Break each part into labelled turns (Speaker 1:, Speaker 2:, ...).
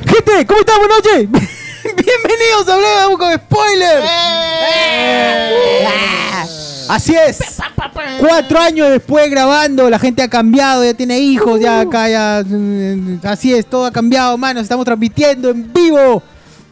Speaker 1: Este
Speaker 2: gente? ¿Cómo están? Buenas noches. Bienvenidos a Hablemos con Spoiler. Ah, Así es. Cuatro años después grabando, la gente ha cambiado, ya tiene hijos, ya acá, ya. mm, Así es, todo ha cambiado, manos. Estamos transmitiendo en vivo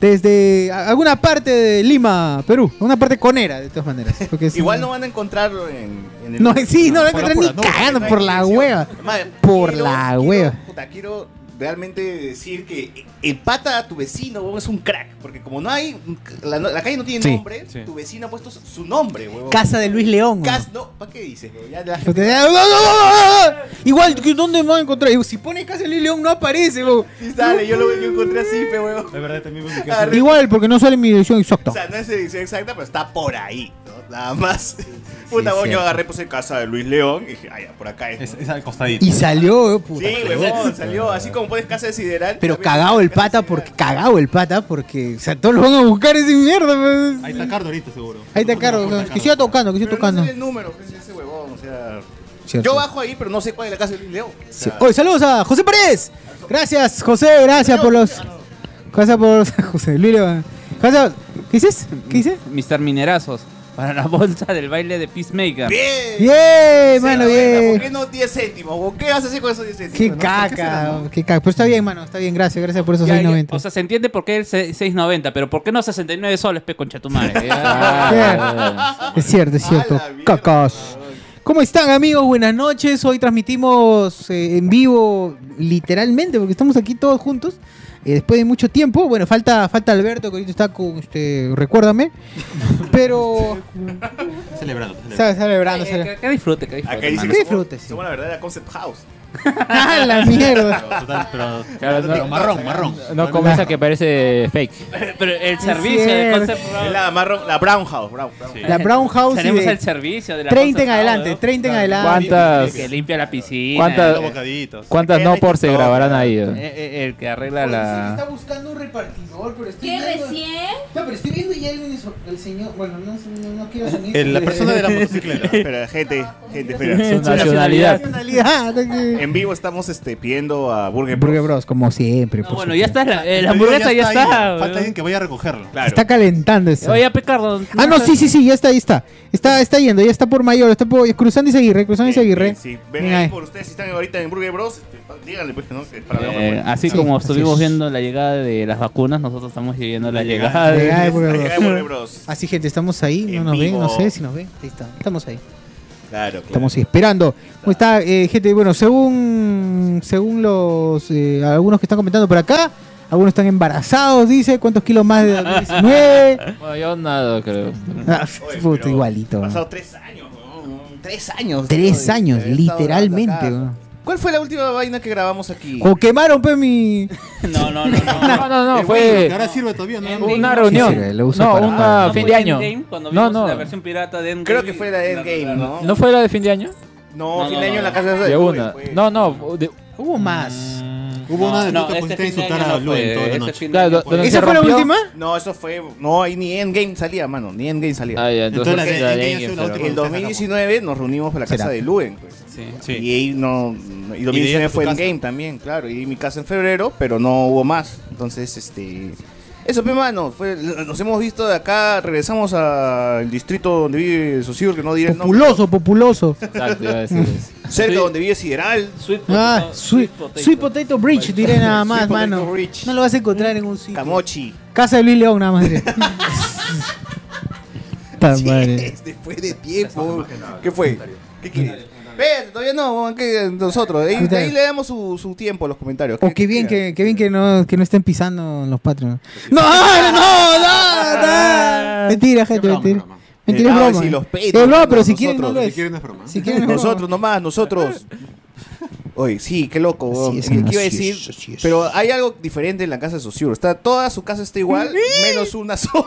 Speaker 2: desde a- alguna parte de Lima, Perú. Una parte conera, de todas maneras. porque sí.
Speaker 3: Igual no van a encontrarlo en, en
Speaker 2: No, sí, no lo encontré ni
Speaker 3: nubes,
Speaker 2: cagando,
Speaker 3: no hay
Speaker 2: por la
Speaker 3: televisión.
Speaker 2: hueva.
Speaker 3: Madre,
Speaker 2: Por
Speaker 3: quiero-
Speaker 2: la
Speaker 3: quiero-
Speaker 2: hueva.
Speaker 3: puta, quiero realmente decir que el pata a tu vecino huevón, es un crack. Porque como no hay. La, la calle no tiene
Speaker 2: Sí.
Speaker 3: nombre, tu vecino ha puesto su nombre, huevón.
Speaker 2: Casa de Luis León. ¿no?
Speaker 3: Cas- no, ¿para qué dices? huevón? Ya la gente-
Speaker 2: Te- ¡Ah, no, no, no, no, no! Igual, ¿qué- ¿dónde me van a encontrar? Digo, si pones Casa de Luis León no aparece. bo.
Speaker 3: Sí sale, yo lo yo encontré así, pe huevón.
Speaker 4: Es verdad, este también publiqué.
Speaker 3: Ah, re-
Speaker 2: Igual, porque no sale mi dirección exacta.
Speaker 3: O sea, no es edición exacta, pero está por ahí, ¿no? Nada más. Puta, huevón, yo
Speaker 2: cierto.
Speaker 3: agarré, puse casa de Luis León y dije, ah, ya, por acá es.
Speaker 4: Es, es al costadito.
Speaker 2: Y salió, eh, puta.
Speaker 3: Sí, huevón, salió. Así como pones casa de Sideral.
Speaker 2: Pero
Speaker 3: también
Speaker 2: cagado el
Speaker 3: Casa de
Speaker 2: pata,
Speaker 3: Sideral.
Speaker 2: porque cagado el pata, porque o sea, todos lo van a buscar ese mierda. pues.
Speaker 4: Ahí está Cardo ahorita, seguro.
Speaker 2: Ahí está caro, o sea, que siga tocando, que siga
Speaker 3: Pero no
Speaker 2: tocando.
Speaker 3: sé el número, pues, ese huevón, o sea.
Speaker 2: Cierto.
Speaker 3: Yo bajo ahí, pero no sé cuál es la casa de Leo. O
Speaker 2: Sí.
Speaker 3: sea,
Speaker 2: Oye, saludos a José Paredes. Gracias, José, gracias por los. Gracias por. José Luis León. Gracias- ¿Qué dices? ¿Qué dices?
Speaker 5: Mr. Minerazos para la bolsa del baile de Peacemaker.
Speaker 3: Bien.
Speaker 2: Bien, mano,
Speaker 3: Se la buena, ¿Por
Speaker 2: bien.
Speaker 3: qué no 10 céntimos? ¿O qué vas a hacer con esos 10 céntimos?
Speaker 2: Qué
Speaker 3: no?
Speaker 2: caca, qué caca. Pero está bien, mano, está bien, gracias, gracias por esos
Speaker 5: Ya, ya,
Speaker 2: 690.
Speaker 5: o sea, se entiende por qué el se- 6.90, pero ¿por qué no 69 soles, pe, concha tu madre?
Speaker 2: Ah,
Speaker 5: Eh,
Speaker 2: es cierto, es
Speaker 3: A
Speaker 2: cierto.
Speaker 3: la mierda,
Speaker 2: Cacas.
Speaker 3: huevón.
Speaker 2: ¿Cómo están amigos? Buenas noches. Hoy transmitimos eh, en vivo literalmente porque estamos aquí todos juntos. eh, después de mucho tiempo. Bueno, falta, falta Alberto que ahorita está con este, recuérdame. Pero
Speaker 4: Celebrando. celebrando.
Speaker 2: está celebrando.
Speaker 5: Eh,
Speaker 2: cele-
Speaker 5: que, que disfrute, que
Speaker 3: Acá
Speaker 5: disfrute.
Speaker 3: dice
Speaker 5: mano.
Speaker 3: que
Speaker 2: Disfrute,
Speaker 3: somos,
Speaker 2: sí.
Speaker 3: somos la verdadera Concept House.
Speaker 2: ¡Ah, la mierda!
Speaker 4: Pero, total, pero,
Speaker 6: Claro,
Speaker 4: pero
Speaker 6: no-
Speaker 4: marrón, marrón.
Speaker 6: No como esa que parece fake.
Speaker 5: Pero el servicio de
Speaker 2: cierto.
Speaker 5: Concept
Speaker 3: Es la, marrón, la Brown House. Brown, brown.
Speaker 4: Sí.
Speaker 2: La Brown House. y
Speaker 5: Tenemos
Speaker 2: de
Speaker 5: el servicio de la
Speaker 2: 30 en
Speaker 5: Concept
Speaker 2: adelante,
Speaker 5: House,
Speaker 2: 30 en adelante.
Speaker 6: ¿Cuántas,
Speaker 5: ¿no? Que limpia la piscina.
Speaker 6: ¿Cuántas-
Speaker 4: Los bocaditos.
Speaker 6: cuántas no
Speaker 3: Era
Speaker 6: por se
Speaker 3: TikTok,
Speaker 6: grabarán ahí?
Speaker 5: Eh,
Speaker 6: eh?
Speaker 5: eh, el que arregla la.
Speaker 2: buscando un repartidor, pero estoy
Speaker 7: ¿Qué recién?
Speaker 2: No, pero estoy viendo ya el, señor. Bueno, no, quiero asumir.
Speaker 4: El- Eh, la persona de la motocicleta.
Speaker 3: Espera, gente, gente, espera.
Speaker 6: Su nacionalidad.
Speaker 3: En vivo estamos este, pidiendo a Burger Bros.
Speaker 2: Burger Bros, como siempre.
Speaker 5: No,
Speaker 2: por
Speaker 5: bueno,
Speaker 2: supuesto.
Speaker 5: ya está. La, eh, la hamburguesa ya está.
Speaker 4: ahí. Falta alguien
Speaker 5: weón.
Speaker 4: que vaya a recogerlo.
Speaker 3: Claro.
Speaker 2: Está calentando eso.
Speaker 5: Oye, Pecardo.
Speaker 2: ah, no, sí, sí, sí, ya está, ahí está. Está, está yendo, ya está por mayor, está por cruzando y seguirre, cruzando y
Speaker 3: Eh,
Speaker 2: seguirre.
Speaker 3: eh, Sí, ven
Speaker 2: Mira
Speaker 3: ahí
Speaker 2: ahí.
Speaker 3: por ustedes si están ahorita en Burger Bros. este, pa- díganle, pues, ¿no? Que Para ver una
Speaker 5: Eh,
Speaker 3: buena.
Speaker 5: así
Speaker 2: Sí,
Speaker 5: como
Speaker 2: así
Speaker 5: estuvimos
Speaker 2: es.
Speaker 5: viendo la llegada de las vacunas, nosotros estamos viviendo la llegada
Speaker 2: Ahí, ahí,
Speaker 5: de.
Speaker 2: Burger
Speaker 3: Ahí
Speaker 2: Bros. Ah,
Speaker 3: hay Burger Bros.
Speaker 2: Así, gente, estamos ahí, no
Speaker 3: En
Speaker 2: nos ven, no
Speaker 3: vivo.
Speaker 2: sé si nos ven. Ahí está, estamos ahí.
Speaker 3: Claro, claro.
Speaker 2: Estamos ahí esperando. ¿Cómo está, eh, gente? Bueno, según según los eh, algunos que están comentando por acá, algunos están embarazados, dice, ¿cuántos kilos más de 2019?
Speaker 6: Bueno, yo nada, creo.
Speaker 2: Ah,
Speaker 3: Oye,
Speaker 2: puto,
Speaker 3: pero
Speaker 2: igualito.
Speaker 3: Han
Speaker 2: ¿no?
Speaker 3: pasado tres años, weón. Tres años.
Speaker 2: Tres
Speaker 3: ¿no?
Speaker 2: años,
Speaker 3: He estado
Speaker 2: literalmente,
Speaker 3: grabando acá.
Speaker 2: weón.
Speaker 3: ¿Cuál fue la última vaina que grabamos aquí?
Speaker 2: O quemaron, pues, mi...
Speaker 5: No, no, no. no.
Speaker 6: No, no, no,
Speaker 4: El Windows,
Speaker 5: Eh,
Speaker 6: fue
Speaker 4: que ahora sirve todavía, ¿no?
Speaker 5: Endgame.
Speaker 6: una
Speaker 5: Sí,
Speaker 6: reunión.
Speaker 2: sirve, lo uso
Speaker 6: No,
Speaker 2: para-
Speaker 6: una
Speaker 5: No
Speaker 6: fin
Speaker 5: fue
Speaker 6: de año.
Speaker 5: Endgame, cuando
Speaker 6: No,
Speaker 5: vimos
Speaker 6: no.
Speaker 5: la versión pirata de Endgame.
Speaker 3: Creo que fue la de Endgame, ¿no?
Speaker 6: ¿No fue la de fin de año?
Speaker 3: No,
Speaker 5: No,
Speaker 3: fin
Speaker 5: no,
Speaker 3: de año
Speaker 5: no,
Speaker 3: en la
Speaker 5: no.
Speaker 3: casa
Speaker 6: De una.
Speaker 3: Pues.
Speaker 6: No, no. de-
Speaker 2: Hubo más.
Speaker 4: Hubo una de pues,
Speaker 5: no,
Speaker 4: tú te pusiste
Speaker 5: este
Speaker 4: a
Speaker 5: fin de
Speaker 4: insultar
Speaker 5: año
Speaker 4: a
Speaker 5: no
Speaker 4: Lu en
Speaker 5: fue,
Speaker 4: toda la
Speaker 5: este
Speaker 4: noche.
Speaker 5: fin de año
Speaker 6: Claro,
Speaker 5: fue.
Speaker 6: ¿dónde
Speaker 2: ¿Esa
Speaker 6: se
Speaker 2: fue la
Speaker 6: rompió?
Speaker 2: última?
Speaker 3: No, eso fue. No, ahí ni Endgame salía, mano. Ni Endgame salía.
Speaker 6: Ah, ya, entonces,
Speaker 4: Entonces,
Speaker 6: la
Speaker 4: la-
Speaker 6: de
Speaker 4: la-
Speaker 6: Endgame,
Speaker 4: la-
Speaker 6: pero-
Speaker 4: la-
Speaker 3: En 2019 nos reunimos en la casa
Speaker 2: Será.
Speaker 3: de Luen, pues.
Speaker 5: Sí.
Speaker 3: Y ahí no. Y 2019
Speaker 4: ella
Speaker 3: fue
Speaker 4: en tu casa.
Speaker 3: Endgame también, claro. Y mi casa en febrero, pero no hubo más. Entonces, este. Eso, pe mano, fue- nos hemos visto de acá, regresamos al distrito donde vive Sosur, que no diré el nombre.
Speaker 2: Populoso, populoso.
Speaker 6: Exacto, iba a decir eso.
Speaker 3: Cerca
Speaker 5: Sí.
Speaker 3: donde vive Sideral.
Speaker 5: Sweet Potato.
Speaker 2: Ah, sweet, sweet Potato Bridge, diré nada más, mano.
Speaker 3: Bridge.
Speaker 2: No lo vas a encontrar en un sitio.
Speaker 3: Camochi.
Speaker 2: Casa de Luis León, nada más. diré. Puta
Speaker 3: Sí,
Speaker 2: madre.
Speaker 3: después de tiempo. ¿Qué fue? ¿Qué quieres? Espérate, todavía no, que nosotros. De ahí, de ahí le damos su, su tiempo a los comentarios.
Speaker 2: O qué bien que, qué bien que no, que no estén pisando los patrones. ¡No! ¡No! ¡No! no! Mentira, gente,
Speaker 4: broma,
Speaker 2: mentira.
Speaker 4: broma.
Speaker 2: Mentira, es
Speaker 3: Ah,
Speaker 2: broma.
Speaker 3: sí, los
Speaker 2: Es
Speaker 3: Patreon,
Speaker 2: broma, pero si
Speaker 3: nosotros,
Speaker 2: quieren no lo
Speaker 4: Si
Speaker 2: es.
Speaker 4: quieren es broma. ¿eh?
Speaker 2: Si quieren no es broma.
Speaker 3: Nosotros nomás, nosotros. Oye, sí, qué loco, weón.
Speaker 2: Así es,
Speaker 3: ¿Qué
Speaker 2: hermano,
Speaker 3: iba a
Speaker 2: así es,
Speaker 3: decir?
Speaker 2: así es.
Speaker 3: Pero hay algo diferente en la casa de Sosur. Está, toda su casa está igual, menos una zona.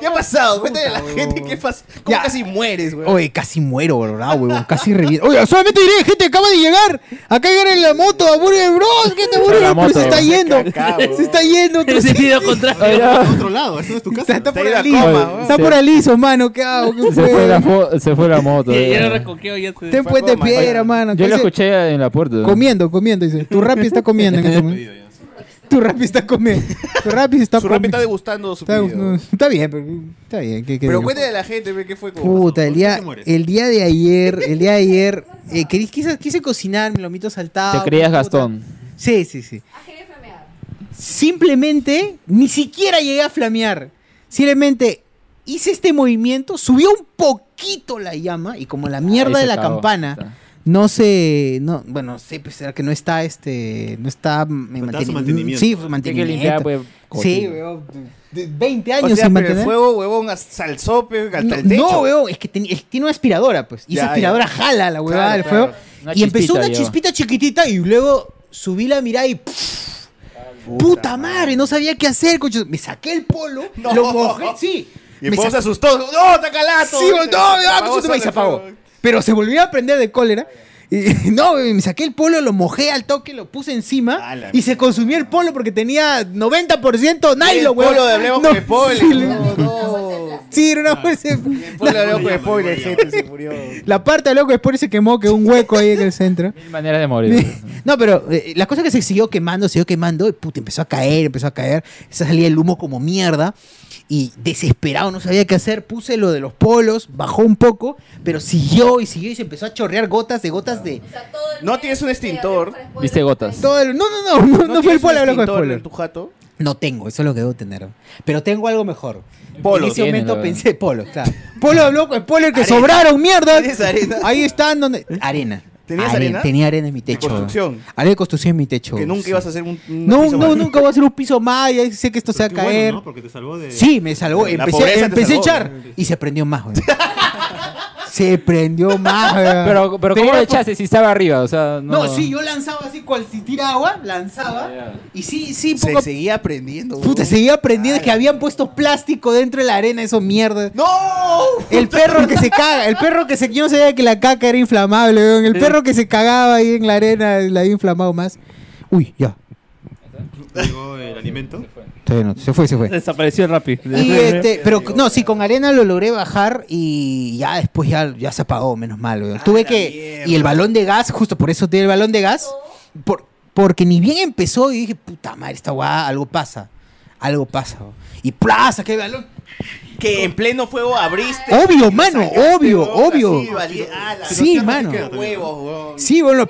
Speaker 3: ¿Qué ha pasado? Cuéntale a la gente qué pasa. ¿Cómo
Speaker 2: Ya.
Speaker 3: casi mueres, weón?
Speaker 2: Oye, casi muero, ¿verdad, huevón? Casi reviento. Oye, solamente diré, gente, acaba de llegar. Acá llegan en la moto a Burger Bros. ¿Qué te Burger
Speaker 6: La
Speaker 2: Bros? Pero se
Speaker 6: moto.
Speaker 2: está yendo.
Speaker 3: Acá, weón.
Speaker 2: Se está yendo.
Speaker 5: En sentido contrario.
Speaker 4: A otro lado, eso no es tu casa.
Speaker 2: Está por
Speaker 3: ido a
Speaker 2: ahí.
Speaker 3: coma,
Speaker 6: Oye,
Speaker 3: weón.
Speaker 2: Está
Speaker 6: se-
Speaker 2: por aliso, mano. ¿Qué hago? ¿Qué
Speaker 6: Se fue la
Speaker 2: fue?
Speaker 6: fo- se fue la moto.
Speaker 5: Y
Speaker 6: eh.
Speaker 5: ya lo recogió, ya se-
Speaker 2: Está en puente de
Speaker 3: Fue a coma.
Speaker 2: piedra, mano.
Speaker 6: Yo
Speaker 2: ¿Qué
Speaker 6: la
Speaker 2: dice?
Speaker 6: escuché en la puerta.
Speaker 2: Comiendo, comiendo, dice. Tu rap está comiendo en este momento.
Speaker 4: Pedido ya.
Speaker 2: Tu rap está comiendo. Tu rap está
Speaker 3: Su rap
Speaker 2: comiendo.
Speaker 3: está degustando su
Speaker 2: Está, no,
Speaker 3: video.
Speaker 2: está bien, pero está bien. ¿qué- qué
Speaker 3: Pero
Speaker 2: digo?
Speaker 3: cuéntale a la gente ve, qué fue con
Speaker 2: Puta, el
Speaker 4: ¿Por qué
Speaker 2: día,
Speaker 4: te mueres?
Speaker 2: el día de ayer, el día de ayer, eh, querí- quise, quise cocinar, mi lomito saltado.
Speaker 6: Te creías
Speaker 2: puta.
Speaker 6: Gastón.
Speaker 2: Sí, sí, sí.
Speaker 8: Ah, quería flamear.
Speaker 2: Simplemente, ni siquiera llegué a flamear. Simplemente hice este movimiento, subió un poquito la llama y como la mierda de
Speaker 6: Ahí se
Speaker 2: la
Speaker 6: acabó.
Speaker 2: campana.
Speaker 6: Está.
Speaker 2: No sé, no, bueno, sí, pues será que no está este, no está
Speaker 3: Pues
Speaker 2: mm,
Speaker 4: Faltaba su
Speaker 2: manteni-
Speaker 4: mantenimiento.
Speaker 2: Sí, su
Speaker 6: Tiene que limpiar,
Speaker 2: mantenimiento.
Speaker 6: pues.
Speaker 2: Sí,
Speaker 6: cocina.
Speaker 2: weón, de- de 20 años
Speaker 3: O sea,
Speaker 2: sin
Speaker 3: pero el
Speaker 2: mantener.
Speaker 3: fuego, huevón, hasta el sope, hasta
Speaker 2: No,
Speaker 3: el techo.
Speaker 2: no, weón, es que, ten- es que tiene una aspiradora, pues. Y
Speaker 3: Ya,
Speaker 2: esa
Speaker 3: ya.
Speaker 2: aspiradora jala la huevada del
Speaker 3: Claro, claro.
Speaker 2: fuego.
Speaker 6: Una
Speaker 2: y empezó
Speaker 6: chispita
Speaker 2: una
Speaker 6: lleva.
Speaker 2: chispita chiquitita y luego subí la mirada y. pff, puta madre, no sabía qué hacer, coño. Me saqué el polo,
Speaker 3: No.
Speaker 2: lo mojé, sí.
Speaker 3: Y
Speaker 2: me
Speaker 3: vos se
Speaker 2: saqué-
Speaker 3: asustó. ¡No, está calato!
Speaker 2: Sí, no, ah,
Speaker 3: Apagó
Speaker 2: coño, tu madre, se
Speaker 3: solo el
Speaker 2: apagó.
Speaker 3: fuego.
Speaker 2: Pero se volvió a prender de cólera. Y, no, me saqué el polo, lo mojé al toque, lo puse encima
Speaker 3: A la
Speaker 2: y se consumió el polo porque tenía 90% nylon,
Speaker 3: El
Speaker 2: huevón.
Speaker 3: polo de Hablemos
Speaker 2: No,
Speaker 3: con Spoiler.
Speaker 2: sí,
Speaker 3: No, no.
Speaker 2: Sí, era una fuerza.
Speaker 3: El polo de Hablemos con Spoiler, gente, se murió.
Speaker 2: La parte de loco después se quemó, quedó un hueco ahí en el centro.
Speaker 6: Mil maneras de morir.
Speaker 2: No, pero eh, la cosa que se siguió quemando, siguió quemando, y puta, empezó a caer, empezó a caer, se salía el humo como mierda, y desesperado, no sabía qué hacer, puse lo de los polos, bajó un poco, pero siguió y siguió y se empezó a chorrear gotas de gotas de...
Speaker 8: O sea, todo el
Speaker 3: No
Speaker 8: mes
Speaker 3: tienes un
Speaker 8: de
Speaker 3: extintor.
Speaker 8: Hablemos con
Speaker 6: Viste
Speaker 8: Spoiler.
Speaker 6: gotas.
Speaker 2: Todo el- No, no, no, no, no fue el
Speaker 3: tienes un
Speaker 2: polo, habló con
Speaker 3: extintor
Speaker 2: spoiler.
Speaker 3: en tu jato?
Speaker 2: No tengo, eso es lo que debo tener. Pero tengo algo mejor.
Speaker 3: Polos.
Speaker 2: En ese
Speaker 6: Tiene,
Speaker 2: momento
Speaker 6: la verdad.
Speaker 2: pensé, polos, claro. Polo habló con spoiler que
Speaker 3: Arena.
Speaker 2: sobraron, mierda.
Speaker 3: ¿Tienes arena?
Speaker 2: Ahí están donde... Arena.
Speaker 3: ¿Tenías arena?
Speaker 2: Tenía arena en mi techo.
Speaker 3: construcción?
Speaker 2: Arena de construcción en mi techo.
Speaker 3: Que nunca
Speaker 2: sí.
Speaker 3: ibas a hacer un. un
Speaker 2: No,
Speaker 3: piso
Speaker 2: no,
Speaker 3: más.
Speaker 2: nunca voy a hacer un piso más, ya sé que esto se va a
Speaker 4: Qué bueno,
Speaker 2: caer.
Speaker 4: ¿no? Porque te salvó de.
Speaker 2: Sí, me salvó,
Speaker 3: La
Speaker 2: empecé,
Speaker 3: pobreza te
Speaker 2: empecé a
Speaker 3: salvó.
Speaker 2: echar y se prendió más, güey. Se prendió más, güey.
Speaker 6: Pero, pero ¿cómo lo
Speaker 2: por-
Speaker 6: echaste si estaba arriba? O sea,
Speaker 2: No,
Speaker 6: no.
Speaker 2: sí, yo lanzaba así cual si tira agua, lanzaba. Y sí, sí, poco
Speaker 3: Se
Speaker 2: a
Speaker 3: seguía aprendiendo.
Speaker 2: Puta, seguía aprendiendo que habían puesto plástico dentro de la arena, eso mierda.
Speaker 3: Ah, ¡No!
Speaker 2: El perro que se caga, el perro que se. Yo no sabía que la caca era inflamable, weón. El perro que se cagaba ahí en la arena la había inflamado más. Uy, ya.
Speaker 4: Llegó el alimento.
Speaker 2: Todavía no, se fue, se fue.
Speaker 5: Desapareció rápido.
Speaker 2: Y este, pero no, sí, con arena lo logré bajar y ya después ya, ya se apagó, menos mal. weón. Tuve
Speaker 3: Ah, la
Speaker 2: que.
Speaker 3: mierda.
Speaker 2: Y el balón de gas, justo por eso tiene el balón de gas. por- porque ni bien empezó y dije, puta madre, esta guada, algo pasa. Algo pasa. weón. Y plaza, que el balón.
Speaker 3: Que en pleno fuego abriste.
Speaker 2: Obvio, mano,
Speaker 3: sacaste,
Speaker 2: Ah, obvio,
Speaker 3: huevón,
Speaker 2: obvio.
Speaker 3: así, valía- ah, la-
Speaker 2: Sí,
Speaker 3: qué
Speaker 2: mano.
Speaker 3: huevos, huevón.
Speaker 2: Sí, eh, bueno,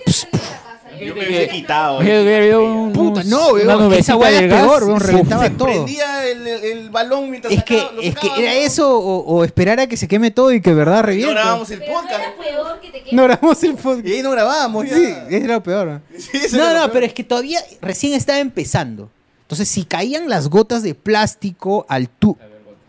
Speaker 3: Yo me hubiese quitado. eh.
Speaker 6: Oye,
Speaker 2: eh,
Speaker 6: hubiera habido un-
Speaker 2: puta, no,
Speaker 6: una
Speaker 2: weón, que esa
Speaker 6: nubecita
Speaker 2: guada
Speaker 6: del
Speaker 2: era
Speaker 6: gas,
Speaker 2: peor, weón,
Speaker 6: sí,
Speaker 2: reventaba
Speaker 6: se
Speaker 2: todo.
Speaker 3: Prendía el, el- el balón mientras
Speaker 2: Es que,
Speaker 3: sacaba- lo
Speaker 2: es que
Speaker 3: sacaba,
Speaker 2: era
Speaker 3: huevón.
Speaker 2: eso pues. o, o esperar a que se queme todo y que de verdad
Speaker 3: Y No
Speaker 2: reviente.
Speaker 3: grabábamos el
Speaker 8: Pero no
Speaker 3: podcast.
Speaker 8: era peor que te quedes
Speaker 2: No grabamos el podcast.
Speaker 3: Y ahí no grabábamos. ya.
Speaker 2: Sí, eh, es lo peor. ¿no?
Speaker 3: Sí, eso
Speaker 2: No,
Speaker 3: era lo
Speaker 2: no,
Speaker 3: peor.
Speaker 2: pero es que todavía recién estaba empezando. Entonces, si caían las gotas de plástico al tubo,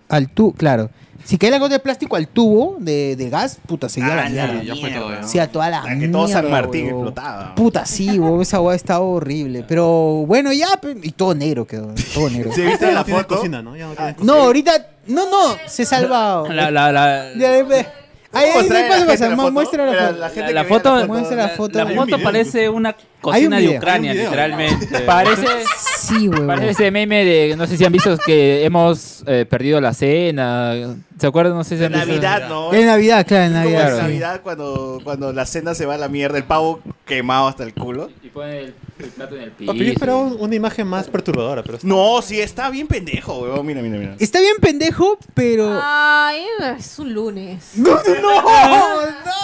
Speaker 2: al tubo, claro. Si caía la gota de plástico al tubo de, de gas, puta, seguía
Speaker 3: Ah,
Speaker 2: la
Speaker 3: ya,
Speaker 2: mierda.
Speaker 4: ya fue todo, ¿no?
Speaker 2: O sea, toda la
Speaker 3: La que todo San
Speaker 2: mierda,
Speaker 3: Martín
Speaker 2: huevón.
Speaker 3: explotaba.
Speaker 2: Puta, sí, huevón, esa hueá estaba horrible. Pero bueno, ya, pe- y todo negro quedó, todo negro.
Speaker 3: ¿Se viste
Speaker 4: Ya
Speaker 3: la
Speaker 4: no tienes
Speaker 3: foto?
Speaker 4: cocina, ¿no? Ya no tienes
Speaker 2: No, ahorita, no, no, se salva.
Speaker 5: La, la, la,
Speaker 2: Ya, ve, ve. Ahí, ahí,
Speaker 3: Mostrar a la
Speaker 2: pasa,
Speaker 3: gente
Speaker 2: pasa,
Speaker 3: la
Speaker 2: mu-
Speaker 3: foto.
Speaker 2: muestra la
Speaker 3: Mira,
Speaker 2: foto.
Speaker 3: gente
Speaker 5: La- la
Speaker 3: que vea
Speaker 5: foto-
Speaker 2: Muestra la foto.
Speaker 5: la
Speaker 2: Hay un
Speaker 5: foto
Speaker 4: video.
Speaker 5: parece una cocina
Speaker 2: video.
Speaker 5: de Ucrania,
Speaker 4: Hay un video.
Speaker 5: literalmente.
Speaker 6: Parece,
Speaker 2: Sí, huevón.
Speaker 6: parece ese meme de, no sé si han visto que hemos eh, perdido la cena. ¿Se acuerdan? No sé si
Speaker 3: De
Speaker 6: han visto.
Speaker 3: Navidad, ¿no?
Speaker 2: En Navidad, claro, en
Speaker 3: Como
Speaker 2: Navidad.
Speaker 3: en
Speaker 2: sí.
Speaker 3: Navidad cuando, cuando la cena se va a la mierda, el pavo quemado hasta el culo.
Speaker 6: Y pone el, el plato en el piso.
Speaker 4: Papi, yo esperaba un- una imagen más perturbadora, pero.
Speaker 3: No, sí, está bien pendejo, weón. Mira, mira, mira.
Speaker 2: Está bien pendejo, pero.
Speaker 8: Ah. Ay, es un lunes.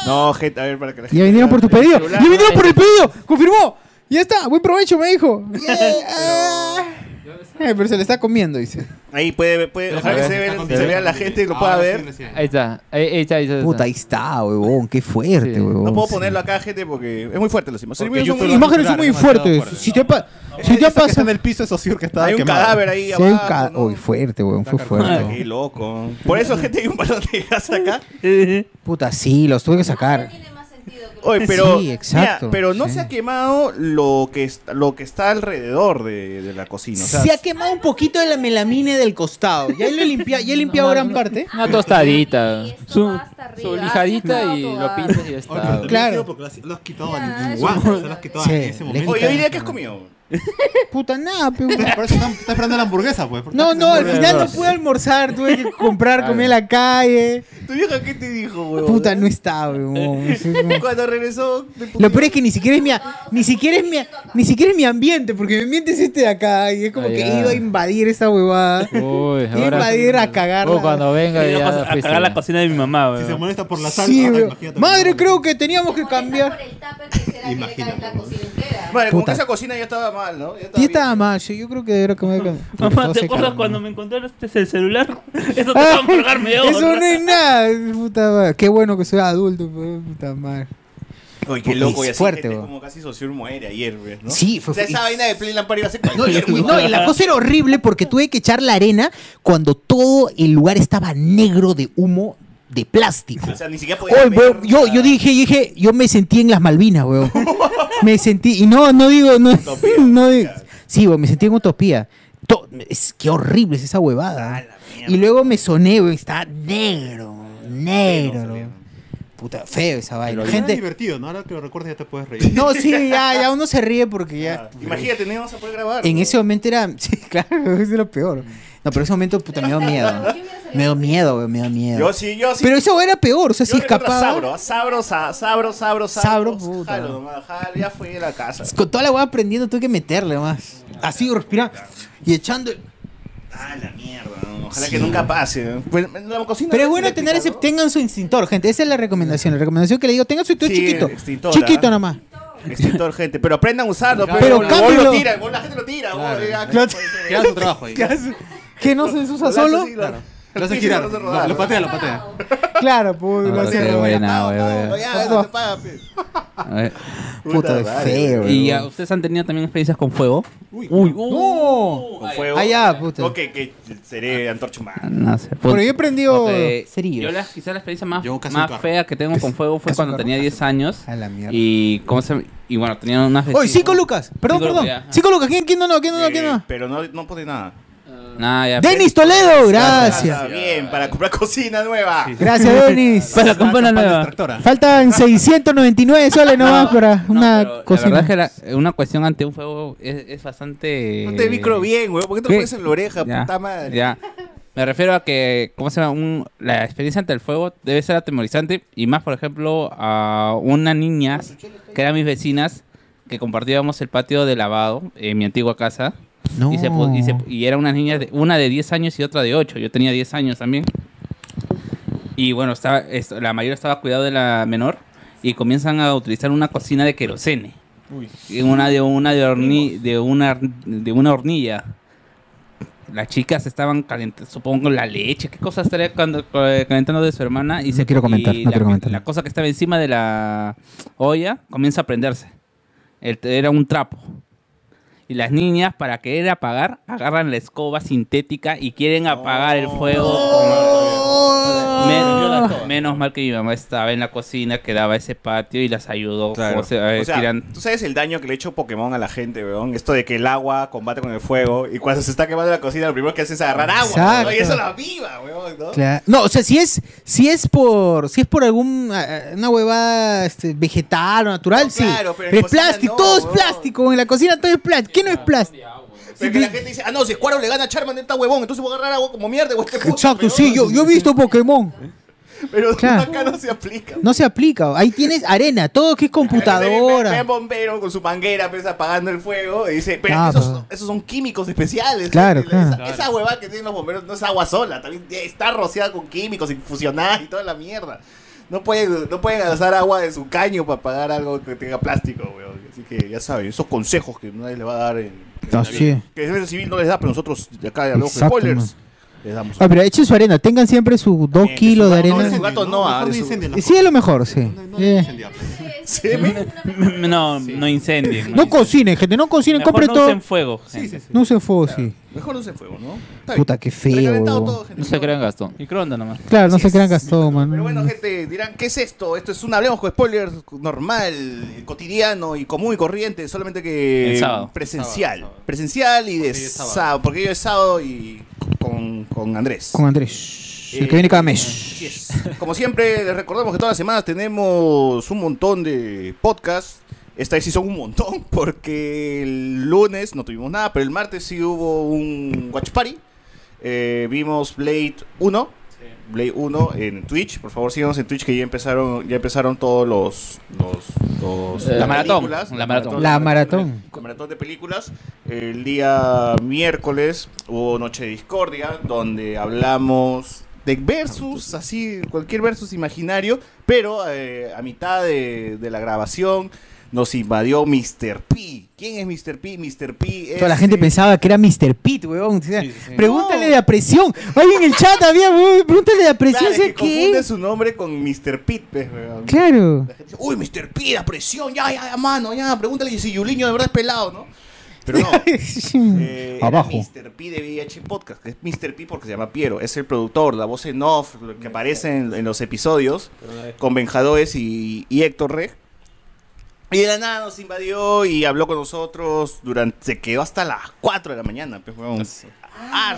Speaker 3: No, gente, a ver, para que la gente...
Speaker 2: Ya vinieron por tu pedido.
Speaker 6: celular,
Speaker 2: Ya vinieron
Speaker 6: ¿no?
Speaker 2: por el pedido. Confirmó. Ya está. Buen provecho, me dijo. Eh, pero se le está comiendo, dice.
Speaker 3: Ahí puede, puede ojalá que se, ve-
Speaker 4: Está
Speaker 3: se vea la gente y lo pueda
Speaker 4: Ahora Ah, sí,
Speaker 3: ver.
Speaker 4: recién.
Speaker 6: Ahí está, ahí, ahí está, ahí está. ahí
Speaker 2: Puta, ahí
Speaker 6: está.
Speaker 2: está, huevón. Qué fuerte,
Speaker 6: Sí.
Speaker 2: huevón.
Speaker 3: No puedo
Speaker 2: Oh, sí.
Speaker 3: ponerlo acá, gente, porque es muy fuerte los imágenes.
Speaker 4: Porque
Speaker 3: Son muy-
Speaker 2: Las
Speaker 4: YouTube lo va a
Speaker 2: Imágenes son muy
Speaker 4: censurar, demasiado
Speaker 2: fuertes.
Speaker 4: fuerte.
Speaker 2: Si te, pa si te
Speaker 4: Esa que está
Speaker 2: pasa.
Speaker 4: en el piso es Osir que estaba
Speaker 3: Hay un
Speaker 4: quemado.
Speaker 3: cadáver ahí
Speaker 2: Sí, hay un
Speaker 3: abajo.
Speaker 2: ca-
Speaker 3: ¿no?
Speaker 2: Uy, fuerte, huevón. Fue
Speaker 4: cargado.
Speaker 2: fuerte.
Speaker 3: Qué loco. Por eso, gente, hay un balón de gas acá.
Speaker 2: Puta, sí, los tuve que sacar.
Speaker 8: Tiene más sentido que-
Speaker 3: Oye, pero,
Speaker 2: Sí, exacto,
Speaker 3: mira, pero no
Speaker 2: sí.
Speaker 3: se ha quemado lo que, está, lo que está alrededor de, de la cocina. O sea,
Speaker 2: Se ha quemado un poquito de la melamine del costado. Ya lo limpia, ya he limpiado gran parte.
Speaker 6: Una tostadita.
Speaker 8: Y esto
Speaker 6: Su,
Speaker 8: va hasta arriba.
Speaker 6: su lijadita
Speaker 8: Así
Speaker 6: y
Speaker 8: no
Speaker 6: lo
Speaker 8: va.
Speaker 6: pintas y ya
Speaker 4: Oye, pero
Speaker 6: está.
Speaker 4: también
Speaker 2: Claro.
Speaker 4: ha sido Porque lo has- lo has quitado al
Speaker 8: Ya,
Speaker 4: guau,
Speaker 8: eso-
Speaker 4: o sea, lo has quitado
Speaker 2: Sí,
Speaker 4: en ese
Speaker 2: le
Speaker 4: momento.
Speaker 3: oye, hoy día que has comido.
Speaker 2: Puta nada, pe, weón.
Speaker 4: Por eso están, está esperando la hamburguesa, pues. ¿por qué
Speaker 2: No,
Speaker 4: estás
Speaker 2: no, al
Speaker 4: hamburguesa?
Speaker 2: final no pude almorzar, tuve que comprar, comí en la calle.
Speaker 3: ¿Tu vieja qué te dijo, weón?
Speaker 2: Puta, no estaba, weón. Sí, weón.
Speaker 3: Cuando regresó.
Speaker 2: Lo peor es que ni siquiera es mi, a- ni siquiera es mi, a- ni siquiera es mi ambiente, porque mi ambiente es este de acá y es como
Speaker 6: Ah,
Speaker 2: que
Speaker 6: ya.
Speaker 2: he ido a invadir esa huevada.
Speaker 6: Uy,
Speaker 2: He ido a invadir a cagar.
Speaker 5: Oh,
Speaker 6: Vos cuando venga
Speaker 5: Yo
Speaker 6: ya
Speaker 5: paso a
Speaker 6: fuiste,
Speaker 5: cagar la
Speaker 6: ya.
Speaker 5: cocina de mi mamá,
Speaker 4: Si
Speaker 5: weón.
Speaker 4: se molesta por la sal,
Speaker 2: Sí,
Speaker 4: ahora
Speaker 2: weón.
Speaker 4: imagínate.
Speaker 2: Madre, creo que teníamos que cambiar.
Speaker 8: Por el tupper que será que le cae en la
Speaker 4: Imagínate.
Speaker 8: cocina entera.
Speaker 3: Vale, como
Speaker 2: Puta.
Speaker 3: que esa cocina ya estaba mal, ¿no? Ya
Speaker 2: Y
Speaker 3: bien.
Speaker 2: estaba mal, yo, yo creo que era como de cambiar.
Speaker 5: Mamá,
Speaker 2: No
Speaker 5: ¿te
Speaker 2: sé,
Speaker 5: acuerdas
Speaker 2: cabrón.
Speaker 5: cuando me encontraste el celular? Eso te va a
Speaker 2: Ah,
Speaker 5: embargar media
Speaker 2: Eso
Speaker 5: hora.
Speaker 2: no es nada, puta madre. Qué bueno que soy adulto, pe, puta madre.
Speaker 3: Oye, qué loco, y así
Speaker 2: Fuerte,
Speaker 3: gente
Speaker 2: weón.
Speaker 3: como casi Sociur muere ayer, weón, ¿no?
Speaker 2: Sí, fue-
Speaker 3: O sea, esa
Speaker 2: y-
Speaker 3: vaina de Play Lampard iba a ser
Speaker 2: No, y,
Speaker 3: cualquier
Speaker 2: y- no, y la cosa era horrible porque tuve que echar la arena cuando todo el lugar estaba negro de humo de plástico.
Speaker 3: O sea, ni siquiera podía
Speaker 2: Oye,
Speaker 3: ver
Speaker 2: weón, yo,
Speaker 3: nada.
Speaker 2: yo dije, dije, yo me sentí en las Malvinas, weón. Me sentí, y no, no digo, no, no digo- Sí, weón, me sentí en utopía. To- es, qué horrible es esa huevada. ¿eh? Y luego me soné, weón, estaba negro, negro, weón. Puta, feo esa vaina.
Speaker 4: Era
Speaker 2: Gente,
Speaker 4: divertido, ¿no? Ahora que lo recuerdas ya te puedes reír.
Speaker 2: no, sí, ya, ya uno se ríe porque
Speaker 3: Ah.
Speaker 2: ya.
Speaker 3: Imagínate, no íbamos a poder grabar.
Speaker 2: En
Speaker 3: weón.
Speaker 2: ese momento era. Sí, claro, eso era peor. No, pero ese momento, puta, me dio miedo. Me dio miedo, weón, me dio miedo.
Speaker 3: Yo sí, yo sí.
Speaker 2: Pero esa hueá era peor, o sea,
Speaker 3: yo
Speaker 2: si
Speaker 3: recuerdo a
Speaker 2: escapaba.
Speaker 3: Sabro, a sabro, sa- sabro, sabro, sabro.
Speaker 2: Sabro, puta.
Speaker 3: Jalo, nomás, jalo, ya fui a la casa.
Speaker 2: Con toda la hueá aprendiendo, tuve que meterle más. Así, respirar. Y echando.
Speaker 3: Ah, la mierda, no, ojalá que nunca pase. ¿no? Pues, la cocina
Speaker 2: Pero es
Speaker 3: es
Speaker 2: bueno
Speaker 3: eléctrica,
Speaker 2: tener ese.
Speaker 3: ¿no?
Speaker 2: Tengan su instintor, gente. Esa es la recomendación. La recomendación que le digo, tengan su instintor
Speaker 3: Sí,
Speaker 2: chiquito.
Speaker 3: extintor,
Speaker 2: Chiquito
Speaker 3: ¿ah?
Speaker 2: nomás.
Speaker 3: Extintor, gente. Pero aprendan a usarlo.
Speaker 2: Claro.
Speaker 3: Pero,
Speaker 2: Pero
Speaker 3: el gol
Speaker 2: cámbialo.
Speaker 3: lo tira, el gol la gente lo tira. gol, ya,
Speaker 2: Claro.
Speaker 3: puede ser.
Speaker 4: Queda su trabajo ahí.
Speaker 2: ¿Qué hace? ¿Que no se usa
Speaker 3: Golazo,
Speaker 2: solo?
Speaker 3: sí,
Speaker 4: Claro. Lo
Speaker 3: Lo
Speaker 4: hace
Speaker 3: hace
Speaker 4: girar.
Speaker 3: rodar,
Speaker 4: Lo lo
Speaker 3: ¿no?
Speaker 4: patea, lo patea.
Speaker 2: Claro, pues lo
Speaker 6: No,
Speaker 2: hacía
Speaker 6: qué
Speaker 2: de hueá.
Speaker 6: buena, weón.
Speaker 3: No, ya, no te paga, pe.
Speaker 2: Puta de
Speaker 3: madre.
Speaker 2: feo,
Speaker 5: ¿Y
Speaker 2: weón.
Speaker 5: ah, ustedes han tenido también experiencias con fuego?
Speaker 4: Uy.
Speaker 2: No.
Speaker 3: Con fuego.
Speaker 2: Ah, ya, puta. Ah.
Speaker 3: Ok, que seré antorcha humana.
Speaker 5: No sé.
Speaker 2: Pero yo he aprendido.
Speaker 5: Eh,
Speaker 2: cerillos.
Speaker 5: Yo la, quizá la experiencia más,
Speaker 4: Yo casi un
Speaker 5: más
Speaker 4: carro.
Speaker 5: fea que tengo con fuego fue
Speaker 2: casi
Speaker 5: cuando
Speaker 2: un carro.
Speaker 5: tenía 10 años.
Speaker 2: A la mierda.
Speaker 5: Y, ¿cómo se, y bueno, tenía unas...
Speaker 2: Oye, cinco lucas. Perdón,
Speaker 5: Cinco
Speaker 2: perdón.
Speaker 5: lucas, ya.
Speaker 2: Cinco lucas. ¿Quién, quién no, no? ¿Quién no, no?
Speaker 3: Eh,
Speaker 2: ¿Quién no?
Speaker 3: Pero no, no pone nada.
Speaker 5: Nah, ya,
Speaker 2: Denis Toledo,
Speaker 3: Ah,
Speaker 2: gracias.
Speaker 3: bien, para comprar cocina nueva.
Speaker 2: Gracias, Denis.
Speaker 5: Para comprar pues, una
Speaker 4: Pan
Speaker 5: nueva.
Speaker 4: distractora.
Speaker 2: Faltan 699 soles nomás para
Speaker 5: No,
Speaker 2: una
Speaker 5: pero La
Speaker 2: cocina.
Speaker 5: verdad es que la- una cuestión ante un fuego es, es bastante.
Speaker 3: No te micro bien, weón. ¿Por qué te
Speaker 5: ¿Qué?
Speaker 3: lo pones en la oreja,
Speaker 5: Ya,
Speaker 3: puta madre?
Speaker 5: Ya. Me refiero a que, ¿cómo se llama? Un- la experiencia ante el fuego debe ser atemorizante. Y más, por ejemplo, a una niña que eran mis vecinas que compartíamos el patio de lavado en mi antigua casa.
Speaker 2: No.
Speaker 5: Y, se, pu- y, se- y eran unas niñas, de, una de 10 años y otra de 8. Yo tenía 10 años también. Y bueno, estaba, es- la mayor estaba a cuidado de la menor y comienzan a utilizar una cocina de querosene. Y Una de una de, horni- de una de una hornilla. Las chicas estaban calentando, supongo, la leche. ¿Qué cosa estaría cuando- eh, calentando de su hermana? Y
Speaker 2: No
Speaker 5: se
Speaker 2: quiero comentar,
Speaker 5: y
Speaker 2: no
Speaker 5: la,
Speaker 2: quiero comentar.
Speaker 5: la cosa que estaba encima de la olla comienza a prenderse. El- era un trapo. Y las niñas, para querer apagar, agarran la escoba sintética y quieren apagar el fuego. con- Men- menos mal que mi mamá estaba en la cocina, que daba ese patio y las ayudó.
Speaker 3: Claro.
Speaker 5: como se- a ver,
Speaker 3: O sea,
Speaker 5: eh, tiran-
Speaker 3: tú sabes el daño que le ha hecho Pokémon a la gente, weón. Esto de que el agua combate con el fuego y cuando se está quemando la cocina, lo primero que hace es agarrar agua.
Speaker 2: Exacto.
Speaker 3: weón, Y eso la viva, weón. ¿no?
Speaker 2: Claro. No, o sea, si es, si es por, si es por algún ah, una huevada este, vegetal o natural,
Speaker 3: No,
Speaker 2: sí.
Speaker 3: claro, pero en
Speaker 2: es
Speaker 3: cocina
Speaker 2: plástico,
Speaker 3: no,
Speaker 2: todo es
Speaker 3: huevón.
Speaker 2: plástico, en la cocina todo es plástico. ¿Qué no es plástico?
Speaker 3: Pero que la gente dice, ah, no, si Squaro le gana a Charmander, está huevón. Entonces voy a agarrar agua como mierda, weón. este puto,
Speaker 2: Exacto,
Speaker 3: weón.
Speaker 2: sí, yo, yo he visto Pokémon.
Speaker 3: Pero
Speaker 2: Claro.
Speaker 3: acá no se aplica.
Speaker 2: No se aplica. Ahí tienes arena, todo que es
Speaker 3: Ve
Speaker 2: computadora.
Speaker 3: un bombero con su manguera pues, apagando el fuego y dice, pero
Speaker 2: Ah,
Speaker 3: esos,
Speaker 2: pero-
Speaker 3: esos son químicos especiales. ¿eh?
Speaker 2: Claro,
Speaker 3: Esa-
Speaker 2: claro.
Speaker 3: Esa, huevada que tienen los bomberos no es agua sola, también está rociada con químicos y fusionada y toda la mierda. No pueden, no pueden usar agua de su caño para apagar algo que tenga plástico, weón. Así que ya saben, esos consejos que nadie le va a dar en... en
Speaker 2: Así
Speaker 3: la vida. Que el servicio civil no les da, pero nosotros de acá de los
Speaker 2: Exacto,
Speaker 3: spoilers les damos.
Speaker 2: Ah, pero echen su arena, tengan siempre sus dos
Speaker 3: Eh,
Speaker 2: kilos de
Speaker 3: su- no,
Speaker 2: arena.
Speaker 3: su gato no, ah,
Speaker 4: Mejor
Speaker 3: de su-
Speaker 4: incendian
Speaker 2: Y
Speaker 4: las
Speaker 2: sí es lo mejor, sí.
Speaker 4: cosas. No, no
Speaker 2: Eh.
Speaker 4: incendiar.
Speaker 3: Sí,
Speaker 5: No, no incendien.
Speaker 2: No cocinen, gente, no cocinen, compren
Speaker 5: no
Speaker 2: todo.
Speaker 5: usen fuego.
Speaker 4: Sí, sí, sí.
Speaker 2: No usen fuego, sí.
Speaker 3: Mejor no se fuego, ¿no? Está
Speaker 2: Puta, qué feo,
Speaker 3: Recalentado
Speaker 2: weón.
Speaker 3: todo, gente.
Speaker 6: No se crean, Gastón.
Speaker 5: Microondas nomás.
Speaker 2: Claro, no
Speaker 3: Así
Speaker 2: se crean
Speaker 3: es.
Speaker 2: gastón, man.
Speaker 3: Pero bueno, gente, dirán, ¿qué es esto? Esto es un Hablemos con Spoilers normal, cotidiano y común y corriente, solamente que
Speaker 5: El sábado.
Speaker 3: presencial.
Speaker 4: Sábado, sábado.
Speaker 3: Presencial y de
Speaker 4: Porque hoy es sábado.
Speaker 3: sábado, porque yo es sábado y con, con Andrés.
Speaker 2: Con Andrés, el
Speaker 3: Eh,
Speaker 2: que viene cada mes.
Speaker 3: así es. Como siempre, les recordamos que todas las semanas tenemos un montón de podcasts. Esta vez sí son un montón, porque el lunes no tuvimos nada, pero el martes sí hubo un Watch Party. Eh, vimos Blade 1. Blade 1 en Twitch. Por favor, síganos en Twitch que ya empezaron, ya empezaron todos los. los, los-
Speaker 5: Eh,
Speaker 3: las
Speaker 5: la maratón,
Speaker 3: películas.
Speaker 5: la maratón.
Speaker 2: La maratón.
Speaker 3: La maratón de películas. El día miércoles hubo Noche de Discordia, donde hablamos de versus, así, cualquier versus imaginario, pero eh, a mitad de, de la grabación nos invadió Mr. P. ¿Quién es Mr. P? Mr. P es...
Speaker 2: Toda la gente
Speaker 3: eh,
Speaker 2: pensaba que era Mr. Pete, weón. O sea,
Speaker 5: Sí, sí, sí.
Speaker 2: Pregúntale
Speaker 3: No.
Speaker 2: de la presión. Oye, en el chat había, weón, pregúntale de la
Speaker 3: Claro,
Speaker 2: presión.
Speaker 3: es
Speaker 2: o sea,
Speaker 3: que
Speaker 2: ¿qué
Speaker 3: confunde
Speaker 2: es?
Speaker 3: su nombre con Mr. Pete, pues, weón.
Speaker 2: Claro.
Speaker 3: La gente dice, Uy, Mr. P, la presión, ya, ya, ya, mano, ya, pregúntale si Yuliño de verdad es pelado, ¿no? Pero no, Eh, era
Speaker 2: Abajo.
Speaker 3: Mr. P de VIH Podcast, que es Mr. P porque se llama Piero, es el productor, la voz en off, lo que aparece en, en los episodios con Benjadoes y, y Héctor Reg. Y de la nada nos invadió y habló con nosotros durante, se quedó hasta las 4 de la mañana, pues weón. Ah,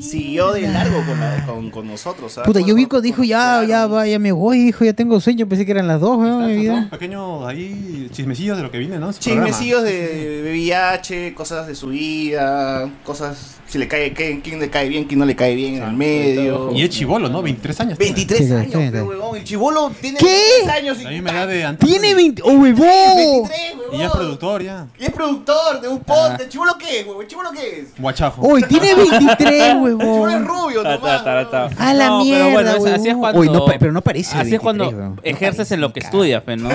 Speaker 3: siguió de largo con, la- con- con nosotros. ¿sabes?
Speaker 2: Puta,
Speaker 3: Con-
Speaker 2: yo vi que
Speaker 3: con-
Speaker 2: dijo, ya,
Speaker 3: claro.
Speaker 2: ya, va, ya me voy, dijo, ya tengo sueño. Pensé que eran las dos, weón, mi
Speaker 4: Un
Speaker 2: vida.
Speaker 4: pequeño ahí chismecillos de lo que viene, ¿no? En su
Speaker 3: Chismecillos de VIH, cosas de su vida, cosas si le cae, quién, quién le cae bien, quién no le cae bien en el medio.
Speaker 4: programa. Y es chivolo, ¿no? 23 años. tiene.
Speaker 3: 23
Speaker 2: Sí,
Speaker 3: años,
Speaker 2: sí,
Speaker 3: pe,
Speaker 2: sí.
Speaker 3: huevón. El chivolo tiene
Speaker 2: ¿Qué?
Speaker 3: 23 años.
Speaker 4: La misma edad
Speaker 3: Y,
Speaker 4: de Antonio.
Speaker 2: Tiene 20. ¡Oh, huevón!
Speaker 3: 23, huevón.
Speaker 4: Y ya es productor, ya.
Speaker 3: Y es productor de un podcast.
Speaker 2: Ah.
Speaker 3: ¿El chivolo qué es, huevón? ¿El chivolo qué es?
Speaker 4: Guachafo.
Speaker 2: ¡Uy, tiene 23,
Speaker 3: El chivolo es
Speaker 2: huevón!
Speaker 3: rubio,
Speaker 5: Ta, ta,
Speaker 3: nomás.
Speaker 5: ta,
Speaker 3: huevón.
Speaker 5: ta.
Speaker 2: A la
Speaker 5: No, pero
Speaker 2: mierda,
Speaker 5: bueno, es- así es
Speaker 2: huevón.
Speaker 5: cuando-
Speaker 2: Uy, no, pa- pero no parece de
Speaker 5: Así
Speaker 2: 23,
Speaker 5: es cuando
Speaker 2: huevón. No
Speaker 5: ejerces
Speaker 2: parece
Speaker 5: en lo
Speaker 2: ni
Speaker 5: que
Speaker 2: caga.
Speaker 5: estudias, pues, ¿no?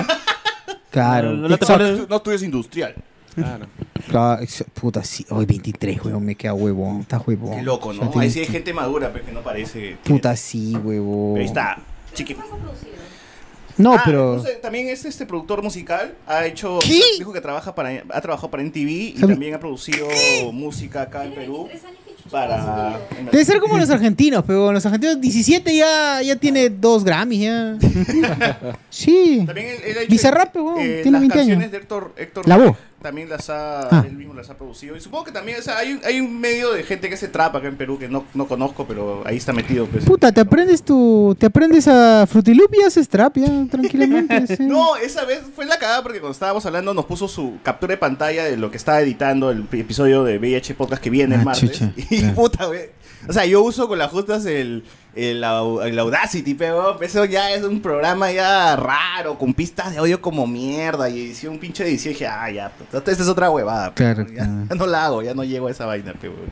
Speaker 2: Claro.
Speaker 5: No, no te
Speaker 2: exacto,
Speaker 5: pones-
Speaker 3: No estudias industrial.
Speaker 2: claro, ex- Puta, sí. Hoy 23, huevón, me queda huevón. Está huevón.
Speaker 3: Qué loco,
Speaker 2: Ya
Speaker 3: ¿no?
Speaker 2: tiene-
Speaker 3: Ahí sí hay gente madura, pero que no parece.
Speaker 2: Puta, sí, huevón.
Speaker 3: Pero ahí está. Chiqui.
Speaker 2: No,
Speaker 3: Ah,
Speaker 2: pero...
Speaker 3: entonces, también es este productor musical. Ha hecho.
Speaker 2: ¿Qué?
Speaker 3: Dijo que trabaja para, ha trabajado para NTV y
Speaker 2: ¿Sabe?
Speaker 3: también ha producido música acá en Perú. Para.
Speaker 8: Para.
Speaker 2: Debe ser como los argentinos, pero los argentinos 17 ya, ya tiene dos Grammys, ya. Sí.
Speaker 3: También él, él ha hecho. eh,
Speaker 2: Bizarrap, huevón, tiene
Speaker 3: las
Speaker 2: 20 años.
Speaker 3: canciones de Héctor, Héctor
Speaker 2: La voz.
Speaker 3: también las ha.
Speaker 2: Ah.
Speaker 3: Él mismo las ha producido. Y supongo que también. o sea, hay, un, hay un medio de gente que se trapa acá en Perú que no, no conozco, pero ahí está metido. Pues.
Speaker 2: Puta, te aprendes tu... Te aprendes a Frutilup y haces trap, ya, tranquilamente. sí.
Speaker 3: No, esa vez fue la cagada porque cuando estábamos hablando nos puso su captura de pantalla de lo que estaba editando el pi- episodio de VIH Podcast que viene el
Speaker 2: Ah,
Speaker 3: martes.
Speaker 2: chucha.
Speaker 3: Y puta, güey. O sea, yo uso con las justas el, el, au- el Audacity, pero eso ya es un programa ya raro, con pistas de audio como mierda. Y hice un pinche edición y dije, ah, ya, pues, esta es otra huevada. pe,
Speaker 2: Claro,
Speaker 3: ¿no? ya,
Speaker 2: claro.
Speaker 3: ya no la hago, ya no llego a esa vaina, pe, güey.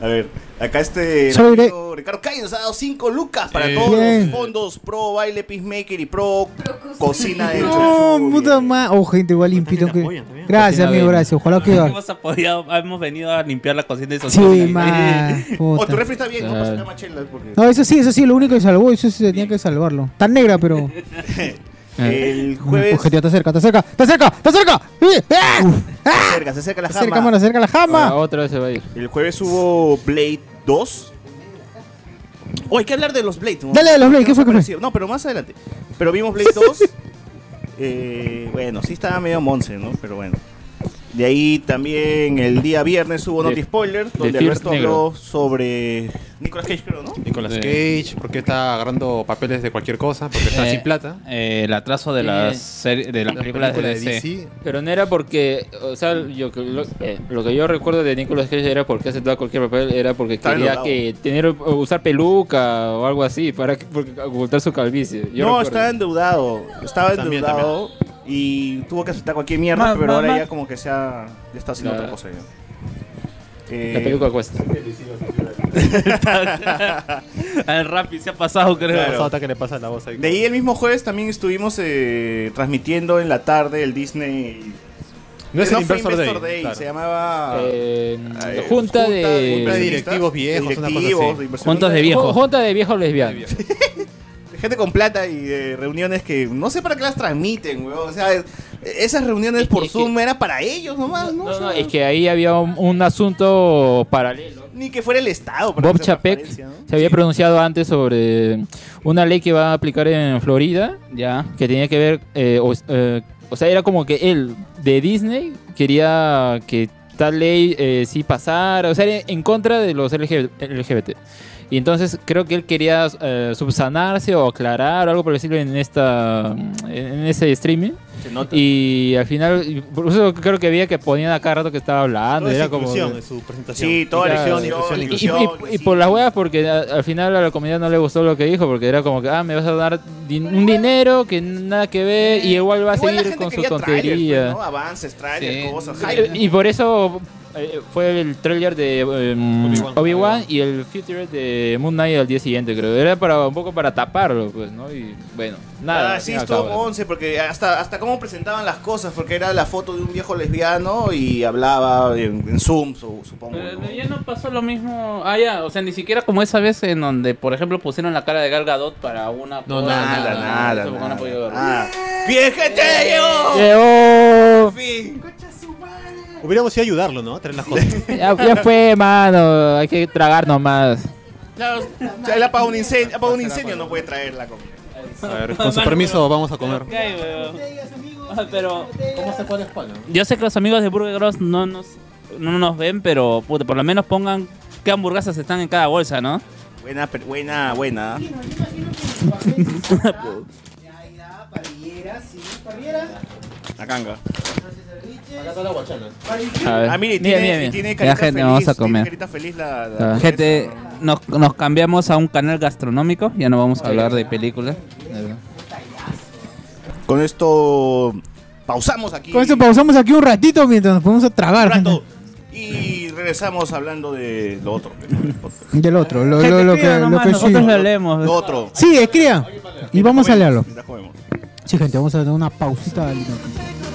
Speaker 3: A ver, acá este
Speaker 2: Solo diré-
Speaker 3: amigo Ricardo Calle nos ha dado 5 lucas para
Speaker 4: Sí.
Speaker 3: todos
Speaker 2: Bien.
Speaker 3: los fondos Pro Baile Peacemaker y Pro
Speaker 8: Pro
Speaker 3: Cocina de
Speaker 2: No,
Speaker 3: Chuchu,
Speaker 2: puta
Speaker 3: bien. Pues
Speaker 2: madre. Oh, gente, igual limpito.
Speaker 4: También
Speaker 2: que-
Speaker 4: apoyan, también.
Speaker 5: Pues
Speaker 2: Gracias, amigo, gracias. Ojalá que.
Speaker 5: hemos apoyado, hemos venido a limpiar la cocina de esos
Speaker 2: Sí,
Speaker 5: niños.
Speaker 2: man.
Speaker 3: Oh,
Speaker 2: puta.
Speaker 3: tu refri está bien, no
Speaker 6: Claro.
Speaker 3: pasa nada más chelas porque...
Speaker 2: No, eso sí, eso sí, lo único que salvó, eso sí tenía que salvarlo. Tan negra, pero.
Speaker 3: El
Speaker 2: Ah.
Speaker 3: jueves
Speaker 2: Objetivo, está cerca, está cerca, está cerca, está cerca. ¡Eh! ¡Ah!
Speaker 3: se acerca, se acerca la
Speaker 9: ah,
Speaker 2: Está cerca,
Speaker 3: jama.
Speaker 2: mano, cerca la
Speaker 6: Ahora,
Speaker 2: jama.
Speaker 6: otra vez se va a ir.
Speaker 3: El jueves hubo Blade 2. Oh, hay que hablar de los Blade. ¿no?
Speaker 2: Dale, de los Blade, ¿qué fue, qué fue?
Speaker 3: Aparecido. No, pero más adelante. Pero vimos Blade 2. Eh, bueno, sí estaba medio monce, ¿no? Pero bueno. De ahí también el día viernes hubo
Speaker 6: De-
Speaker 3: Noti Spoiler, donde
Speaker 6: First
Speaker 3: Alberto habló sobre Nicolas Cage, creo, ¿no?
Speaker 4: Nicolas
Speaker 5: Sí.
Speaker 4: Cage, porque está agarrando papeles de cualquier cosa, porque está
Speaker 5: Eh,
Speaker 4: sin plata.
Speaker 5: eh, el atraso de las,
Speaker 6: Eh,
Speaker 5: serie- de las películas de DC.
Speaker 6: Pero no era porque, o sea, yo, lo, eh, lo que yo recuerdo de Nicolas Cage era porque aceptaba cualquier papel, era porque
Speaker 3: Estaba
Speaker 6: quería
Speaker 3: enojado.
Speaker 6: que tener o usar peluca o algo así para que- porque ocultar su calvicie. Yo
Speaker 3: no,
Speaker 6: recuerdo.
Speaker 3: estaba endeudado. Estaba
Speaker 4: También,
Speaker 3: endeudado y tuvo que aceptar cualquier mierda,
Speaker 5: Ma-
Speaker 3: pero
Speaker 5: ma-
Speaker 3: ahora
Speaker 5: ma-
Speaker 3: ya como que se ha, ya está haciendo
Speaker 6: Claro.
Speaker 3: otra cosa. ya.
Speaker 6: La
Speaker 3: Eh,
Speaker 6: peluca cuesta.
Speaker 5: Al Rappi se ha pasado, creo.
Speaker 3: Claro.
Speaker 4: Pasado hasta que le pasa la voz ahí.
Speaker 3: De ahí el mismo jueves también estuvimos eh, transmitiendo en la tarde el Disney.
Speaker 4: No es el
Speaker 3: fue
Speaker 4: Investor Day. claro.
Speaker 3: se llamaba.
Speaker 6: Eh,
Speaker 3: eh,
Speaker 6: junta
Speaker 4: junta
Speaker 6: de...
Speaker 4: de- directivos viejos, una cosa así.
Speaker 3: directivos, de
Speaker 5: Juntas de
Speaker 3: inversionistas,
Speaker 6: ju-
Speaker 5: viejos.
Speaker 6: Junta de viejos lesbianos.
Speaker 3: Gente con plata y de reuniones que no sé para qué las transmiten, weón. O sea, es- esas reuniones
Speaker 6: Es que-
Speaker 3: por
Speaker 6: es que-
Speaker 3: Zoom era para ellos nomás, ¿no?
Speaker 6: No,
Speaker 3: O
Speaker 6: no,
Speaker 3: sea,
Speaker 6: es que ahí había un, un asunto paralelo.
Speaker 3: Ni que fuera el Estado. para
Speaker 6: Bob
Speaker 3: hacer
Speaker 6: Chapek
Speaker 3: transparencia, ¿no?
Speaker 6: se había pronunciado antes sobre una ley que va a aplicar en Florida
Speaker 5: Ya.
Speaker 6: que tenía que ver, eh, o, eh, o sea, era como que él de Disney quería que tal ley eh, sí pasara, o sea, era en contra de los LG LGBT. Y entonces creo que él quería eh, subsanarse o aclarar o algo por decirlo en esta en ese streaming.
Speaker 3: Se nota.
Speaker 6: Y al final, y por eso creo que veía que ponían acá rato que estaba hablando.
Speaker 4: Toda
Speaker 6: Era
Speaker 4: esa
Speaker 6: como.
Speaker 4: inclusión en su presentación.
Speaker 3: Sí, toda
Speaker 6: la
Speaker 4: Inclusión,
Speaker 3: inclusión,
Speaker 4: inclusión,
Speaker 3: inclusión.
Speaker 6: Y- Y, y-
Speaker 3: pues,
Speaker 6: y
Speaker 3: sí.
Speaker 6: por las huevas, porque a- al final a la comunidad no le gustó lo que dijo, porque era como que, ah, me vas a dar din- un dinero que nada que ver, y igual va a
Speaker 3: Eh, Igual la
Speaker 6: seguir
Speaker 3: gente
Speaker 6: con su
Speaker 3: quería
Speaker 6: tontería.
Speaker 3: trailers, pues, ¿no? Avances, trailers,
Speaker 5: Sí.
Speaker 3: cosas,
Speaker 5: Sí.
Speaker 3: hype.
Speaker 6: Y por eso eh, fue el trailer de em,
Speaker 10: Obi-Wan.
Speaker 6: Obi-Wan y el future de Moon Knight al día siguiente, creo. Era para un poco para taparlo, pues, ¿no? Y bueno, nada.
Speaker 3: Ah, sí,
Speaker 6: ya
Speaker 3: estuvo
Speaker 6: acaba.
Speaker 3: 11, porque hasta, hasta cómo presentaban las cosas, porque era la foto de un viejo lesbiano y hablaba en, en Zoom, su- supongo.
Speaker 5: Pero
Speaker 3: ¿no?
Speaker 5: ya no pasó lo mismo. Ah, ya, o sea, ni siquiera como esa vez en donde, por ejemplo, pusieron la cara de Gal Gadot para una.
Speaker 10: No,
Speaker 5: boda,
Speaker 3: Nada, nada,
Speaker 5: Eso porque
Speaker 3: nada,
Speaker 5: no podía verlo.
Speaker 3: nada. ¡Vieja, te llegó!
Speaker 6: Eh, Llegó.
Speaker 3: Por fin.
Speaker 4: Hubiéramos ido a ayudarlo, ¿no? A traer las cosas.
Speaker 6: Ya, ya fue, mano. Hay que tragar nomás.
Speaker 3: Claro, o sea, él apagó un incendio, apagó un incendio no puede traer la comida.
Speaker 10: A ver, con su permiso vamos a comer.
Speaker 5: Ay, weón. Ah, Pero, Yo sé que los amigos de Burger Bros no nos, no nos ven, pero puta, por lo menos pongan qué hamburguesas están en cada bolsa, ¿no?
Speaker 3: Buena, per- buena, buena. La canga.
Speaker 6: A ver.
Speaker 3: Ah, mire,
Speaker 5: Mira,
Speaker 3: tiene,
Speaker 5: mira, mira.
Speaker 3: tiene
Speaker 5: Ya,
Speaker 3: carita
Speaker 5: gente,
Speaker 3: feliz,
Speaker 5: vamos a comer.
Speaker 3: Tiene carita feliz la, la
Speaker 6: Ah.
Speaker 5: Gente,
Speaker 3: hamburguesa, ¿no?
Speaker 5: nos, nos cambiamos a un canal gastronómico, ya no vamos a hablar de películas.
Speaker 3: Con esto pausamos aquí.
Speaker 9: Con eso pausamos aquí un ratito mientras nos ponemos a tragar.
Speaker 3: Un rato.
Speaker 9: gente.
Speaker 3: Y regresamos hablando de lo otro.
Speaker 9: Del otro, lo, lo- lo que, lo que sí.
Speaker 5: nosotros lo leemos.
Speaker 3: Lo otro.
Speaker 9: Sí, escriban. Y vamos a leerlo.
Speaker 3: Mientras comemos.
Speaker 9: Sí, gente, vamos a dar una pausita. al-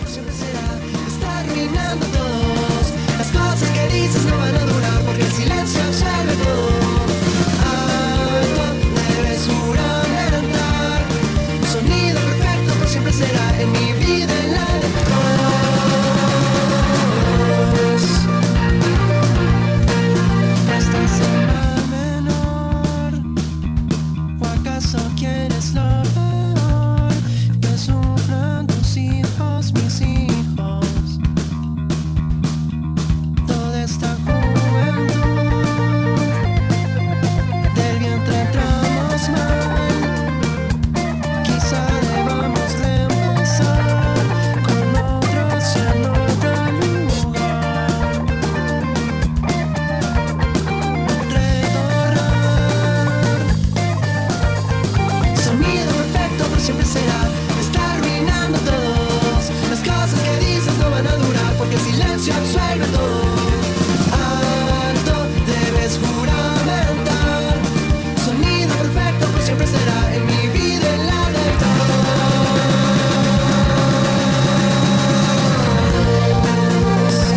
Speaker 1: siempre será estar reinando todos. Las cosas que dices no van a durar porque el silencio absorbe todo. Alto, eres un gran cantar. Sonido perfecto por siempre será en mi vida en la de todos. ¿Estás en la menor? ¿O acaso quieres lo peor? Que sufran tus hijos, mis hijos Toda esta juventud Del vientre entramos mal Quizá debamos de empezar Con otros en otro lugar Retornar Sonido perfecto por siempre será Está arruinando a todos Las cosas que dices no van a durar Porque el silencio absuelve todo Alto, debes juramentar Sonido perfecto por siempre será En mi vida en la de todos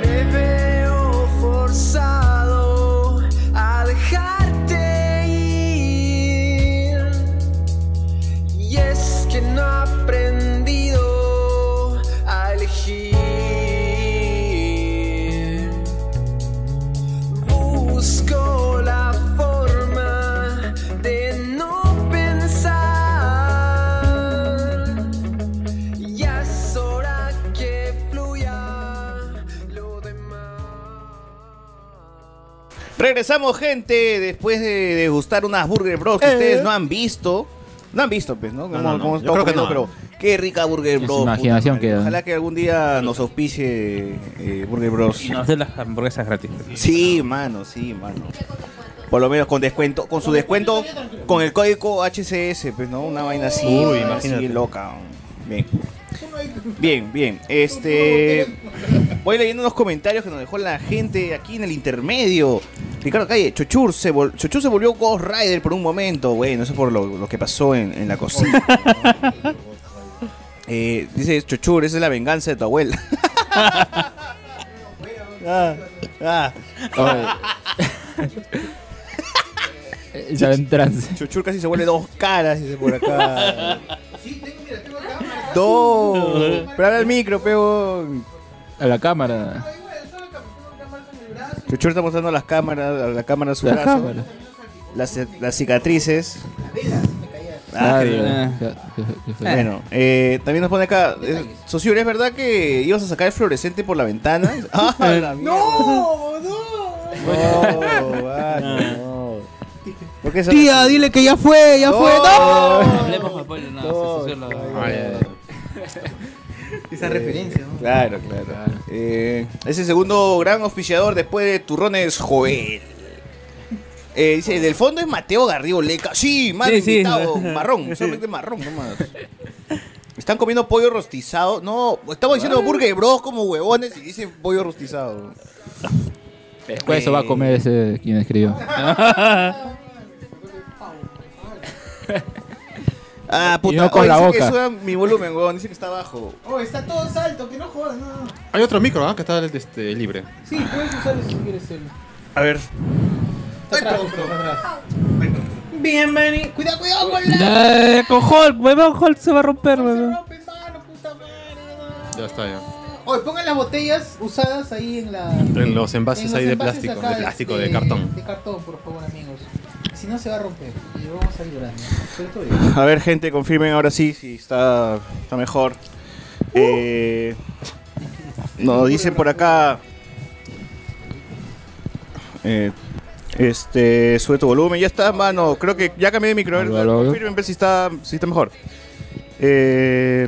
Speaker 1: Me veo forzado a dejarte ir Y es que no he aprendido a elegir Busco la forma de no pensar ya es hora que fluya lo demás.
Speaker 3: Regresamos, gente, después de degustar unas Burger Bros que ustedes no han visto. No han visto, pues, ¿no? Como-
Speaker 4: no, no.
Speaker 3: como
Speaker 4: Yo
Speaker 3: estamos
Speaker 4: creo que
Speaker 3: comiendo, Pero
Speaker 4: no.
Speaker 3: qué rica Burger
Speaker 6: su
Speaker 3: Bros. puta
Speaker 6: imaginación
Speaker 3: madre.
Speaker 6: queda.
Speaker 3: Ojalá que algún día nos auspicie eh, Burger Bros.
Speaker 5: Y nos den las hamburguesas gratis.
Speaker 3: Sí, mano, sí, mano.
Speaker 8: Ya con los cuantos
Speaker 3: Por lo menos con descuento, con su descuento, con el código HCS, pues, ¿no? Una vaina así,
Speaker 4: Uy,
Speaker 3: una vaina
Speaker 4: imagínate.
Speaker 3: así loca. Bien. Bien, bien. Este. Voy leyendo unos comentarios que nos dejó la gente aquí en el intermedio. Ricardo Calle, Chochur se, vol- Chochur se volvió Ghost Rider por un momento. Bueno, eso por lo, lo que pasó en, en la cocina. Eh, dice Chochur, esa es la venganza de tu abuela. Ah, ah.
Speaker 9: Eh,
Speaker 6: Ya en trance.
Speaker 5: Eh.
Speaker 3: Chuchur casi se vuelve dos caras, dice por acá. Dos. Pero habla el micro, peón.
Speaker 6: A la cámara.
Speaker 3: Chuchur está mostrando las cámaras, a la cámara su
Speaker 6: La
Speaker 3: brazo.
Speaker 6: cámara.
Speaker 3: Las, las cicatrices. Ah,
Speaker 6: Ah,
Speaker 3: qué-
Speaker 6: ya, ya, ya, ya.
Speaker 3: bueno, eh, también nos pone acá. eh, Sosur, ¿es verdad que ibas a sacar el fluorescente por la ventana? ¡Ah,
Speaker 6: Eh,
Speaker 3: la ¡No! ¡No! ay,
Speaker 6: Ah.
Speaker 3: no. ¿Por qué se-
Speaker 9: Tía, dile que ya fue, ya
Speaker 3: No.
Speaker 9: fue. ¡No!
Speaker 5: Hablemos de spoiler, no, sí, sí, sí, lo-
Speaker 4: Eh,
Speaker 11: Esa referencia, ¿no?
Speaker 3: Claro, claro. Eh, es el segundo gran oficiador después de Turrones Joel. Eh, dice, del fondo es Mateo Garrido Leca. Sí, mano,
Speaker 5: Sí, sí.
Speaker 3: invitado. Marrón, solamente marrón nomás. Están comiendo pollo rostizado. No, estamos diciendo Burger Bros como huevones y dicen pollo rostizado.
Speaker 6: Después eso va a
Speaker 3: Eh.
Speaker 6: comer ese quien escribió.
Speaker 3: Ah, puta.
Speaker 6: Y no con
Speaker 3: oh,
Speaker 6: la
Speaker 3: dice que
Speaker 6: boca.
Speaker 3: suba mi volumen, huevón. Dice que está bajo.
Speaker 9: Oh, está todo salto, que no jodas, no.
Speaker 10: Hay otro micro, ¿ah? Que está este, libre.
Speaker 9: Sí, puedes usarlo si quieres el.
Speaker 3: A ver.
Speaker 9: Bienvenido. Cuidado, cuidado con
Speaker 5: Eh, Con Hulk, huevón, Hulk se va a romper, huevón.
Speaker 10: Ya está, ya.
Speaker 9: Oye, pongan las botellas usadas ahí en la.
Speaker 4: En los envases
Speaker 9: en los
Speaker 4: ahí de
Speaker 9: envases
Speaker 4: plástico,
Speaker 9: acá,
Speaker 4: de plástico, de
Speaker 9: este,
Speaker 4: cartón.
Speaker 9: De cartón, por favor, amigos. Si no, se va a romper. Y vamos a ir llorando. Sobre todo yo.
Speaker 3: A ver, gente, confirmen ahora sí si está, está mejor. Eh, nos dicen por acá. Eh, este, sube tu volumen. Ya está, mano. Creo que ya cambié de micro. A ver,
Speaker 6: Álvaro.
Speaker 3: Confirmen ver si está, si está mejor. Eh,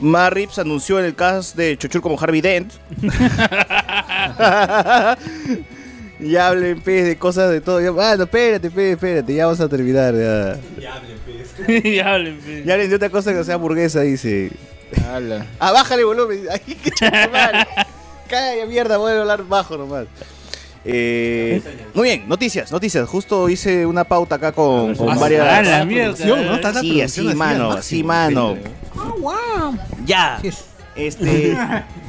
Speaker 3: Marrips anunció en el cast de Chochur como Harvey Dent. Y hablen, pez, de cosas de todo. Ya, mano, espérate, pez, espérate. Ya vamos a terminar. Ya.
Speaker 5: Ya hablen, pe.
Speaker 3: Ya hablen de otra cosa que no sea hamburguesa, dice.
Speaker 6: Ala.
Speaker 3: Ah, bájale volumen. Ay, qué chucha madre. Calla mierda, voy a hablar bajo nomás. Eh, muy bien, noticias, noticias. Justo hice una pauta acá con, con
Speaker 4: Ah,
Speaker 5: A
Speaker 3: varias.
Speaker 5: la
Speaker 4: ¿no?
Speaker 5: mierda.
Speaker 4: Está la
Speaker 3: Sí,
Speaker 4: producción
Speaker 3: así,
Speaker 4: al
Speaker 3: mano,
Speaker 4: máximo,
Speaker 3: así, mano.
Speaker 4: increíble, ¿no?
Speaker 3: Ya. Este.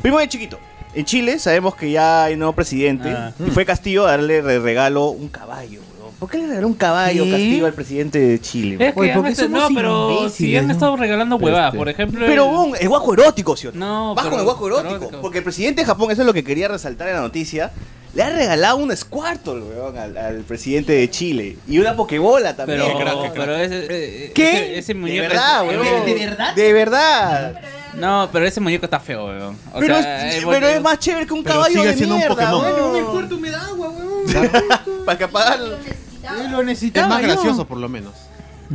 Speaker 3: Primo de chiquito. En Chile sabemos que ya hay un nuevo presidente.
Speaker 5: Ah.
Speaker 3: Y fue Castillo a darle de regalo un caballo, weón. ¿Por qué le regaló un caballo
Speaker 9: ¿Sí?
Speaker 3: Castillo al presidente de Chile?
Speaker 5: Es
Speaker 3: weón?
Speaker 5: que
Speaker 9: Oye,
Speaker 5: han
Speaker 9: ¿por qué
Speaker 5: estado-
Speaker 9: somos
Speaker 5: no, pero si
Speaker 9: imbéciles,
Speaker 5: han
Speaker 9: no?
Speaker 5: estado regalando huevadas, por ejemplo.
Speaker 3: Pero
Speaker 5: el-
Speaker 3: un, es guajo erótico, ¿sí o
Speaker 5: No,
Speaker 3: Bajo
Speaker 5: pero-
Speaker 3: el guajo
Speaker 5: pero
Speaker 3: erótico.
Speaker 5: erótico.
Speaker 3: Porque el presidente de Japón, eso es lo que quería resaltar en la noticia, le ha regalado un Squirtle, weón, al, al presidente de Chile. Y una Pokébola también.
Speaker 5: Pero,
Speaker 3: weón.
Speaker 5: pero ese, eh,
Speaker 3: ¿Qué?
Speaker 5: ese, ese
Speaker 3: de
Speaker 5: muñeco
Speaker 3: verdad,
Speaker 5: es-
Speaker 3: weón.
Speaker 9: ¿De- de verdad?
Speaker 3: De verdad.
Speaker 5: No, pero ese muñeco está feo, weón. O
Speaker 3: pero,
Speaker 5: sea,
Speaker 3: es,
Speaker 5: eh,
Speaker 3: pero
Speaker 5: bueno,
Speaker 3: es más chévere que un
Speaker 4: pero
Speaker 3: caballo
Speaker 4: sigue
Speaker 3: de
Speaker 4: siendo un
Speaker 3: mierda,
Speaker 4: Pokémon.
Speaker 3: weón.
Speaker 9: Bueno, un cuarto me da agua, weón.
Speaker 3: Para que apagarlo.
Speaker 9: Yo lo necesitaba.
Speaker 4: Es más
Speaker 9: yo.
Speaker 4: gracioso, por lo menos.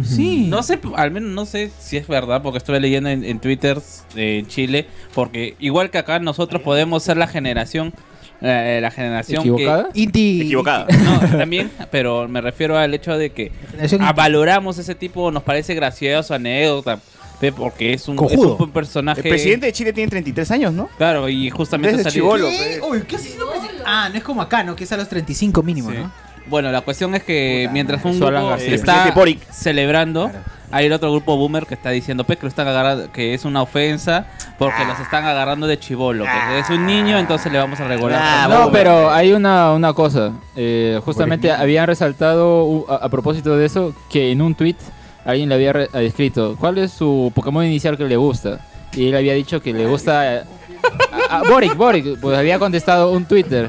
Speaker 9: Sí.
Speaker 5: No sé, al menos no sé si es verdad, porque estuve leyendo en, en Twitter de Chile, porque igual que acá nosotros podemos ser la generación, eh, la generación
Speaker 6: ¿Equivocada?
Speaker 9: Inti.
Speaker 3: Equivocada.
Speaker 5: que no, también, pero me refiero al hecho de que
Speaker 9: Generación
Speaker 5: ah,
Speaker 9: inti-
Speaker 5: valoramos ese tipo, nos parece gracioso anécdota, pe, porque es un, es
Speaker 9: Cojudo.
Speaker 5: un buen personaje.
Speaker 3: El presidente de Chile tiene 33 años, ¿no?
Speaker 5: Claro, y justamente
Speaker 3: Desde
Speaker 5: salió-
Speaker 3: chibolo.
Speaker 9: ¿Qué? Uy, ¿qué haces? No, pues- Ah, no es como acá, ¿no? Que es a los 35 mínimo,
Speaker 5: Sí.
Speaker 9: ¿no?
Speaker 5: Bueno, la cuestión es que mientras un
Speaker 6: Eso Alan
Speaker 5: grupo
Speaker 6: García.
Speaker 5: está
Speaker 3: Presidente Boric.
Speaker 5: celebrando, hay el otro grupo boomer que está diciendo pues, que, lo están agarrando, que es una ofensa
Speaker 3: Ah.
Speaker 5: porque los están agarrando de chivolo. Que es un niño, entonces le vamos a regular.
Speaker 3: Ah,
Speaker 5: No,
Speaker 6: No, pero hay una, una cosa. Eh, justamente habían resaltado, u- a, a propósito de eso, que en un tweet alguien le había re- ha escrito: ¿Cuál es su Pokémon inicial que le gusta? Y él había dicho que le gusta. eh, a, a Boric, Boric. Pues había contestado un Twitter.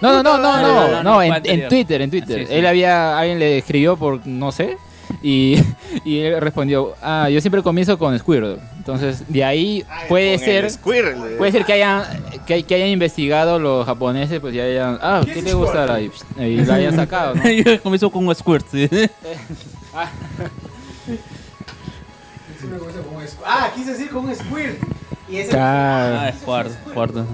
Speaker 6: No, no, no, no, no, no, en, en
Speaker 5: anterior.
Speaker 6: Twitter, en Twitter.
Speaker 5: Sí, sí.
Speaker 6: Él había, alguien le escribió por no sé. Y, y él respondió: Ah, yo siempre comienzo con Squirtle. Entonces, de ahí puede
Speaker 3: Con el
Speaker 6: ser.
Speaker 3: Squirtle.
Speaker 6: Puede ser que hayan, que, que hayan investigado los japoneses, pues ya hayan. Ah, ¿qué le gustará? Y, y lo hayan sacado, ¿no?
Speaker 5: Yo comienzo con un squirt. sí.
Speaker 9: Ah, quise decir con un squirt. Y ese.
Speaker 6: Claro.
Speaker 5: Ah, es cuarto, cuarto.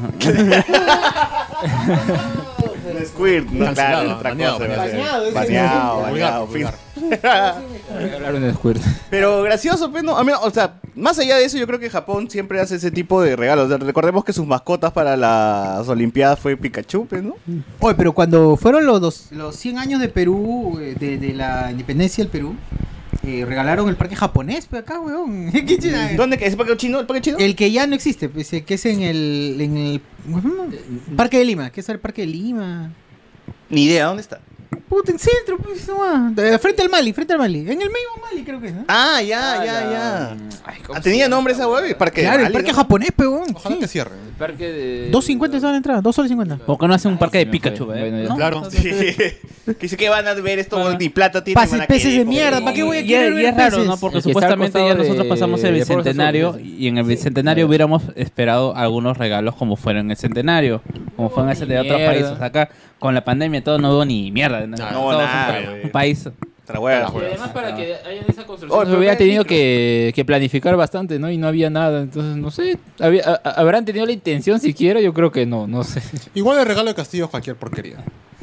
Speaker 3: No es queer, no,
Speaker 4: Cancelado,
Speaker 3: claro, es otra
Speaker 4: baneado,
Speaker 3: cosa.
Speaker 4: baneado.
Speaker 2: Baneado,
Speaker 3: Baneado, baneado, baneado,
Speaker 4: Vulgar,
Speaker 3: fin.
Speaker 6: Hablaron de Squirt.
Speaker 3: Pero gracioso, pues, ¿no? A mí, o sea, más allá de eso, yo creo que Japón siempre hace ese tipo de regalos. O sea, recordemos que sus mascotas para las Olimpiadas fue Pikachu, pues, ¿no?
Speaker 2: Oye, pero cuando fueron los, dos- los 100 años de Perú, eh, de, de la independencia del Perú, eh, regalaron el parque japonés, pues acá, weón. Qué chida, eh.
Speaker 3: Mm, ¿Dónde? que- ¿Es el Pikachu chino? ¿El Pikachu chino?
Speaker 2: El que ya no existe, pues, eh, que es en el, en el ¿cómo? Parque de Lima, que es el Parque de Lima.
Speaker 3: Ni idea, ¿dónde está?
Speaker 2: Puta, en centro, pues, no más. De- Frente al Mali, frente al Mali. En el mismo Mali, creo que es, ¿no?
Speaker 3: Ah, ya, ya, ya. Ah, tenía nombre esa hueá, el parque. de
Speaker 2: claro, el
Speaker 3: Bali,
Speaker 2: parque
Speaker 3: ¿no?
Speaker 2: japonés, pues, weón.
Speaker 4: Ojalá
Speaker 2: Sí.
Speaker 4: que cierre.
Speaker 6: El parque de...
Speaker 2: 2.50 son la entrada, 2 soles 50.
Speaker 5: ¿Por qué no hace un parque
Speaker 6: sí
Speaker 5: de
Speaker 6: me
Speaker 5: Pikachu,
Speaker 6: fue.
Speaker 5: eh?
Speaker 6: Bueno, ya.
Speaker 5: ¿No?
Speaker 4: Claro.
Speaker 3: Sí. Que dice que van a ver esto,
Speaker 5: Bueno.
Speaker 3: ni plata tiene.
Speaker 2: Pases, peces de mierda, ¿para qué voy a
Speaker 5: Y,
Speaker 2: querer
Speaker 5: y
Speaker 2: ver
Speaker 5: es raro,
Speaker 2: peces?
Speaker 5: ¿no? Porque
Speaker 6: El que está
Speaker 5: supuestamente
Speaker 6: al
Speaker 5: ya
Speaker 6: costado
Speaker 5: nosotros
Speaker 6: de-
Speaker 5: pasamos el
Speaker 6: de Puerto
Speaker 5: bicentenario
Speaker 6: Azul.
Speaker 5: y en el bicentenario hubiéramos esperado algunos regalos como fueron en el centenario, como fueron en el centenario de otros
Speaker 6: mierda.
Speaker 5: países. Acá, con la pandemia, y todo no hubo ni mierda. No,
Speaker 3: no,
Speaker 5: Todo
Speaker 3: nada,
Speaker 5: fue un-
Speaker 3: güey.
Speaker 5: un país.
Speaker 6: Y además para que haya esa
Speaker 3: Oye,
Speaker 6: construcción
Speaker 3: pero
Speaker 6: Ah. Oh, hubiera
Speaker 3: ¿qué
Speaker 6: tenido
Speaker 3: micro?
Speaker 6: que, que planificar bastante, ¿no? Y no había nada, entonces no sé. Había- a- a- ¿Habrán tenido la intención siquiera? Yo creo que no, no sé.
Speaker 4: Igual el regalo de Castillo es cualquier porquería.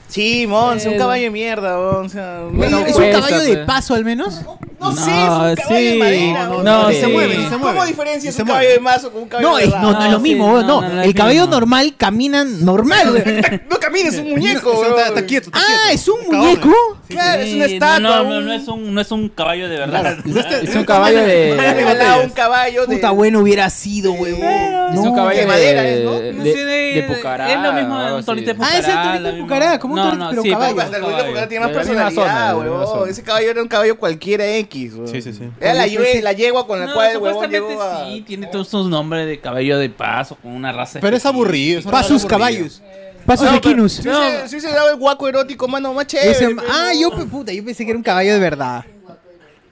Speaker 3: Sí, Monse, un
Speaker 6: Pero-
Speaker 3: caballo de mierda, weón, o sea,
Speaker 2: Bueno,
Speaker 3: no,
Speaker 2: es un
Speaker 6: cuesta,
Speaker 2: caballo de
Speaker 6: pues.
Speaker 2: paso al menos.
Speaker 3: No, sé, es un
Speaker 5: No,
Speaker 3: caballo de
Speaker 5: sí.
Speaker 3: madera.
Speaker 5: No,
Speaker 3: weón.
Speaker 5: no,
Speaker 3: Y se
Speaker 5: sí.
Speaker 3: mueve,
Speaker 5: y
Speaker 3: y se
Speaker 5: se
Speaker 3: mueve. ¿Cómo diferencias
Speaker 4: se
Speaker 3: un
Speaker 4: mueve.
Speaker 3: caballo de mazo con un caballo
Speaker 2: No,
Speaker 3: de
Speaker 2: es-
Speaker 3: verdad?
Speaker 2: no, no es lo
Speaker 5: sí,
Speaker 2: mismo,
Speaker 5: no,
Speaker 2: weón, no.
Speaker 5: no, no es
Speaker 2: El
Speaker 5: lo
Speaker 2: caballo
Speaker 5: mismo.
Speaker 2: normal camina normal. weón.
Speaker 3: No camina, es un muñeco,
Speaker 4: Eso
Speaker 3: weón.
Speaker 4: está, está quieto, está
Speaker 2: Ah,
Speaker 4: quieto.
Speaker 2: es un
Speaker 4: Cabrón.
Speaker 2: muñeco.
Speaker 3: Claro, es una
Speaker 5: Sí,
Speaker 3: estatua.
Speaker 5: No, no, no, no es un, no es un caballo de verdad.
Speaker 6: Es un caballo
Speaker 3: Me han
Speaker 6: de...
Speaker 3: regalado un caballo de.
Speaker 2: Puta, bueno hubiera sido, weón.
Speaker 6: Es un
Speaker 2: No.
Speaker 6: caballo
Speaker 3: de
Speaker 6: de...
Speaker 3: madera, ¿eh? ¿no?
Speaker 6: de,
Speaker 5: No sé,
Speaker 6: de, pucará.
Speaker 5: Es lo mismo de
Speaker 6: algo
Speaker 5: un
Speaker 6: así.
Speaker 5: torito de
Speaker 2: Ah,
Speaker 5: pucará.
Speaker 2: es el torito de
Speaker 5: la misma-
Speaker 2: pucará, como un torito, pero caballo.
Speaker 3: Hasta el huevo porque tiene más
Speaker 6: De la misma
Speaker 3: personalidad,
Speaker 6: zona, de la misma
Speaker 3: weón.
Speaker 6: zona.
Speaker 3: Ese caballo era un caballo cualquiera X, weón.
Speaker 4: Sí, sí, sí.
Speaker 3: Era la,
Speaker 2: Yo pensé-
Speaker 3: yue- la yegua con la
Speaker 5: No,
Speaker 3: cual el huevón
Speaker 5: supuestamente
Speaker 3: llegó a.
Speaker 5: sí, tiene todos sus nombres de caballo de paso, con una raza.
Speaker 4: Pero es
Speaker 5: específica.
Speaker 4: aburrido. es un
Speaker 2: Pasos
Speaker 4: regalo aburrido.
Speaker 2: caballos. Pasos
Speaker 3: No, pero-
Speaker 2: equinus.
Speaker 3: Si hubiese- si hubiese dado el guaco erótico, mano, más chévere.
Speaker 2: Ese-
Speaker 3: pero-
Speaker 2: ah, yo, pe- puta, yo pensé que era un caballo de verdad.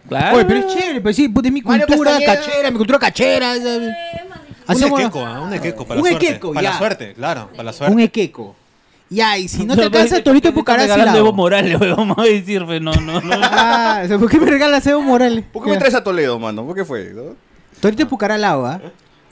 Speaker 5: Claro.
Speaker 2: Oye, pero es chévere, pero sí, puta, es mi
Speaker 3: Mario
Speaker 2: cultura
Speaker 3: Castañeda.
Speaker 2: cachera, mi cultura cachera. ¿sabes?
Speaker 4: Un
Speaker 2: Hacemos-
Speaker 4: equeco, ah, un equeco para
Speaker 2: Un
Speaker 4: la suerte.
Speaker 2: equeco,
Speaker 4: para
Speaker 2: ya.
Speaker 4: la suerte, claro, para la
Speaker 2: un
Speaker 4: suerte.
Speaker 2: equeco. Ya, y si no te
Speaker 5: pues,
Speaker 2: alcanza, torito de pucará sí
Speaker 5: regalando
Speaker 2: la
Speaker 5: Evo
Speaker 2: hago.
Speaker 5: Morales, weón, vamos a decir, pues, no, no, no.
Speaker 2: Ah, o sea, ¿por qué me regalas Evo Morales?
Speaker 3: ¿Por qué me
Speaker 2: Ya.
Speaker 3: traes a Toledo, mano? ¿Por qué fue? no?
Speaker 2: Torito de pucará la hago, ¿ah?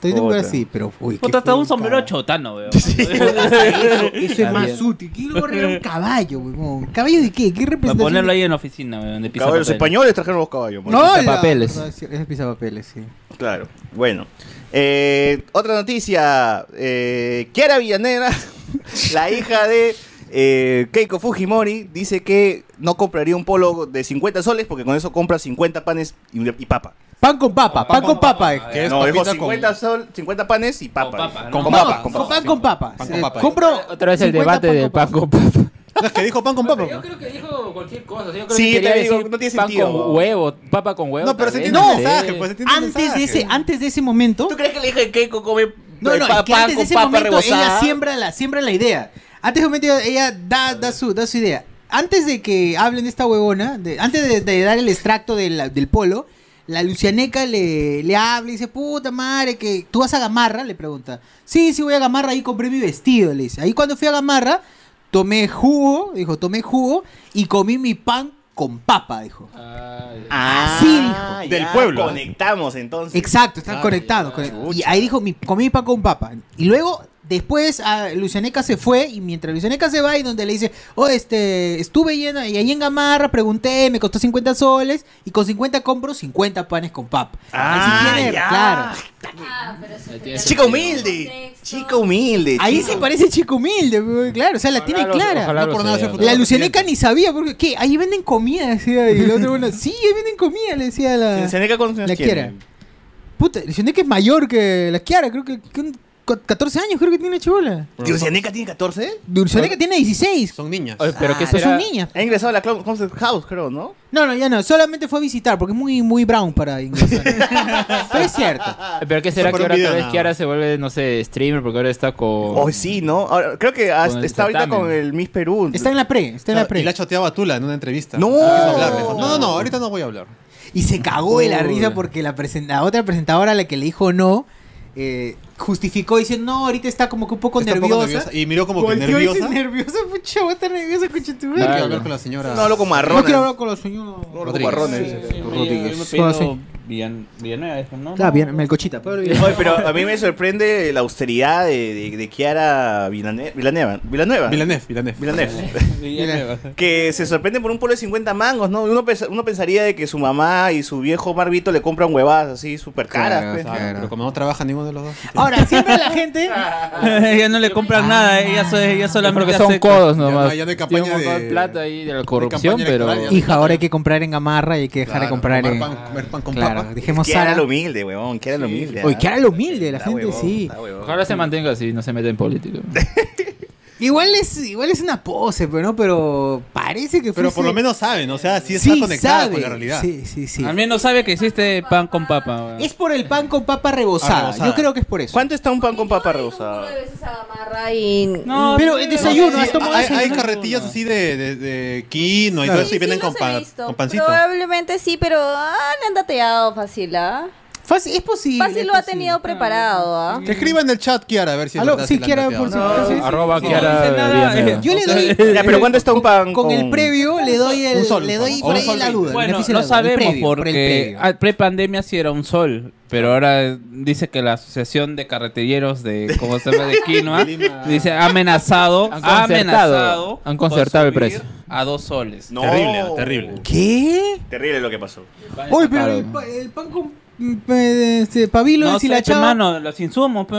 Speaker 2: Torito de pucará sí, pero uy. qué
Speaker 5: Puta, hasta un
Speaker 2: puta.
Speaker 5: sombrero chotano, weón.
Speaker 2: Eso, eso es
Speaker 6: Está
Speaker 2: más
Speaker 6: bien.
Speaker 2: útil. ¿Qué le voy a regalar un caballo, weón? ¿Caballo de qué? ¿Qué
Speaker 5: Para
Speaker 2: representación?
Speaker 5: ponerlo ahí en la oficina, weón, de pizza
Speaker 3: Caballos
Speaker 5: papel.
Speaker 3: españoles trajeron los caballos, mano.
Speaker 2: No,
Speaker 6: Pisapapeles.
Speaker 2: la- Es el pisapapeles, sí.
Speaker 3: Claro, bueno. Eh, otra noticia. Eh, Kiara Villanera, la hija de eh, Keiko Fujimori, dice que no compraría un polo de 50 soles porque con eso compra 50 panes y, y papa.
Speaker 2: Pan con papa, pan con papa.
Speaker 4: Que es
Speaker 3: no, dijo
Speaker 4: papita con-
Speaker 3: 50, sol, 50 panes y papa.
Speaker 5: Con papa,
Speaker 3: dijo.
Speaker 5: ¿no?
Speaker 3: con,
Speaker 5: Con
Speaker 3: papa,
Speaker 2: Vamos, con
Speaker 3: con papa.
Speaker 2: pan con papa.
Speaker 4: Pan
Speaker 2: Eh,
Speaker 4: con papa.
Speaker 2: Compro
Speaker 6: Otra vez
Speaker 2: 50
Speaker 6: el debate
Speaker 2: pan
Speaker 6: del
Speaker 2: con papa.
Speaker 6: pan con papa.
Speaker 4: No, es que dijo pan con papa.
Speaker 6: Yo creo que dijo cualquier cosa. Yo creo
Speaker 3: Sí,
Speaker 6: que quería
Speaker 3: te digo,
Speaker 6: decir
Speaker 3: no tiene
Speaker 6: pan
Speaker 3: sentido.
Speaker 6: con huevo, papa con huevo.
Speaker 4: No, pero se
Speaker 6: tal vez,
Speaker 4: entiende
Speaker 2: no
Speaker 4: el
Speaker 6: sé.
Speaker 4: mensaje. pues, se entiende el
Speaker 2: Antes de
Speaker 4: mensaje.
Speaker 2: ese, antes de ese momento.
Speaker 3: ¿Tú crees que la hija de Keiko come eh,
Speaker 2: No, no,
Speaker 3: pa-
Speaker 2: es que
Speaker 3: pan
Speaker 2: antes de
Speaker 3: con
Speaker 2: ese
Speaker 3: papa
Speaker 2: momento ella
Speaker 3: rebozada?
Speaker 2: siembra la, siembra la idea. Antes de momento ella- ella da, da, su, da su idea. Antes de que hablen de esta huevona, de- antes de, de dar el extracto de la- del polo, la lucianeca le, le habla y dice, puta madre, que tú vas a Gamarra, le pregunta. Sí, sí voy a Gamarra, ahí compré mi vestido, le dice. Ahí cuando fui a Gamarra, tomé jugo, dijo, tomé jugo y comí mi pan con papa, dijo.
Speaker 3: Ah,
Speaker 2: Así dijo.
Speaker 3: ya,
Speaker 4: Del pueblo.
Speaker 3: Conectamos entonces.
Speaker 2: Exacto, están conectados. conect- Y ahí dijo, mi, comí mi pan con papa. Y luego, después, a Lucianeca se fue. Y mientras Lucianeca se va, y donde le dice, oh, este, estuve yendo, y ahí en Gamarra, pregunté, me costó 50 soles. Y con 50 compro 50 panes con papa.
Speaker 3: Ah,
Speaker 2: Así tiene,
Speaker 3: ya.
Speaker 2: claro.
Speaker 8: Ah, pero eso
Speaker 6: tiene
Speaker 8: ya-
Speaker 3: Chica humilde. Chica humilde.
Speaker 2: Ahí
Speaker 3: chica
Speaker 2: sí parece chico humilde, pero claro, o sea, la tiene
Speaker 6: Ojalá lo-
Speaker 2: clara.
Speaker 6: ojalá
Speaker 4: No
Speaker 6: lo
Speaker 4: por nada
Speaker 6: sea,
Speaker 4: se
Speaker 6: ¿no?
Speaker 2: La Lucianeca ni sabía, porque, ¿qué? Ahí venden comida, decía. Y el otro, bueno, sí, ahí venden comida, le decía la...
Speaker 3: Seneca con
Speaker 2: La Kiara. Puta, Lucianeca es mayor que la Kiara, creo que, que un- co- 14 años creo que tiene la chibola.
Speaker 3: ¿Lucianeca tiene 14?
Speaker 2: Lucianeca tiene 16.
Speaker 4: Son niñas.
Speaker 6: Oye, pero
Speaker 2: Ah,
Speaker 6: que
Speaker 2: son
Speaker 6: será...
Speaker 2: niñas.
Speaker 3: Ha ingresado a la Clown Concept House, creo, ¿no?
Speaker 2: No, no, ya no, solamente fue a visitar porque es muy, muy brown para ingresar. Pero es cierto.
Speaker 6: Pero que será
Speaker 4: por
Speaker 6: que
Speaker 4: un
Speaker 6: ahora
Speaker 4: video
Speaker 6: tal vez
Speaker 4: nada
Speaker 6: Kiara se vuelve, no sé, streamer porque ahora está con...
Speaker 3: Oh, sí, ¿no? Ahora, creo que hasta-
Speaker 6: Con el
Speaker 3: está ahorita
Speaker 6: certamen.
Speaker 3: con el Miss Perú.
Speaker 2: Está en la pre, está en la
Speaker 4: Claro, y la
Speaker 2: pre.
Speaker 4: choteaba a Tula en una entrevista.
Speaker 3: No.
Speaker 4: No quiso hablar, le dijo, no, no, no, ahorita no voy a hablar.
Speaker 2: Y se cagó de la risa porque la, presen- la otra presentadora, la que le dijo no, eh, justificó diciendo, no, ahorita está como que un poco
Speaker 4: Está un
Speaker 2: nerviosa.
Speaker 4: poco nerviosa. Y miró como que
Speaker 2: Volteó y dice,
Speaker 4: nerviosa. No
Speaker 2: nerviosa, pucha, voy a estar nerviosa, escucha tu madre.
Speaker 6: Claro.
Speaker 4: quiero hablar con la señora.
Speaker 3: No hablo con
Speaker 2: No
Speaker 3: marrones.
Speaker 2: quiero hablar con los señores.
Speaker 3: No hablo con
Speaker 4: Rodríguez.
Speaker 3: marrones.
Speaker 6: Sí, sí, sí, me- me pido
Speaker 2: Ahora sí.
Speaker 5: Villan- Villanueva, es, ¿no?
Speaker 2: Claro, bien, Melcochita. Pablo Villanova.
Speaker 3: Oye, pero a mí me sorprende la austeridad de, de, de Kiara Vilane- Villanueva. Villanueva.
Speaker 4: Villanueva, Villanueva.
Speaker 3: Villanueva.
Speaker 5: Villanueva.
Speaker 3: que se sorprenden por un pueblo de 50 mangos, ¿no? Uno, pens- uno pensaría de que su mamá y su viejo Marvito le compran huevadas así súper caras.
Speaker 4: Claro,
Speaker 3: pues.
Speaker 4: claro, Pero como no trabaja ninguno de los dos.
Speaker 2: Ahora, siempre la gente.
Speaker 5: ella no le compran nada,
Speaker 6: eh,
Speaker 5: ella, so- ella solamente
Speaker 6: Porque son
Speaker 5: hace-
Speaker 6: codos
Speaker 4: no-
Speaker 6: nomás.
Speaker 4: ya no hay
Speaker 6: Tiene
Speaker 4: campaña
Speaker 6: un montón
Speaker 4: eh, de-
Speaker 6: plata ahí de la corrupción,
Speaker 4: campaña
Speaker 6: pero...
Speaker 4: electoral,
Speaker 2: Hija, ahora hay que comprar en gamarra y hay que dejar de
Speaker 4: Claro,
Speaker 2: comprar
Speaker 4: comer
Speaker 2: en. Ah,
Speaker 4: pan- comer pan con
Speaker 2: claro,
Speaker 4: papa.
Speaker 2: dejemos
Speaker 3: Kiara
Speaker 2: Sara.
Speaker 3: lo humilde, huevón. Kiara lo humilde.
Speaker 2: Oye,
Speaker 3: ¿ah?
Speaker 2: Kiara lo humilde, la
Speaker 3: Está
Speaker 2: gente
Speaker 3: huevón,
Speaker 2: sí.
Speaker 3: está huevón.
Speaker 6: Ojalá se mantenga así, no se meta en política.
Speaker 2: Igual es, igual es una pose, pero no, pero parece que
Speaker 4: Pero
Speaker 2: fuese-
Speaker 4: por lo menos saben, o sea, sí está
Speaker 2: Sí,
Speaker 4: conectada
Speaker 2: sabe.
Speaker 4: con la realidad.
Speaker 2: Sí, sí, sí.
Speaker 5: Al menos sabe que hiciste pan con papa. weón.
Speaker 2: Es por el pan con papa rebozada.
Speaker 4: Ah, rebozada.
Speaker 2: Yo creo que es por eso.
Speaker 3: ¿Cuánto está un pan con Ah. papa
Speaker 8: Un
Speaker 3: rebozado?
Speaker 8: culo de veces a Gamarra y... Mm.
Speaker 5: No,
Speaker 2: Pero
Speaker 5: sí,
Speaker 2: el desayuno,
Speaker 5: sí,
Speaker 2: has tomado
Speaker 4: hay,
Speaker 2: ese,
Speaker 4: hay
Speaker 2: ¿no?
Speaker 4: carretillas así de, de, de quinoa y todo eso y
Speaker 8: Sí,
Speaker 4: vienen
Speaker 8: sí
Speaker 4: con,
Speaker 8: los he
Speaker 4: pa-
Speaker 8: visto.
Speaker 4: con pancito.
Speaker 8: Probablemente sí, pero eh, ah, le han dateado fácil, ¿ah?
Speaker 2: Fácil, es posible.
Speaker 8: Fácil
Speaker 2: es
Speaker 8: lo ha
Speaker 2: posible.
Speaker 8: tenido preparado, ¿ah?
Speaker 4: Que escriba en el chat, Kiara, a ver si es
Speaker 2: Aló,
Speaker 4: verdad
Speaker 2: sí,
Speaker 4: si la han
Speaker 2: Kiara,
Speaker 4: dateado.
Speaker 2: por si acaso. sí.
Speaker 6: Arroba
Speaker 5: sí.
Speaker 6: Kiara
Speaker 5: No dice nada,
Speaker 6: Villanueva.
Speaker 5: eh,
Speaker 2: Yo le doy.
Speaker 3: Ya, pero ¿cuánto está un pan
Speaker 2: Con, el
Speaker 3: con-
Speaker 2: previo le doy el.
Speaker 4: Un sol,
Speaker 2: le
Speaker 4: un
Speaker 2: doy
Speaker 4: sol.
Speaker 2: por
Speaker 4: Un
Speaker 2: ahí
Speaker 4: sol
Speaker 2: la
Speaker 4: veinte.
Speaker 2: duda. el
Speaker 5: Bueno,
Speaker 2: beneficio
Speaker 5: no
Speaker 2: de la duda, el
Speaker 5: sabemos
Speaker 2: previo, por el
Speaker 5: porque
Speaker 2: previo.
Speaker 5: ah, pre-pandemia sí era un sol, pero ahora dice que la Asociación de Carretelleros de como se llama de Quinoa dice ha amenazado,
Speaker 6: Han
Speaker 5: ha
Speaker 6: concertado,
Speaker 5: amenazado
Speaker 6: han concertado el
Speaker 5: con
Speaker 6: precio.
Speaker 5: subir a dos soles.
Speaker 3: No.
Speaker 4: Terrible, ah, terrible.
Speaker 2: ¿Qué?
Speaker 3: Terrible lo que pasó.
Speaker 2: Uy, pero
Speaker 6: Claro.
Speaker 2: el, pa- el pan con. mm, eh, este, pabilo
Speaker 5: No
Speaker 2: si
Speaker 5: sé,
Speaker 2: la chava.
Speaker 5: hermano, los insumos. pe- pe-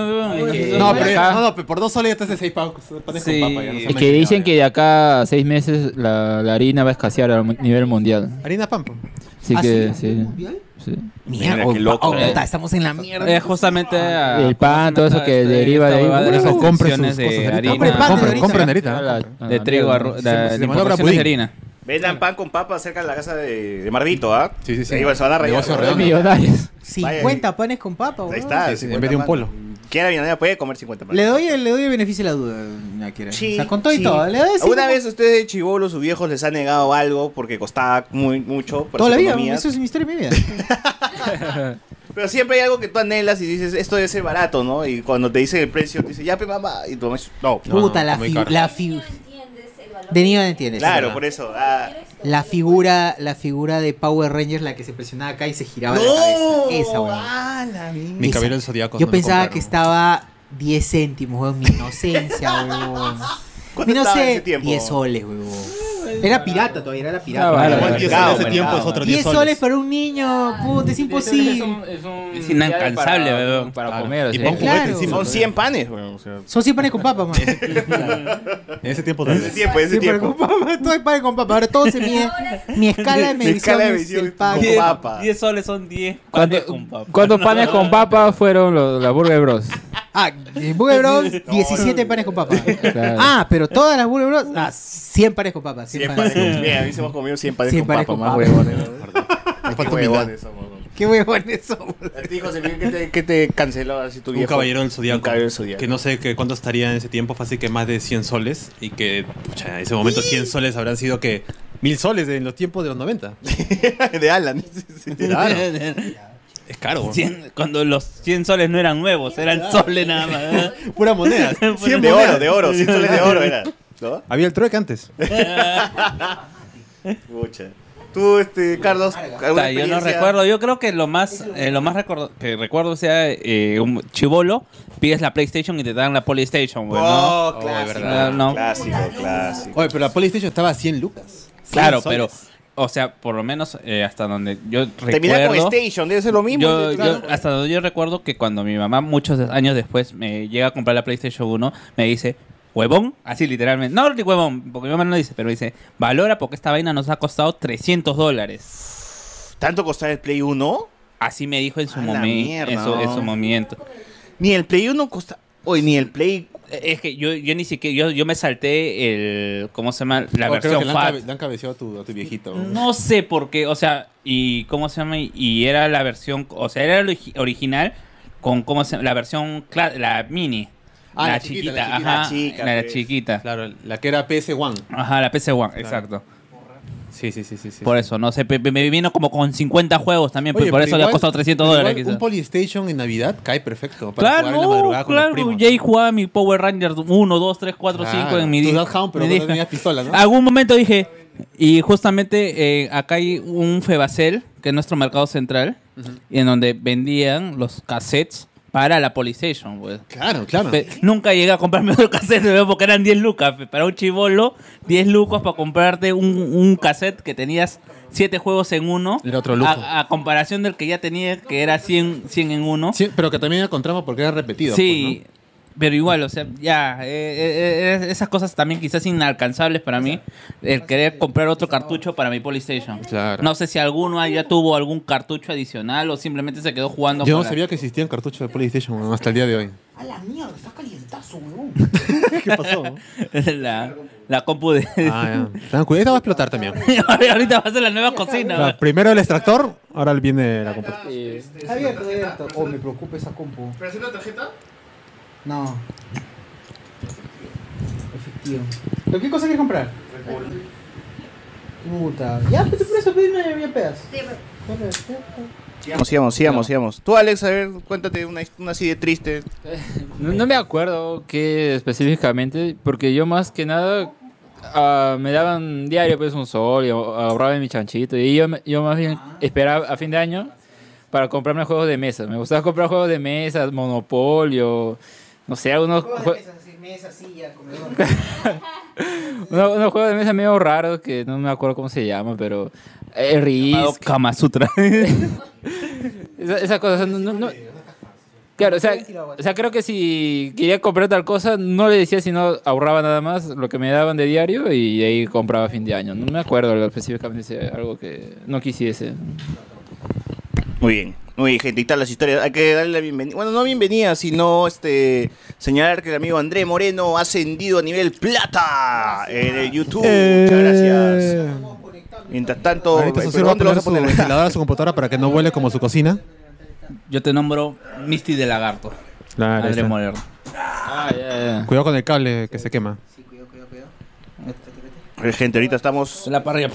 Speaker 4: No,
Speaker 6: Y
Speaker 4: pero
Speaker 6: acá-
Speaker 4: no, no, pero por dos soles ya estás de seis pa- panes
Speaker 5: Sí.
Speaker 4: con papa. Ya no se
Speaker 6: Es
Speaker 4: me
Speaker 6: que
Speaker 4: queda,
Speaker 6: dicen
Speaker 4: ya.
Speaker 6: que de acá a seis meses la, la harina va a escasear a mu- nivel mundial.
Speaker 4: Harina pampa.
Speaker 6: Así
Speaker 2: ¿Ah,
Speaker 6: que,
Speaker 2: sí?
Speaker 6: sí.
Speaker 2: ¿Mundial?
Speaker 6: sí.
Speaker 2: Mierda,
Speaker 3: Mira, qué loco,
Speaker 2: oh,
Speaker 3: eh.
Speaker 2: puta, estamos en la mierda.
Speaker 5: Eh, justamente a-
Speaker 6: El pan, todo eso
Speaker 5: esta-
Speaker 6: que
Speaker 5: Ah, esta
Speaker 6: deriva de ahí.
Speaker 5: huevada las
Speaker 6: Eso,
Speaker 4: compre
Speaker 5: opciones
Speaker 4: sus
Speaker 5: de
Speaker 4: cosas ahorita.
Speaker 5: harina,
Speaker 2: Compre pan de
Speaker 4: Compren,
Speaker 2: ahorita.
Speaker 4: compren
Speaker 6: A
Speaker 4: ahorita.
Speaker 6: la-
Speaker 4: ¿eh?
Speaker 6: a la
Speaker 5: de trigo,
Speaker 6: mierda.
Speaker 5: arroz, la-
Speaker 4: se
Speaker 5: de
Speaker 4: manobra
Speaker 5: importaciones de
Speaker 4: pudín.
Speaker 5: harina.
Speaker 3: Vendan pan con papa cerca de la casa de, de Marvito, ¿ah?
Speaker 4: Sí, sí, sí.
Speaker 3: Ahí se van a rayar.
Speaker 4: Negocio
Speaker 6: Los
Speaker 4: redondo.
Speaker 6: millonarios.
Speaker 2: 50 panes con papa,
Speaker 3: Ahí
Speaker 2: weón.
Speaker 3: está.
Speaker 4: Sí, sí,
Speaker 3: 50
Speaker 4: en vez de un
Speaker 3: pan.
Speaker 4: polo.
Speaker 3: Kiara Villanueva puede comer 50 panes.
Speaker 2: Le doy, el, le doy el beneficio de la duda, doña Kira.
Speaker 3: Sí,
Speaker 2: o sea, con todo y
Speaker 3: sí.
Speaker 2: todo. Le doy cinco-
Speaker 3: ¿Alguna vez ustedes de chivolo, sus viejos, les ha negado algo porque costaba muy, mucho? para
Speaker 2: Toda
Speaker 3: su
Speaker 2: la vida,
Speaker 3: economía?
Speaker 2: eso es mi historia de mi vida.
Speaker 3: Pero siempre hay algo que tú anhelas y dices, esto debe ser barato, ¿no? Y cuando te dicen el precio, te dicen, ya, pe mamá. Y tu mamá dice, no.
Speaker 4: No, no,
Speaker 2: Puta, la,
Speaker 4: muy
Speaker 2: fi-
Speaker 4: caro.
Speaker 2: la
Speaker 8: De niño
Speaker 2: fi-
Speaker 8: entiendes el valor
Speaker 2: De niño no entiendes.
Speaker 3: Claro,
Speaker 2: ¿verdad?
Speaker 3: por eso. ah.
Speaker 2: La figura, la figura de Power Rangers, la que se presionaba acá y se giraba la cabeza. Esa, weón.
Speaker 3: ¡Ah, la mierda!
Speaker 4: Mi
Speaker 2: Esa.
Speaker 4: cabello del zodiaco.
Speaker 2: Yo
Speaker 4: no lo
Speaker 2: pensaba
Speaker 4: compraron.
Speaker 2: que estaba 10 céntimos, weón. Mi inocencia, weón.
Speaker 3: ¿Cuánto
Speaker 2: no
Speaker 3: estaba en ese
Speaker 2: sé,
Speaker 3: tiempo? Ah,
Speaker 2: 10 soles, weón. Era pirata todavía, era la pirata.
Speaker 6: Ah,
Speaker 4: Igual
Speaker 6: vale,
Speaker 4: 10
Speaker 3: mercado,
Speaker 4: soles de ese tiempo es
Speaker 5: mercado,
Speaker 4: otro
Speaker 2: 10
Speaker 4: 10
Speaker 2: soles para un niño, puta, es imposible.
Speaker 5: Es inalcanzable, weón.
Speaker 6: Para
Speaker 4: Claro.
Speaker 6: comer.
Speaker 4: Y
Speaker 6: así.
Speaker 4: pon juguete
Speaker 2: Claro.
Speaker 4: encima.
Speaker 3: Son 100 panes, weón. o sea,
Speaker 2: Son 100 panes con papa, man.
Speaker 4: En ese tiempo
Speaker 3: en ese
Speaker 4: también.
Speaker 3: tiempo, en ese
Speaker 2: Sí, pero
Speaker 3: tiempo.
Speaker 2: con papa, todo es pan con papa. Ahora todo se mide. Mi escala de
Speaker 3: Mi
Speaker 2: medición,
Speaker 3: escala de
Speaker 2: es
Speaker 3: medición
Speaker 2: el
Speaker 3: es
Speaker 2: pan.
Speaker 3: con
Speaker 5: Diez-
Speaker 3: papa.
Speaker 5: diez soles son 10 panes
Speaker 6: ¿Cuánto-
Speaker 5: con papa.
Speaker 6: ¿Cuántos panes con papa fueron los, la Burger Bros?
Speaker 2: Ah, en Burger Bros, 17 panes con papa.
Speaker 6: Claro.
Speaker 2: Ah, pero todas las Burger Bros, ah, 100 panes con papa. 100
Speaker 3: 100
Speaker 2: panes.
Speaker 3: panes con Mira, a mí se hemos comido 100 panes
Speaker 2: 100
Speaker 3: con
Speaker 2: panes
Speaker 3: papa,
Speaker 2: con
Speaker 3: más
Speaker 2: papa.
Speaker 3: huevones. Ay, Qué
Speaker 4: falta
Speaker 3: huevones somos, Este weón.
Speaker 2: Qué huevones somos.
Speaker 3: A ti, José Miguel, ¿qué te, qué te canceló así tu
Speaker 4: Un
Speaker 3: viejo?
Speaker 4: caballero del
Speaker 3: Un
Speaker 4: zodiaco.
Speaker 3: caballero del zodiaco.
Speaker 4: Que no sé que cuánto estaría en ese tiempo, fácil que más de 100 soles. Y que, pucha, en ese momento 100 soles habrán sido que mil soles en los tiempos de los 90.
Speaker 3: de Alan. Sí, sí.
Speaker 4: Es caro. weón.
Speaker 5: Cien- cuando los 100 soles no eran nuevos, eran soles nada más.
Speaker 4: Pura moneda.
Speaker 5: Cien
Speaker 3: de
Speaker 5: monedas.
Speaker 3: oro, de oro. 100 soles de oro era. ¿No?
Speaker 4: Había el trueque antes.
Speaker 3: Pucha. Tú, este, Carlos,
Speaker 5: Puta,
Speaker 3: alguna
Speaker 5: yo no
Speaker 3: experiencia?
Speaker 5: recuerdo, yo creo que lo más eh, lo más recordo- que recuerdo sea eh, un chivolo, pides la PlayStation y te dan la PlayStation, güey, ¿no?
Speaker 3: Oh, clásico.
Speaker 5: Ah, no.
Speaker 3: Clásico, clásico.
Speaker 4: Oye, pero la PlayStation estaba a 100 lucas.
Speaker 5: Claro,
Speaker 4: 100
Speaker 5: pero
Speaker 4: soles.
Speaker 5: o sea, por lo menos eh, hasta donde yo
Speaker 3: Terminar con
Speaker 5: recuerdo
Speaker 3: Station, debe ser lo mismo.
Speaker 5: yo,
Speaker 3: de-
Speaker 5: yo-
Speaker 3: claro.
Speaker 5: hasta donde yo recuerdo que cuando mi mamá muchos años después me llega a comprar la PlayStation 1, me dice, huevón, así literalmente, no ni huevón, porque mi mamá no lo dice, pero me dice, valora porque esta vaina nos ha costado 300 dólares.
Speaker 3: ¿Tanto costaba el Play 1?
Speaker 5: Así me dijo en su,
Speaker 3: A la
Speaker 5: momen-
Speaker 3: mierda,
Speaker 5: en su- en
Speaker 3: no.
Speaker 5: su momento.
Speaker 3: Ni el Play 1 costa... Oye, ni el Play...
Speaker 5: Es que yo, yo ni siquiera, yo, yo me salté el, ¿cómo se llama? La
Speaker 4: Oh, creo
Speaker 5: versión
Speaker 4: que le han
Speaker 5: FAT.
Speaker 4: cabe- le han cabeceado a tu, a tu viejito.
Speaker 5: No sé por qué, o sea, y ¿cómo se llama? Y era la versión, o sea, era la origi- original con, ¿cómo se llama? La versión, cla- la mini.
Speaker 4: Ah,
Speaker 5: la,
Speaker 4: la
Speaker 5: chiquita,
Speaker 4: chiquita, la
Speaker 3: chiquita.
Speaker 5: ajá.
Speaker 3: La chica,
Speaker 5: la
Speaker 3: pues.
Speaker 5: chiquita.
Speaker 4: Claro, la que era PS1.
Speaker 5: Ajá, la PC One, exacto.
Speaker 4: Sí, sí, sí, sí. sí.
Speaker 5: Por eso, no sé, pe- pe- me vino como con 50 juegos también, pues,
Speaker 4: Oye,
Speaker 5: por
Speaker 4: pero
Speaker 5: eso le ha
Speaker 4: igual-
Speaker 5: costado 300
Speaker 4: pero
Speaker 5: dólares.
Speaker 4: igual
Speaker 5: quizás.
Speaker 4: Un PlayStation en Navidad cae perfecto. Para jugar
Speaker 5: Claro,
Speaker 4: en la madrugada con los
Speaker 5: claro.
Speaker 4: primos.
Speaker 5: Y ahí jugaba mi Power Ranger 1, 2, 3, 4,
Speaker 4: Claro,
Speaker 5: 5 en mi
Speaker 4: tu
Speaker 5: disco.
Speaker 4: Dark Hound, pero
Speaker 5: mi
Speaker 4: cuando
Speaker 5: disco.
Speaker 4: tenías pistola, ¿no?
Speaker 5: Algún momento dije, y justamente eh, acá hay un Febacel, que es nuestro mercado central, y en donde vendían los cassettes para la Polystation, pues.
Speaker 4: Claro, claro.
Speaker 5: Pe- Nunca llegué a comprarme otro cassette, weón, porque eran 10 lucas. pe. Para un chivolo, 10 lucas para comprarte un, un cassette que tenías 7 juegos en uno.
Speaker 4: Era otro lujo.
Speaker 5: A, a comparación del que ya tenía, que era 100, 100 en uno.
Speaker 4: Sí, pero que también encontramos porque era repetido.
Speaker 5: Sí,
Speaker 4: pues,
Speaker 5: pero igual, o sea, ya, eh, eh, eh, esas cosas también quizás inalcanzables para mí, el querer comprar otro cartucho para mi Polystation.
Speaker 4: ¿no? Claro.
Speaker 5: No sé si alguno ya tuvo algún cartucho adicional o simplemente se quedó jugando
Speaker 4: Yo no
Speaker 5: con la-
Speaker 4: sabía que existían cartuchos de PlayStation weón, hasta el día de hoy.
Speaker 3: A la mierda, está calientazo, weón.
Speaker 4: ¿Qué pasó?
Speaker 5: la, la compu de...
Speaker 4: Ah, ya. Tengan cuidado, esta va a explotar también.
Speaker 5: Ahorita va a ser la nueva cocina.
Speaker 4: La- primero el extractor, ahora viene la computadora.
Speaker 9: Está abierto, está abierto. Oh, me preocupa esa compu.
Speaker 3: ¿Pero es una tarjeta?
Speaker 9: No. Efectivo. ¿Pero qué cosa quieres comprar? Puta. Ya, pues por eso pedime bien pedas.
Speaker 3: Sigamos, sigamos, sigamos, sigamos. Tú, Alex, a ver, cuéntate una, una así de triste.
Speaker 6: No, no me acuerdo qué específicamente, porque yo más que nada ah, me daban diario pues un sol y ahor- ahorraba en mi chanchito. Y yo, me- yo más bien esperaba a fin de año para comprarme juegos de mesa. Me gustaba comprar juegos de mesa, Monopolio, no sé, algunos jue-
Speaker 9: Mesa, silla, comedor.
Speaker 6: unos- unos juegos de mesa medio raros que no me acuerdo cómo se llama, pero... eh,
Speaker 5: Llamado
Speaker 6: Risk,
Speaker 5: Kama Sutra.
Speaker 6: Esa- Esas cosas. No, no- no- Claro, o sea, o sea, creo que si quería comprar tal cosa, no le decía, sino ahorraba nada más lo que me daban de diario y ahí compraba a fin de año. No me acuerdo lo específicamente, si algo que no quisiese.
Speaker 3: Muy bien, muy bien, gente. Y tal las historias. Hay que darle la bienvenida. Bueno, no bienvenida, sino este señalar que el amigo André Moreno ha ascendido a nivel plata en el YouTube. Muchas gracias. Mientras tanto,
Speaker 4: Eh. Ahorita
Speaker 3: ¿pero
Speaker 4: Susur va a
Speaker 3: ¿dónde lo
Speaker 4: poner
Speaker 3: vas a
Speaker 4: su
Speaker 3: poner?
Speaker 4: ventilador a su computadora para que no vuele como su cocina.
Speaker 5: Yo te nombro Misty de Lagarto.
Speaker 4: Claro, ahí
Speaker 5: André
Speaker 4: está.
Speaker 5: Moreno.
Speaker 4: Cuidado con el cable que se quema.
Speaker 3: A ver, Eh, gente, ahorita estamos.
Speaker 5: La parrilla.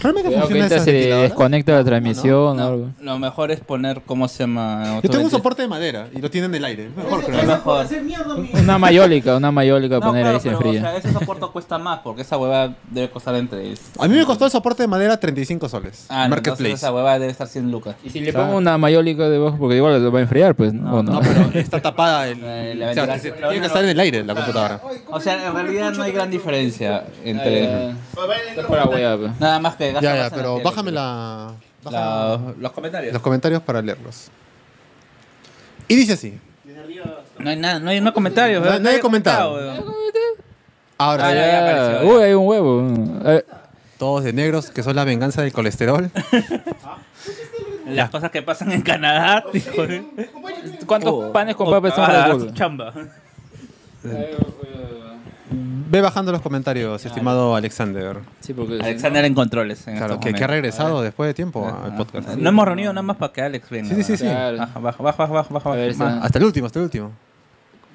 Speaker 4: ¿Realmente
Speaker 6: Creo que
Speaker 4: funciona
Speaker 6: ahorita
Speaker 4: esa
Speaker 6: se
Speaker 4: ventiladora?
Speaker 6: desconecta la transmisión o algo.
Speaker 5: Lo mejor es poner cómo se llama.
Speaker 4: Yo tengo un
Speaker 5: Otro-
Speaker 4: soporte de madera y lo tienen en el aire. Mejor, creo.
Speaker 5: Mejor.
Speaker 6: Una mayólica, una mayólica
Speaker 5: No,
Speaker 6: poner
Speaker 5: claro,
Speaker 6: ahí se
Speaker 5: pero,
Speaker 6: enfría.
Speaker 5: o sea, ese soporte cuesta más porque esa hueva debe costar entre.
Speaker 4: A mí me costó el soporte de madera 35 soles.
Speaker 5: Ah, no, entonces
Speaker 4: Marketplace.
Speaker 5: esa hueva debe estar 100 lucas.
Speaker 6: y si le pongo una mayólica debajo, porque igual lo va a enfriar, pues, ¿no? ¿O no?
Speaker 4: No, pero está tapada el.
Speaker 5: Eh,
Speaker 4: o
Speaker 5: la
Speaker 4: sea,
Speaker 5: ventilación.
Speaker 4: se- tiene que estar en el aire la computadora.
Speaker 5: O sea, en realidad no hay gran diferencia
Speaker 6: Ah,
Speaker 5: entre.
Speaker 6: ya. Está por la hueá, pues.
Speaker 5: Nada más que gastas
Speaker 4: Ya, ya,
Speaker 5: más en
Speaker 4: pero
Speaker 5: la tele.
Speaker 4: bájame la. bájame
Speaker 5: La- los comentarios.
Speaker 4: Los comentarios para leerlos. Y dice así.
Speaker 5: No hay nada, no hay, no hay comentarios.
Speaker 4: No-
Speaker 5: ¿verdad?
Speaker 4: no hay
Speaker 5: Nadie ha comentado,
Speaker 4: comentado.
Speaker 5: weón.
Speaker 4: Ahora
Speaker 5: Ah,
Speaker 4: sí.
Speaker 5: ya, ya apareció, ya.
Speaker 6: Uy, hay un huevo. Eh, A ver,
Speaker 4: Todos de negros, que son la venganza del colesterol.
Speaker 5: Las cosas que pasan en Canadá, hijo de-
Speaker 6: ¿Cuántos panes con papas son
Speaker 5: Ah,
Speaker 6: para el
Speaker 5: tu
Speaker 6: huevo?
Speaker 5: chamba.
Speaker 4: Ve bajando los comentarios, estimado Alexander.
Speaker 6: Sí, porque
Speaker 5: Alexander en controles. en
Speaker 4: Claro,
Speaker 5: estos
Speaker 4: que, que ha
Speaker 5: momentos. Ah,
Speaker 4: regresado después de tiempo al podcast.
Speaker 5: No hemos reunido nada más para que Alex venga.
Speaker 4: Sí, sí, sí.
Speaker 6: Claro.
Speaker 5: Baja, baja, baja, baja, baja.
Speaker 6: A ver,
Speaker 5: más,
Speaker 6: está-
Speaker 4: Hasta el último, hasta el último.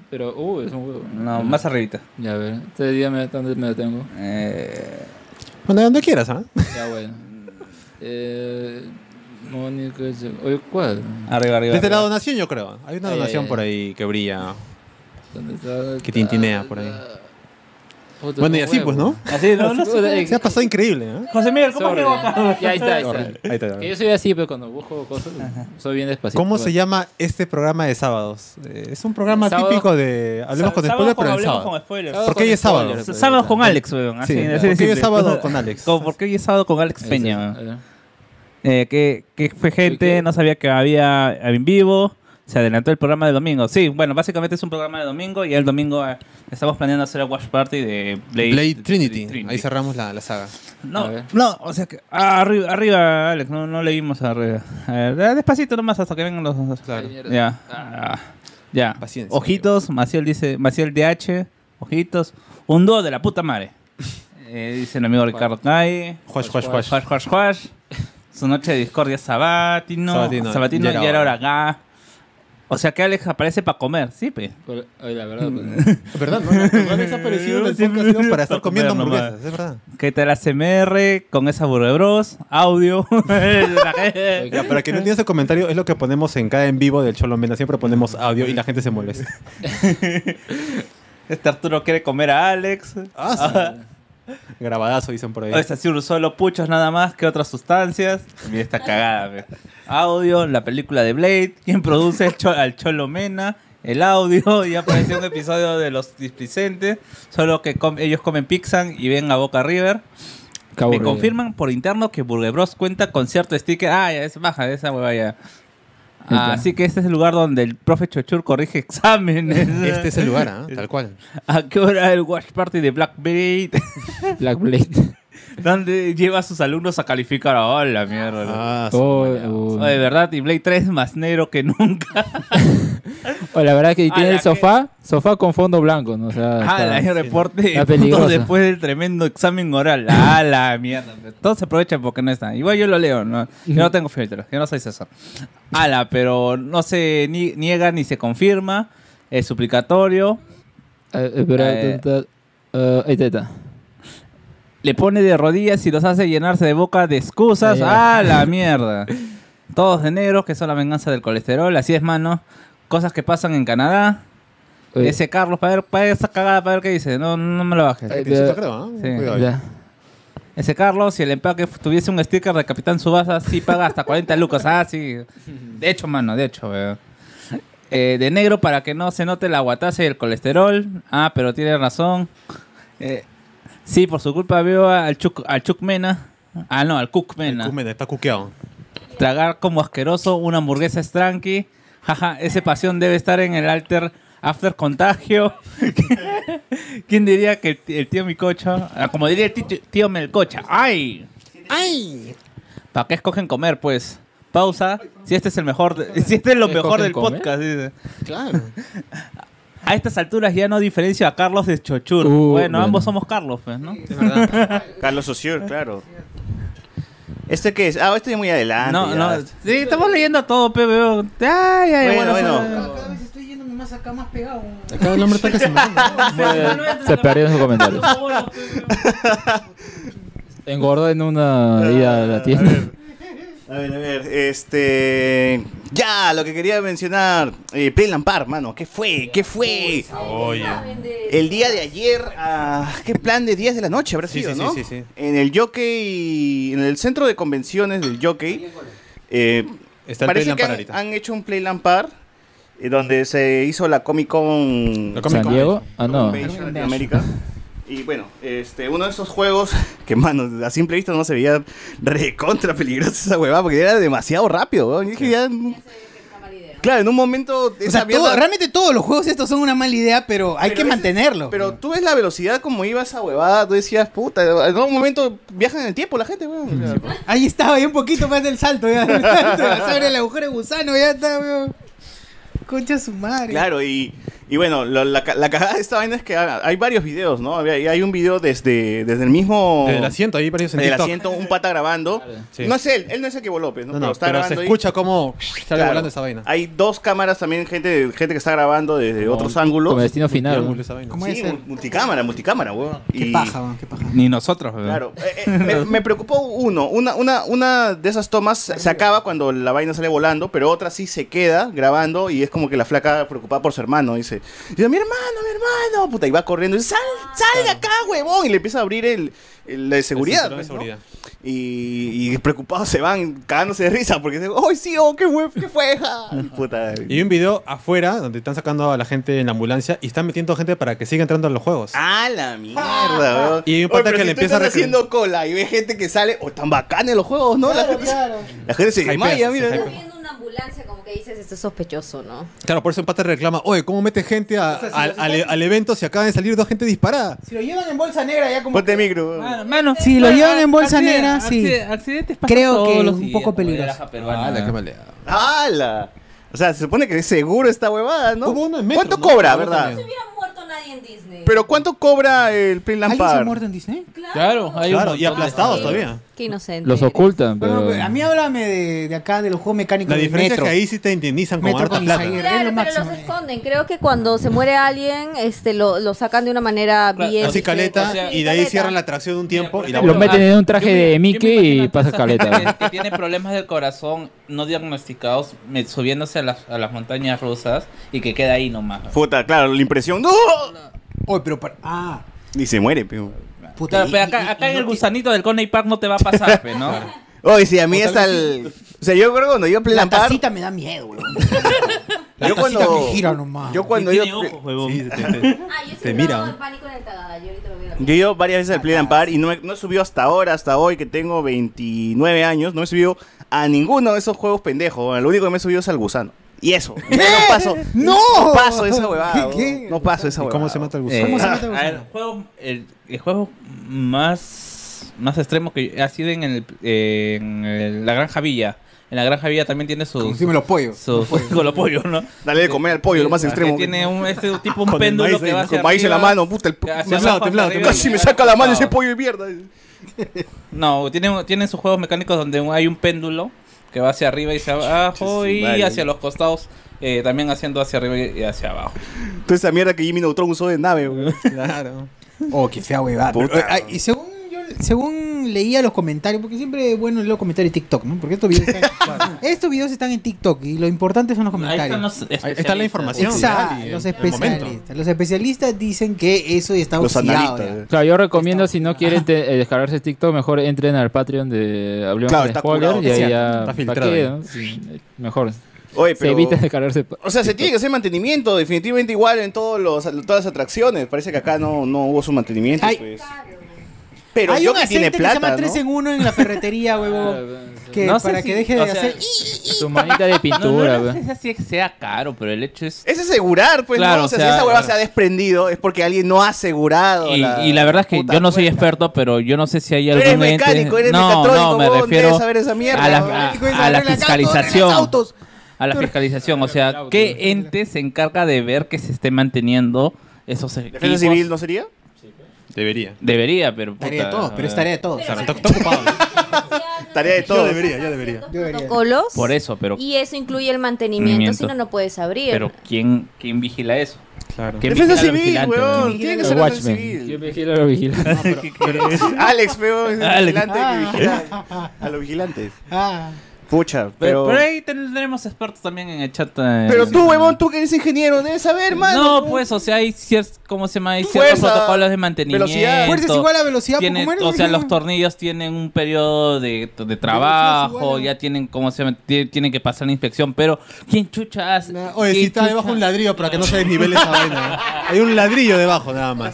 Speaker 6: Pero, uh, es un huevo.
Speaker 5: no, más arribita.
Speaker 6: Ya, a ver. Este día me, ¿dónde me detengo?
Speaker 5: Eh,
Speaker 4: Bueno, donde quieras, ¿ah?
Speaker 6: Ya, bueno. eh, Mónica... Ch- Oye, ¿cuál?
Speaker 5: arriba, arriba.
Speaker 4: Desde la
Speaker 5: arriba.
Speaker 4: donación, yo creo. Hay una
Speaker 6: Ay,
Speaker 4: donación
Speaker 6: ay,
Speaker 4: por ahí que brilla,
Speaker 6: ¿Dónde está?
Speaker 4: que tintinea por ahí.
Speaker 6: Puta,
Speaker 4: Bueno, y
Speaker 6: un
Speaker 4: así
Speaker 6: huevo.
Speaker 4: pues, ¿no?
Speaker 5: Así, no, no
Speaker 6: Puta,
Speaker 5: sé.
Speaker 6: eh,
Speaker 4: Se ha pasado increíble, ¿eh?
Speaker 5: José Miguel, ¿cómo
Speaker 6: sobre.
Speaker 5: llegó acá?
Speaker 6: Ya, ahí está, ahí
Speaker 4: Horrible.
Speaker 6: está.
Speaker 4: Ahí está.
Speaker 6: Que yo soy así, pero cuando busco cosas, soy bien despacito.
Speaker 4: ¿Cómo se
Speaker 6: pues.
Speaker 4: llama este programa de sábados? Eh, es un programa
Speaker 6: Sábado-
Speaker 4: típico de Hablemos con
Speaker 5: Sábado
Speaker 4: spoiler, pero
Speaker 5: con-
Speaker 4: el
Speaker 5: hablemos
Speaker 4: sábado.
Speaker 5: con spoilers.
Speaker 4: ¿Por qué hoy es
Speaker 6: Sábado con
Speaker 4: sábado?
Speaker 6: spoilers,
Speaker 5: Sábado
Speaker 6: pues,
Speaker 5: con Alex, weón. Así,
Speaker 4: Sí,
Speaker 5: así de
Speaker 4: ¿por qué hoy es
Speaker 5: simple.
Speaker 4: sábado con Alex?
Speaker 5: Como, ¿Por qué hoy es sábado con Alex
Speaker 6: Ahí
Speaker 5: Peña? weón?
Speaker 6: está, ahí está.
Speaker 5: Eh, que, que fue gente,
Speaker 6: ¿Qué?
Speaker 5: no sabía que había en vivo. Se adelantó el programa del domingo. Sí, bueno, básicamente es un programa de domingo y el domingo eh, estamos planeando hacer la watch party de Blade,
Speaker 4: Blade Trinity. Ahí cerramos la, la saga.
Speaker 6: A
Speaker 5: No,
Speaker 6: ver.
Speaker 5: no, o sea que ah, arriba, arriba, Alex, no, no leímos arriba. A ver, ah, despacito nomás hasta que vengan los dos.
Speaker 4: Claro.
Speaker 6: mierda.
Speaker 5: Ya. ah, ya.
Speaker 4: Paciencia,
Speaker 5: Ojitos, Maciel dice, Maciel DH, ojitos, un dúo de la puta madre. Eh, dice el amigo Ricardo Calle.
Speaker 4: Juash, juash, juash.
Speaker 5: Juash, juash, juash. Su noche de discordia Sabatino. Sabatino,
Speaker 4: Sabatino, ya era
Speaker 5: ya era hora acá. O sea que Alex aparece para comer, sí, pe.
Speaker 6: Por- Oye, la verdad, pues,
Speaker 4: ¿Verdad? No, no, no, no, desaparecido en el
Speaker 5: Siempre-
Speaker 4: podcast, ¿no? para estar
Speaker 5: Para
Speaker 4: comiendo
Speaker 5: comer nomás.
Speaker 4: hamburguesas, es verdad.
Speaker 5: ¿Qué tal ACMR con esa Burger Bros? Audio. La gente-
Speaker 4: Ya, para que no entiendas el comentario, es lo que ponemos en cada en vivo del Cholo Mena. Siempre ponemos audio y la gente se molesta.
Speaker 5: Este Arturo quiere comer a Alex.
Speaker 4: Ah, Grabadazo, dicen por ahí.
Speaker 5: Ahora está solo puchos nada más que otras sustancias. Mira esta cagada. pe. Audio, la película de Blade. ¿Quién produce el cho- al Cholo Mena? El audio, ya apareció un episodio de Los Displicentes. Solo que com- ellos comen pizza y ven a Boca River.
Speaker 6: Cabo
Speaker 5: Me
Speaker 6: Rey.
Speaker 5: confirman por interno que Burger Bros cuenta con cierto sticker. Ah, ya es baja de esa hueva ya. Ah,
Speaker 6: Epa.
Speaker 5: así que este es el lugar donde el profe Chochur corrige exámenes.
Speaker 4: Este es el lugar, ¿ah? tal cual.
Speaker 5: ¿A qué hora el watch party de Black Blade?
Speaker 6: Black Blade.
Speaker 5: donde lleva a sus alumnos a calificar. ¡Oh, la mierda!
Speaker 4: Ah, sí.
Speaker 6: Oh, oh.
Speaker 5: Oh, de verdad, y Blade 3 más negro que nunca.
Speaker 6: O la verdad que
Speaker 5: A
Speaker 6: tiene
Speaker 5: la
Speaker 6: el sofá, sofá con fondo blanco, ¿no? O sea,
Speaker 5: Ah,
Speaker 6: está-
Speaker 5: la el reporte
Speaker 6: Está
Speaker 5: justo
Speaker 6: peligroso.
Speaker 5: después del tremendo examen oral. Ah, la mierda. Todos se aprovechan porque no están. Igual yo lo leo, ¿no? Yo no tengo filtro, yo no soy César. Ala, pero no se ni- niega ni se confirma. Es suplicatorio.
Speaker 6: Eh, espera,
Speaker 5: Eh.
Speaker 6: ta- ta- eh, ahí está, ahí está.
Speaker 5: Le pone de rodillas y los hace llenarse de boca de excusas.
Speaker 6: Ahí
Speaker 5: ¡Ah, la mierda! Todos de negro, que son la venganza del colesterol. Así es, mano. Cosas que pasan en Canadá.
Speaker 6: Oye,
Speaker 5: Ese Carlos, para ver, para esa cagada, para ver qué dice. No, no me lo bajes.
Speaker 6: Ay,
Speaker 4: Te insulto,
Speaker 6: ya.
Speaker 4: creo, ¿ah?
Speaker 5: Sí.
Speaker 4: Cuidado.
Speaker 6: ya.
Speaker 5: Ese Carlos, si el empaque f- tuviese un sticker de Capitán Subasa, sí paga hasta 40 lucas. Ah, sí. De hecho, mano, de hecho, weón. Eh, de negro para que no se note la guataza y el colesterol. Ah, pero tiene razón. Eh, sí, por su culpa veo al Chuc, al Chuck Mena. Ah, no, al Cook Mena.
Speaker 4: Cumen, está cuqueado.
Speaker 5: Tragar como asqueroso una hamburguesa es tranqui. Jaja, ese pasión debe estar en el alter after contagio. ¿Quién diría que el t- el tío Micocha? ah, Como diría el tío, tío Melcocha. ¡Ay!
Speaker 4: ¡Ay!
Speaker 5: ¿Para qué escogen comer, pues? Pausa. Si este es el mejor, de- si este es lo mejor
Speaker 6: ¿Escogen
Speaker 5: del
Speaker 6: comer?
Speaker 5: podcast. dice.
Speaker 4: Claro.
Speaker 5: A estas alturas ya no diferencio a Carlos de Chochur.
Speaker 6: Uh,
Speaker 5: bueno,
Speaker 6: bueno.
Speaker 5: ambos somos Carlos, pues, ¿no?
Speaker 3: Carlos Saussure, claro. ¿Este qué es? Ah, estoy muy adelante.
Speaker 5: No,
Speaker 3: ya.
Speaker 5: no. Sí, estamos leyendo todo, PBO. Ay, ay,
Speaker 3: Bueno,
Speaker 5: bueno.
Speaker 3: bueno.
Speaker 5: bueno.
Speaker 9: Cada vez estoy yéndome más acá, más pegado.
Speaker 4: Acá el hombre está que se
Speaker 6: Bueno, se perdió en sus comentarios. Engordó en una ida a la tienda.
Speaker 3: A ver, a ver, este. Ya, lo que quería mencionar. Eh, Play Lampard, mano, ¿qué fue? ¿Qué fue?
Speaker 4: Oye.
Speaker 3: El día de ayer, ah, ¿qué plan de 10 de la noche habrá
Speaker 4: Sí,
Speaker 3: sido,
Speaker 4: sí,
Speaker 3: no?
Speaker 4: sí, sí, sí.
Speaker 3: En el Jockey, en el centro de convenciones del Jockey, eh,
Speaker 4: Está el
Speaker 3: parece
Speaker 4: Play Lampard
Speaker 3: que
Speaker 4: ahorita.
Speaker 3: han, han hecho un Play Lampard eh, donde se hizo la Comic Con
Speaker 4: La Comic
Speaker 6: ¿San
Speaker 4: Con.
Speaker 6: Diego? Ah, no.
Speaker 3: Convention Latinoamérica. Y bueno, este, uno de esos juegos que, mano, a simple vista no se veía recontra peligrosa esa huevada porque era demasiado rápido, weón. Y dije, ya- Claro, en un momento
Speaker 9: O
Speaker 3: esa
Speaker 9: sea,
Speaker 3: mierda-
Speaker 9: todo- realmente todos los juegos estos son una mala idea, pero hay
Speaker 3: Pero
Speaker 9: que
Speaker 3: ese-
Speaker 9: mantenerlo.
Speaker 3: Pero tú ves la velocidad como iba esa huevada, tú decías, puta, en algún momento viajan en el tiempo la gente, weón. O sea,
Speaker 9: Ahí estaba, ya un poquito más del salto, ya. del salto, ya se abre el agujero de gusano, ya está, weón. Concha su madre.
Speaker 3: Claro, y, y bueno, lo- la, ca- la cagada de esta vaina es que ah, hay varios videos, ¿no? Hay, hay un video desde, desde el mismo...
Speaker 4: El asiento ahí parece en
Speaker 3: desde el
Speaker 4: TikTok.
Speaker 3: asiento, un pata grabando.
Speaker 4: Sí.
Speaker 3: No es él, él no es el que voló, pues, ¿no?
Speaker 4: No,
Speaker 3: Pero
Speaker 4: no,
Speaker 3: está
Speaker 4: pero se
Speaker 3: grabando ahí.
Speaker 4: escucha como sale
Speaker 3: Claro.
Speaker 4: volando esa vaina.
Speaker 3: Hay dos cámaras también, gente, gente que está grabando desde otros ángulos.
Speaker 6: Como destino final.
Speaker 4: Triángulo
Speaker 6: ¿no?
Speaker 4: esa vaina.
Speaker 9: ¿Cómo
Speaker 3: Sí,
Speaker 9: es él?
Speaker 3: mu- multicámara, multicámara, weón.
Speaker 9: Qué
Speaker 3: Y-
Speaker 9: paja, weón, qué paja.
Speaker 5: Ni nosotros, weón.
Speaker 3: Claro, eh, eh, me, me preocupó uno, una, una, una de esas tomas se acaba cuando la vaina sale volando, pero otra sí se queda grabando y es como que la flaca preocupada por su hermano, dice, dice, mi hermano, mi hermano, puta, y va corriendo, y dice, sal, sal de acá, huevón, y le empieza a abrir el, el- la de seguridad.
Speaker 4: Ah, El
Speaker 3: pues, ¿no?
Speaker 4: cinturón de seguridad.
Speaker 3: Y, y preocupados se van cagándose de risa porque dicen, ¡ay, sí, oh, qué, hue- qué fue! ja". Y Puta.
Speaker 4: Y hay un video afuera donde están sacando a la gente en la ambulancia y están metiendo gente para que siga entrando a los juegos.
Speaker 3: ¡A la mierda, weón!
Speaker 4: Y hay
Speaker 3: Oye,
Speaker 4: un pata
Speaker 3: pero
Speaker 4: que
Speaker 3: si
Speaker 4: le
Speaker 3: tú
Speaker 4: empieza a
Speaker 3: estás
Speaker 4: recre-
Speaker 3: haciendo cola y ve gente que sale, ¡oh, tan bacanes los juegos, ¿no? la, gente, la gente se
Speaker 4: Hypea,
Speaker 3: desmaya,
Speaker 4: se
Speaker 3: mira.
Speaker 4: hypea.
Speaker 3: ¿no?
Speaker 8: viendo una ambulancia, como que dices, esto es sospechoso, ¿no?
Speaker 4: Claro, por eso un pata reclama, oye, ¿cómo mete gente a- al, e-, al- al evento si acaban de salir dos gente disparada?
Speaker 9: Si lo llevan en bolsa negra, ya como.
Speaker 3: Ponte micro.
Speaker 5: Mano, mano,
Speaker 9: Si lo
Speaker 5: mano,
Speaker 9: llevan en bolsa
Speaker 5: accidente-
Speaker 9: negra, sí.
Speaker 5: accidente- Accidentes pasan
Speaker 9: Creo
Speaker 5: todos
Speaker 9: que
Speaker 5: los
Speaker 9: un
Speaker 5: días,
Speaker 9: poco
Speaker 5: como de
Speaker 9: peligroso.
Speaker 5: raja peruana.
Speaker 4: Ala, qué maleada.
Speaker 3: ¡Hala! O sea, se supone que es seguro esta huevada, ¿no?
Speaker 4: Hubo uno en metro,
Speaker 3: ¿Cuánto
Speaker 4: ¿no?
Speaker 3: cobra,
Speaker 4: Hubo
Speaker 3: verdad?
Speaker 4: también.
Speaker 8: hubiera muerto nadie en Disney.
Speaker 3: Pero ¿cuánto cobra el Play
Speaker 9: ¿Alguien se ha
Speaker 3: Lampard?
Speaker 9: muerto en Disney?
Speaker 5: Claro, hay
Speaker 4: Claro, y
Speaker 5: un montón de-
Speaker 4: aplastados
Speaker 8: Sí.
Speaker 4: todavía.
Speaker 8: Qué inocente.
Speaker 6: Los ocultan,
Speaker 9: Bueno,
Speaker 6: pero.
Speaker 9: pero a mí háblame de, de acá, de los juegos mecánicos.
Speaker 4: La
Speaker 9: del
Speaker 4: diferencia
Speaker 9: metro.
Speaker 4: es que ahí sí te indemnizan con
Speaker 9: Metro
Speaker 4: harta
Speaker 9: con
Speaker 4: plata.
Speaker 9: Isaías.
Speaker 8: Claro,
Speaker 9: Es lo
Speaker 8: pero
Speaker 9: máximo,
Speaker 8: los
Speaker 9: eh.
Speaker 8: esconden. Creo que cuando se muere alguien, este, lo, lo sacan de una manera
Speaker 5: Claro,
Speaker 8: bien.
Speaker 4: Así caleta,
Speaker 5: o sea,
Speaker 4: y de ahí cierran la atracción un tiempo y la
Speaker 6: Lo
Speaker 4: vuelven.
Speaker 6: meten en un traje
Speaker 5: Yo me-
Speaker 6: de
Speaker 5: yo me
Speaker 6: Mickey
Speaker 5: imagino
Speaker 6: y
Speaker 5: a
Speaker 6: pasa
Speaker 5: toda esa
Speaker 6: caleta.
Speaker 5: gente Que tiene problemas del corazón no diagnosticados me- subiéndose a las, a las montañas rusas y que queda ahí nomás.
Speaker 3: Puta, claro, la impresión. ¡No!
Speaker 9: Oye, pero. para- Ah,
Speaker 3: Y se muere, pero. Puta,
Speaker 5: Claro,
Speaker 3: y-
Speaker 5: pero
Speaker 3: y-
Speaker 5: acá,
Speaker 3: y-
Speaker 5: acá
Speaker 3: y
Speaker 5: en
Speaker 3: no
Speaker 5: el
Speaker 3: te-
Speaker 5: gusanito del Coney Park no te va a pasar, pe, ¿no?
Speaker 3: Oye, sí, Oh, a mí
Speaker 4: O
Speaker 3: es
Speaker 4: tal vez
Speaker 3: al... O sea, yo creo que cuando yo
Speaker 2: La
Speaker 3: plantar...
Speaker 2: tacita me da miedo, weón. La
Speaker 3: Yo
Speaker 2: tacita
Speaker 3: cuando...
Speaker 2: me gira nomás.
Speaker 3: Yo cuando
Speaker 5: Y
Speaker 3: yo...
Speaker 5: tiene ojos, huevón.
Speaker 4: Sí, te- te-
Speaker 8: Ah,
Speaker 4: Te
Speaker 8: yo sí me
Speaker 4: mira.
Speaker 8: hago el pánico en el tagada, yo ahorita lo voy a
Speaker 3: Yo he ido varias veces al Play and Par y no, me- no he subido hasta ahora, hasta hoy, que tengo 29 años, no he subido a ninguno de esos juegos pendejos. Lo único que me he subido es al gusano. Y eso. yo No paso.
Speaker 2: ¡No!
Speaker 3: No paso esa huevada.
Speaker 2: ¿Qué- qué?
Speaker 3: bro. No paso esa
Speaker 4: ¿Y
Speaker 3: huevada.
Speaker 4: cómo se este mata el
Speaker 5: Eh,
Speaker 4: gusano?
Speaker 2: ¿Cómo se mata el
Speaker 5: a ver,
Speaker 2: gusano?
Speaker 5: juego- el, el juego más, más extremo que ha sido en, el, en el- la Granja Villa. En la Granja Villa también tiene sus...
Speaker 2: Encima los pollos.
Speaker 5: sus- con los pollos, ¿no?
Speaker 3: Dale de comer al pollo, lo más
Speaker 5: Que
Speaker 3: extremo.
Speaker 5: Tiene un, este tipo un
Speaker 4: Con el
Speaker 5: péndulo
Speaker 4: maíz
Speaker 5: que
Speaker 4: ahí,
Speaker 5: va
Speaker 4: ¿no?
Speaker 5: hacia
Speaker 3: Con maíz en la
Speaker 5: arriba,
Speaker 3: mano, puta, el
Speaker 5: hacia
Speaker 3: p-
Speaker 5: abajo,
Speaker 4: temblado,
Speaker 5: hacia arriba,
Speaker 3: Casi
Speaker 5: y
Speaker 3: me
Speaker 5: hacia
Speaker 3: saca la mano
Speaker 5: abajo.
Speaker 3: ese pollo de mierda.
Speaker 5: No, tienen, tienen sus juegos mecánicos donde hay un péndulo que va hacia arriba y hacia abajo y
Speaker 3: madre.
Speaker 5: hacia los costados eh, también haciendo hacia arriba y hacia abajo.
Speaker 3: Toda esa mierda que Jimmy Neutron usó de nave, weón.
Speaker 4: Claro.
Speaker 2: Oh, que fea huevada.
Speaker 3: Puta,
Speaker 2: Pero, ay, y según yo, según leía los comentarios, porque siempre bueno leer los comentarios de TikTok, ¿no? Porque estos videos están, estos videos están en TikTok y lo importante son los
Speaker 5: Ahí
Speaker 2: comentarios.
Speaker 5: están los
Speaker 4: Ahí está la
Speaker 5: especialistas.
Speaker 4: información.
Speaker 2: Exacto,
Speaker 4: real y
Speaker 2: los
Speaker 4: en el momento.
Speaker 2: especialistas. Los especialistas dicen que eso ya está
Speaker 3: Los
Speaker 2: oxidado.
Speaker 3: analistas.
Speaker 2: ya.
Speaker 3: eh.
Speaker 6: Claro, yo recomiendo
Speaker 2: Está-
Speaker 6: si no quieren te- eh, descargarse TikTok, mejor entren al Patreon de Hablemos
Speaker 3: Claro,
Speaker 6: de
Speaker 3: está
Speaker 6: Spoiler
Speaker 3: curado,
Speaker 6: y ahí
Speaker 3: sí,
Speaker 6: ya
Speaker 4: está
Speaker 6: ¿pa'
Speaker 4: filtrado
Speaker 6: qué,
Speaker 4: ahí.
Speaker 6: no? Sí, eh, Mejor.
Speaker 3: Oye,
Speaker 6: Se
Speaker 3: pero...
Speaker 6: evita descargarse. pa-
Speaker 3: O sea, se
Speaker 6: TikTok.
Speaker 3: tiene que hacer mantenimiento, definitivamente igual en todos los, todas las atracciones. Parece que acá no, no hubo su mantenimiento.
Speaker 2: Ay.
Speaker 3: pues. Pero
Speaker 2: Hay
Speaker 3: yo
Speaker 2: un
Speaker 3: que tiene
Speaker 2: aceite que se llama
Speaker 3: plata.
Speaker 2: 3
Speaker 3: ¿no?
Speaker 2: en 1 en la ferretería, huevo. Que
Speaker 5: No sé
Speaker 2: para
Speaker 5: si-
Speaker 2: que deje de
Speaker 5: o sea,
Speaker 2: hacer.
Speaker 6: Su manita de
Speaker 5: No, no,
Speaker 6: pintura.
Speaker 5: no,
Speaker 6: pues. pe.
Speaker 5: sé si así que sea caro, pero el hecho es...
Speaker 3: Es asegurar, pues
Speaker 5: Claro,
Speaker 3: no. O sea,
Speaker 5: o sea,
Speaker 3: si esa huevada
Speaker 5: claro.
Speaker 3: se ha desprendido es porque alguien no ha asegurado.
Speaker 5: Y, y la verdad es que
Speaker 3: puta
Speaker 5: yo no soy
Speaker 3: cuenta.
Speaker 5: experto, pero yo no sé si hay
Speaker 3: Tú
Speaker 5: algún
Speaker 3: Eres
Speaker 5: ente-
Speaker 3: mecánico, eres
Speaker 5: no,
Speaker 3: mecatrónico,
Speaker 5: no, me
Speaker 3: huevón, debes
Speaker 5: refiero
Speaker 3: saber esa mierda.
Speaker 5: a la,
Speaker 3: huevón.
Speaker 5: a-
Speaker 2: Hijo de
Speaker 5: a
Speaker 2: esa
Speaker 5: la
Speaker 2: regla, ya,
Speaker 5: fiscalización.
Speaker 2: todos los autos.
Speaker 5: a la fiscalización. O sea, ¿qué ente se encarga de ver que se esté manteniendo esos equipos?
Speaker 3: ¿Defensa civil no sería?
Speaker 4: Debería.
Speaker 5: Debería, pero... puta, eh.
Speaker 2: Tarea de todos, pero es tarea de todos.
Speaker 4: Claro, está- está ocupado.
Speaker 3: Tarea de todo.
Speaker 4: Yo debería, yo debería.
Speaker 2: Yo debería.
Speaker 8: Protocolos.
Speaker 5: Por eso, pero...
Speaker 8: Y eso incluye el mantenimiento, si no, no puedes abrir.
Speaker 5: Pero ¿quién, quién vigila eso?
Speaker 4: Claro.
Speaker 5: ¿Quién
Speaker 3: Defensa
Speaker 5: vigila al
Speaker 3: civil,
Speaker 5: vigilante,
Speaker 3: weón. Tiene
Speaker 5: no?
Speaker 3: que
Speaker 6: El
Speaker 3: ser defensa
Speaker 6: Watchmen.
Speaker 3: civil.
Speaker 6: Yo vigilo lo vigila.
Speaker 3: Alex, weón, es el
Speaker 5: Alex.
Speaker 3: vigilante que
Speaker 2: Ah.
Speaker 3: vigila a los vigilantes.
Speaker 2: Ah,
Speaker 3: Pucha, pero.
Speaker 5: Pero, pero ahí tendremos expertos también en el chat. eh,
Speaker 3: Pero tú, huevón, tú que eres ingeniero, debes saber, mano.
Speaker 5: No, pues, o sea, hay ciertos, ¿cómo se llama? Hay ciertos
Speaker 3: Fuerza,
Speaker 5: protocolos de mantenimiento.
Speaker 3: velocidad.
Speaker 2: Fuerza es igual a velocidad.
Speaker 3: pues,
Speaker 5: Tiene-
Speaker 2: ¿cómo era?
Speaker 5: o sea, los tornillos tienen un periodo de, de trabajo,
Speaker 2: igual a-
Speaker 5: ya tienen, ¿cómo se llama? Tie- Tienen que pasar la inspección, pero ¿quién chucha hace?
Speaker 4: Nah, Oye, si
Speaker 5: ¿Quién
Speaker 4: está
Speaker 5: chucha?
Speaker 4: debajo un ladrillo para que no se desnivele esa vaina. ¿eh? Hay un ladrillo debajo nada más.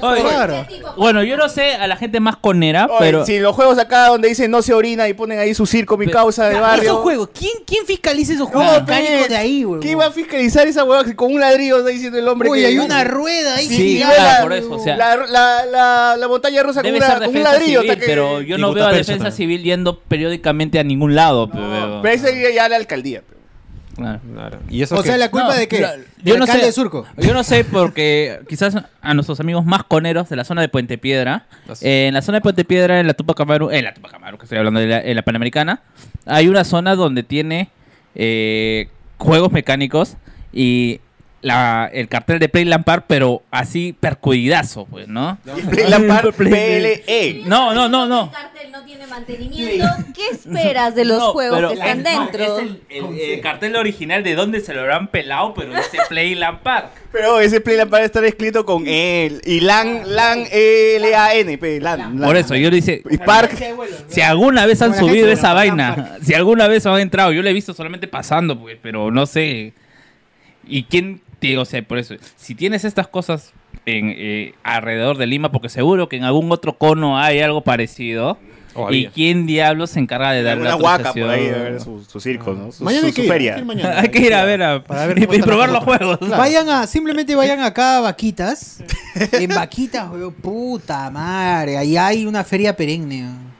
Speaker 5: Oye,
Speaker 8: este
Speaker 4: Claro.
Speaker 5: Bueno, yo no sé a la gente más conera,
Speaker 3: Oye,
Speaker 5: Ah, pero...
Speaker 3: Si los juegos acá donde dicen no se orina y ponen ahí su circo, mi
Speaker 5: Pe-
Speaker 3: causa de barrio.
Speaker 2: Ah, Esos juegos, ¿quién, ¿quién fiscaliza esos
Speaker 3: No,
Speaker 2: juegos
Speaker 3: pe,
Speaker 2: mecánicos Ah, de ahí, huevo?
Speaker 3: ¿Quién va a fiscalizar esa huevada que con un ladrillo está diciendo el hombre?
Speaker 2: Uy,
Speaker 3: que-
Speaker 2: hay una rueda ahí.
Speaker 5: Sí,
Speaker 2: gigante,
Speaker 5: claro,
Speaker 2: huevo.
Speaker 5: por eso, o sea,
Speaker 3: La, la, la, la montaña rusa con,
Speaker 5: Debe
Speaker 3: una-
Speaker 5: ser
Speaker 3: con un
Speaker 5: defensa
Speaker 3: ladrillo.
Speaker 5: civil,
Speaker 3: hasta que-
Speaker 5: pero yo
Speaker 4: Y
Speaker 5: no veo a
Speaker 4: Gutapercha
Speaker 5: defensa
Speaker 4: también.
Speaker 5: civil yendo periódicamente a ningún lado. pe-
Speaker 3: No,
Speaker 5: veo.
Speaker 3: Pero ese sería ya la alcaldía. pe.
Speaker 5: Claro.
Speaker 4: Claro. Y eso
Speaker 2: O
Speaker 4: que-
Speaker 2: sea, ¿la culpa
Speaker 5: No,
Speaker 2: de qué?
Speaker 5: la-
Speaker 2: Del
Speaker 5: yo no sé.
Speaker 2: alcalde de Surco.
Speaker 5: Yo no sé porque quizás a nuestros amigos más coneros de la zona de Puente Piedra,
Speaker 4: Las-
Speaker 5: eh, en la zona de Puente Piedra, en la Tupac Amaru, en la Tupac Amaru, que estoy hablando de la, en la Panamericana, hay una zona donde tiene eh, juegos mecánicos y la, el cartel de Play Lampard, pero así percuidazo, pues, ¿no?
Speaker 3: Play Lampard, E. PLE.
Speaker 5: No, no, no, no.
Speaker 8: El cartel no tiene mantenimiento. ¿Qué esperas de los
Speaker 5: No,
Speaker 8: juegos
Speaker 5: pero
Speaker 8: que están
Speaker 5: es-
Speaker 8: dentro?
Speaker 5: es el, el- el cartel original de donde se lo habrán pelado, pero dice Play Lampard.
Speaker 3: Pero ese Play Lampard está escrito con E. Y LAN, LAN, L-A-N. pe, LAN,
Speaker 5: Por eso yo le dije,
Speaker 3: Y Park.
Speaker 5: Si alguna vez han
Speaker 2: Como la
Speaker 5: subido
Speaker 2: gente de
Speaker 5: esa
Speaker 2: la
Speaker 5: vaina,
Speaker 2: Lampark.
Speaker 5: si alguna vez han entrado, yo la he visto solamente pasando, pues, pero no sé. ¿Y quién te, o sea, por eso, si tienes estas cosas en, eh, alrededor de Lima, porque seguro que en algún otro cono hay algo parecido,
Speaker 4: Oh,
Speaker 5: ¿y
Speaker 4: había.
Speaker 5: quién diablo se encarga de dar la
Speaker 3: Una huaca por ahí, a
Speaker 5: autorización?
Speaker 3: ver su, su circo, ¿no? Su,
Speaker 4: Mañana
Speaker 3: su-
Speaker 4: hay que
Speaker 3: su
Speaker 4: ir,
Speaker 3: feria.
Speaker 4: hay que ir mañana.
Speaker 5: hay que ir a ver a-
Speaker 4: Para ver
Speaker 5: y,
Speaker 4: cómo
Speaker 5: y
Speaker 4: están
Speaker 5: probar los
Speaker 4: las
Speaker 5: juegos.
Speaker 2: Vayan a, simplemente vayan acá a Vaquitas. En Vaquitas, weón, puta madre. Ahí hay una feria perenne. weón.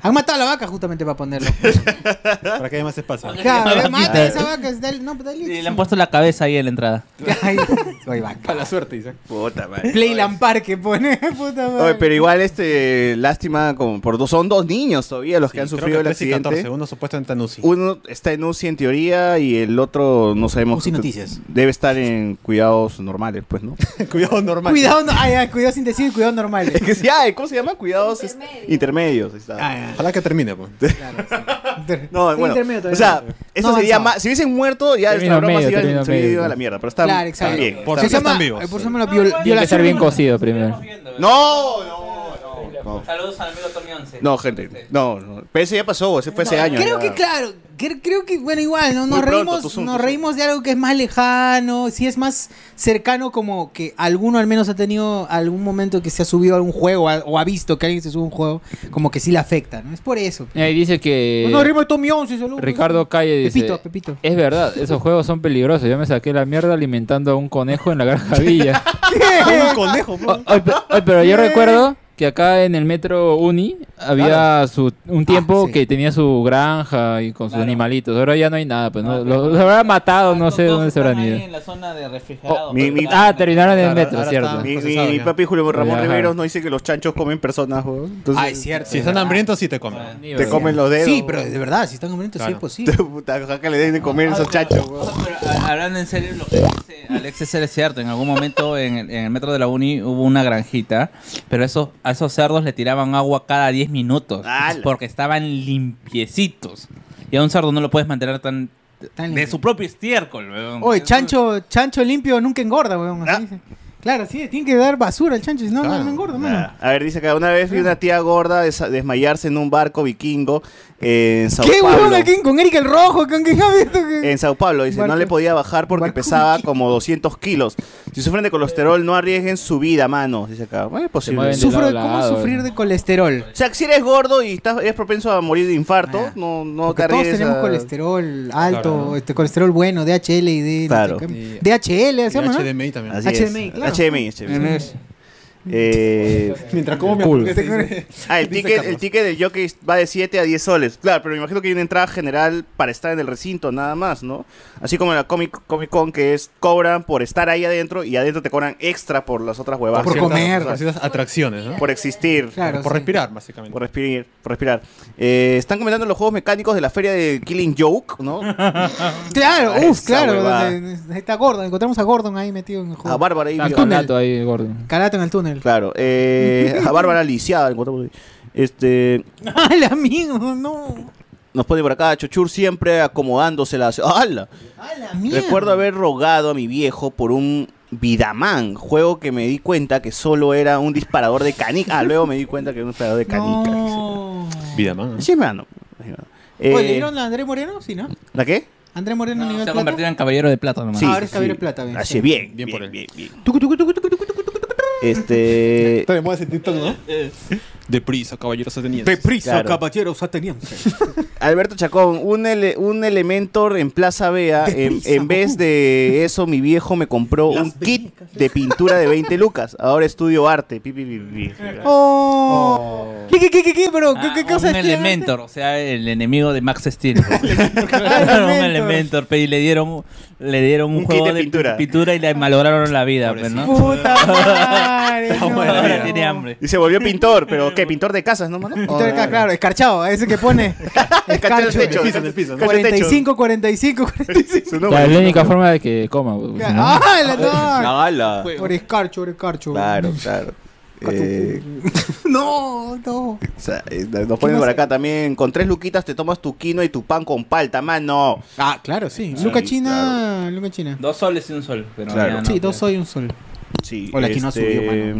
Speaker 2: Han matado a la vaca justamente para ponerlo.
Speaker 4: Para que haya más espacio.
Speaker 2: Claro, mata esa vaca. es dale- no, pues dale.
Speaker 5: Y le han puesto la cabeza ahí en la entrada.
Speaker 2: Ay, soy vaca.
Speaker 4: Para la suerte, Isaac.
Speaker 3: Puta madre.
Speaker 2: Playland Park que pone, puta madre.
Speaker 3: Oye, pero igual, este, lástima, como por dos, son dos niños todavía los que han
Speaker 4: Sí, creo
Speaker 3: sufrido el
Speaker 4: 13 y 14,
Speaker 3: accidente.
Speaker 4: uno supuestamente en UCI.
Speaker 3: Uno está en UCI en teoría y el otro no sabemos.
Speaker 2: UCI Noticias.
Speaker 3: Debe estar en cuidados normales, pues, ¿no?
Speaker 4: Cuidado normal.
Speaker 2: Cuidado, no, ay, ay, cuidado sin decir y cuidado normal.
Speaker 3: Es que sí, ay, ¿cómo se llama? Cuidados es-
Speaker 8: Intermedios.
Speaker 3: intermedios. ahí está.
Speaker 2: Ay,
Speaker 4: Ojalá que termine, pues.
Speaker 2: ay.
Speaker 3: No,
Speaker 2: Sí,
Speaker 3: bueno,
Speaker 2: intermedio
Speaker 3: o
Speaker 2: todavía.
Speaker 3: sea, eso
Speaker 2: No
Speaker 3: sería
Speaker 2: avanzaba.
Speaker 3: más. Si hubiesen muerto, ya
Speaker 6: Término
Speaker 3: esta broma
Speaker 6: medio,
Speaker 3: se iba-
Speaker 6: término
Speaker 3: se hubiera ido
Speaker 6: medio.
Speaker 3: a la mierda. Pero está,
Speaker 2: Claro, exacto.
Speaker 3: está bien.
Speaker 4: Por
Speaker 3: está
Speaker 4: si
Speaker 2: se
Speaker 3: bien.
Speaker 2: llama,
Speaker 4: están vivos.
Speaker 2: eh, Por eso llama la viol-
Speaker 6: Tiene que estar
Speaker 2: violación.
Speaker 6: bien cocido primero.
Speaker 3: No, no, no. no.
Speaker 5: Saludos al amigo Tommy 11.
Speaker 3: No, gente. No, no. Pero eso ya pasó, ese fue ese año.
Speaker 2: Creo
Speaker 3: ya.
Speaker 2: que, claro, cre- creo que, bueno, igual, ¿no?
Speaker 3: Muy
Speaker 2: nos,
Speaker 3: pronto,
Speaker 2: reímos,
Speaker 3: tú zoom,
Speaker 2: nos
Speaker 3: tú zoom.
Speaker 2: reímos de algo que es más lejano, si es más cercano, como que alguno al menos ha tenido algún momento que se ha subido a algún juego a- o ha visto que alguien se sube a un juego, como que sí le afecta, ¿no? Es por eso.
Speaker 6: Y Ahí dice que
Speaker 2: Pues nos reímos de Tommy 11, saludos.
Speaker 6: Eh, Ricardo Calle dice...
Speaker 2: Pepito, Pepito.
Speaker 6: Es verdad, esos juegos son peligrosos. Yo me saqué la mierda alimentando a un conejo en la granja Villa.
Speaker 4: Un conejo, bro.
Speaker 6: Ay, ay, pe- ay, pero yo recuerdo que acá en el metro Uni había su, un tiempo
Speaker 2: Ah, sí.
Speaker 6: que tenía su granja y con sus
Speaker 5: Claro.
Speaker 6: animalitos. Ahora ya no hay nada, pues ¿no?
Speaker 5: No,
Speaker 6: los,
Speaker 5: pero-
Speaker 6: los habrán matado, no
Speaker 5: Todos
Speaker 6: sé dónde se
Speaker 5: están
Speaker 6: habrán
Speaker 5: ahí
Speaker 6: ido.
Speaker 5: En la zona de refrigerado.
Speaker 3: Oh, mi- mi-
Speaker 6: Ah, terminaron en el
Speaker 4: Claro,
Speaker 6: metro,
Speaker 4: ahora
Speaker 6: cierto.
Speaker 2: Ah,
Speaker 4: está-
Speaker 2: pues,
Speaker 3: Mi, mi-
Speaker 4: Procesado
Speaker 3: mi
Speaker 4: ya.
Speaker 3: papi Julio Ramón
Speaker 6: Ajá.
Speaker 3: Riveros nos dice que los chanchos comen personas, weón. Entonces,
Speaker 2: Ay, cierto.
Speaker 4: Si están hambrientos, sí te
Speaker 5: Ah,
Speaker 4: comen.
Speaker 6: Ni
Speaker 3: te
Speaker 6: verdad.
Speaker 3: comen los dedos.
Speaker 2: Sí, pero de verdad, si están hambrientos, sí
Speaker 4: Claro.
Speaker 2: es posible.
Speaker 3: Puta, ojalá que le den de comer a esos chanchos, weón.
Speaker 5: Pero, a- hablando en serio, lo que dice Alexis es cierto. En algún momento en el, en el metro de la Uni hubo una granjita, pero esos, a esos cerdos le tiraban agua cada 10 minutos
Speaker 3: ¡Hala!
Speaker 5: porque estaban limpiecitos. Y a un cerdo no lo puedes mantener tan.
Speaker 2: Tan
Speaker 5: de
Speaker 2: limpio.
Speaker 5: su propio estiércol, weón.
Speaker 2: Oye,
Speaker 5: Eso-
Speaker 2: chancho, chancho limpio nunca engorda, weón. así dice. Claro, sí, tiene que dar basura el chancho, si no, no, no engorda, mano.
Speaker 3: Ah, A ver, dice que una vez vi una tía gorda desa- desmayarse en un barco vikingo en Sao
Speaker 2: ¿Qué,
Speaker 3: Paulo.
Speaker 2: weón? Aquí con Eric el Rojo, con que
Speaker 3: En Sao Paulo, dice,
Speaker 2: Barco.
Speaker 3: no le podía bajar porque
Speaker 2: Barco
Speaker 3: pesaba como 200 kilos. Si sufren de colesterol, no arriesguen su vida, mano. Dice acá, "Bueno, es posible.
Speaker 6: mueven
Speaker 3: Su-
Speaker 2: Sufro de
Speaker 6: lado a
Speaker 2: cómo
Speaker 6: lado,
Speaker 2: sufrir
Speaker 6: ¿no?
Speaker 2: de colesterol.
Speaker 3: O sea, si eres gordo y estás, eres propenso a morir de infarto,
Speaker 2: Ah,
Speaker 3: no, no
Speaker 2: Porque
Speaker 3: te
Speaker 2: todos
Speaker 3: arriesgues
Speaker 2: tenemos
Speaker 3: a-
Speaker 2: colesterol alto,
Speaker 4: Claro, ¿no?
Speaker 2: este colesterol bueno, DHL y de
Speaker 3: Claro.
Speaker 2: y- DHL, ¿se llama, no?
Speaker 4: HDMI también.
Speaker 3: Así es.
Speaker 2: HDMI, claro.
Speaker 3: HDMI, HDMI. Eh,
Speaker 4: Mientras como
Speaker 6: Cool.
Speaker 3: ah, el ticket, el ticket del jockey va de 7 a 10 soles. Claro, pero me imagino que hay una entrada general para estar en el recinto, nada más, ¿no? Así como en la Comic, Comic Con, que es cobran por estar ahí adentro y adentro te cobran extra por las otras huevadas.
Speaker 2: Por
Speaker 3: Ciertas-
Speaker 2: comer.
Speaker 3: o sea,
Speaker 4: Esas atracciones, ¿no?
Speaker 3: por existir.
Speaker 2: Claro,
Speaker 4: Por
Speaker 2: sí.
Speaker 4: respirar, básicamente.
Speaker 3: Por respirar, por respirar. Eh, están comentando los juegos mecánicos de la feria de Killing Joke, ¿no?
Speaker 2: Claro,
Speaker 3: Ah,
Speaker 2: uff,
Speaker 3: esa
Speaker 2: claro.
Speaker 3: huevada. Ah,
Speaker 2: donde- Ahí está Gordon, encontramos a Gordon ahí metido en el
Speaker 3: A
Speaker 2: juego.
Speaker 3: Bárbara ahí.
Speaker 6: Está
Speaker 3: violando.
Speaker 6: con gato ahí, gordo.
Speaker 2: Carato en el túnel.
Speaker 3: Claro, eh, a Bárbara lisiada. encontramos ahí. Este,
Speaker 2: ¡Al amigo! ¡No!
Speaker 3: nos pone por acá, Chochur siempre acomodándose las... ¡Hala!
Speaker 2: ¡A la mierda!
Speaker 3: Recuerdo haber rogado a mi viejo por un Vidaman, juego que me di cuenta que solo era un disparador de canica. Ah, luego me di cuenta que era un disparador de canica.
Speaker 2: No.
Speaker 4: Vida, man.
Speaker 3: Sí, hermano. Eh,
Speaker 2: Oye, ¿le dieron a André Moreno? Sí, ¿no?
Speaker 3: ¿La qué?
Speaker 2: André Moreno
Speaker 5: No,
Speaker 2: nivel
Speaker 5: se ha
Speaker 2: plata.
Speaker 5: convertido en caballero de plata nomás.
Speaker 3: Sí,
Speaker 2: Ahora es
Speaker 3: sí.
Speaker 2: Caballero de Plata, bien.
Speaker 3: Así, bien,
Speaker 4: Bien
Speaker 3: bien,
Speaker 4: por él.
Speaker 3: bien, bien.
Speaker 2: Tucu, tucu, tucu, tucu, tucu, tucu, tucu, tucu.
Speaker 3: Este...
Speaker 4: de moda ese TikTok, ¿no? Deprisa, caballeros atenienses.
Speaker 3: Prisa,
Speaker 12: caballeros atenienses.
Speaker 3: Alberto Chacón, un, ele- un Elementor en Plaza Bea. En, en vez de eso, mi viejo me compró un kit de pintura de 20 lucas. Ahora estudio arte. Pi, pi, pi, pi.
Speaker 2: ¡Oh! ¿Qué, qué, qué, qué, qué? Pero, ¿qué,
Speaker 5: Ah,
Speaker 2: qué cosa
Speaker 5: un
Speaker 2: es que-
Speaker 5: Elementor, o sea, el enemigo de Max Steel. Era un Elementor, pe, y le dieron, le dieron un,
Speaker 3: Un kit
Speaker 5: juego
Speaker 3: de
Speaker 5: de
Speaker 3: pintura.
Speaker 5: pintura y le malograron la vida, pues, ¿no?
Speaker 2: Puta madre.
Speaker 4: Trauma de la
Speaker 5: Ahora
Speaker 4: vida.
Speaker 5: tiene hambre.
Speaker 3: Y se volvió pintor, pero ¿qué? Pintor de casas, ¿no, mano?
Speaker 2: Pintor de ca- claro, escarchado, ese que pone.
Speaker 3: Escarchado en el
Speaker 2: escarcho.
Speaker 3: techo,
Speaker 4: en el piso, en el piso, ¿no?
Speaker 2: 45, 45, 45.
Speaker 3: Su
Speaker 6: La
Speaker 3: nombre.
Speaker 6: única forma de que coma. pues, si no-
Speaker 2: ¡Ah, la no!
Speaker 3: Ala.
Speaker 2: Por escarcho, por escarcho.
Speaker 3: Claro, claro. Eh,
Speaker 2: No, no.
Speaker 3: o sea, eh, nos ponen por acá también. Con tres luquitas te tomas tu quino y tu pan con palta, mano.
Speaker 2: Ah, claro, sí. Luca
Speaker 3: Sí,
Speaker 2: China, Luca China.
Speaker 5: Dos soles y un sol. Pero
Speaker 3: Claro.
Speaker 5: ya no,
Speaker 2: Sí, dos
Speaker 5: pues.
Speaker 2: soy un sol.
Speaker 3: Sí, este,
Speaker 2: Hola, aquí no subió, mano.
Speaker 3: eh,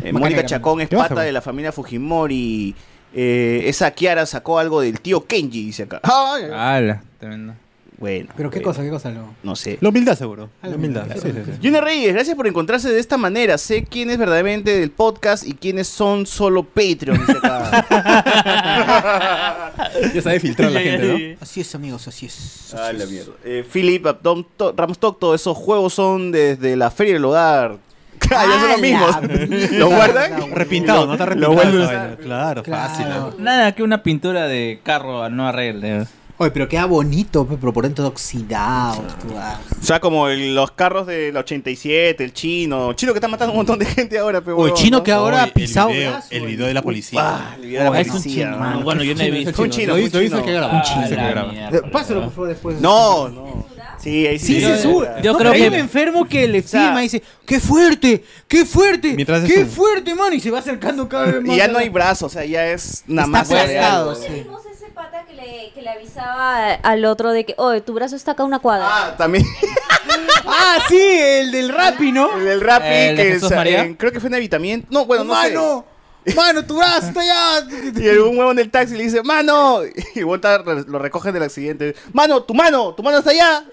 Speaker 2: Maca
Speaker 3: Mónica
Speaker 2: negra,
Speaker 3: Chacón es
Speaker 2: ¿Qué vas a
Speaker 3: pata
Speaker 2: hacer?
Speaker 3: de la familia Fujimori. Eh, esa Kiara sacó algo del tío Kenji, dice acá. Ay,
Speaker 5: Ah, Ala, tremendo.
Speaker 3: Bueno.
Speaker 2: Pero qué
Speaker 3: bueno,
Speaker 2: cosa, qué cosa, lo.
Speaker 3: No sé.
Speaker 4: La humildad, seguro. La
Speaker 2: Algo
Speaker 4: humildad.
Speaker 2: que-
Speaker 4: Sí, sí, sí.
Speaker 3: Junior Reyes, gracias por encontrarse de esta manera. Sé quién es verdaderamente del podcast y quiénes son solo Patreon. dice acá.
Speaker 4: Ya sabe filtrar la gente, ¿no?
Speaker 2: Así es, amigos, así es.
Speaker 3: Ah, la mierda. Eh, Philip Abdom To- Ramos Tocto, esos juegos son desde la Feria del Hogar. Ah, ya son
Speaker 2: Ah,
Speaker 3: los mismos.
Speaker 2: la mierda.
Speaker 3: ¿Lo guardan?
Speaker 4: Repintado, ¿no? Está repintado.
Speaker 3: Lo vuelve a
Speaker 4: esa vaina. Claro, fácil.
Speaker 2: Claro.
Speaker 4: ¿no?
Speaker 5: Nada que una pintura de carro no arregle.
Speaker 2: Oye, pero queda bonito, pe, pero por dentro está oxidado. tú, ah.
Speaker 3: O sea, como el- los carros del 87, el chino. Chino que está matando un montón de gente ahora, pero.
Speaker 2: O el chino que ahora
Speaker 4: Oye,
Speaker 2: ha pisado.
Speaker 4: El video,
Speaker 2: brazo,
Speaker 4: el
Speaker 2: eh.
Speaker 4: video de la
Speaker 3: Ah,
Speaker 4: policía.
Speaker 5: Oh, es un chino, mano. Bueno, yo no he visto.
Speaker 3: Fue un chino,
Speaker 4: Lo
Speaker 3: fue
Speaker 4: hizo,
Speaker 3: un
Speaker 4: hizo el
Speaker 3: chino.
Speaker 4: que graba.
Speaker 5: Ah,
Speaker 4: Hizo el que
Speaker 5: la
Speaker 4: graba.
Speaker 5: mierda,
Speaker 2: Eh,
Speaker 5: por
Speaker 2: Pásalo, por
Speaker 5: favor.
Speaker 2: favor, después.
Speaker 3: No, no. Sí, ahí
Speaker 2: Sí,
Speaker 3: sí. se
Speaker 2: se sube.
Speaker 3: censura.
Speaker 5: Yo
Speaker 2: No,
Speaker 5: creo
Speaker 2: pero hay
Speaker 5: que-
Speaker 2: un enfermo que le
Speaker 3: sea-
Speaker 2: filma y dice, ¡qué fuerte! ¡Qué fuerte!
Speaker 4: Mientras es
Speaker 2: ¡Qué
Speaker 4: un-
Speaker 2: fuerte, mano! Y se va acercando cada vez más.
Speaker 3: Y ya
Speaker 2: a la-
Speaker 3: no hay brazos, o sea, ya es una
Speaker 2: Está
Speaker 3: masa de
Speaker 2: aplastado,
Speaker 3: algo.
Speaker 2: Pues sí.
Speaker 8: Vimos ese pata que le, que le avisaba al otro de que, oye, tu brazo está acá a una cuadra.
Speaker 3: Ah, también.
Speaker 2: ¡Ah, sí! El del Rappi, ¿no?
Speaker 3: El del Rappi,
Speaker 5: El de
Speaker 3: que eh,
Speaker 5: Jesús
Speaker 3: sa-
Speaker 5: María.
Speaker 3: en- creo que fue un evitamiento. No, bueno, no sé.
Speaker 2: ¡Mano!
Speaker 9: Mano, tu brazo está allá.
Speaker 3: Y el- un huevón del taxi le dice, mano. Y el huevón está- re- lo recoge del accidente. Mano, tu mano, tu mano está allá.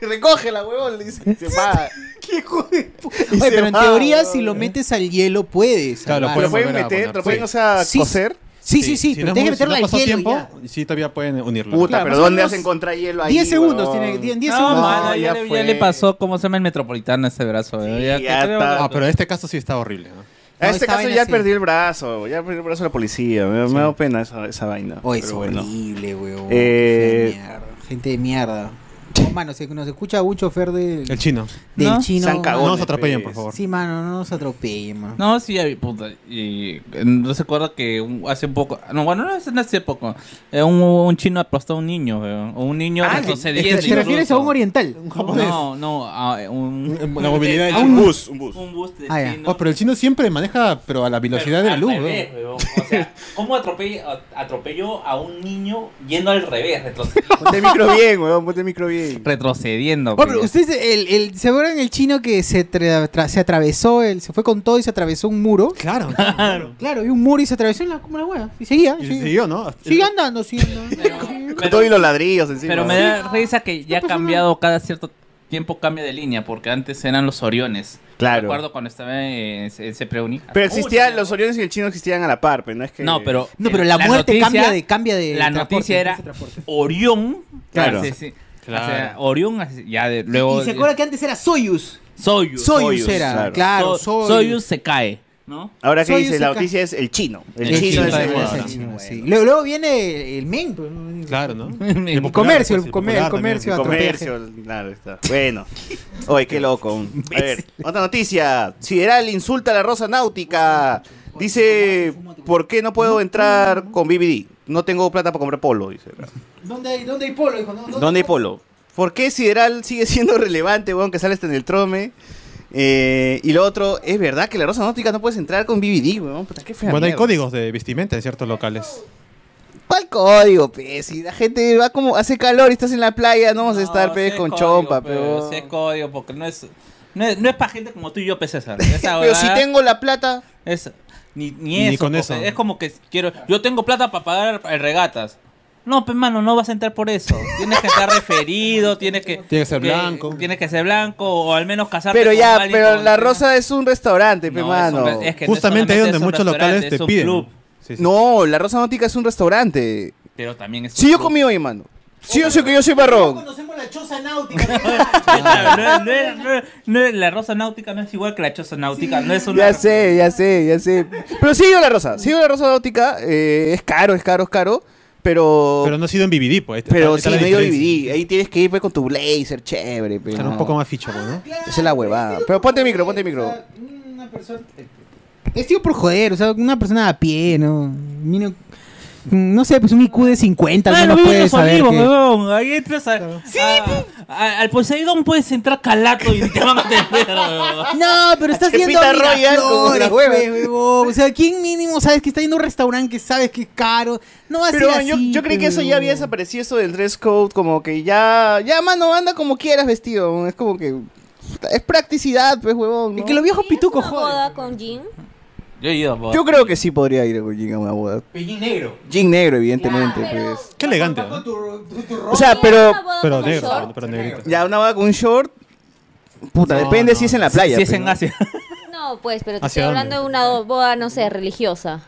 Speaker 3: Y recógela, huevón. Le dice, y se va. ¿Qué joder?
Speaker 2: Oye, pero en
Speaker 3: "Ah".
Speaker 2: teoría, si lo Ah, metes al hielo, puedes.
Speaker 4: Claro,
Speaker 2: salvar.
Speaker 3: Lo
Speaker 4: puedes
Speaker 3: pueden
Speaker 4: volver a
Speaker 3: meter,
Speaker 4: poner,
Speaker 3: lo pueden,
Speaker 4: sí.
Speaker 3: o sea,
Speaker 2: Sí,
Speaker 3: coser.
Speaker 2: Sí, sí, sí,
Speaker 4: Si
Speaker 2: pero
Speaker 4: no
Speaker 2: tienes que meterlo
Speaker 4: hemos- si no ha
Speaker 2: al
Speaker 4: pasado
Speaker 2: hielo.
Speaker 4: tiempo,
Speaker 2: ya.
Speaker 4: sí, todavía pueden unirlo.
Speaker 3: Puta,
Speaker 9: Claro,
Speaker 3: pero
Speaker 9: más o
Speaker 3: ¿dónde
Speaker 9: menos
Speaker 3: hacen contra hielo ahí?
Speaker 9: 10 segundos,
Speaker 3: huevón?
Speaker 9: tiene 10
Speaker 5: No,
Speaker 9: segundos.
Speaker 3: ya
Speaker 5: mano, ya, le,
Speaker 3: fue.
Speaker 5: ya le pasó cómo se llama el metropolitano ese brazo. ¿eh?
Speaker 3: Sí, ya
Speaker 5: ya, ¿qué te
Speaker 3: está.
Speaker 4: Ah,
Speaker 5: hablo?
Speaker 4: pero en este caso sí está horrible. ¿no?
Speaker 3: En
Speaker 2: No,
Speaker 3: este
Speaker 2: esta
Speaker 3: caso
Speaker 2: vaina
Speaker 3: ya
Speaker 2: sí.
Speaker 3: perdí el brazo, ya perdí el brazo de la policía. Me, me da pena esa, esa vaina.
Speaker 2: Oh, es
Speaker 3: pero bueno.
Speaker 2: horrible, weón. Gente de
Speaker 3: Eh,
Speaker 2: mierda. Gente de mierda. Oh, mano, se, nos escucha un chofer del,
Speaker 4: El chino.
Speaker 2: del
Speaker 5: ¿No?
Speaker 2: chino.
Speaker 3: San
Speaker 4: No
Speaker 3: cagón.
Speaker 4: nos atropellen, por
Speaker 3: pues.
Speaker 4: favor.
Speaker 2: Sí, mano, no nos atropellen, mano.
Speaker 5: No, sí, ya vi, puta. Y eh, no se acuerda que un- hace poco. No, bueno, no hace, no hace poco. eh, un, un chino aplastó a un niño, weón. O un niño
Speaker 3: Ah,
Speaker 5: retrocediente.
Speaker 9: ¿Te refieres a un oriental? Oh,
Speaker 5: No, no, a eh, un.
Speaker 4: La movilidad del
Speaker 5: a
Speaker 4: chino.
Speaker 3: Un bus, un bus.
Speaker 5: Un bus de
Speaker 9: Ah, ya.
Speaker 5: chino.
Speaker 4: Oh, pero el chino siempre maneja, pero a la velocidad de la
Speaker 5: al
Speaker 4: luz.
Speaker 5: revés,
Speaker 4: weón.
Speaker 5: weón. O sea, ¿cómo atropelló, atropelló a un niño yendo al revés,
Speaker 3: Ponte el micro bien, weón, ponte el micro bien.
Speaker 5: retrocediendo?
Speaker 9: Oh, pero ustedes, el, el, ¿se acuerdan el chino que se, tra- tra- se atravesó, el, se fue con todo y se atravesó un muro?
Speaker 4: Claro.
Speaker 9: Claro, y un muro y se atravesó en la, como la hueá. Y seguía,
Speaker 4: Y
Speaker 9: seguía.
Speaker 4: siguió, ¿no?
Speaker 9: Sigue andando, sigue andando.
Speaker 3: Con todo y los ladrillos encima.
Speaker 5: Pero me
Speaker 3: Sí.
Speaker 5: da risa que ya ha cambiado cada cierto tiempo cambia de línea, porque antes eran los Oriones.
Speaker 3: Claro.
Speaker 5: Me acuerdo cuando estaba en, en CPUNI.
Speaker 3: Pero existían, los Oriones y el chino existían a la par, pero no es que.
Speaker 5: No, pero.
Speaker 2: No, pero la, muerte
Speaker 5: noticia-
Speaker 2: cambia de cambia de
Speaker 5: La
Speaker 2: transporte,
Speaker 5: noticia era
Speaker 2: de transporte.
Speaker 5: Orión.
Speaker 3: Claro.
Speaker 5: así- sí.
Speaker 4: Claro.
Speaker 5: O sea, Orión, así- ya de- luego.
Speaker 2: Y se acuerda que antes era Soyuz.
Speaker 5: Soyuz.
Speaker 2: Soyuz,
Speaker 3: Soyuz,
Speaker 2: era,
Speaker 3: claro.
Speaker 2: claro,
Speaker 5: So-
Speaker 2: Soyuz.
Speaker 5: Soyuz se cae, ¿no?
Speaker 3: Ahora que
Speaker 9: Soy
Speaker 3: dice, la
Speaker 9: Yusuke.
Speaker 3: noticia es el chino. El,
Speaker 5: El
Speaker 3: chino,
Speaker 5: chino
Speaker 3: es
Speaker 5: de
Speaker 3: el
Speaker 5: Taiwán.
Speaker 3: bueno.
Speaker 2: Sí,
Speaker 9: Sí.
Speaker 2: sí.
Speaker 9: Luego, luego viene el men. pues, ¿no?
Speaker 4: Claro, ¿no?
Speaker 5: El
Speaker 4: popular,
Speaker 9: comercio,
Speaker 4: pues,
Speaker 9: el comer- el
Speaker 4: popular también.
Speaker 9: comercio.
Speaker 3: El Comercio, claro, está. Bueno. Oye, qué loco. A ver, otra noticia. Sideral insulta a la Rosa Náutica. Dice, ¿por qué no puedo entrar con BBD? No tengo plata para comprar polo, dice.
Speaker 9: ¿Dónde hay, ¿Dónde hay polo? Dijo, ¿no?
Speaker 3: ¿Dónde hay polo? ¿Por qué Sideral sigue siendo relevante, weón, que sale hasta en el trome? Eh, y lo otro, es verdad que la Rosa Náutica no puedes entrar con BBD, weón. Puta, qué fea
Speaker 4: Bueno, hay
Speaker 3: mierda.
Speaker 4: códigos de vestimenta en ciertos locales.
Speaker 3: ¿Cuál código, pe? Si la gente va como, hace calor y estás en la playa, no vas a estar, pe, con chompa, pe.
Speaker 5: pero.
Speaker 3: weón.
Speaker 5: Sí es código, porque no es. No es, no es para gente como tú y yo, pe César. Esa
Speaker 3: Pero si
Speaker 5: huevada-
Speaker 3: tengo la plata,
Speaker 5: Es, ni, ni
Speaker 4: Ni
Speaker 5: eso,
Speaker 4: con
Speaker 5: porque
Speaker 4: eso.
Speaker 5: Es como que quiero. Yo tengo plata para pagar eh, regatas. No, pues mano, no vas a entrar por eso. Tienes que estar referido, tienes que.
Speaker 4: Tienes que ser blanco.
Speaker 5: Tienes que ser blanco o al menos casarte
Speaker 3: pero
Speaker 5: con
Speaker 3: ya,
Speaker 5: alguien
Speaker 3: pero
Speaker 5: con-
Speaker 3: la rosa es un restaurante, pe,
Speaker 5: No,
Speaker 3: mano.
Speaker 5: es un re- es que no es
Speaker 4: Justamente ahí donde
Speaker 5: solamente es un
Speaker 4: muchos locales
Speaker 5: restaurante,
Speaker 4: te
Speaker 5: es un
Speaker 4: piden.
Speaker 5: club,
Speaker 4: Sí, sí.
Speaker 3: No, la rosa náutica es un restaurante.
Speaker 5: pero también es.
Speaker 3: Si
Speaker 5: un
Speaker 3: yo
Speaker 5: club.
Speaker 3: comí hoy, mano. Si yo sé que yo soy barrón.
Speaker 9: Conocemos la choza náutica.
Speaker 5: No, no es- no es- no es- la rosa náutica no es igual que la choza náutica. No es una.
Speaker 3: Ya sé, ya sé, ya sé. Pero sí, yo la rosa. Sí, yo la rosa náutica. eh, es caro, es caro, es caro. Pero.
Speaker 4: Pero no ha sido en BBD, pues. ahí
Speaker 3: Pero sí,
Speaker 4: está- ahí está la
Speaker 3: medio
Speaker 4: diferencia.
Speaker 3: dividí. Ahí tienes que ir pues, con tu blazer, chévere. Pero
Speaker 4: Claro, un poco más ficha, pues, ¿no?
Speaker 3: Esa es la huevada. Pero ponte el micro, ponte el micro.
Speaker 9: Una persona.
Speaker 3: eh,
Speaker 2: Es tío por joder, o sea, una persona a pie, ¿no? Ni No, no sé, pues un IQ de 50,
Speaker 5: Ah,
Speaker 2: al menos
Speaker 5: lo vi en
Speaker 2: puede
Speaker 5: los
Speaker 2: saber
Speaker 5: olivos,
Speaker 2: que-
Speaker 5: huevón. Ahí entras a, a- a- al Poseidón puedes entrar calato y te van a atender, huevón.
Speaker 2: No, pero estás
Speaker 3: Chepita
Speaker 2: viendo
Speaker 3: Royal como
Speaker 2: Miraflores,
Speaker 3: la hueva.
Speaker 2: pe, huevón. O sea, ¿quién mínimo sabes que está yendo a un restaurante que sabes que es caro? No va a
Speaker 3: Pero
Speaker 2: ser
Speaker 3: yo,
Speaker 2: así,
Speaker 3: yo creí que
Speaker 2: pe,
Speaker 3: eso ya había
Speaker 2: huevón.
Speaker 3: desaparecido, eso del dress code, como que ya, ya mano, anda como quieras vestido, es como que, es practicidad, pues huevón. ¿no?
Speaker 2: Es que los viejos
Speaker 8: ¿Sí es
Speaker 2: pitucos,
Speaker 8: una
Speaker 2: joder.
Speaker 8: boda con jean?
Speaker 5: Yo he ido a bodas.
Speaker 3: Yo creo que sí podría ir con jean a una boda.
Speaker 9: Pellín negro.
Speaker 3: Jean negro, evidentemente,
Speaker 8: Pero-
Speaker 3: pues.
Speaker 4: Qué elegante, ¿no?
Speaker 3: O sea, pero,
Speaker 8: Una boda
Speaker 4: Pero
Speaker 8: con
Speaker 4: negro,
Speaker 8: short.
Speaker 4: pero negrito.
Speaker 3: ya una boda con un short, puta,
Speaker 4: No,
Speaker 3: depende
Speaker 4: no.
Speaker 3: si es en la playa.
Speaker 5: Si es
Speaker 3: pues,
Speaker 5: en
Speaker 3: ¿no?
Speaker 5: Asia.
Speaker 8: No, pues, pero te
Speaker 4: ¿Hacia
Speaker 8: estoy
Speaker 4: dónde?
Speaker 8: hablando de una boda, no sé, religiosa.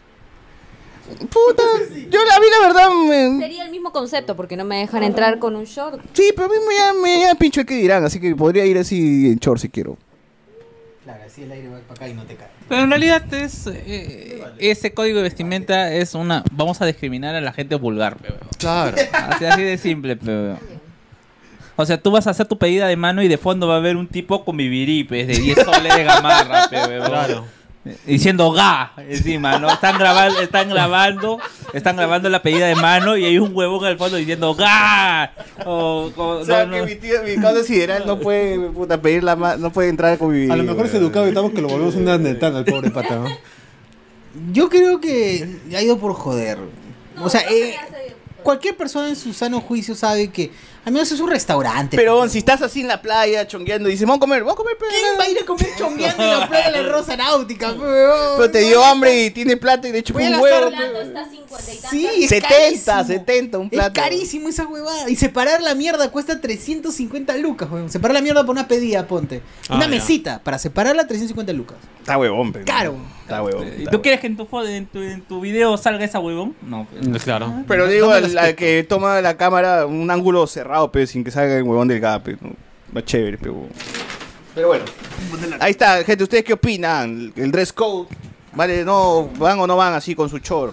Speaker 3: Puta, yo la vi la verdad, me-
Speaker 8: Sería el mismo concepto, porque no me
Speaker 2: Ah.
Speaker 8: dejan entrar con un short.
Speaker 3: sí, pero a mí me ya, me ya pincho el que dirán, así que podría ir así en short si quiero.
Speaker 2: Claro, así el aire va para acá y no te cae.
Speaker 5: Pero en realidad es eh, ese código de vestimenta es una vamos a discriminar a la gente vulgar, pe, huevón.
Speaker 4: Claro.
Speaker 5: Así, así de simple, pe, huevón. O sea, tú vas a hacer tu pedida de mano y de fondo va a haber un tipo con mi viripes de 10 soles de gamarra, pe, huevón.
Speaker 4: Claro.
Speaker 5: diciendo ga encima, ¿no? Están grabando, están grabando, están grabando la pedida de mano y hay un huevón al fondo diciendo ga. O, o-
Speaker 3: O sea,
Speaker 5: no,
Speaker 3: que
Speaker 5: no.
Speaker 3: mi tío, mi causa sideral no puede, puta, pedir la ma- no puede entrar con mi
Speaker 10: A lo mejor es
Speaker 3: weón.
Speaker 10: educado y estamos que lo volvemos una netana al pobre pata, ¿no?
Speaker 2: Yo creo que ha ido por joder.
Speaker 8: No,
Speaker 2: O sea,
Speaker 8: creo que
Speaker 2: eh,
Speaker 8: ya se-
Speaker 2: cualquier persona en su sano juicio sabe que Al menos es un restaurante.
Speaker 3: Pero si estás así en la playa chongueando y dices, vamos a comer, vamos a comer. pe".
Speaker 2: ¿Quién va a ir a comer chongueando en la playa de la Rosa Náutica?
Speaker 3: Pero te dio hambre y tiene plata y de hecho
Speaker 2: Voy a
Speaker 3: un
Speaker 2: gastar
Speaker 3: huevo. pues.
Speaker 2: la-
Speaker 3: pe.
Speaker 8: Plato está 50 y tantos.
Speaker 2: Sí, es
Speaker 3: 70,
Speaker 2: carísimo.
Speaker 3: 70, un
Speaker 2: Es
Speaker 3: plato.
Speaker 2: carísimo esa huevada. Y separar la mierda cuesta 350 lucas, weón. Separar la mierda por una pedida, ponte.
Speaker 4: Ah,
Speaker 2: una
Speaker 4: ya.
Speaker 2: mesita para separarla, 350 lucas.
Speaker 3: Está huevón, pe.
Speaker 2: Caro.
Speaker 3: Está huevón.
Speaker 5: ¿Y
Speaker 3: está
Speaker 5: ¿Tú
Speaker 3: huevón.
Speaker 5: quieres que en tu, fo- en tu, en tu video salga esa huevón? No. pues.
Speaker 4: Claro.
Speaker 3: Pero digo, al, al que toma la cámara un ángulo cerrado, pero sin que salga el huevón del gap. ¿no? Va chévere, pero. Pero bueno. Ahí está, gente, ¿ustedes qué opinan? ¿El dress code? ¿Vale? ¿No van o no van así con su chor?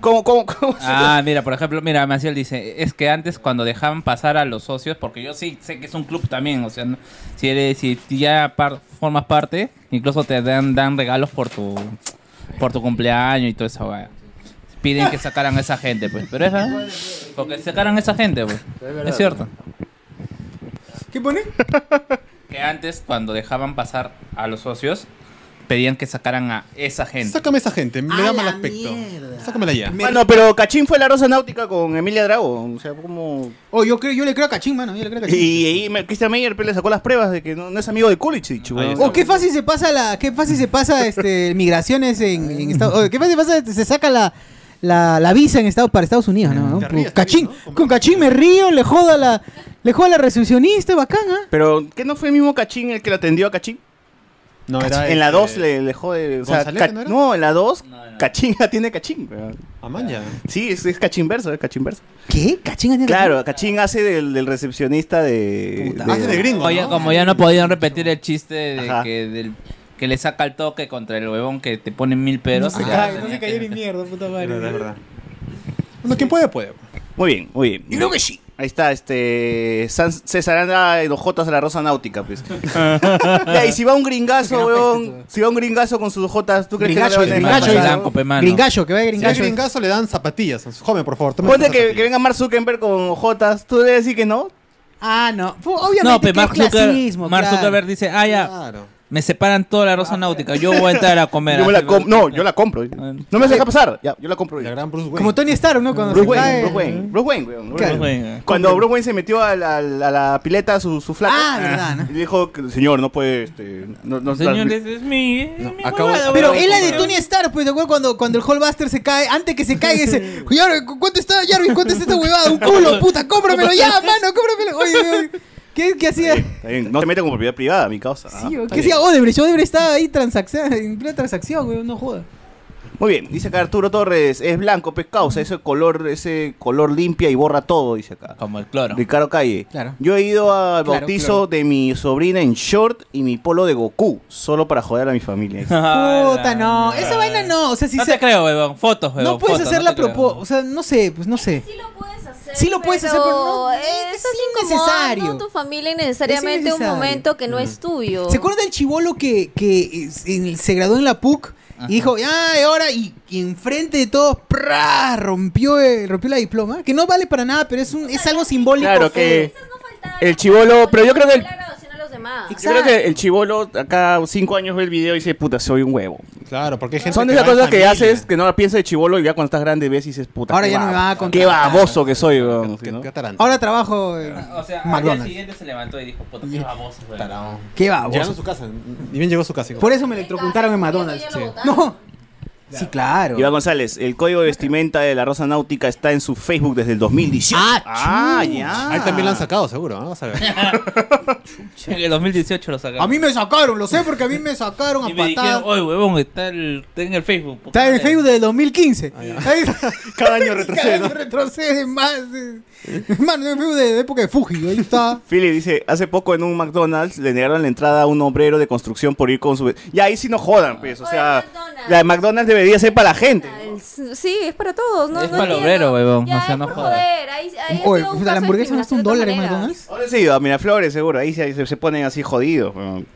Speaker 3: ¿Cómo, cómo, cómo?
Speaker 5: Ah, mira, por ejemplo, mira, Maciel dice, es que antes cuando dejaban pasar a los socios, porque yo sí sé que es un club también, o sea, ¿no? si eres, si ya par- formas parte, incluso te dan, dan regalos por tu por tu cumpleaños y todo eso, weá. Piden que sacaran a esa gente, pues. Pero es verdad. Porque sacaran a esa gente, pues. Es cierto.
Speaker 2: ¿Qué pone?
Speaker 5: Que antes, cuando dejaban pasar a los socios, pedían que sacaran a esa gente.
Speaker 4: Sácame esa gente, me
Speaker 2: A
Speaker 4: da mal
Speaker 2: la
Speaker 4: aspecto.
Speaker 2: mierda.
Speaker 4: Sácamela ya.
Speaker 3: Bueno, Ah, pero Cachín fue la Rosa Náutica con Emilia Drago. O sea, como.
Speaker 2: Oh, yo, creo, yo le creo a Cachín, mano. Yo le creo a Cachín.
Speaker 3: Y, y me- Christian Meyer pe, le sacó las pruebas de que no, no es amigo de Kulicic,
Speaker 4: Ahí
Speaker 3: weón.
Speaker 4: está.
Speaker 2: O Oh, qué fácil se pasa la, qué fácil se pasa este migraciones en, en Estados Unidos. Qué fácil pasa, se saca la, la, la visa en Estados para Estados Unidos,
Speaker 5: Mm.
Speaker 2: ¿no?
Speaker 4: Te ríes,
Speaker 2: cachín,
Speaker 4: te ríes, ¿no?
Speaker 2: con cachín me río, le jodo a la, le jodo a la recepcionista, bacán, ¿ah?
Speaker 3: Pero, ¿qué no fue el mismo Cachín el que lo atendió a Cachín?
Speaker 4: No,
Speaker 3: Cachín- en la
Speaker 5: este,
Speaker 3: 2 le, le jode. O sea,
Speaker 4: ¿Gonzalete
Speaker 3: Ca-
Speaker 4: no era?
Speaker 3: en la 2
Speaker 5: No, no.
Speaker 3: Cachín atiende a Cachín. weón.
Speaker 4: Amaya.
Speaker 3: Sí, es, es Cachín verso, es Cachín verso.
Speaker 2: ¿Qué? Cachín atiende a
Speaker 3: Claro, Cachín hace del, del recepcionista de.
Speaker 2: Puta,
Speaker 4: Hace de gringo.
Speaker 5: Oye,
Speaker 4: ¿no?
Speaker 5: como ya no podían repetir el chiste de
Speaker 3: Ajá.
Speaker 5: que, del, que le saca el toque contra el huevón que te pone mil peros.
Speaker 2: Cachín.
Speaker 5: ya
Speaker 2: Ay, no
Speaker 5: tenía
Speaker 2: se cayó
Speaker 5: que-
Speaker 2: ni mierda, puta
Speaker 4: Es verdad, es
Speaker 2: madre.
Speaker 4: verdad. Bueno, quien puede, puede.
Speaker 3: Muy bien, muy bien. Yo creo que sí. Ahí está, este. San- César anda en ojotas a la rosa náutica, pues. Ya, y si va un gringazo, weón. Si va un gringazo con sus ojotas, ¿tú crees
Speaker 2: Gringacho,
Speaker 3: que no le van a
Speaker 2: gringacho,
Speaker 3: dejar
Speaker 5: blanco,
Speaker 3: pasar?
Speaker 5: pe, mano.
Speaker 2: Gringallo, que vaya
Speaker 4: Si hay
Speaker 2: gringallo.
Speaker 4: gringazo, le dan zapatillas. Joven, por favor, toma
Speaker 3: Ponte
Speaker 4: estas
Speaker 3: que, que
Speaker 4: zapatillas.
Speaker 3: venga Mark Zuckerberg con ojotas, ¿tú debes decir que no?
Speaker 2: Ah, no. Fu- Obviamente
Speaker 5: No,
Speaker 2: que
Speaker 5: pero
Speaker 2: es
Speaker 5: Mark, Zucker-
Speaker 2: clasismo,
Speaker 5: Mark
Speaker 2: claro. Ah.
Speaker 5: Zuckerberg dice, ah, ya,
Speaker 4: Claro.
Speaker 5: me separan toda la rosa náutica, yo voy a entrar a comer.
Speaker 3: Yo me la
Speaker 5: Así,
Speaker 3: com- no, yo la compro.
Speaker 5: Bueno.
Speaker 3: No me deja pasar. Ya, yo la compro.
Speaker 4: La gran Bruce Wayne.
Speaker 2: Como Tony Stark, ¿no? Cuando
Speaker 3: Bruce
Speaker 2: se cae-
Speaker 3: Wayne, Bruce Wayne, Bruce Wayne, weón, Bruce
Speaker 2: Claro.
Speaker 3: Wayne.
Speaker 5: Bueno.
Speaker 3: Cuando Bruce Wayne se metió a la, a la- a la pileta, su, su flaca,
Speaker 2: Ah, verdad, ¿no?
Speaker 3: y dijo, que, señor, no puede, este, no, no-
Speaker 5: Señores, es mi... es mi
Speaker 4: acabo-
Speaker 5: huevada,
Speaker 2: Pero
Speaker 5: huevón.
Speaker 2: es la de Tony Stark, pues, ¿te acuerdas cuando, cuando el Hallbuster se cae? Antes que se caiga, dice, "Yar- ¿cuánto está, Jarvis? ¿Cuánto está esta huevada? Un culo, puta, cómpramelo ya, mano, cómpramelo. Oye, oye, ¿qué, qué hacía?
Speaker 3: Está bien, no se mete con propiedad privada, mi causa. ah,
Speaker 2: Sí,
Speaker 3: está
Speaker 2: ¿Qué
Speaker 3: bien.
Speaker 2: hacía Odebrecht? Odebrecht estaba ahí transacción, en plena transacción, güey, no joda.
Speaker 3: Muy bien, dice acá Arturo Torres, es blanco, pues causa, ese color, ese color limpia y borra todo, dice acá.
Speaker 5: Como el cloro.
Speaker 3: Ricardo Calle.
Speaker 2: Claro.
Speaker 3: Yo he ido al
Speaker 2: Claro,
Speaker 3: bautizo
Speaker 2: claro.
Speaker 3: de mi sobrina en short y mi polo de Goku, solo para joder a mi familia.
Speaker 2: Puta, no, esa vaina no, o sea, si
Speaker 5: Ah, no
Speaker 2: se...
Speaker 5: te creo, huevón. Fotos, huevón.
Speaker 2: No puedes
Speaker 5: fotos,
Speaker 2: hacer
Speaker 5: no
Speaker 2: la
Speaker 5: te creo.
Speaker 2: propuesta, o sea, no sé, pues no sé.
Speaker 8: Sí lo puedes hacer.
Speaker 2: Sí lo puedes hacer, pero no- es
Speaker 8: incomodando
Speaker 2: innecesario.
Speaker 8: a tu familia innecesariamente
Speaker 2: Es
Speaker 8: un
Speaker 2: innecesario.
Speaker 8: momento que no
Speaker 3: Mm.
Speaker 8: es tuyo.
Speaker 2: ¿Se acuerdan del chivolo que, que es- en- se graduó en la PUC? Y dijo, ay, ahora, y, y enfrente de todos, ¡prá! rompió, eh, rompió la diploma, que no vale para nada, pero es un, es algo simbólico.
Speaker 3: Claro que
Speaker 8: Esas no faltaban,
Speaker 3: Eh, El
Speaker 8: no
Speaker 3: chibolo,
Speaker 8: faltaban,
Speaker 3: pero yo creo que el-
Speaker 8: la grabación a los demás.
Speaker 3: Yo creo que el chivolo acá cinco años ve el video y dice, puta, soy un huevo.
Speaker 4: Claro, porque hay gente
Speaker 3: Son
Speaker 4: que
Speaker 3: de esas
Speaker 4: va en
Speaker 3: cosas que
Speaker 4: familia.
Speaker 3: haces que no la piensas de chivolo y ya cuando estás grande ves y dices, puta,
Speaker 2: Ahora
Speaker 3: qué
Speaker 2: ya no me
Speaker 3: babo-
Speaker 2: va a contratar.
Speaker 3: Qué baboso que soy, weón.
Speaker 4: Que-
Speaker 3: ¿no?
Speaker 4: que ataranta.
Speaker 2: Ahora trabajo eh, en
Speaker 5: O sea, al día
Speaker 2: McDonald's.
Speaker 5: siguiente se levantó y dijo, puta, qué baboso, huevón.
Speaker 4: Tarao.
Speaker 2: Qué
Speaker 4: Llegaron a
Speaker 2: baboso.
Speaker 4: su casa. Ni bien llegó a su casa.
Speaker 2: Por eso me electrocutaron en McDonald's.
Speaker 8: Eso ya lo
Speaker 2: Sí.
Speaker 8: votaron.
Speaker 2: No. Sí, claro.
Speaker 3: Iván González, el código de vestimenta de la Rosa Náutica está en su Facebook desde el 2018.
Speaker 2: Ah,
Speaker 3: ya.
Speaker 4: Ahí también la han sacado, seguro. ¿no? Vas a ver.
Speaker 5: En el 2018 lo sacaron.
Speaker 2: A mí me sacaron, lo sé porque a mí me sacaron
Speaker 5: y
Speaker 2: a
Speaker 5: me dijeron,
Speaker 2: patadas.
Speaker 5: oye, huevón, está, el- está en el Facebook. pues".
Speaker 2: Está en el Facebook del 2015. Ahí-
Speaker 4: Cada año
Speaker 2: Cada
Speaker 4: retrocede.
Speaker 2: año
Speaker 4: ¿no?
Speaker 2: retrocede más. eh. Hermano, en el Facebook de, de época de Fuji. Ahí está.
Speaker 3: Philip dice, hace poco en un McDonald's le negaron la entrada a un obrero de construcción por ir con su... Ya ahí sí no jodan, pues. O
Speaker 8: Oye,
Speaker 3: sea,
Speaker 8: McDonald's.
Speaker 3: la de McDonald's debería ser para la gente.
Speaker 8: El- Sí, es para todos. No,
Speaker 5: Es
Speaker 8: no
Speaker 5: para el
Speaker 8: entiendo.
Speaker 5: obrero, huevón,
Speaker 8: Ya,
Speaker 5: o sea,
Speaker 8: es
Speaker 5: no
Speaker 8: por
Speaker 5: jodas.
Speaker 8: joder, ahí- ahí ha
Speaker 2: Oye,
Speaker 8: sido
Speaker 2: puta, la
Speaker 8: un caso de
Speaker 2: hamburguesa no está un dólar en
Speaker 8: discriminación de otras
Speaker 2: McDonald's.
Speaker 3: Ahora sí, a Miraflores, seguro. Ahí se, se- se ponen así jodidos. weón.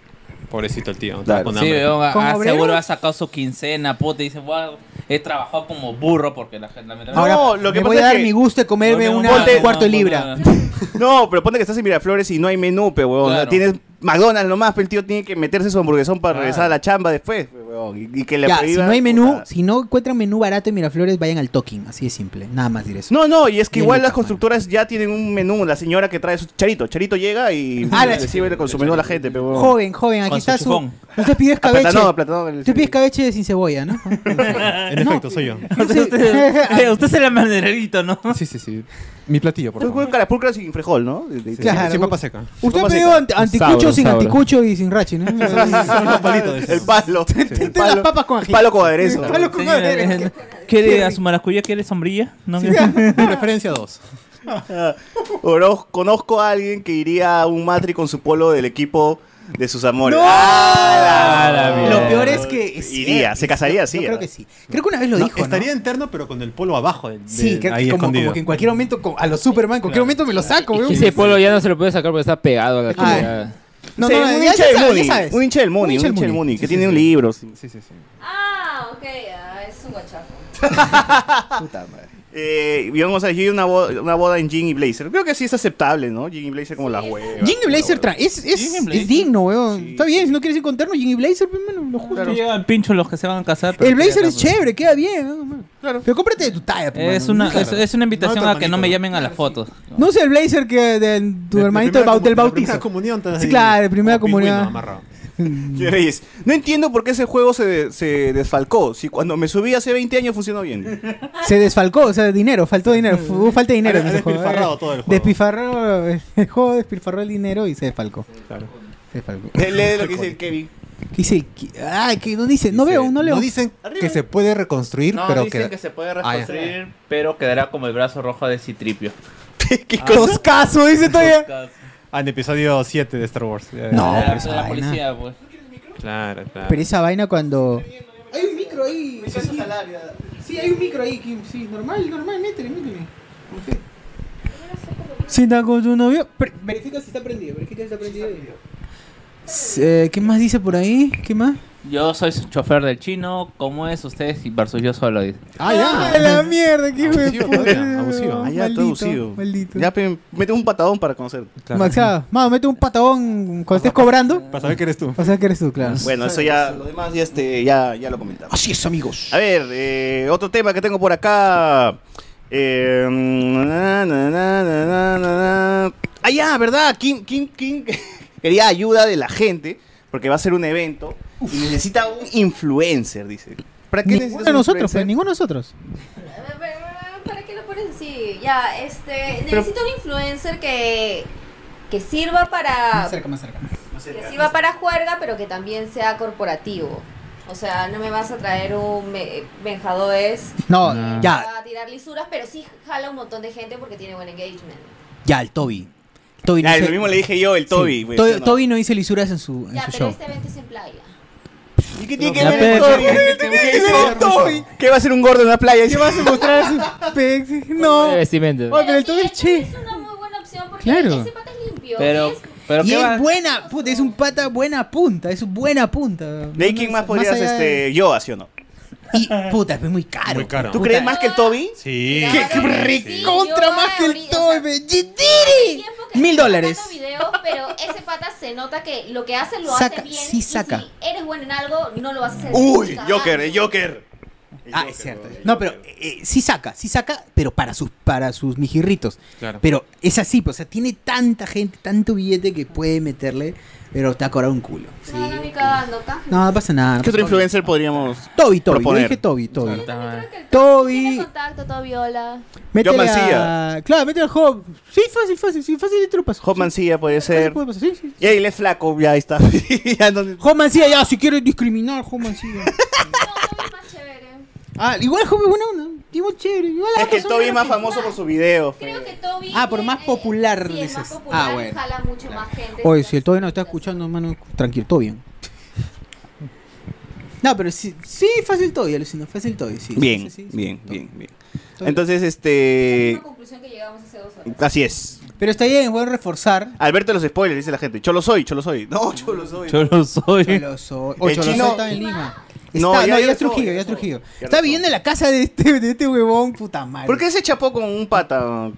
Speaker 4: Pobrecito el tío.
Speaker 3: Claro.
Speaker 4: con
Speaker 5: Sí,
Speaker 4: hambre.
Speaker 5: weón,
Speaker 2: ¿Con
Speaker 5: ah,
Speaker 2: obreros?
Speaker 5: seguro ha sacado su quincena, puta, y dice, wow, he trabajado como burro porque la gente... lamentablemente-
Speaker 2: Ahora
Speaker 3: No, lo que
Speaker 2: me voy
Speaker 3: pasa
Speaker 2: a
Speaker 3: es
Speaker 2: dar
Speaker 3: que-
Speaker 2: mi gusto de comerme
Speaker 5: No, no,
Speaker 2: una-
Speaker 5: no,
Speaker 3: ponte-
Speaker 2: un cuarto de
Speaker 5: no, no,
Speaker 2: libra.
Speaker 5: no, no.
Speaker 3: No, pero ponte que estás en Miraflores y no hay menú, pero
Speaker 5: Claro.
Speaker 3: Tienes McDonald's nomás, pero el tío tiene que meterse su hamburguesón para regresar a la chamba después. pe, weón. weón. Y, y que le
Speaker 2: Ya, si
Speaker 3: prohíban,
Speaker 2: no hay menú,
Speaker 3: puta.
Speaker 2: si no encuentran menú barato en Miraflores, vayan al Talking, así de simple, nada más diré eso.
Speaker 3: No, no, y es que
Speaker 2: Bien
Speaker 3: igual las
Speaker 2: lucas,
Speaker 3: constructoras ya tienen un menú. La señora que trae su charito. Charito llega y
Speaker 2: Ah, la-
Speaker 3: recibe con su menú a la gente. Pero, weón.
Speaker 2: Joven, joven, aquí
Speaker 5: Con su
Speaker 2: está su.
Speaker 5: chufón.
Speaker 2: Usted pidió escabeche.
Speaker 3: Aplatanado, aplatanado.
Speaker 2: Usted pidió escabeche sin cebolla, ¿no?
Speaker 4: En efecto, soy yo.
Speaker 5: Usted, eh, usted es el amanerito, ¿no?
Speaker 4: Sí, sí, sí. Mi platillo, por
Speaker 3: Entonces
Speaker 4: favor.
Speaker 3: juegan carapulcras sin frijol, ¿no? De- de-
Speaker 4: Sí,
Speaker 2: Claro.
Speaker 4: sí, sí, papa seca.
Speaker 2: Usted
Speaker 3: Sopa
Speaker 2: pidió
Speaker 3: seca.
Speaker 2: ant- anticucho
Speaker 6: Sabro,
Speaker 2: sin
Speaker 6: sabro.
Speaker 2: anticucho y sin rachi, ¿no?
Speaker 4: Los palitos, decimos.
Speaker 3: El palo. El
Speaker 2: Ten las
Speaker 3: palo,
Speaker 2: papas con ají.
Speaker 3: palo con aderezo.
Speaker 2: Palo con
Speaker 5: Señora,
Speaker 2: aderezo.
Speaker 5: ¿Quiere a su maracuyá? ¿Quiere sombrilla? ¿No?
Speaker 4: Referencia 2.
Speaker 3: Oro- Conozco a alguien que iría a un matri con su polo del equipo de sus amores.
Speaker 2: ¡No!
Speaker 3: ¡Ah, la-
Speaker 5: la mierda!
Speaker 2: Lo peor es que es
Speaker 3: Iría, se casaría,
Speaker 2: Yo-
Speaker 3: sí,
Speaker 2: yo creo
Speaker 3: ¿no?
Speaker 2: que sí. Creo que una vez lo
Speaker 4: No,
Speaker 2: dijo, ¿no?
Speaker 4: estaría interno, pero con el polo abajo. del-
Speaker 2: Sí,
Speaker 4: del-
Speaker 2: creo
Speaker 4: ahí
Speaker 2: que como, como
Speaker 4: escondido.
Speaker 2: que en cualquier momento, como a los Superman, en cualquier momento me lo saco,
Speaker 6: Y
Speaker 2: weón.
Speaker 6: que ese polo ya no se lo puede sacar porque está pegado a la
Speaker 2: Ay.
Speaker 6: actividad.
Speaker 2: No,
Speaker 3: Sí,
Speaker 2: no,
Speaker 3: un
Speaker 2: ya-
Speaker 3: hincha
Speaker 2: ya
Speaker 3: del
Speaker 2: sabes,
Speaker 3: Muni,
Speaker 2: ya sabes.
Speaker 3: un hincha del Muni, un hincha del Muni, que tiene un libro. sí.
Speaker 4: Sí, sí, sí.
Speaker 8: Ah, ok, ah, es un guachapo.
Speaker 3: Eh, Beyond González, yo iría a una boda, una boda en jean y blazer. Creo que sí es aceptable, ¿no? Jean y blazer como la hueva.
Speaker 2: Jingle Blazer tra- es, es,
Speaker 5: Jingle
Speaker 2: es
Speaker 5: Blazer.
Speaker 2: digno, weón. Está bien, si no quieres ir con terno, Jingle Blazer, pues, mano, lo justo.
Speaker 5: Justo llegan pincho los que se van a casar. pero
Speaker 2: El blazer
Speaker 5: ya
Speaker 2: es
Speaker 5: no. pues.
Speaker 4: pues.
Speaker 2: chévere, queda bien. ¿no? Pero cómprate de tu talla, pues,
Speaker 5: Es
Speaker 2: mano.
Speaker 5: una, es, es una invitación
Speaker 4: No,
Speaker 5: a que no me
Speaker 4: hermanito.
Speaker 5: llamen a las fotos.
Speaker 2: No sé el blazer que de tu
Speaker 4: De- de
Speaker 2: hermanito del bau- del
Speaker 4: primera comu- de primera
Speaker 2: bautizo.
Speaker 4: comunión. estás
Speaker 2: Sí,
Speaker 4: ahí
Speaker 2: claro, de primera
Speaker 4: como pingüino
Speaker 2: comunión.
Speaker 4: amarrado.
Speaker 3: Señor Reyes, no entiendo por qué ese juego se, se desfalcó. Si cuando me subí hace 20 años funcionó bien.
Speaker 2: Se desfalcó, o sea, dinero, faltó dinero, fu- hubo falta de dinero.
Speaker 4: Ha-
Speaker 2: en
Speaker 4: ha
Speaker 2: ese juego.
Speaker 4: despilfarrado todo el juego.
Speaker 2: Despilfarró, el juego despilfarró el dinero y se desfalcó. Se desfalcó.
Speaker 3: Lee lo que dice el Kevin.
Speaker 2: ¿Qué dice? ¿Qué- Ay, que no dice, no
Speaker 10: Dice,
Speaker 2: veo, no leo.
Speaker 10: dicen
Speaker 3: Arriba.
Speaker 10: que se puede reconstruir, pero que.
Speaker 5: se
Speaker 2: Ah,
Speaker 5: puede
Speaker 10: reconstruir,
Speaker 5: pero quedará como el brazo rojo de Citripio.
Speaker 3: ¿Qué cosa?
Speaker 2: Toscazo, Pues, dice todavía.
Speaker 4: Ah, en episodio 7 de Star Wars. Ya, ya,
Speaker 2: No,
Speaker 4: ya.
Speaker 2: pero esa Ah, vaina.
Speaker 5: pues.
Speaker 4: Claro, claro.
Speaker 2: Pero esa vaina cuando. Hay un micro ahí. Sí, hay un micro ahí, Kim. Sí, normal, normal, métele, métele. Si está con tu novio. Pre- verifica si está prendido, verifica si está prendido. S- eh, ¿Qué más dice por ahí? ¿Qué más?
Speaker 5: Yo soy su chofer del chino, ¿cómo es ustedes? Y versus yo solo. dice.
Speaker 4: Ah, ya.
Speaker 2: Ay, la mierda! ¡Qué hijo de
Speaker 4: Abusivo,
Speaker 2: puta,
Speaker 4: todavía,
Speaker 2: weón.
Speaker 4: abusivo.
Speaker 3: Ah, ya, todo abusivo.
Speaker 2: Maldito.
Speaker 3: Ya, pe- mete un patadón para conocer.
Speaker 4: Claro.
Speaker 2: Maxado, mano, mete un patadón cuando estés cobrando.
Speaker 4: Para saber que eres tú.
Speaker 2: O sea que eres tú, claro.
Speaker 3: Bueno, eso ya, lo demás ya, este, ya, ya lo comentamos.
Speaker 2: Así es, amigos.
Speaker 3: A ver, eh, otro tema que tengo por acá. Eh, na, na, na, na, na, na, na. Ah, ya, ¿verdad? Kim, Kim, Kim quería ayuda de la gente porque va a ser un evento y necesita un influencer, dice. ¿Para qué
Speaker 2: Ninguno de
Speaker 3: un
Speaker 2: nosotros, pues,
Speaker 3: influencer?
Speaker 2: ninguno de nosotros.
Speaker 8: Eh, ¿Para qué lo pones así? Ya, este, necesito un influencer que, que sirva para
Speaker 2: más Ah, cerca.
Speaker 8: que sirva para juerga, pero que también sea corporativo. O sea, no me vas a traer un me- venjadoes
Speaker 2: No,
Speaker 8: que
Speaker 2: ya,
Speaker 8: va a tirar lisuras, pero sí jala un montón de gente porque tiene buen engagement.
Speaker 2: ya, el Toby. Toby
Speaker 3: Ya,
Speaker 2: hizo-
Speaker 3: Ah, lo mismo le dije yo, el Toby.
Speaker 2: Sí.
Speaker 3: pues,
Speaker 2: To-
Speaker 3: ¿no?
Speaker 2: Toby no hizo lisuras en su, en
Speaker 8: Ya,
Speaker 2: su
Speaker 8: pero
Speaker 2: show.
Speaker 8: este evento es en playa.
Speaker 3: ¿Y qué tiene que
Speaker 5: Ya,
Speaker 3: ver el
Speaker 5: pero-
Speaker 3: Toby? ¿Qué tiene que ver el Toby? ¿Qué va a ser un gordo en la playa?
Speaker 2: ¿Qué vas a mostrar sus pecs? No.
Speaker 6: De vestimenta.
Speaker 2: Oye, pero el
Speaker 8: sí,
Speaker 2: Toby es che.
Speaker 8: Es una muy buena opción porque
Speaker 2: Claro.
Speaker 8: ese pata es limpio.
Speaker 5: Pero,
Speaker 8: y es-
Speaker 5: pero
Speaker 2: Y
Speaker 5: ¿qué va?
Speaker 2: es buena, puta, es un pata buena punta, es un buena punta.
Speaker 3: De ahí, ¿quién más podrías,
Speaker 2: allá de-
Speaker 3: este, yo, así o no?
Speaker 2: Y puta, es muy caro.
Speaker 4: Muy caro.
Speaker 3: ¿Tú crees más que el Toby?
Speaker 4: Sí.
Speaker 8: Claro,
Speaker 2: Qué
Speaker 8: sí,
Speaker 2: recontra
Speaker 8: yo
Speaker 2: más que el
Speaker 8: ahorita, o sea,
Speaker 2: Toby. ¡Jidiri!
Speaker 8: tiempo que
Speaker 2: Mil
Speaker 8: estoy
Speaker 2: dólares.
Speaker 8: sacando videos, pero ese pata se nota que lo que hace lo
Speaker 2: Saca,
Speaker 8: hace bien.
Speaker 2: sí
Speaker 8: y
Speaker 2: saca.
Speaker 8: si eres bueno en algo, no lo vas a hacer.
Speaker 3: Uy,
Speaker 8: cagando.
Speaker 3: Joker, el Joker. El
Speaker 2: Ah,
Speaker 3: Joker,
Speaker 2: es cierto.
Speaker 3: ¿no? El
Speaker 2: No, pero
Speaker 3: Joker.
Speaker 2: eh, eh, sí saca, sí saca, pero para sus, para sus mijirritos.
Speaker 4: Claro.
Speaker 2: Pero es así, pues, o sea, tiene tanta gente, tanto billete que puede meterle, pero te va a cobrar un culo.
Speaker 8: No, no, ni cagando, cagando.
Speaker 2: No, no pasa nada.
Speaker 3: ¿Qué otro influencer podríamos...?
Speaker 2: Toby, Toby. Yo
Speaker 3: Proponer.
Speaker 2: dije Toby, Toby.
Speaker 8: Creo que el
Speaker 2: Toby-
Speaker 8: Tiene contacto, Toby, hola.
Speaker 2: Métele
Speaker 3: Job
Speaker 2: a-
Speaker 3: Mancilla.
Speaker 2: Claro, métele a Job. Sí, fácil, fácil, sí, fácil, te lo paso.
Speaker 3: Hot Mancilla puede
Speaker 2: Sí, fácil
Speaker 3: ser.
Speaker 2: puede pasar, sí, sí.
Speaker 3: Y ahí le flaco, ya ahí está. Ya no-
Speaker 2: Job Mancilla, ya, si quieres discriminar, Job Mancilla.
Speaker 8: No, Toby es más chévere.
Speaker 2: ah, igual Job es buena onda. Igual chévere. Igual la
Speaker 3: Es que el
Speaker 2: otra
Speaker 3: Toby
Speaker 2: persona
Speaker 3: es más
Speaker 2: que-
Speaker 3: famoso por su video.
Speaker 8: Creo que Toby.
Speaker 2: Ah, por más
Speaker 8: eh,
Speaker 2: popular,
Speaker 8: sí, es más
Speaker 2: dices.
Speaker 8: popular,
Speaker 2: Ah, bueno.
Speaker 8: Jala mucho más gente.
Speaker 2: Oye, si el Toby no está escuchando, hermano, tranquilo, todo bien. No, pero sí, sí, fácil Toby, alucino, fácil Toby, sí. sí,
Speaker 3: Bien,
Speaker 2: sí, sí, sí,
Speaker 3: bien,
Speaker 2: Toby.
Speaker 3: bien, bien. Entonces, este...
Speaker 8: Es una conclusión que llegamos hace dos horas.
Speaker 3: Así es.
Speaker 2: Pero está bien, voy a reforzar.
Speaker 3: Alberto de los spoilers, dice la gente. Cholo soy, cholo soy. No, cholo soy.
Speaker 5: Yo lo soy.
Speaker 2: Choloso. O
Speaker 3: El
Speaker 2: Choloso
Speaker 3: chino-
Speaker 2: está en Lima. Está,
Speaker 3: No,
Speaker 2: no,
Speaker 3: ya-
Speaker 2: ya,
Speaker 3: ya
Speaker 2: es
Speaker 3: lo soy,
Speaker 2: Trujillo,
Speaker 3: ya
Speaker 2: ya
Speaker 3: lo
Speaker 2: es Trujillo.
Speaker 3: soy, ya lo
Speaker 2: Está
Speaker 3: soy.
Speaker 2: viviendo en la casa de este, de este huevón, puta madre.
Speaker 3: ¿Por qué se chapó con un pata?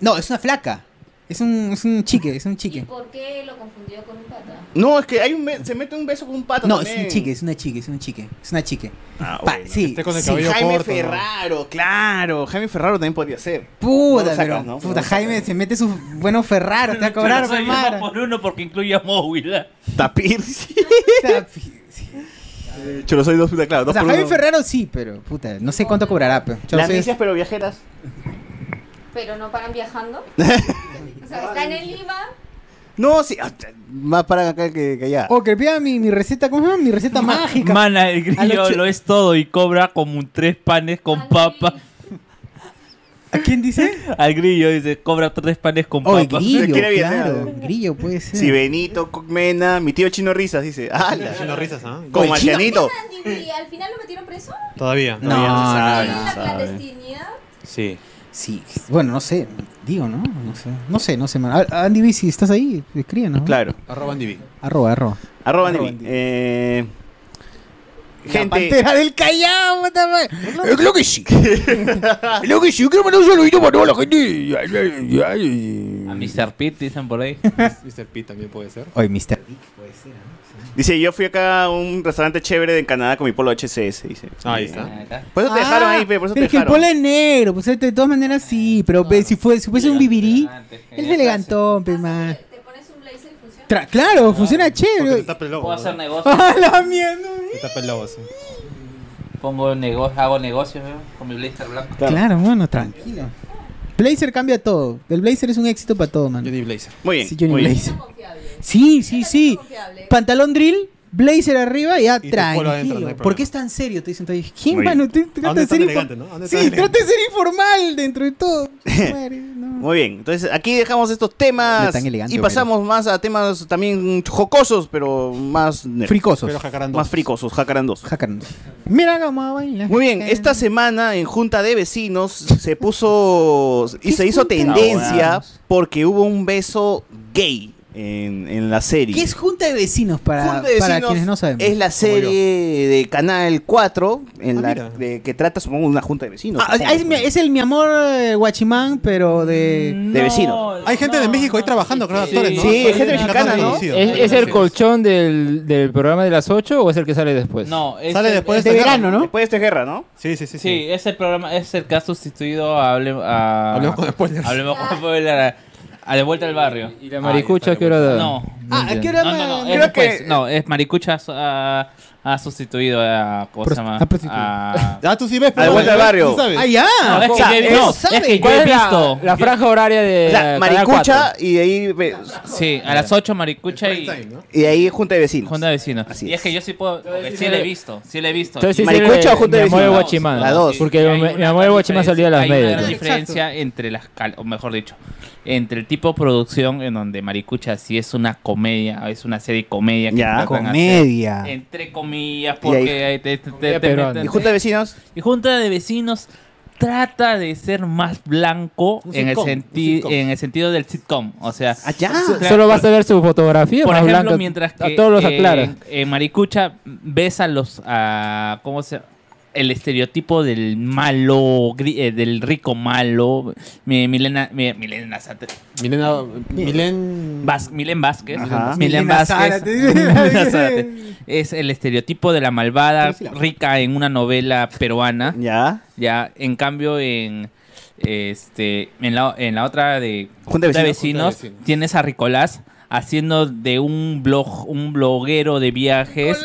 Speaker 2: No, es una flaca. Es un, es un chique, es un chique.
Speaker 8: ¿Por qué lo confundió con un pata?
Speaker 3: No, es que hay un me- se mete un beso con un pato
Speaker 2: No,
Speaker 3: también.
Speaker 2: es un chique, es una chique, es un chique. Es una chique.
Speaker 3: Ah,
Speaker 2: Pa-
Speaker 3: bueno.
Speaker 2: sí,
Speaker 3: Este con el
Speaker 2: sí.
Speaker 3: cabello Jaime corto, ¿no? Ferraro, claro. Jaime Ferraro también podría ser.
Speaker 2: Puta,
Speaker 3: No lo sacas,
Speaker 2: pero,
Speaker 3: ¿no?
Speaker 2: puta, Jaime se mete sus buenos Ferraro, te va a cobrar,
Speaker 5: Pero soy uno
Speaker 2: Ferraro.
Speaker 5: por uno porque incluye a Móvil. ¿ah?
Speaker 3: Tapir. Cholo soy dos, puta, claro.
Speaker 2: O
Speaker 3: Dos
Speaker 2: sea,
Speaker 3: por
Speaker 2: Jaime
Speaker 3: uno.
Speaker 2: Ferraro sí, pero puta, no sé cuánto cobrará, pero.
Speaker 3: Las noticias pero viajeras.
Speaker 8: Pero no pagan viajando. o sea, están en Lima.
Speaker 3: No, sí. ah, t- Más para acá que, que allá.
Speaker 2: O que pida mi, mi receta, ¿cómo se llama? Mi receta mágica.
Speaker 5: Mana, el
Speaker 2: A los
Speaker 5: grillo
Speaker 2: che-
Speaker 5: lo es todo y cobra como un tres panes con papa.
Speaker 2: ¿A quién dice?
Speaker 5: Al grillo dice, cobra tres panes con
Speaker 2: Oh, el
Speaker 5: papa.
Speaker 2: grillo,
Speaker 3: Quiere bien, ¿eh?
Speaker 2: claro.
Speaker 3: ¿no?
Speaker 2: Grillo puede ser.
Speaker 3: Si Benito, Cogmena, mi tío Chino Risas dice. ¡Hala!
Speaker 4: Haciendo risas, ¿ah?
Speaker 3: Como
Speaker 2: Oye, Chino-
Speaker 3: Marcianito.
Speaker 8: ¿Y al final lo metieron preso?
Speaker 4: Todavía.
Speaker 2: No,
Speaker 4: todavía se sabe.
Speaker 8: ¿Hay una clandestinidad?
Speaker 4: Sí.
Speaker 2: Sí, bueno, no sé. Digo, ¿no? No sé, no sé, no sé man. A- Andy B, si estás ahí, escríbanos.
Speaker 3: Claro.
Speaker 4: Arroba Andy B.
Speaker 2: Arroba, arroba.
Speaker 3: Arroba
Speaker 2: Arroba
Speaker 3: Andy.
Speaker 2: Andy.
Speaker 3: Eh,
Speaker 2: La
Speaker 3: gente.
Speaker 2: pantera del Callao, puta madre.
Speaker 1: Eh, Claro que sí. Claro que sí. Yo quiero mandar un saludito para toda la gente. Ay, ay, ay.
Speaker 5: A Mr. Pete dicen por ahí.
Speaker 4: Mr. P también puede ser.
Speaker 2: Oye, Mr. Big.
Speaker 3: Dice, yo fui acá a un restaurante chévere en Canadá con mi polo HCS. Dice. Eh,
Speaker 4: Ahí
Speaker 5: Ah,
Speaker 4: está.
Speaker 3: Por eso te dejaron ahí, pe, por eso
Speaker 2: Ah,
Speaker 3: te
Speaker 2: pero es que el
Speaker 3: dejaron.
Speaker 2: polo es negro, pues de todas maneras sí, pero pe, si fue, si fuese un vivirí, es elegantón, pe, man.
Speaker 8: ¿Te pones un blazer y funciona?
Speaker 2: Tra- claro, funciona
Speaker 4: Porque te
Speaker 2: chévere.
Speaker 4: tapa el logo.
Speaker 5: Puedo
Speaker 4: ¿no?
Speaker 5: hacer negocios.
Speaker 2: ¡Ah, la mierda!
Speaker 4: Te tapa el logo, sí.
Speaker 5: Pongo negocio, hago negocios ¿no? con mi blazer blanco.
Speaker 3: Claro.
Speaker 2: Claro, bueno, tranquilo. Blazer cambia todo. El Blazer es un éxito para todo, man.
Speaker 4: Johnny Blazer.
Speaker 3: Muy bien.
Speaker 2: Sí, Johnny
Speaker 3: muy bien.
Speaker 2: Blazer.
Speaker 8: Confiable.
Speaker 2: Sí, sí, sí.
Speaker 8: Confiable.
Speaker 2: Pantalón drill, blazer arriba y ya
Speaker 4: tu polo adentro, no
Speaker 2: tranquilo.
Speaker 4: hay
Speaker 2: ¿Por
Speaker 4: problema.
Speaker 2: qué es tan serio? Te dicen, te dicen, ¿quién,
Speaker 3: Muy
Speaker 2: mano? Te- te-
Speaker 4: ¿A
Speaker 2: Trata
Speaker 4: dónde
Speaker 2: de
Speaker 4: está
Speaker 2: ser
Speaker 4: elegante,
Speaker 2: informal.
Speaker 4: no? ¿A dónde está
Speaker 2: Sí, trata de ser informal dentro de todo. Madre, no.
Speaker 3: Muy bien, entonces aquí dejamos estos
Speaker 2: No
Speaker 3: temas
Speaker 2: tan elegante,
Speaker 3: y pasamos más a temas también jocosos, pero más nerds.
Speaker 2: Fricosos.
Speaker 4: Pero jacarando.
Speaker 3: más fricosos, jacarandos.
Speaker 2: Jacarnos. Mira cómo baila.
Speaker 3: Muy bien, este esta semana en junta de vecinos se puso y
Speaker 2: ¿Qué
Speaker 3: se hizo
Speaker 2: junta?
Speaker 3: tendencia
Speaker 5: Abogados.
Speaker 3: porque hubo un beso gay en, en la serie.
Speaker 2: ¿Qué es Junta de Vecinos para,
Speaker 3: Junta de
Speaker 2: para
Speaker 3: Vecinos
Speaker 2: quienes no sabemos?
Speaker 3: Es la serie de Canal 4 en
Speaker 4: Ah,
Speaker 3: la
Speaker 4: mira.
Speaker 3: de- que trata, supongo, una junta de vecinos.
Speaker 2: Ah,
Speaker 3: supongo.
Speaker 2: es, mi- es el mi amor eh, guachimán, pero de.
Speaker 3: de vecinos.
Speaker 4: Hay gente de México ahí trabajando, creo, actores, ¿no?
Speaker 3: Sí,
Speaker 4: Hay
Speaker 3: gente
Speaker 4: una capa
Speaker 3: mexicana, ¿no?
Speaker 4: reducida.
Speaker 6: ¿Es, es el colchón del, del programa de las 8 o es el que sale después?
Speaker 5: No, es
Speaker 4: Sale
Speaker 5: el-
Speaker 4: después
Speaker 5: es
Speaker 4: de
Speaker 5: el-
Speaker 4: esta
Speaker 2: verano, ¿no?
Speaker 3: Después de esta guerra, ¿no?
Speaker 4: Sí, sí, sí.
Speaker 5: Sí, ese programa es el que ha sustituido a, Hable- a-
Speaker 4: Hablemos con spoilers.
Speaker 5: Hablemos con
Speaker 3: Ah.
Speaker 5: spoilers a, a De Vuelta al Barrio.
Speaker 6: ¿Y la maricucha qué hora da?
Speaker 5: No.
Speaker 2: Ah, ¿a
Speaker 6: entiendo.
Speaker 2: qué hora
Speaker 5: Mm, No, no, no, es
Speaker 3: Creo
Speaker 5: después.
Speaker 3: que-
Speaker 5: No, es Maricucha ha, ha sustituido a. ¿Cómo se
Speaker 2: Prost-
Speaker 5: llama?
Speaker 2: a prostituta.
Speaker 5: A-
Speaker 4: Ah, tú sí ves,
Speaker 3: A la vuelta del barrio.
Speaker 4: ¿tú sabes?
Speaker 2: Ah, ya.
Speaker 5: No, es que,
Speaker 3: sea,
Speaker 5: yo he-
Speaker 3: él
Speaker 5: no,
Speaker 2: sabe.
Speaker 5: es que yo
Speaker 6: ¿Cuál
Speaker 5: he
Speaker 6: es la-
Speaker 5: visto.
Speaker 6: La, franja horaria de.
Speaker 3: La
Speaker 6: Eh, Canal
Speaker 3: maricucha
Speaker 6: 4?
Speaker 3: y de ahí ve-
Speaker 5: Sí, a las 8 Maricucha y.
Speaker 3: y de ahí junta de vecinos.
Speaker 5: Junta de vecinos.
Speaker 3: Así
Speaker 5: y es
Speaker 3: es.
Speaker 5: que yo sí puedo. porque sí le he visto. Sí le he visto.
Speaker 6: Entonces, sí
Speaker 5: Y-
Speaker 6: sirve
Speaker 3: ¿Maricucha o Junta de
Speaker 6: Mi amor de
Speaker 3: Vecinos?
Speaker 6: Guachimán.
Speaker 3: Las dos.
Speaker 6: Porque
Speaker 5: hay
Speaker 6: mi-
Speaker 5: una
Speaker 6: mi amor de
Speaker 5: gran
Speaker 6: Guachimán salía a las
Speaker 5: diferencia- hay
Speaker 6: medias.
Speaker 5: una gran
Speaker 2: Exacto.
Speaker 5: diferencia entre las. cal- O mejor dicho, entre el tipo de producción en donde Maricucha sí es una comedia, es una serie comedia. Que
Speaker 3: Ya.
Speaker 5: tratan de
Speaker 2: Comedia.
Speaker 5: hacer, Entre comillas, porque. ahí te- te- te- te
Speaker 6: peruana.
Speaker 3: Y
Speaker 5: meten-
Speaker 3: junta de vecinos.
Speaker 5: y Junta de Vecinos trata de ser más blanco
Speaker 4: Un
Speaker 5: en,
Speaker 4: sitcom,
Speaker 5: el
Speaker 4: un
Speaker 5: senti-
Speaker 4: sitcom.
Speaker 5: en el sentido del sitcom. O sea,
Speaker 3: Allá.
Speaker 5: Claro.
Speaker 6: Solo vas a ver su fotografía.
Speaker 5: por
Speaker 6: más
Speaker 5: ejemplo,
Speaker 6: blanca.
Speaker 5: mientras que
Speaker 6: A todos los
Speaker 5: eh,
Speaker 6: aclara.
Speaker 5: eh, Maricucha ves a los... a- ¿Cómo se el estereotipo del malo, gri- eh, del rico malo, mi- Milena, mi- Milena, Sat-
Speaker 4: Milena. Milen.
Speaker 5: Vas- Milen Vázquez.
Speaker 3: Ajá.
Speaker 5: Milen
Speaker 2: Milena
Speaker 5: Vázquez.
Speaker 2: Zárate.
Speaker 5: Milena Zárate. Es el estereotipo de la malvada rica en una novela peruana.
Speaker 3: Ya.
Speaker 5: Ya, en cambio, en este en la, en la otra de
Speaker 3: Junta de
Speaker 5: Junta
Speaker 4: Vecinos.
Speaker 5: de Vecinos,
Speaker 4: Junta de Vecinos.
Speaker 5: tienes a Ricolás haciendo de un blog, un bloguero de viajes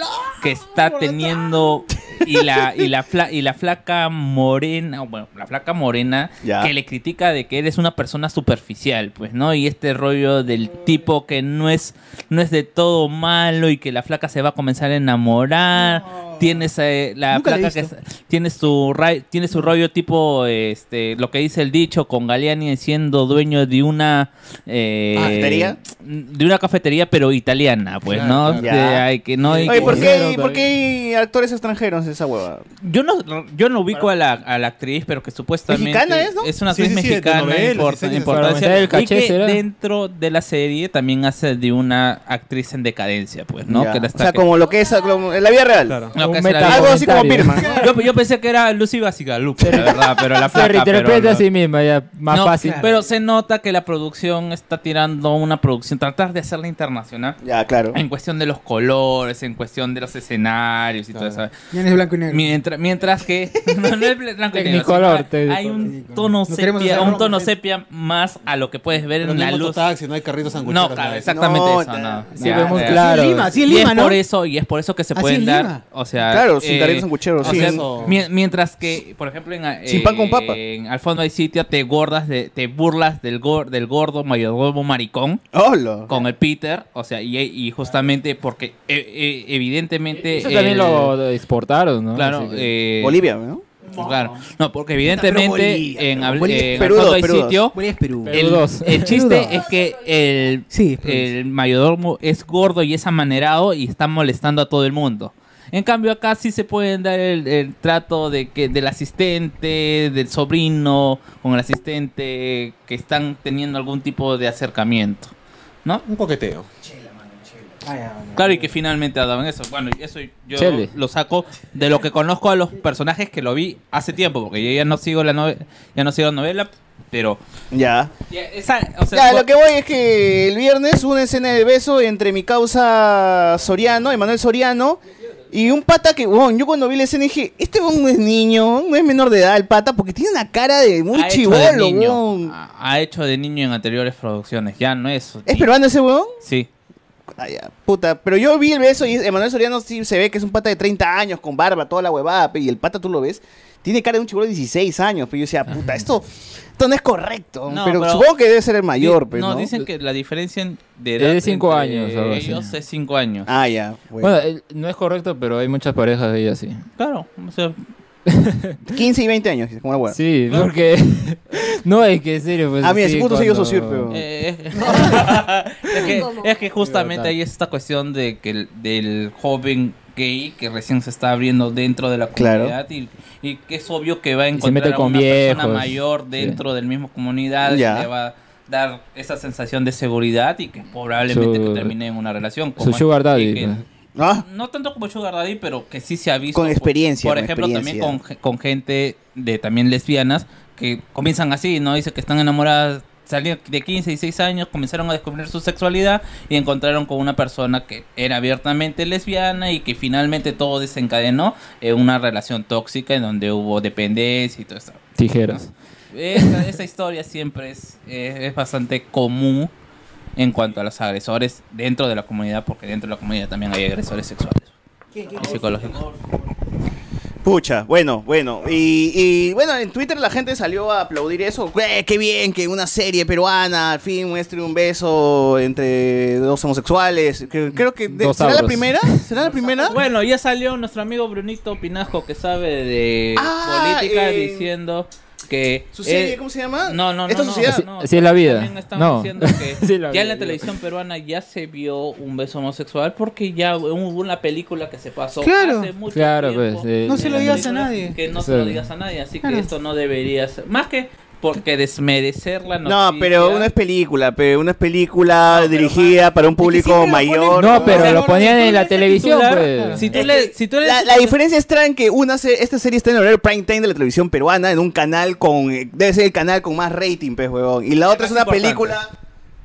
Speaker 5: que está teniendo y la y la fla- y la flaca morena, bueno, la flaca morena
Speaker 3: Ya.
Speaker 5: que le critica de que eres una persona superficial, pues, ¿no? Y este rollo del tipo que no es no es de todo malo y que la flaca se va a comenzar a enamorar. Tienes eh, la
Speaker 2: Nunca la he
Speaker 5: flaca que es- tiene su ra- tiene su rollo tipo este lo que dice el dicho con Galeani siendo dueño de una eh,
Speaker 3: ¿Cafetería?
Speaker 5: de una cafetería pero italiana, pues,
Speaker 4: Claro,
Speaker 5: ¿no?
Speaker 3: claro.
Speaker 5: Que
Speaker 3: Ya.
Speaker 5: hay que no hay
Speaker 3: Oye,
Speaker 5: que-
Speaker 3: ¿por
Speaker 4: Claro,
Speaker 3: qué, ¿por qué hay actores extranjeros en esa hueva?
Speaker 5: yo no yo no ubico a la, a la actriz, pero que supuestamente
Speaker 3: Mexicana es, ¿no?
Speaker 5: una
Speaker 4: Sí,
Speaker 5: actriz
Speaker 4: sí, sí, de
Speaker 5: mexicana
Speaker 4: novelas,
Speaker 5: import-
Speaker 4: sí, sí, sí.
Speaker 5: importancia
Speaker 6: Para aumentar el
Speaker 5: y
Speaker 6: caché,
Speaker 5: que
Speaker 6: será.
Speaker 5: dentro de la serie también hace de una actriz en decadencia, pues, ¿no?
Speaker 3: Ya.
Speaker 5: Que la
Speaker 3: o
Speaker 5: está
Speaker 3: sea,
Speaker 5: que-
Speaker 3: como lo que es como en la vida real.
Speaker 4: Claro.
Speaker 5: No, acá
Speaker 6: Un
Speaker 5: se la
Speaker 6: meta-
Speaker 5: vi.
Speaker 6: Algo así como Pirman.
Speaker 5: Yo, yo pensé que era Lucy Básica, Lupe, la verdad, pero la
Speaker 6: Se
Speaker 5: flaca, pero
Speaker 6: reinterpreta a
Speaker 5: no.
Speaker 6: sí misma, ya, más
Speaker 5: No,
Speaker 6: fácil.
Speaker 5: Pero se nota que la producción está tirando una producción, tratar de hacerla internacional.
Speaker 3: Ya, claro.
Speaker 5: En cuestión de los colores, en cuestión de los escenarios y todo eso.
Speaker 2: Ya no es blanco y negro.
Speaker 5: Mientras, mientras que. No, no es blanco y negro,
Speaker 6: Tecnicolor,
Speaker 5: sino Hay hay un tono
Speaker 2: No queremos
Speaker 5: sepia,
Speaker 2: hacer
Speaker 5: un
Speaker 2: rojo,
Speaker 5: tono
Speaker 2: ¿sí?
Speaker 5: sepia más a lo que puedes ver
Speaker 4: Pero
Speaker 5: en
Speaker 4: no
Speaker 5: la
Speaker 4: hay
Speaker 5: luz.
Speaker 4: mototaxi, no hay carritos sangucheros.
Speaker 5: No, claro,
Speaker 4: nada.
Speaker 5: exactamente
Speaker 3: No,
Speaker 5: eso,
Speaker 3: ta-
Speaker 5: no.
Speaker 6: Sí,
Speaker 5: Ya,
Speaker 6: pero muy
Speaker 5: ya.
Speaker 6: claro.
Speaker 2: Sí, en Lima, sí, en
Speaker 5: Y
Speaker 2: Lima,
Speaker 5: es
Speaker 2: ¿no?
Speaker 5: por eso, y es por eso que se
Speaker 2: Así
Speaker 5: pueden
Speaker 2: en
Speaker 5: dar,
Speaker 2: Lima.
Speaker 5: o sea, eh,
Speaker 3: Claro, sin caretas en
Speaker 5: o
Speaker 3: cuchero, sí.
Speaker 5: sea,
Speaker 3: Eso.
Speaker 5: mien- mientras que, por ejemplo, en, eh,
Speaker 3: Sin pan con papa.
Speaker 5: en Al fondo hay sitio te gordas, de- te burlas del, gor- del gordo, mayordomo maricón
Speaker 3: Hola.
Speaker 5: con el Peter, o sea, y, y justamente porque eh, eh, evidentemente
Speaker 6: Eso también
Speaker 5: el-
Speaker 6: lo exportaron, ¿no?
Speaker 5: claro,
Speaker 6: Así que-
Speaker 5: eh,
Speaker 3: Bolivia, ¿no?
Speaker 5: claro, no, porque evidentemente
Speaker 2: Bolivia,
Speaker 5: en, Al-
Speaker 2: Bolivia es
Speaker 5: en Al
Speaker 3: Perú,
Speaker 5: fondo hay
Speaker 3: Perú.
Speaker 5: sitio
Speaker 2: Bolivia es Perú.
Speaker 6: Perú
Speaker 5: el,
Speaker 6: dos.
Speaker 5: el
Speaker 2: Perú
Speaker 5: chiste
Speaker 2: dos.
Speaker 5: es que el,
Speaker 2: Sí, es Perú.
Speaker 5: el mayordomo es gordo y es amanerado y está molestando a todo el mundo. En cambio, acá sí se pueden dar el, el trato de que del asistente, del sobrino, con el asistente, que están teniendo algún tipo de acercamiento. ¿No?
Speaker 4: Un coqueteo.
Speaker 5: Claro, y que finalmente daban eso. Bueno, y eso yo
Speaker 6: Chele.
Speaker 5: lo saco de lo que conozco a los personajes que lo vi hace tiempo, porque yo ya no sigo la novela, ya no sigo la novela, pero
Speaker 3: Ya.
Speaker 5: ya, esa- o sea,
Speaker 3: Ya,
Speaker 5: fue-
Speaker 3: lo que voy es que el viernes hubo una escena de beso entre mi causa Soriano, Emanuel Soriano, y un pata que, weón, yo cuando vi la escena dije, este weón no es niño, no es menor de edad el pata, porque tiene una cara de muy
Speaker 5: ha hecho de
Speaker 3: chivolo,
Speaker 5: niño. Ah.
Speaker 3: weón.
Speaker 5: Ha, ha hecho de niño en anteriores producciones. Ya no es.
Speaker 3: ¿Es peruano ese weón?
Speaker 5: Sí.
Speaker 3: Ah, ya, puta. Pero yo vi el beso y Emanuel Soriano sí se ve que es un pata de 30 años, con barba, toda la huevada, pe, y el pata tú lo ves, tiene cara de un chivolo de 16 años, pero yo decía, puta, esto, esto no es correcto,
Speaker 5: No,
Speaker 3: pero,
Speaker 5: pero-
Speaker 3: supongo que debe ser el mayor,
Speaker 5: Di-
Speaker 3: pero.
Speaker 5: no,
Speaker 3: No,
Speaker 5: dicen que la diferencia en- de
Speaker 6: Es
Speaker 5: edad.
Speaker 6: de cinco
Speaker 5: entre
Speaker 6: años, algo así.
Speaker 5: Ellos es 5 años.
Speaker 3: Ah, ya. bueno.
Speaker 6: Bueno, eh, no es correcto, pero hay muchas parejas de ellas, sí.
Speaker 5: Claro. O sea,
Speaker 3: 15 y 20 años, como la hueva.
Speaker 6: Sí, porque... no, es que en serio, pues...
Speaker 3: Ah, mira,
Speaker 6: sí,
Speaker 3: si puto soy yo
Speaker 6: cuando-
Speaker 3: socio, pero-
Speaker 5: eh, es, es que, es que justamente ahí es esta cuestión de que el- del joven gay que recién se está abriendo dentro de la
Speaker 3: Claro.
Speaker 5: comunidad y, y que es obvio que va a
Speaker 6: se
Speaker 5: encontrar
Speaker 6: mete
Speaker 5: a
Speaker 6: con
Speaker 5: una persona
Speaker 6: viejos.
Speaker 5: mayor dentro del mismo comunidad y
Speaker 3: Ya.
Speaker 5: le va a dar esa sensación de seguridad y que probablemente
Speaker 6: Su-
Speaker 5: que termine en una relación
Speaker 6: Su
Speaker 5: como
Speaker 6: sugar daddy.
Speaker 5: y que-
Speaker 6: pues.
Speaker 3: Ah,
Speaker 5: No tanto como Sugar Daddy, pero que sí se ha visto. pues.
Speaker 3: Con experiencia,
Speaker 5: Por,
Speaker 3: con
Speaker 5: ejemplo, también
Speaker 3: experiencia.
Speaker 5: con, con gente de también lesbianas que comienzan así, ¿no? Dice que están enamoradas, salieron de 15, 16 años, comenzaron a descubrir su sexualidad y encontraron con una persona que era abiertamente lesbiana y que finalmente todo desencadenó en una relación tóxica en donde hubo dependencia y todo eso.
Speaker 6: Tijeras.
Speaker 5: Esa, esa historia siempre es, eh, es bastante común en cuanto a los agresores dentro de la comunidad, porque dentro de la comunidad también hay agresores sexuales y psicológicos.
Speaker 3: pucha, bueno, bueno. Y, y, bueno, en Twitter la gente salió a aplaudir eso. "Eh, ¡Qué bien que una serie peruana al fin muestre un beso entre dos homosexuales! Que- Creo que de-
Speaker 6: Dos
Speaker 3: será la
Speaker 6: sabros.
Speaker 3: primera. ¿Será la primera?
Speaker 5: Bueno, ya salió nuestro amigo Brunito Pinajo, que sabe de
Speaker 3: Ah,
Speaker 5: política,
Speaker 3: eh,
Speaker 5: diciendo que...
Speaker 3: ¿Su serie,
Speaker 5: eh,
Speaker 3: cómo se llama?
Speaker 5: No, no, no.
Speaker 3: ¿Esta
Speaker 5: no,
Speaker 3: sociedad?
Speaker 5: no,
Speaker 6: Así- así es la vida.
Speaker 5: También estaban
Speaker 6: No.
Speaker 5: diciendo que
Speaker 6: Así es la
Speaker 5: ya en
Speaker 6: vida.
Speaker 5: la televisión peruana ya se vio un beso homosexual porque ya hubo una película que se pasó
Speaker 2: Claro.
Speaker 5: hace mucho
Speaker 6: Claro,
Speaker 5: tiempo.
Speaker 6: pues, eh,
Speaker 2: No se
Speaker 5: en
Speaker 2: lo
Speaker 5: la
Speaker 2: digas a
Speaker 5: película,
Speaker 2: nadie.
Speaker 5: Que no se
Speaker 6: Claro.
Speaker 5: lo digas a nadie, así
Speaker 2: Claro.
Speaker 5: que esto no debería ser. Más que porque desmerecer la noticia.
Speaker 3: No, pero una es película, pero una es película
Speaker 5: No, pero
Speaker 3: dirigida para un público
Speaker 2: siempre lo
Speaker 3: mayor.
Speaker 6: No,
Speaker 5: O
Speaker 6: pero
Speaker 5: sea,
Speaker 6: lo ponían en la
Speaker 5: ese
Speaker 6: televisión,
Speaker 5: titular,
Speaker 6: pues.
Speaker 5: Si tú
Speaker 3: Es
Speaker 5: le.
Speaker 3: que
Speaker 5: Si tú le
Speaker 3: La, la diferencia está en que una se- esta serie está en el horario prime time de la televisión peruana, en un canal con. eh, Debe ser el canal con más rating, pues, huevón. Y la otra es una
Speaker 5: más importante.
Speaker 3: película.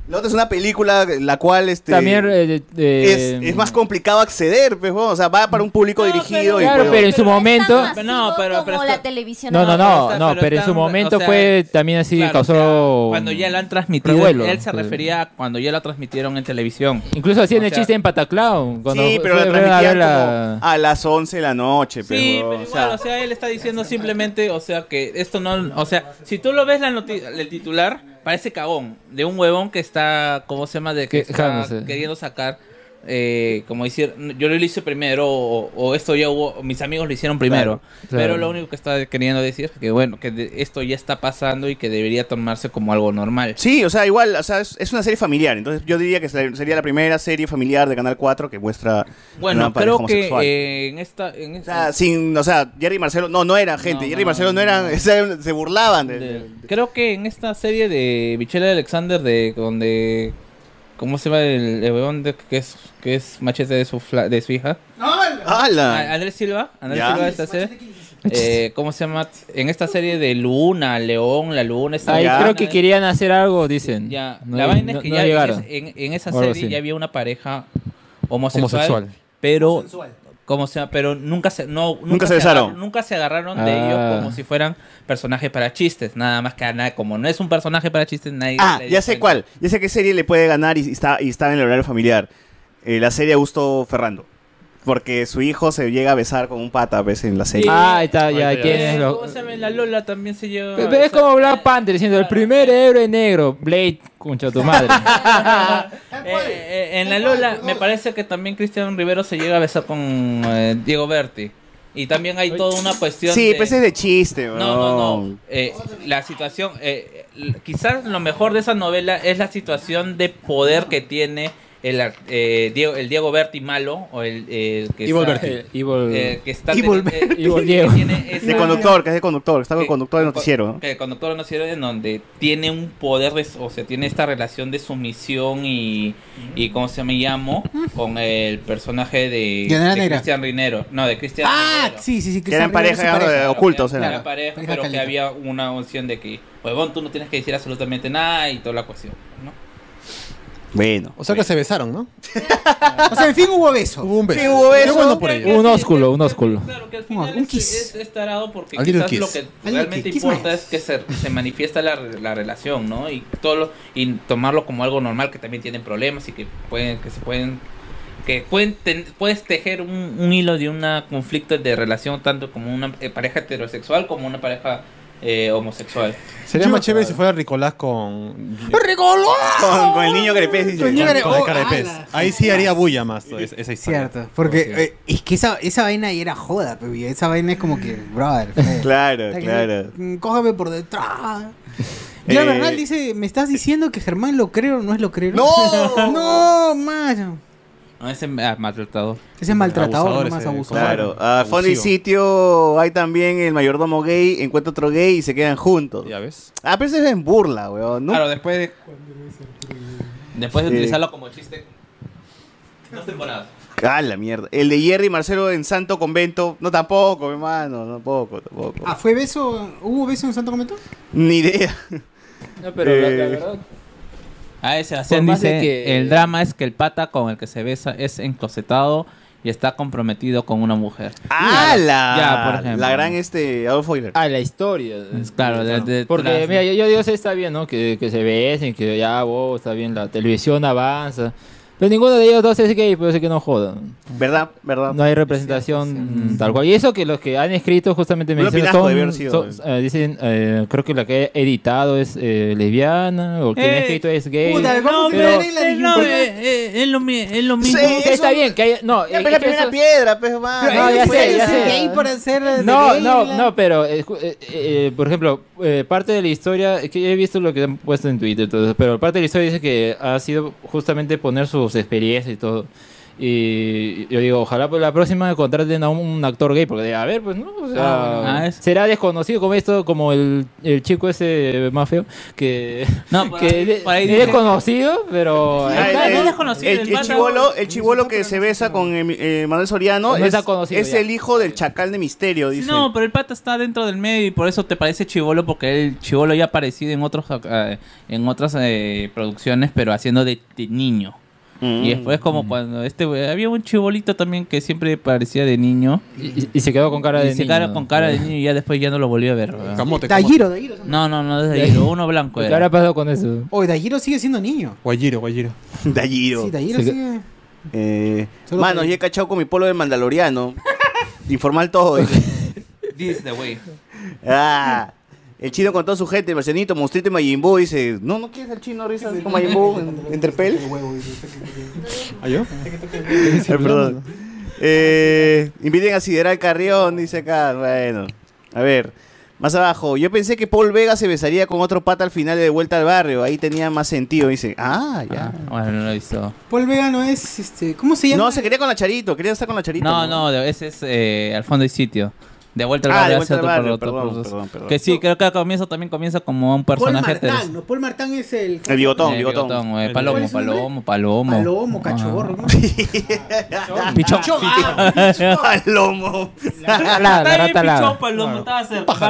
Speaker 3: La otra es una película la cual este,
Speaker 6: También... eh, eh,
Speaker 3: es, es más complicado acceder, pues, huevón. O sea, va para un público
Speaker 5: No,
Speaker 3: dirigido. y,
Speaker 6: Claro,
Speaker 3: huevón.
Speaker 6: pero en su momento...
Speaker 5: masivo No, pero- como pero la
Speaker 8: la
Speaker 5: esto-
Speaker 8: televisión.
Speaker 6: No, no,
Speaker 5: pero
Speaker 6: no,
Speaker 5: está-
Speaker 6: no,
Speaker 5: pero
Speaker 6: pero en
Speaker 5: está
Speaker 6: su
Speaker 5: un-
Speaker 6: momento
Speaker 5: o sea,
Speaker 6: fue también así
Speaker 5: Claro, o
Speaker 6: causó
Speaker 5: sea, cuando ya la han transmitido,
Speaker 6: revuelo,
Speaker 5: él se
Speaker 6: pues.
Speaker 5: refería a cuando ya la transmitieron en televisión.
Speaker 6: incluso hacían
Speaker 5: o
Speaker 6: el
Speaker 5: sea-
Speaker 6: chiste en Pataclown cuando
Speaker 3: sí, pero
Speaker 6: fue-
Speaker 3: la
Speaker 6: fue a ver
Speaker 3: transmitían
Speaker 6: la-
Speaker 3: como ah, a las 11 de la noche, pues,
Speaker 5: Sí,
Speaker 3: huevón.
Speaker 5: pero
Speaker 3: O sea,
Speaker 5: igual, o sea, él está diciendo simplemente, o sea, que esto no, o sea, si tú lo ves la noti- el titular, parece cagón, de un huevón que está, ¿cómo se llama? De que
Speaker 6: Que-
Speaker 5: está
Speaker 6: Jámese.
Speaker 5: queriendo sacar, eh, como decir, yo lo hice primero, o, o esto ya hubo, o mis amigos lo hicieron primero,
Speaker 6: claro.
Speaker 5: pero lo único que está queriendo decir es que, bueno, que de- esto ya está pasando y que debería tomarse como algo normal.
Speaker 3: Sí, o sea, igual, o sea, es, es una serie familiar. Entonces, yo diría que se- sería la primera serie familiar de Canal 4 que muestra.
Speaker 5: Bueno,
Speaker 3: una pareja
Speaker 5: creo que
Speaker 3: homosexual.
Speaker 5: eh, en esta... En
Speaker 3: O
Speaker 5: esta
Speaker 3: sea, sin, o sea, Jerry y Marcelo, no, no eran gente.
Speaker 5: No,
Speaker 3: Jerry y
Speaker 5: no,
Speaker 3: Marcelo no
Speaker 5: no,
Speaker 3: eran,
Speaker 5: no.
Speaker 3: o sea, se burlaban. de-
Speaker 5: de- creo que en esta serie de Michelle Alexander de donde cómo se llama el, el weón de- que es que es machete de su fla- de su hija
Speaker 3: ¡Hala!
Speaker 5: A- Andrés Silva, Andrés
Speaker 3: Ah. Ya.
Speaker 5: Silva de esta serie. Eh, ¿Cómo se llama? En esta serie de Luna, León, La Luna. esta
Speaker 6: Ahí
Speaker 5: vaina,
Speaker 6: creo que
Speaker 5: eh,
Speaker 6: querían hacer algo, dicen.
Speaker 5: Ya,
Speaker 6: No-
Speaker 5: la vaina es
Speaker 6: no-
Speaker 5: que
Speaker 6: no
Speaker 5: ya
Speaker 6: llegaron.
Speaker 5: en, en esa
Speaker 6: O algo
Speaker 5: serie
Speaker 6: así.
Speaker 5: ya había una pareja homosexual.
Speaker 6: Homosexual.
Speaker 5: Pero, como sea, pero nunca se, no, nunca,
Speaker 3: Nunca se
Speaker 5: agarraron-
Speaker 3: besaron.
Speaker 5: nunca se agarraron de
Speaker 6: Ah.
Speaker 5: ellos como si fueran personajes para chistes. Nada más que nada, como no es un personaje para chistes, nadie.
Speaker 3: Ah,
Speaker 5: le
Speaker 3: ya
Speaker 5: dio
Speaker 3: sé
Speaker 5: cuenta.
Speaker 3: cuál. Ya sé qué serie le puede ganar y, y está, y está en el horario familiar. Eh, la serie Augusto Ferrando. Porque su hijo se llega a besar con un pata a veces en la serie.
Speaker 6: Ah, ahí está,
Speaker 4: Ahorita
Speaker 6: ya
Speaker 4: ya.
Speaker 6: tienes
Speaker 5: Eh,
Speaker 6: lo-
Speaker 5: ¿Cómo se llama? La Lola también se lleva.
Speaker 6: Pe- pe- Es como Black Panther diciendo el primer héroe negro, Blade, concha tu madre.
Speaker 5: Eh, eh, en la Lola, me parece que también Cristian Rivero se llega a besar con eh, Diego Berti. Y también hay toda una cuestión.
Speaker 3: sí,
Speaker 5: de...
Speaker 3: pues es de chiste,
Speaker 5: No,
Speaker 3: weón.
Speaker 5: no, no. Eh, la situación. eh, eh, quizás lo mejor de esa novela es la situación de poder que tiene el, ar- eh, Diego, el Diego Berti malo. O el, eh, que
Speaker 6: Evil
Speaker 5: está-
Speaker 6: Berti. Evil-
Speaker 5: eh, que está
Speaker 2: Evil
Speaker 5: teni- eh,
Speaker 6: Evil
Speaker 5: que
Speaker 6: Diego.
Speaker 5: tiene
Speaker 3: De
Speaker 5: esa-
Speaker 3: conductor, que es de conductor. que Está con
Speaker 5: que-
Speaker 3: el conductor de
Speaker 5: con-
Speaker 3: noticiero. ¿no?
Speaker 5: que el conductor de noticiero en donde tiene un poder, de, o sea, tiene esta relación de sumisión y, y ¿cómo se me llamo? Con el personaje de,
Speaker 2: Llanera
Speaker 5: de
Speaker 2: Negra.
Speaker 5: Cristian Rinero. No, de Cristian
Speaker 2: Ah,
Speaker 5: Rinero.
Speaker 2: sí, sí, sí.
Speaker 3: Que
Speaker 2: Cristian
Speaker 3: eran
Speaker 2: Rivera
Speaker 3: pareja,
Speaker 2: es su
Speaker 3: eh,
Speaker 5: Claro,
Speaker 3: ocultos.
Speaker 5: Era,
Speaker 3: Era.
Speaker 5: era pareja,
Speaker 2: Pareja
Speaker 5: pero que
Speaker 2: caliente.
Speaker 5: había una opción de que, huevón, tú no tienes que decir absolutamente nada y toda la cuestión, ¿no?
Speaker 3: Bueno.
Speaker 4: O sea que se besaron, ¿no?
Speaker 2: O sea, en fin hubo beso.
Speaker 4: Hubo un beso.
Speaker 3: Sí, hubo
Speaker 4: Qué
Speaker 3: beso.
Speaker 4: bueno por ello.
Speaker 6: Un ósculo, un ósculo.
Speaker 5: Claro, que al
Speaker 2: Un-
Speaker 5: final
Speaker 2: un
Speaker 5: es-
Speaker 2: kiss.
Speaker 5: Es, es tarado porque
Speaker 4: A little
Speaker 5: quizás lo
Speaker 4: kiss.
Speaker 5: que
Speaker 2: A
Speaker 5: realmente
Speaker 2: little kiss,
Speaker 5: importa
Speaker 2: kiss
Speaker 5: es que se, se manifiesta la, re- la relación, ¿no? Y todo lo- y tomarlo como algo normal que también tienen problemas y que pueden que se pueden que pueden ten- puedes tejer un, un hilo de un conflicto de relación tanto como una eh, pareja heterosexual como una pareja eh, homosexual.
Speaker 4: Sería más chévere si fuera Ricolás con.
Speaker 3: Con, con el niño que le pesa y dice,
Speaker 2: Con el niño
Speaker 4: con,
Speaker 2: que le-
Speaker 4: con la
Speaker 2: oh,
Speaker 4: cara de pez.
Speaker 2: ala.
Speaker 4: Ahí sí haría bulla más toda esa, esa historia.
Speaker 2: Cierto, porque eh, es que esa, esa vaina ahí era joda, pero esa vaina es como que, brother. fe.
Speaker 3: Claro,
Speaker 2: Está que-
Speaker 3: claro.
Speaker 2: mm, Cógeme por detrás. Ya,
Speaker 3: Eh,
Speaker 2: Bernal dice, ¿me estás diciendo que Germán lo creo o no es lo creo?
Speaker 3: ¡No!
Speaker 2: ¡No, mano!
Speaker 5: No es maltratador.
Speaker 2: Ese es maltratador,
Speaker 4: Abusador
Speaker 2: no más
Speaker 4: ese,
Speaker 2: abusador.
Speaker 3: Claro,
Speaker 4: Claro,
Speaker 3: a fondo y
Speaker 4: abusivo.
Speaker 3: sitio hay también el mayordomo gay, encuentra otro gay y se quedan juntos.
Speaker 4: Ya ves.
Speaker 3: Ah, pero eso es en burla, weón. ¿no?
Speaker 5: Claro, después de después de
Speaker 3: Sí.
Speaker 5: utilizarlo como chiste dos temporadas.
Speaker 3: Ah, la mierda. El de Jerry y Marcelo en Santo Convento. No, tampoco, mi hermano. Tampoco, tampoco.
Speaker 2: Ah, ¿fue beso? ¿Hubo beso en Santo Comento?
Speaker 3: Ni idea.
Speaker 6: No, pero la- la
Speaker 3: Eh.
Speaker 6: verdad-
Speaker 5: A ese Sebastián
Speaker 6: más
Speaker 5: dice
Speaker 6: de que-
Speaker 5: el drama es que el pata con el que se besa es enclosetado y está comprometido con una mujer.
Speaker 3: ¡Ah, la!
Speaker 5: Ya, por ejemplo.
Speaker 3: La gran este Adolfo Hitler.
Speaker 6: Ah, la historia.
Speaker 5: mm, Claro, de- de-
Speaker 6: Porque,
Speaker 5: tras-
Speaker 6: mira, yo, yo digo, sí, está bien, ¿no? Que, que se besen, que ya, wow, está bien, la televisión avanza. Pero ninguno de ellos dos es gay, pero es que no jodan.
Speaker 3: ¿Verdad? ¿Verdad?
Speaker 6: No hay representación mm, tal cual. Y eso que los que han escrito justamente me
Speaker 3: Un
Speaker 6: dicen,
Speaker 3: opinazo
Speaker 6: son-
Speaker 3: debió haber sido,
Speaker 6: son- eh, dicen, eh, creo que la que ha editado es eh, lesbiana, o quien ha
Speaker 5: Eh,
Speaker 6: escrito es gay.
Speaker 2: puta,
Speaker 6: Pero-
Speaker 2: ¿cómo
Speaker 6: pero-
Speaker 2: se arregla?
Speaker 5: no, eh, es lo, mismo.
Speaker 3: Sí, eso-
Speaker 6: está bien, que haya- no,
Speaker 3: Ya pega
Speaker 6: eh, es
Speaker 3: la
Speaker 6: que
Speaker 3: primera
Speaker 6: eso-
Speaker 3: piedra, pues, mano.
Speaker 6: No, ya
Speaker 2: ¿Puede
Speaker 6: sé, ya
Speaker 2: ser
Speaker 6: sé.
Speaker 2: gay para ser de
Speaker 6: No,
Speaker 2: gay,
Speaker 6: no,
Speaker 2: la-
Speaker 6: no, pero eh, ju- eh, eh, por ejemplo, eh, parte de la historia, es que he visto lo que han puesto en Twitter, todo eso, pero parte de la historia dice que ha sido justamente poner sus experiencias y todo. Y yo digo, ojalá por la próxima contraten a un, un actor gay, porque a ver, pues no, o sea,
Speaker 5: Ah, bueno. Ah, es-
Speaker 6: será desconocido como esto, como el, el chico ese más feo, que,
Speaker 5: No, por
Speaker 6: que
Speaker 5: ahí-
Speaker 6: de-
Speaker 5: por ahí
Speaker 6: es
Speaker 5: dice-
Speaker 6: desconocido, pero...
Speaker 3: Ah,
Speaker 6: ahí
Speaker 3: el-
Speaker 6: está,
Speaker 3: el-
Speaker 6: ¿no?
Speaker 5: no es conocido,
Speaker 3: el-
Speaker 5: el
Speaker 3: el
Speaker 5: pata-
Speaker 3: chivolo el chivolo que se besa con eh, eh, Manuel Soriano
Speaker 6: No
Speaker 3: es,
Speaker 6: está conocido
Speaker 3: es
Speaker 6: ya.
Speaker 3: el hijo del chacal de misterio, dice.
Speaker 5: No, pero el pata está dentro del medio y por eso te parece chivolo porque el chivolo ya ha aparecido en otros eh, en otras eh, producciones pero haciendo de, de niño.
Speaker 3: Mm.
Speaker 5: Y después como cuando este güey- había un chibolito también que siempre parecía de niño
Speaker 6: Y, y- y se quedó con cara
Speaker 5: y
Speaker 6: de...
Speaker 5: se
Speaker 6: niño, Eh.
Speaker 5: cara
Speaker 6: ¿no?
Speaker 5: con cara de niño y ya después ya no lo volví a ver. ¿verdad?
Speaker 4: Camote, camote.
Speaker 2: Dayiro, Dayiro.
Speaker 5: No, no, no, desde ahí, uno blanco
Speaker 6: ¿Qué
Speaker 5: era.
Speaker 6: habrá pasado con eso?
Speaker 2: Oye, Dayiro Oh, sigue siendo niño.
Speaker 4: Guayiro, guayiro.
Speaker 3: Dayiro.
Speaker 2: Sí, Dayiro
Speaker 6: Sí.
Speaker 2: sigue...
Speaker 3: Eh,
Speaker 2: Solo
Speaker 3: mano,
Speaker 2: por-
Speaker 3: yo he cachado con mi polo del mandaloriano. Informal todo. dice.
Speaker 5: Disney, güey.
Speaker 3: Ah, el chino con toda su gente, el marcianito, monstruito y Majin Buu, dice, no, no quieres al chino, risa, con Majin Buu en, en Terpel.
Speaker 4: ¿Ah, yo?
Speaker 3: Ay, perdón. Eh, inviten a Sideral Carrión, dice acá. Bueno, a ver. Más abajo, yo pensé que Paul Vega se besaría con otro pata al final de Vuelta al Barrio. Ahí tenía más sentido. Dice, ah, ya.
Speaker 5: Ah, bueno, no lo he visto.
Speaker 2: Paul Vega no es, este... ¿Cómo se llama?
Speaker 3: No, se quería con la Charito, quería estar con la Charito.
Speaker 5: No, no, de- ese es eh, al fondo y sitio. De vuelta al
Speaker 3: Ah,
Speaker 5: barrio,
Speaker 3: de
Speaker 5: hacia
Speaker 3: vuelta al
Speaker 5: otro-
Speaker 3: barrio,
Speaker 5: otro-
Speaker 3: perdón,
Speaker 5: otro-
Speaker 3: perdón, perdón.
Speaker 5: Que sí, creo que al comienzo también comienza como un personaje.
Speaker 2: Paul
Speaker 5: tercero.
Speaker 2: Martán, ¿no? Paul Martán es el...
Speaker 3: El bigotón,
Speaker 5: Eh,
Speaker 3: bigotón.
Speaker 5: eh,
Speaker 2: ¿cuál
Speaker 3: El-
Speaker 5: palomo,
Speaker 2: es su nombre?
Speaker 5: palomo, palomo.
Speaker 2: Palomo, cachorro. ¿no?
Speaker 5: Ah, Pichón.
Speaker 2: Ah,
Speaker 5: Pichón.
Speaker 3: Palomo.
Speaker 5: La rata alada, Ah, la rata alada.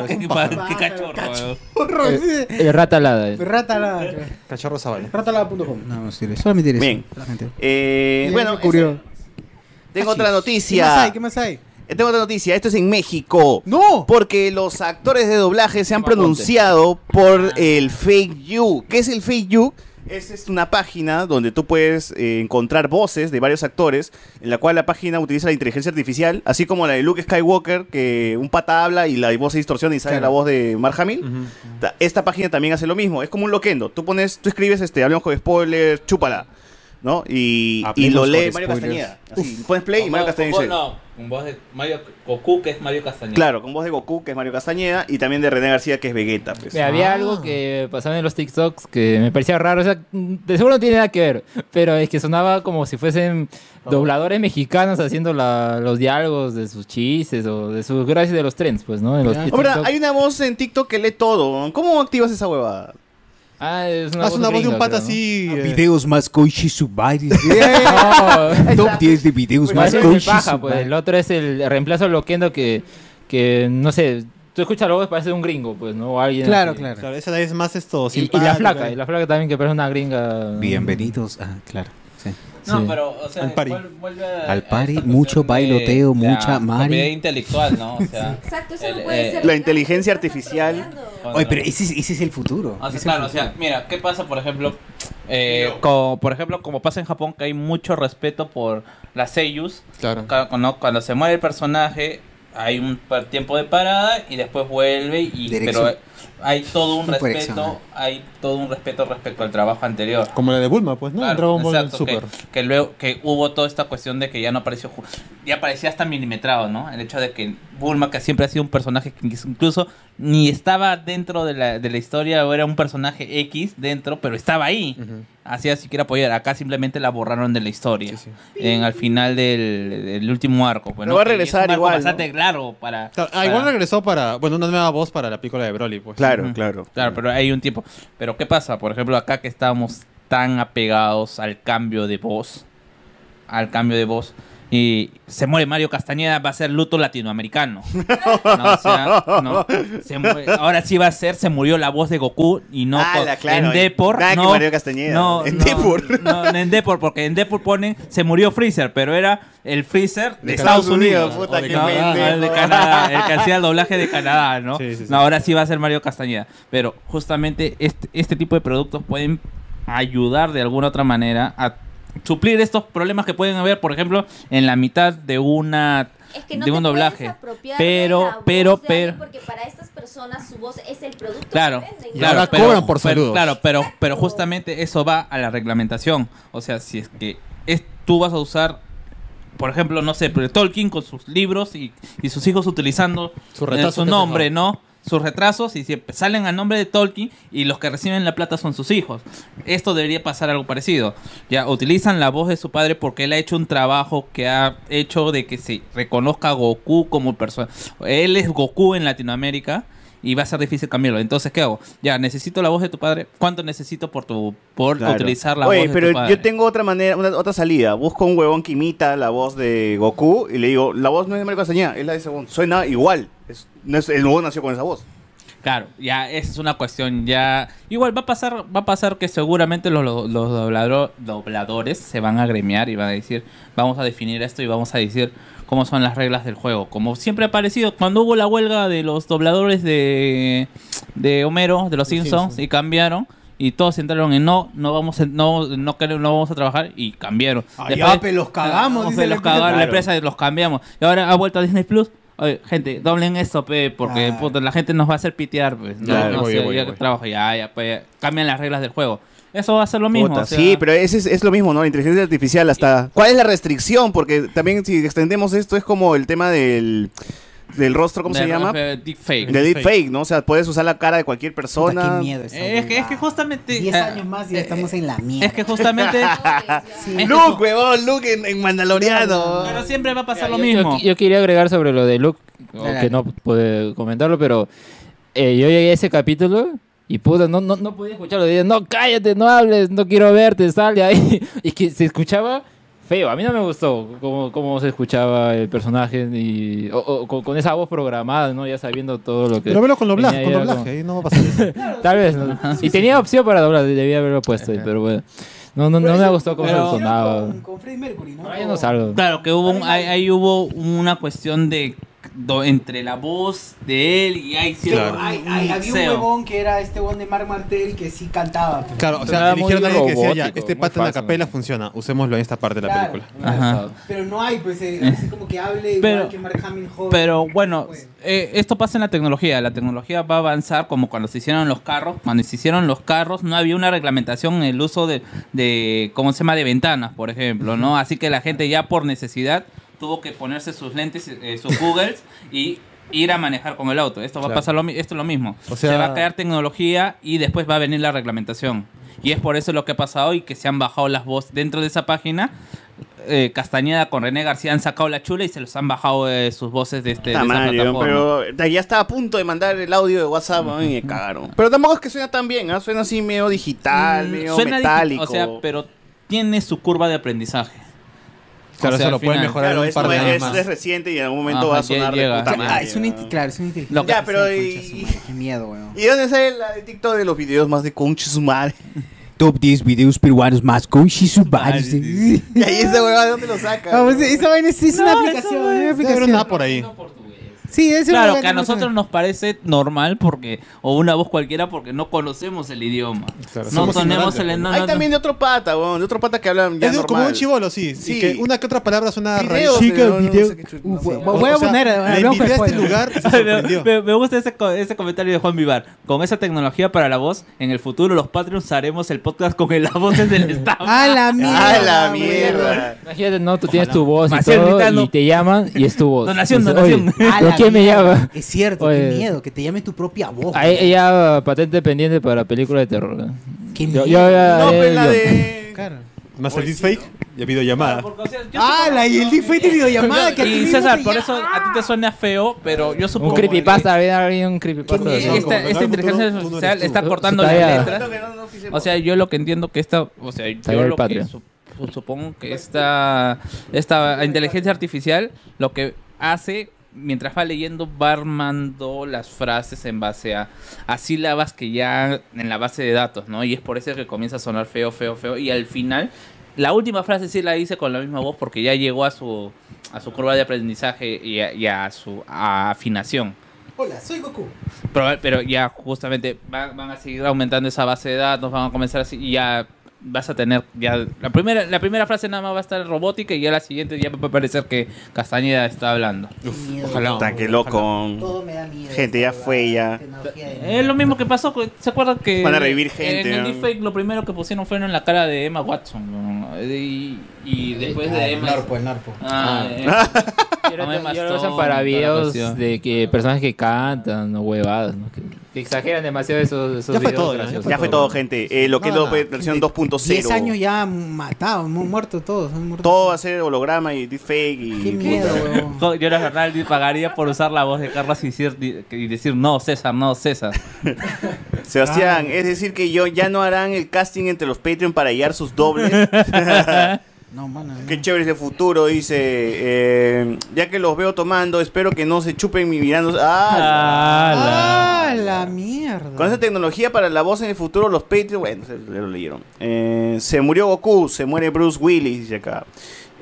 Speaker 4: Claro.
Speaker 5: Qué cachorro.
Speaker 2: Cachorro,
Speaker 10: Eh.
Speaker 2: sí.
Speaker 6: El rata alada. eh.
Speaker 2: Rátala.
Speaker 4: Cachorro Zavala.
Speaker 2: Rátala.com. No, no sirve. Solamente interesa.
Speaker 3: Bien.
Speaker 2: La gente.
Speaker 3: Eh,
Speaker 2: Ya
Speaker 3: bueno,
Speaker 2: me cubrió.
Speaker 3: esa- tengo otra
Speaker 2: ¿Qué más
Speaker 3: noticia.
Speaker 2: hay? ¿Qué más hay?
Speaker 3: Eh, Tengo otra noticia. Esto es en México.
Speaker 2: ¡No!
Speaker 3: Porque los actores de doblaje se han
Speaker 5: Paponte.
Speaker 3: pronunciado
Speaker 2: Ah.
Speaker 3: por el Fake You. ¿Qué es el Fake You? Es, es una página donde tú puedes eh, encontrar voces de varios actores, en la cual la página utiliza la inteligencia artificial, así como la de Luke Skywalker, que un pata habla y la voz se distorsiona y sale la voz de Mark Hamill. Ta- Esta página también hace lo mismo, es como un loquendo. Tú pones, tú escribes, este, hablamos con spoilers, chúpala, ¿no? Y, y
Speaker 4: Hablemos
Speaker 3: lo
Speaker 4: con
Speaker 3: lee Mario
Speaker 4: spoilers.
Speaker 3: Castañeda. Así, pones play y Mario Castañeda dice-
Speaker 5: No, con voz de Mario Goku, que es Mario Castañeda.
Speaker 3: Claro, con voz de Goku, que es Mario Castañeda, y también de René García, que es Vegeta. pues.
Speaker 6: Mira, había
Speaker 2: Ah.
Speaker 6: algo que pasaba en los TikToks que me parecía raro. O sea, mm, de seguro no tiene nada que ver, pero es que sonaba como si fuesen dobladores mexicanos haciendo la- los diálogos de sus chistes o de sus gracias de los trends, pues, ¿no? En los
Speaker 2: Ya.
Speaker 3: Hombre,
Speaker 6: TikToks.
Speaker 3: Ah, hay una voz en TikTok que lee todo. ¿no? ¿Cómo activas esa huevada?
Speaker 6: Ah, es una
Speaker 10: Haz una voz de
Speaker 6: gringa,
Speaker 10: un pata
Speaker 6: creo, ¿no?
Speaker 10: así. eh,
Speaker 2: Videos más koichi subaris.
Speaker 6: No,
Speaker 10: Top 10 de videos
Speaker 6: Más
Speaker 10: más
Speaker 6: el de
Speaker 10: conchis.
Speaker 6: paja, pues. El otro es el reemplazo loquendo que, que no sé, tú escuchas la voz parece un gringo, pues, ¿no? O alguien
Speaker 2: Claro,
Speaker 6: así.
Speaker 2: claro.
Speaker 4: Claro, esa es más esto.
Speaker 6: Y, y
Speaker 4: simpática.
Speaker 6: la flaca, y la flaca también que parece una gringa.
Speaker 10: Bienvenidos. Ah, claro. sí.
Speaker 6: No,
Speaker 5: No,
Speaker 6: Sí.
Speaker 5: pero, o sea,
Speaker 4: Al pari.
Speaker 5: vuel- vuelve a-
Speaker 10: Al
Speaker 5: a esta
Speaker 10: pari,
Speaker 5: cuestión
Speaker 10: mucho
Speaker 5: de-
Speaker 10: bailoteo,
Speaker 5: de la
Speaker 10: mucha mari.
Speaker 5: comida intelectual, ¿no? O sea,
Speaker 8: Exacto, eso
Speaker 5: El,
Speaker 8: no puede
Speaker 5: eh,
Speaker 8: ser.
Speaker 3: la
Speaker 8: legal,
Speaker 3: inteligencia
Speaker 8: te estás
Speaker 3: artificial.
Speaker 8: apropiando.
Speaker 10: Oye, pero ese, es- ese es el futuro.
Speaker 2: Ah,
Speaker 5: O
Speaker 10: Ese
Speaker 5: sea,
Speaker 10: es el
Speaker 5: claro, o sea,
Speaker 10: futuro.
Speaker 5: mira, ¿qué pasa, por ejemplo? Eh, como, por ejemplo, como pasa en Japón, que hay mucho respeto por las seiyus.
Speaker 4: Claro.
Speaker 5: Ca- Cuando, cuando se muere el personaje, hay un par- tiempo de parada y después vuelve. y
Speaker 10: Dirección.
Speaker 5: Pero hay todo un
Speaker 10: Por dirección,
Speaker 5: respeto, hay todo un respeto respecto al trabajo anterior.
Speaker 4: Como la de Bulma, pues, ¿no?
Speaker 5: Claro,
Speaker 4: el Dragon Ball
Speaker 5: exacto,
Speaker 4: Super.
Speaker 5: Que, que luego que hubo toda esta cuestión de que ya no apareció ju- ya parecía hasta milimetrado, ¿no? El hecho de que Bulma que siempre ha sido un personaje que incluso ni estaba dentro de la, de la historia o era un personaje X dentro, pero estaba ahí.
Speaker 4: Ujú.
Speaker 5: Hacía siquiera apoyar. Acá simplemente la borraron de la historia.
Speaker 4: Sí, sí.
Speaker 5: En al final del, del último arco. Pues,
Speaker 3: Pero va a
Speaker 5: Que es
Speaker 3: regresar
Speaker 5: un arco
Speaker 3: igual,
Speaker 5: Bastante largo para.
Speaker 4: Claro, ah, igual
Speaker 5: para-
Speaker 4: regresó para. Bueno, una nueva voz para la película de Broly, pues.
Speaker 3: Claro,
Speaker 5: Ujú.
Speaker 3: claro.
Speaker 5: Claro, pero hay un tiempo. Pero ¿qué pasa? Por ejemplo, acá que estábamos tan apegados al cambio de voz, al cambio de voz, y se muere Mario Castañeda, va a ser luto latinoamericano. No, o sea, no. Se muere- ahora sí va a ser, se murió la voz de Goku y no
Speaker 3: Ah,
Speaker 5: con-
Speaker 3: la, claro.
Speaker 5: en Depor.
Speaker 3: Nada que
Speaker 5: no,
Speaker 3: Mario Castañeda.
Speaker 5: No,
Speaker 3: En
Speaker 5: no,
Speaker 3: Depor.
Speaker 5: No, en Depor, porque en Depor ponen, se murió Freezer, pero era el Freezer de,
Speaker 3: De Estados
Speaker 5: Estados, Unidos.
Speaker 3: Unidos, puta,
Speaker 5: No,
Speaker 3: qué
Speaker 5: no, el de
Speaker 3: pendejo.
Speaker 5: Canadá, el que hacía el doblaje de Canadá, ¿no?
Speaker 4: Sí, sí, sí.
Speaker 5: No, ahora sí va a ser Mario Castañeda. Pero justamente este, este tipo de productos pueden ayudar de alguna otra manera a suplir estos problemas que pueden haber, por ejemplo, en la mitad de una...
Speaker 8: Es que no
Speaker 5: de
Speaker 8: te
Speaker 5: un doblaje.
Speaker 8: puedes apropiar
Speaker 5: Pero-
Speaker 8: de la voz
Speaker 5: pero-
Speaker 8: de alguien
Speaker 5: pero-
Speaker 8: Porque para estas personas su voz es el producto.
Speaker 5: Claro,
Speaker 8: que venden, ¿no?
Speaker 5: claro,
Speaker 4: ahora cobran por
Speaker 5: pero-
Speaker 4: saludos.
Speaker 5: Claro, pero, pero justamente eso va a la reglamentación. O sea, si es que es, tú vas a usar, por ejemplo, no sé, pero Tolkien con sus libros y, y sus hijos utilizando
Speaker 4: Sus
Speaker 5: eh,
Speaker 4: retrasos
Speaker 5: su
Speaker 4: que
Speaker 5: nombre,
Speaker 4: dejaron.
Speaker 5: ¿no? Sus retrasos y si salen a nombre de Tolkien y los que reciben la plata son sus hijos. Esto debería pasar algo parecido. Ya utilizan la voz de su padre porque él ha hecho un trabajo que ha hecho de que se reconozca a Goku como persona. Él es Goku en Latinoamérica y va a ser difícil cambiarlo. Entonces, ¿qué hago? Ya, necesito la voz de tu padre. ¿Cuánto necesito por tu por
Speaker 3: Claro.
Speaker 5: utilizar la
Speaker 3: Oye,
Speaker 5: voz de
Speaker 3: pero
Speaker 5: tu padre?
Speaker 3: yo tengo otra manera, una- otra salida. Busco un huevón que imita la voz de Goku y le digo, la voz no es de Mario Castañeda, es la de ese huevón. Suena igual. Es- no es- el huevón nació con esa voz.
Speaker 5: Claro, ya esa es una cuestión ya igual va a pasar va a pasar que seguramente los, los, los doblado- dobladores se van a gremiar y van a decir, vamos a definir esto y vamos a decir cómo son las reglas del juego, como siempre ha parecido cuando hubo la huelga de los dobladores de de Homero, de los Simpsons y cambiaron y todos entraron en no, no vamos a, no no queremos- no vamos a trabajar y cambiaron.
Speaker 2: Ay,
Speaker 5: Después-
Speaker 2: ya, pe, los cagamos,
Speaker 5: Ah,
Speaker 2: dice
Speaker 5: pe,
Speaker 2: la
Speaker 5: los cagaron, la
Speaker 3: empresa.
Speaker 5: empresa los cambiamos. Y ahora ha vuelto a Disney Plus. Oye, gente, doblen esto, pe, porque
Speaker 3: Ah.
Speaker 2: Claro.
Speaker 5: puta, la gente nos va a hacer pitear, pues. No,
Speaker 3: Claro,
Speaker 5: no
Speaker 4: voy,
Speaker 5: sé,
Speaker 4: voy,
Speaker 5: ya
Speaker 4: voy.
Speaker 5: que trabajo, ya, ya, pues, cambian las reglas del juego. Eso va a ser lo mismo.
Speaker 3: Puta,
Speaker 5: o sea,
Speaker 3: sí, pero ese es, es lo mismo, ¿no? La inteligencia artificial hasta... ¿Cuál es la restricción? Porque también si extendemos esto es como el tema del... del rostro, ¿cómo se llama?
Speaker 5: De eh, deepfake.
Speaker 3: De deepfake, ¿no? O sea, puedes usar la cara de cualquier
Speaker 2: Puta,
Speaker 3: persona.
Speaker 2: qué miedo esa
Speaker 5: Eh, es, que, es que
Speaker 2: huevada.
Speaker 5: justamente.
Speaker 2: 10
Speaker 5: ah,
Speaker 2: años más y ya
Speaker 5: eh,
Speaker 2: estamos en la mierda.
Speaker 5: Es que justamente. es que-
Speaker 3: Luke, huevón, Luke en, en Mandaloriano.
Speaker 5: pero siempre va a pasar
Speaker 6: Ah, Yo-
Speaker 5: lo
Speaker 6: yo-
Speaker 5: mismo.
Speaker 6: Yo, quería agregar sobre lo de Luke, o
Speaker 2: Dale,
Speaker 6: que
Speaker 2: dale.
Speaker 6: no pude comentarlo, pero eh, yo llegué a ese capítulo y puta, no, no, no podía escucharlo. Dije, no, cállate, no hables, no quiero verte, sal de ahí. Y que se escuchaba feo. A mí no me gustó cómo, cómo se escuchaba el personaje y, o- o con, con esa voz programada, ¿no? Ya sabiendo todo lo que...
Speaker 13: Pero velo con doblaje, con
Speaker 6: tenía ya
Speaker 13: doblaje,
Speaker 6: como-
Speaker 13: ahí no va a pasar eso.
Speaker 6: Tal vez, ¿no? Y tenía opción para doblar, debía haberlo puesto, ahí, pero bueno. No, no, no me gustó cómo
Speaker 5: pero-
Speaker 6: sonaba.
Speaker 2: Con, con Freddie Mercury, ¿no?
Speaker 6: Ahí no salgo.
Speaker 5: Claro, que hubo un- ahí, ahí hubo una cuestión de do- entre la voz de él y ahí sí
Speaker 2: Pero
Speaker 4: Claro.
Speaker 2: hay- hay- había un
Speaker 5: mixeo.
Speaker 2: huevón que era este huevón de Mark Martel que sí cantaba. pero-
Speaker 4: Claro, o
Speaker 6: Era
Speaker 4: sea,
Speaker 6: muy
Speaker 4: eligieron a alguien que decía, ya,
Speaker 6: robótico,
Speaker 4: este
Speaker 6: muy
Speaker 4: pata en la
Speaker 6: falso, ¿no?
Speaker 4: capela funciona, usémoslo en esta parte de la
Speaker 2: Claro.
Speaker 4: película.
Speaker 13: Eh,
Speaker 5: Ajá.
Speaker 2: Pero no hay, pues, eh, así como que hable igual
Speaker 5: Pero-
Speaker 2: que Mark Hamill joven.
Speaker 5: Pero bueno,
Speaker 2: Bueno.
Speaker 5: eh, esto pasa en la tecnología. La tecnología va a avanzar como cuando se hicieron los carros. Cuando se hicieron los carros no había una reglamentación en el uso de, de ¿cómo se llama?, de ventanas, por ejemplo, ¿no? Así que la gente ya por necesidad tuvo que ponerse sus lentes, eh, sus Googles y ir a manejar con el auto. Esto va a
Speaker 4: Claro.
Speaker 5: pasar lo, mi- esto es lo mismo.
Speaker 13: O sea-
Speaker 5: se va a crear tecnología y después va a venir la reglamentación. Y es por eso lo que ha pasado y que se han bajado las voces dentro de esa página eh, Castañeda con René García han sacado la chula y se los han bajado de sus voces de, este, de
Speaker 3: Puta
Speaker 5: esa
Speaker 3: madre,
Speaker 5: plataforma.
Speaker 3: pero ya estaba a punto de mandar el audio de WhatsApp weón, y me cagaron. Pero tampoco es que suena tan bien, ¿ah? suena así medio digital,
Speaker 5: Mm,
Speaker 3: medio
Speaker 5: suena difícil,
Speaker 3: metálico.
Speaker 5: O sea, pero tiene su curva de aprendizaje.
Speaker 4: Claro,
Speaker 5: O
Speaker 4: eso
Speaker 5: sea, al
Speaker 4: lo pueden
Speaker 5: final.
Speaker 4: mejorar
Speaker 3: Claro,
Speaker 4: en un par
Speaker 3: esto
Speaker 4: de
Speaker 3: es,
Speaker 4: años
Speaker 3: esto es
Speaker 4: más.
Speaker 3: reciente y en algún momento
Speaker 5: Ajá,
Speaker 3: va a sonar
Speaker 5: llega.
Speaker 3: de puta
Speaker 5: Ah,
Speaker 2: Ah,
Speaker 3: madre,
Speaker 2: es un
Speaker 3: weón.
Speaker 2: inte- claro, es un inteligente.
Speaker 5: Lo que-
Speaker 3: Ya, pero y-
Speaker 2: Qué miedo, weón.
Speaker 3: ¿Y dónde sale la de TikTok de los videos más de concha su madre?
Speaker 11: Top 10 videos peruanos más con Shisubaru.
Speaker 3: Y ahí ese weón, ¿de dónde lo saca?
Speaker 2: Ah, pues,
Speaker 3: weón?
Speaker 2: esa vaina es, es una aplicación, es una
Speaker 13: Debe haber
Speaker 2: aplicación.
Speaker 13: una
Speaker 4: por ahí.
Speaker 2: Sí, es una
Speaker 5: Claro,
Speaker 2: vaina
Speaker 5: que a
Speaker 2: más o
Speaker 5: nosotros
Speaker 2: menos.
Speaker 5: nos parece normal porque o una voz cualquiera porque no conocemos el idioma. no
Speaker 4: somos
Speaker 5: tenemos
Speaker 4: ignorantes,
Speaker 5: el
Speaker 4: pues.
Speaker 5: no,
Speaker 3: Hay
Speaker 5: no,
Speaker 3: también de otro pata, weón, de otro pata que hablan ya
Speaker 13: Es de-
Speaker 3: normal.
Speaker 13: como un chivolo, sí.
Speaker 3: Sí.
Speaker 13: Y que una que otra palabra suena
Speaker 3: Videos,
Speaker 13: raíz.
Speaker 3: weón, no sé
Speaker 9: video-
Speaker 3: qué chucha,
Speaker 9: Uh,
Speaker 3: no sé.
Speaker 9: weón,
Speaker 13: O- o
Speaker 2: Voy a
Speaker 13: sea,
Speaker 2: poner,
Speaker 13: La
Speaker 2: hablamos
Speaker 13: invité a este
Speaker 2: después.
Speaker 13: lugar y se
Speaker 5: no. me,
Speaker 13: sorprendió.
Speaker 5: me- me gusta ese, co- ese comentario de Juan Vivar. Con esa tecnología para la voz, en el futuro los Patreons haremos el podcast con el- las voces del Estado.
Speaker 2: A la mierda.
Speaker 3: ¡A
Speaker 2: weón.
Speaker 3: la mierda!
Speaker 6: Imagínate, no, tú tienes tu voz y
Speaker 5: Maciel
Speaker 6: todo,
Speaker 5: gritando.
Speaker 6: y te llaman y es tu voz.
Speaker 5: Donación,
Speaker 6: Dices,
Speaker 5: donación.
Speaker 6: "Oye,
Speaker 2: A
Speaker 6: ¿pero
Speaker 2: la
Speaker 6: quién me
Speaker 2: mierda.
Speaker 6: llama?
Speaker 2: Es cierto,
Speaker 6: Oye.
Speaker 2: qué miedo, que te llame tu propia voz.
Speaker 6: Ahí ahí ya patente pendiente para película de terror. ¿no?
Speaker 2: Qué
Speaker 6: Yo, pues,
Speaker 2: miedo.
Speaker 6: yo ya-
Speaker 3: No,
Speaker 6: ya-
Speaker 3: pero la
Speaker 6: yo-
Speaker 3: de...
Speaker 4: Más el deepfake y videollamada.
Speaker 5: Porque, o sea, yo
Speaker 2: Ah,
Speaker 5: supongo-
Speaker 2: la y el fue de videollamada que a ti
Speaker 5: Y
Speaker 2: mismo
Speaker 5: César,
Speaker 2: te
Speaker 5: por
Speaker 2: llama.
Speaker 5: eso a ti te suena feo, pero yo
Speaker 6: Un
Speaker 5: supongo
Speaker 6: creepypasta, había alguien un creepypasta.
Speaker 5: que
Speaker 6: de eso.
Speaker 5: esta, esta inteligencia
Speaker 4: Tú no eres
Speaker 5: artificial
Speaker 4: tú.
Speaker 5: está
Speaker 6: Su
Speaker 5: cortando las
Speaker 6: tarea.
Speaker 5: letras. O sea, yo lo que entiendo que esta, o sea,
Speaker 6: Tarea
Speaker 5: yo
Speaker 6: del
Speaker 5: lo que
Speaker 6: patria.
Speaker 5: su- su- supongo que esta esta inteligencia artificial lo que hace mientras va leyendo va armando las frases en base a, a sílabas que ya en la base de datos, ¿no? Y es por eso que comienza a sonar feo, feo, feo y al final la última frase sí la hice con la misma voz porque ya llegó a su a su curva de aprendizaje y a, y a su a afinación.
Speaker 2: Hola, soy Goku.
Speaker 5: Proba- Pero, ya justamente van, van a seguir aumentando esa base de datos, van a comenzar así y ya vas a tener ya la primera la primera frase nada más va a estar robótica y ya la siguiente ya va a parecer que Castañeda está hablando.
Speaker 2: Miedo.
Speaker 4: ojalá.
Speaker 3: Puta, qué loco.
Speaker 2: Todo me da miedo.
Speaker 3: Gente, ya fue, ya.
Speaker 2: Tecnología de
Speaker 5: Eh, Es lo mismo que pasó, con- ¿se acuerdan que
Speaker 3: Van a revivir gente,
Speaker 5: En el
Speaker 3: ¿no?
Speaker 5: deepfake lo primero que pusieron fueron la cara de Emma Watson ¿no? y, y después
Speaker 2: Ah,
Speaker 5: de
Speaker 2: el
Speaker 5: Emma
Speaker 2: narco, el narco.
Speaker 5: Ah, eh,
Speaker 6: Yo
Speaker 5: Emma
Speaker 6: lo- yo
Speaker 5: Stone,
Speaker 6: lo usan
Speaker 5: toda
Speaker 6: para
Speaker 5: la
Speaker 6: videos
Speaker 5: cuestión.
Speaker 6: de que personas que cantan o huevadas, ¿no? Que, que exageran demasiado esos, esos
Speaker 13: Ya fue
Speaker 6: videos
Speaker 13: todo, ya, ya
Speaker 6: graciosos.
Speaker 3: Ya fue todo, gente. Eh, lo que
Speaker 13: Nada,
Speaker 3: es la
Speaker 13: nada.
Speaker 3: versión
Speaker 2: 10 años
Speaker 3: 2.0.
Speaker 2: ya matados, mu- muertos todos. han muerto.
Speaker 3: Todo va a ser holograma y deepfake
Speaker 2: Qué
Speaker 3: y...
Speaker 2: miedo, weón.
Speaker 5: Jo- Yo la verdad le pagaría por usar la voz de Carlos y decir, y decir no César, no César.
Speaker 3: Sebastián, es decir que yo ya no harán el casting entre los Patreon para hallar sus dobles.
Speaker 2: No, mano. no.
Speaker 3: Qué chévere ese futuro, dice. eh, ya que los veo tomando, espero que no se chupen mi mirando. ¡Ah!
Speaker 2: Ah, la mierda.
Speaker 3: Con esa tecnología para la voz en el futuro, los Patreon. Bueno, se- ya lo leyeron. Eh, se murió Goku, se muere Bruce Willis, dice acá.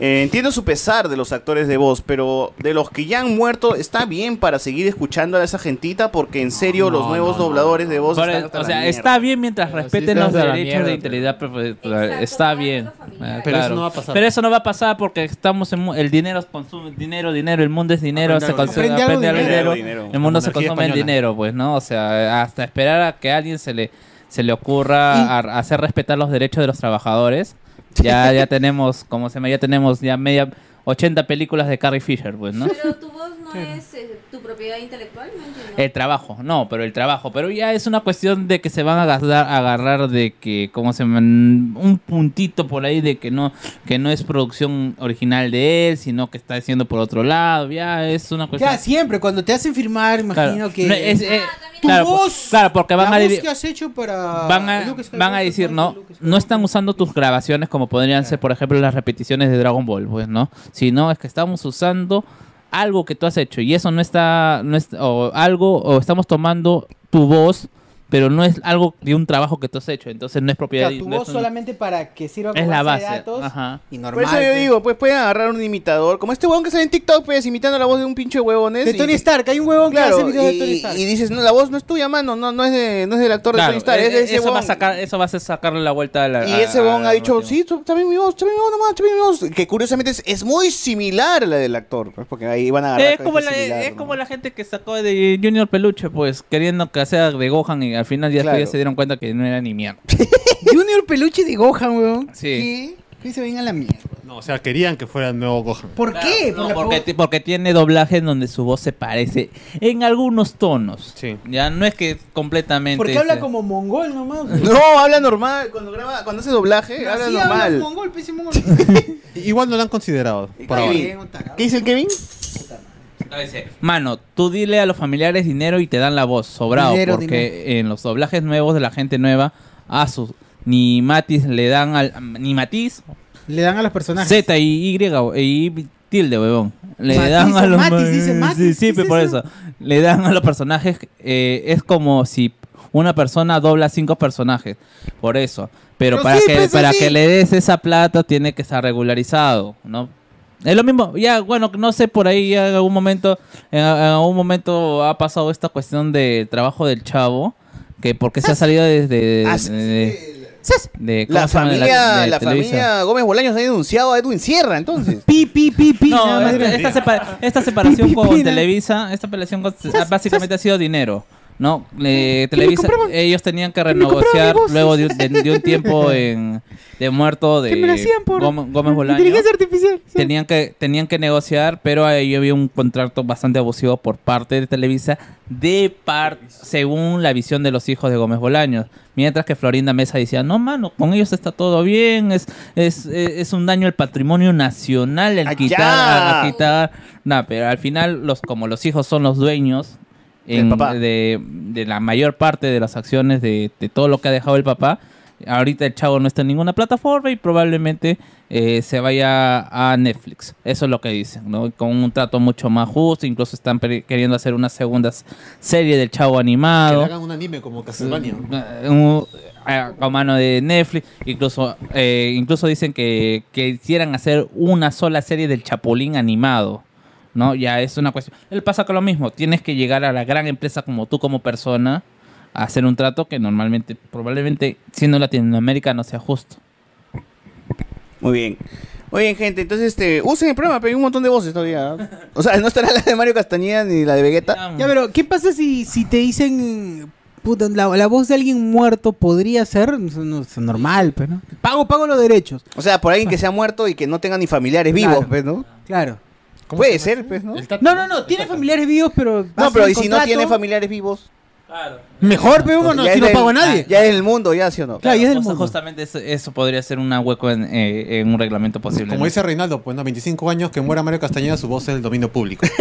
Speaker 3: Eh, entiendo su pesar de los actores de voz, pero de los que ya han muerto, está bien para seguir escuchando a esa gentita, porque en serio los nuevos dobladores de voz.
Speaker 5: Pero,
Speaker 3: están hasta
Speaker 5: o
Speaker 3: la
Speaker 5: sea,
Speaker 3: mierda.
Speaker 5: está bien mientras
Speaker 6: Pero sí
Speaker 5: respeten
Speaker 6: está
Speaker 5: los
Speaker 6: hasta la
Speaker 5: derechos
Speaker 6: mierda,
Speaker 5: de
Speaker 6: pero-
Speaker 5: integridad profesional.
Speaker 8: Exacto,
Speaker 5: está
Speaker 8: para
Speaker 5: bien.
Speaker 8: los familiares.
Speaker 5: Ah,
Speaker 4: Pero
Speaker 5: claro.
Speaker 4: eso no va a pasar.
Speaker 5: Pero eso no va a pasar porque estamos en mu- el dinero consume dinero, dinero, el mundo es dinero,
Speaker 4: Aprende
Speaker 5: se
Speaker 4: algo de
Speaker 5: consume
Speaker 2: dinero.
Speaker 5: aprende
Speaker 2: Aprende
Speaker 3: algo
Speaker 5: algo
Speaker 3: de
Speaker 5: dinero,
Speaker 3: dinero.
Speaker 5: El mundo
Speaker 4: La
Speaker 5: se
Speaker 4: monarquía
Speaker 5: consume en
Speaker 4: española.
Speaker 5: dinero, pues, ¿no? O sea, hasta esperar a que a alguien se le se le ocurra a- hacer respetar los derechos de los trabajadores. Ya ya tenemos, como se llama, ya tenemos ya media 80 películas de Carrie Fisher, pues, ¿no?
Speaker 8: Pero tu voz no es eh, tu propiedad intelectual, no entiendo.
Speaker 5: El trabajo, no, pero el trabajo. Pero ya es una cuestión de que se van a agarrar, a agarrar de que, como se man- un puntito por ahí de que no, que no es producción original de él, sino que está haciendo por otro lado. Ya es una cuestión.
Speaker 2: Ya, siempre, cuando te hacen firmar, imagino
Speaker 5: Claro.
Speaker 2: que. Ah,
Speaker 5: No, es- eh,
Speaker 2: tu
Speaker 5: claro, por-
Speaker 2: voz.
Speaker 5: claro, porque van
Speaker 2: la
Speaker 5: a
Speaker 2: voz
Speaker 5: dir-
Speaker 2: que has hecho para.
Speaker 5: van a,
Speaker 2: Lucas
Speaker 5: van a
Speaker 2: Skywalker,
Speaker 5: decir, no, no están usando tus grabaciones como podrían ser, por ejemplo, las repeticiones de Dragon Ball, pues, ¿no? Sino es que estamos usando algo que tú has hecho y eso no está, no es, o algo, o estamos tomando tu voz, pero no es algo de un trabajo que tú has hecho, entonces no es
Speaker 2: O sea,
Speaker 5: propiedad.
Speaker 2: tu
Speaker 5: no es
Speaker 2: voz
Speaker 5: un-
Speaker 2: solamente para que sirva como
Speaker 5: es la
Speaker 2: base
Speaker 5: base.
Speaker 2: de datos.
Speaker 5: ajá.
Speaker 2: Y
Speaker 3: Por
Speaker 2: normal.
Speaker 3: eso yo digo, pues pueden agarrar un imitador, como este huevón que sale en TikTok, pues imitando la voz de un pinche huevones.
Speaker 2: De Tony Stark, hay un huevón que hace
Speaker 3: Claro,
Speaker 2: videos de
Speaker 3: y,
Speaker 2: Tony Stark.
Speaker 3: y dices, no, la voz no es tuya, mano, no, no, es, de, no es del actor
Speaker 5: Claro,
Speaker 3: de
Speaker 2: e,
Speaker 3: Tony Stark, es de
Speaker 5: eh,
Speaker 3: ese
Speaker 5: eso, va a
Speaker 3: huevón.
Speaker 5: sacar, eso va a ser sacarle la vuelta a la.
Speaker 3: Y
Speaker 5: a-
Speaker 3: ese huevón
Speaker 5: a-
Speaker 3: ha dicho, sí, tú- también mi voz, también mi voz, nomás, también mi voz. Que curiosamente es, es muy similar a la del actor, pues, porque ahí van a agarrar.
Speaker 5: Es como,
Speaker 3: cosas
Speaker 5: la,
Speaker 3: similares,
Speaker 5: es
Speaker 3: ¿no?
Speaker 5: como la gente que sacó de Junior Peluche, pues queriendo que sea de Gohan y al final ya,
Speaker 3: Claro.
Speaker 5: ya se dieron cuenta que no era ni mierda.
Speaker 2: Junior Peluche de Gohan, weón.
Speaker 5: Sí.
Speaker 2: ¿Qué? Que se venga la mierda.
Speaker 4: No, o sea, querían que fuera el nuevo Gohan.
Speaker 2: ¿Por qué? Por
Speaker 5: No,
Speaker 2: la
Speaker 5: porque,
Speaker 2: voz.
Speaker 5: ti- porque tiene doblaje en donde su voz se parece en algunos tonos. Ya no es que completamente.
Speaker 2: Porque habla
Speaker 5: se-
Speaker 2: como mongol nomás.
Speaker 3: No, habla normal, cuando graba, cuando hace doblaje, habla
Speaker 2: Así habla
Speaker 3: normal.
Speaker 2: mongol, pese mongol.
Speaker 4: Igual no lo han considerado. Por ahora.
Speaker 3: Kevin. ¿Qué dice el Kevin?
Speaker 5: Eh, Mano, tú dile a los familiares dinero y te dan la voz, sobrado.
Speaker 2: Dinero,
Speaker 5: porque en los doblajes nuevos de la gente nueva, a sus ni matiz le dan al. Ni matiz,
Speaker 2: Le dan a los personajes.
Speaker 5: Z y Y o- y tilde, huevón. Le
Speaker 2: Matiz
Speaker 5: dan a
Speaker 2: o
Speaker 5: los
Speaker 2: matiz, dice matiz,
Speaker 5: Sí, sí,
Speaker 2: ¿qué
Speaker 5: pe,
Speaker 2: es
Speaker 5: por
Speaker 2: eso?
Speaker 5: eso. Le dan a los personajes eh, es como si una persona dobla cinco personajes, por eso. Pero,
Speaker 2: Pero
Speaker 5: para
Speaker 2: sí,
Speaker 5: que
Speaker 2: pues,
Speaker 5: para
Speaker 2: sí.
Speaker 5: que le des esa plata tiene que estar regularizado, ¿no? Es lo mismo, ya, bueno, no sé, por ahí ya en algún momento, en, en algún momento ha pasado esta cuestión del trabajo del chavo, que porque se ha salido desde...
Speaker 3: Ah,
Speaker 5: de- de- de- eh, ¿cómo
Speaker 3: La
Speaker 5: se llama? De
Speaker 3: familia, la,
Speaker 5: de Televisa.
Speaker 3: familia Gómez Bolaños ha denunciado a Edwin Sierra, entonces.
Speaker 2: Pi, pi, pi, pi.
Speaker 5: No,
Speaker 2: nada más
Speaker 5: esta,
Speaker 2: era-
Speaker 5: esta separa- esta separación
Speaker 2: Pi, pi, pi,
Speaker 5: con
Speaker 2: na.
Speaker 5: Televisa, esta separación con- básicamente ha sido dinero. No, Eh, Televisa,
Speaker 2: compraban?
Speaker 5: ellos tenían que
Speaker 2: me compraban
Speaker 5: renegociar
Speaker 2: mi voz?
Speaker 5: luego de, un- de- de un tiempo en, de muerto de
Speaker 2: Que me la hacían por
Speaker 5: Gómez, Gómez Bolaño.
Speaker 2: Inteligencia artificial.
Speaker 5: Tenían que, tenían que negociar, pero ahí había un contrato bastante abusivo por parte de Televisa, de par, según la visión de los hijos de Gómez Bolaños. Mientras que Florinda Mesa decía, no, mano, con ellos está todo bien, es, es, es, es un daño al patrimonio nacional el quitar, a, a quitar. Nah, pero al final, los, como los hijos son los dueños
Speaker 3: Del
Speaker 5: en-
Speaker 3: papá.
Speaker 5: de, de la mayor parte de las acciones de, de todo lo que ha dejado el papá, ahorita el chavo no está en ninguna plataforma y probablemente eh, se vaya a Netflix. Eso es lo que dicen, ¿no? Con un trato mucho más justo, incluso están peri- queriendo hacer una segunda s- serie del chavo
Speaker 4: Que le
Speaker 5: animado
Speaker 4: hagan un anime como Castlevania.
Speaker 5: eh, un- a a mano de Netflix, incluso eh, incluso dicen que, que hicieran hacer una sola serie del Chapulín animado, ¿no? Ya es una cuestión. Él pasa con lo mismo, tienes que llegar a la gran empresa como tú como persona a hacer un trato que normalmente probablemente siendo Latinoamérica no sea justo.
Speaker 3: Muy bien. Muy bien, gente, entonces este, usen el programa, pero hay un montón de voces todavía. ¿eh? O sea, no estará la de Mario Castañeda ni la de Vegeta.
Speaker 2: Ya, pero ¿qué pasa si, si te dicen puta, la, la voz de alguien muerto podría ser Eso no- eso es normal, pero ¿no? pago pago los derechos.
Speaker 3: O sea, por alguien que se ha muerto y que no tenga ni familiares vivos,
Speaker 2: Claro.
Speaker 3: pues, ¿no?
Speaker 2: Claro.
Speaker 3: Puede ser, pues, ¿no?
Speaker 2: No, no, no, tiene familiares vivos, pero
Speaker 3: No,
Speaker 2: hace
Speaker 3: pero
Speaker 2: el
Speaker 3: ¿y si no
Speaker 2: contrato,
Speaker 3: tiene familiares vivos?
Speaker 2: mejor, pero bueno,
Speaker 3: Ya
Speaker 2: si
Speaker 3: es
Speaker 2: no
Speaker 3: del-
Speaker 2: pago a nadie.
Speaker 3: Ya es el mundo, ya, ¿sí o no?
Speaker 2: Claro, y es del
Speaker 5: justo-
Speaker 2: mundo.
Speaker 5: Justamente eso, eso podría ser un hueco en, eh, en un reglamento posible.
Speaker 4: Como
Speaker 5: ¿no?
Speaker 4: dice Reinaldo, pues no, 25 años que muera Mario Castañeda, su voz es el dominio público.
Speaker 2: Es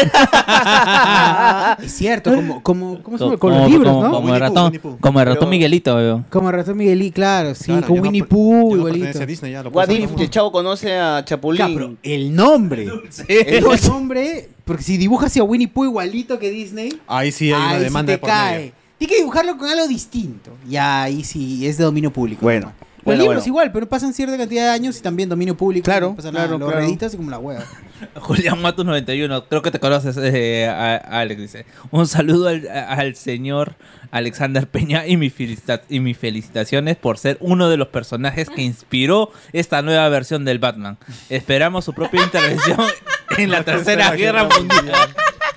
Speaker 2: cierto, como como como, se llama?
Speaker 5: Como-
Speaker 2: con los libros,
Speaker 5: como-
Speaker 2: ¿no?
Speaker 5: como el
Speaker 4: Winnie Pooh,
Speaker 5: ratón,
Speaker 4: Winnie Pooh.
Speaker 5: como el ratón
Speaker 4: Pero-
Speaker 5: Miguelito, weón.
Speaker 2: Como Ratón Miguelí, claro, sí,
Speaker 4: Claro,
Speaker 2: con
Speaker 4: ya no
Speaker 2: Winnie
Speaker 4: per-
Speaker 2: Pooh,
Speaker 4: ya no
Speaker 2: igualito.
Speaker 4: pertenece a Disney, ya lo
Speaker 3: What
Speaker 4: puede
Speaker 3: if
Speaker 4: hacer.
Speaker 3: el chavo conoce a
Speaker 2: Claro, pero
Speaker 3: Chapulín?
Speaker 2: el nombre. El nombre, porque si dibujas a Winnie Pooh igualito que Disney,
Speaker 4: Ahí sí hay una
Speaker 2: ahí sí
Speaker 4: demanda de
Speaker 2: te
Speaker 4: por medio.
Speaker 2: cae. Tiene que dibujarlo con algo distinto. Y ahí sí, es de dominio público.
Speaker 3: Bueno,
Speaker 2: Los
Speaker 3: bueno,
Speaker 2: libros
Speaker 3: bueno.
Speaker 2: igual, pero pasan cierta cantidad de años y también dominio público.
Speaker 3: Claro,
Speaker 2: no pasa nada.
Speaker 3: claro,
Speaker 2: Lo
Speaker 3: claro.
Speaker 2: reeditas y como la hueva.
Speaker 5: Julián Matos 91, creo que te conoces, eh, a- a Alex dice. Un saludo al, a- al señor Alexander Peña y, mi felicita- y mis felicitaciones por ser uno de los personajes que inspiró esta nueva versión del Batman. Esperamos su propia intervención en la Tercera Guerra Mundial.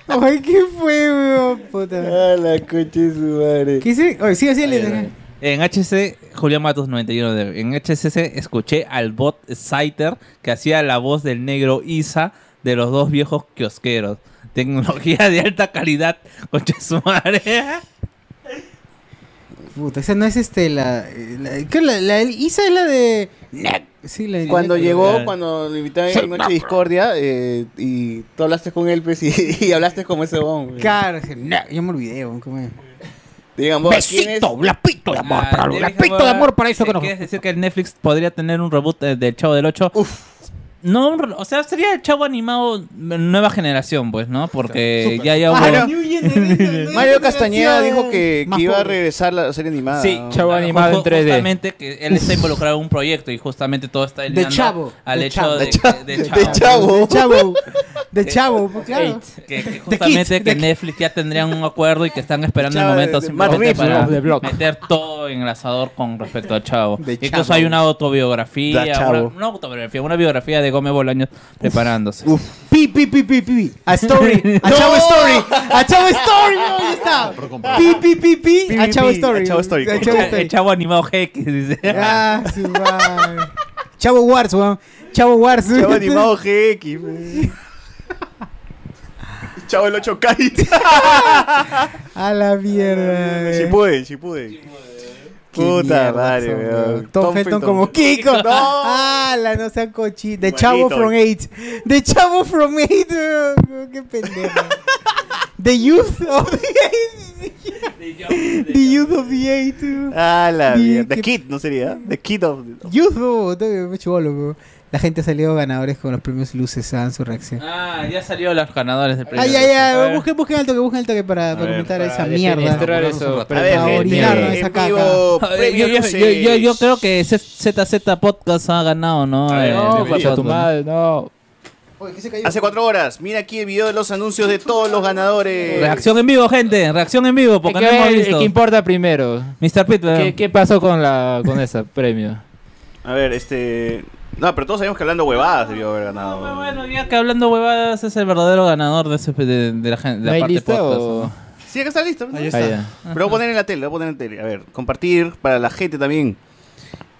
Speaker 2: Ay, ¿qué fue, weón? Puta.
Speaker 3: Ah, la coche su madre.
Speaker 2: ¿Qué hice? Oye, sigue así. le-
Speaker 5: En HC, Julián Matos 91 de- en HCC escuché al bot Saiter que hacía la voz del negro Isa de los dos viejos kiosqueros. Tecnología de alta calidad, coche su madre.
Speaker 2: Puta, esa no es este, la. la, ¿qué? la, la- Isa es la de. Sí, la de-
Speaker 3: Cuando
Speaker 2: la-
Speaker 3: llegó,
Speaker 2: la-
Speaker 3: cuando lo invitaron
Speaker 2: Sí,
Speaker 3: en Noche de Discordia, eh, y tú hablaste con él, pues, y, y hablaste como ese bon.
Speaker 2: Claro, sí, nah, yo me olvidé, weón, ¿cómo es?
Speaker 3: Digan, vos, ¿quién es?
Speaker 2: lapito
Speaker 5: Ah,
Speaker 2: de amor para
Speaker 5: Debbie Hamburger, ¿eh, ¿Quieres decir que el Netflix podría tener un reboot eh, del Chavo del 8? No, un re- o sea, sería el Chavo animado eh, nueva generación, pues, ¿no? Porque ya ya hubo...
Speaker 2: Ah,
Speaker 3: Claro. Mario Castañeda dijo que,
Speaker 5: Más
Speaker 3: que iba a
Speaker 5: pobre.
Speaker 3: regresar la serie animada.
Speaker 5: Sí,
Speaker 3: Chavo
Speaker 5: Ju- ju- Justamente que él está involucrado en un proyecto y justamente todo está alineando
Speaker 2: Chavo,
Speaker 5: al
Speaker 2: de
Speaker 5: hecho
Speaker 2: Chavo.
Speaker 5: de,
Speaker 2: De Chavo.
Speaker 5: de
Speaker 2: De Chavo. De
Speaker 5: Chavo.
Speaker 2: Chavo. De Chavo, pues, claro.
Speaker 5: Que, que justamente que Netflix ya tendrían un acuerdo y que están esperando el
Speaker 3: Chavo de-
Speaker 5: momento
Speaker 3: de
Speaker 5: simplemente
Speaker 3: Matt Reeves,
Speaker 5: para
Speaker 3: ¿no? De Block.
Speaker 5: meter todo en el asador con respecto a Chavo.
Speaker 3: De
Speaker 5: Incluso
Speaker 3: Chavo.
Speaker 5: hay una autobiografía,
Speaker 3: Da Chavo.
Speaker 5: una, no autobiografía, una biografía de Gómez Bolaños preparándose.
Speaker 2: Pi, pi, pi, pi, pi. A story. A
Speaker 3: No.
Speaker 2: Chavo Story. A Chavo Story. no, Ahí está. Pi, pi, pi, pi. A Chavo Story. A Chavo
Speaker 5: El,
Speaker 2: Story.
Speaker 5: Chavo animado GX, dice.
Speaker 2: Ah, su madre. Chavo Wars, weón. Chavo Wars.
Speaker 3: Chavo animado GX. pues. Chavo el 8K.
Speaker 2: A la mierda.
Speaker 3: Si
Speaker 2: weón.
Speaker 3: pude, si pude.
Speaker 5: ¿eh?
Speaker 3: Puta madre, weón.
Speaker 2: Tom Felton como Kiko.
Speaker 3: No.
Speaker 2: ¡Hala! No sean cochi. De Chavo
Speaker 3: Maldito.
Speaker 2: from 8. De Chavo from 8. weón, ¡Qué pendejo! The Youth of the 8. The Youth of the 8.
Speaker 3: Ah, la
Speaker 2: Di
Speaker 3: mierda.
Speaker 2: que-
Speaker 3: The Kid, ¿no sería? The Kid of...
Speaker 2: Youth, oh, te- me chivolo, weón. La gente ha salido ganadores con los premios Luces. Hagan su reacción.
Speaker 5: Ah, ya salió los ganadores del premio.
Speaker 2: Ay, ay,
Speaker 5: A ver.
Speaker 2: ay, busquen, busquen alto que busquen alto que para, para
Speaker 5: ver,
Speaker 2: comentar
Speaker 5: para
Speaker 2: esa
Speaker 5: definir,
Speaker 2: mierda.
Speaker 5: cerrar eso,
Speaker 2: Para
Speaker 5: pero no,
Speaker 2: orinar
Speaker 5: eh,
Speaker 2: esa
Speaker 5: en
Speaker 2: caca.
Speaker 3: vivo,
Speaker 5: Yo,
Speaker 3: Premio
Speaker 5: yo-
Speaker 3: Luces.
Speaker 5: yo- yo- yo creo que ZZ Podcast ha ganado, ¿no?
Speaker 3: Ay,
Speaker 5: Eh,
Speaker 3: no,
Speaker 5: el
Speaker 3: pues,
Speaker 5: podcast.
Speaker 3: a tu
Speaker 6: madre, no.
Speaker 3: Hace cuatro horas. Mira aquí el video de los anuncios de todos los ganadores.
Speaker 5: Reacción en vivo, gente. Reacción en vivo, porque
Speaker 6: ¿Qué,
Speaker 5: no hemos visto. eh.
Speaker 6: qué importa primero?
Speaker 5: Mr. Pitt,
Speaker 6: ¿Qué, qué pasó con la con ese premio?
Speaker 3: A ver, este... No, pero todos sabemos que hablando huevadas debió haber ganado.
Speaker 5: Bueno, ya que hablando huevadas es el verdadero ganador de, ese- de- de la, gen- de la
Speaker 6: ¿No hay
Speaker 5: parte
Speaker 6: lista
Speaker 5: podcast.
Speaker 6: o-
Speaker 5: ¿no?
Speaker 3: Sí, acá está listo. ¿no?
Speaker 6: Ahí está. Ahí está.
Speaker 3: Pero voy a poner en la tele, lo voy a poner en la tele. A ver, compartir para la gente también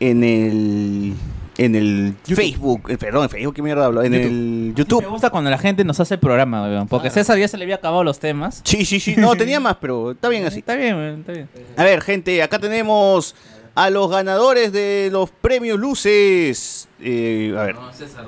Speaker 3: en el en el Facebook, eh, perdón, en Facebook qué mierda hablo, en el YouTube.
Speaker 5: Me gusta cuando la gente nos hace el programa, weón,
Speaker 13: Ah.
Speaker 5: porque César ya se le había acabado los temas.
Speaker 3: Sí, sí, sí, no tenía más, pero está bien así.
Speaker 5: Está bien, weón, está bien.
Speaker 3: A ver, gente, acá tenemos a los ganadores de los premios Luces. Eh, a ver,
Speaker 5: César,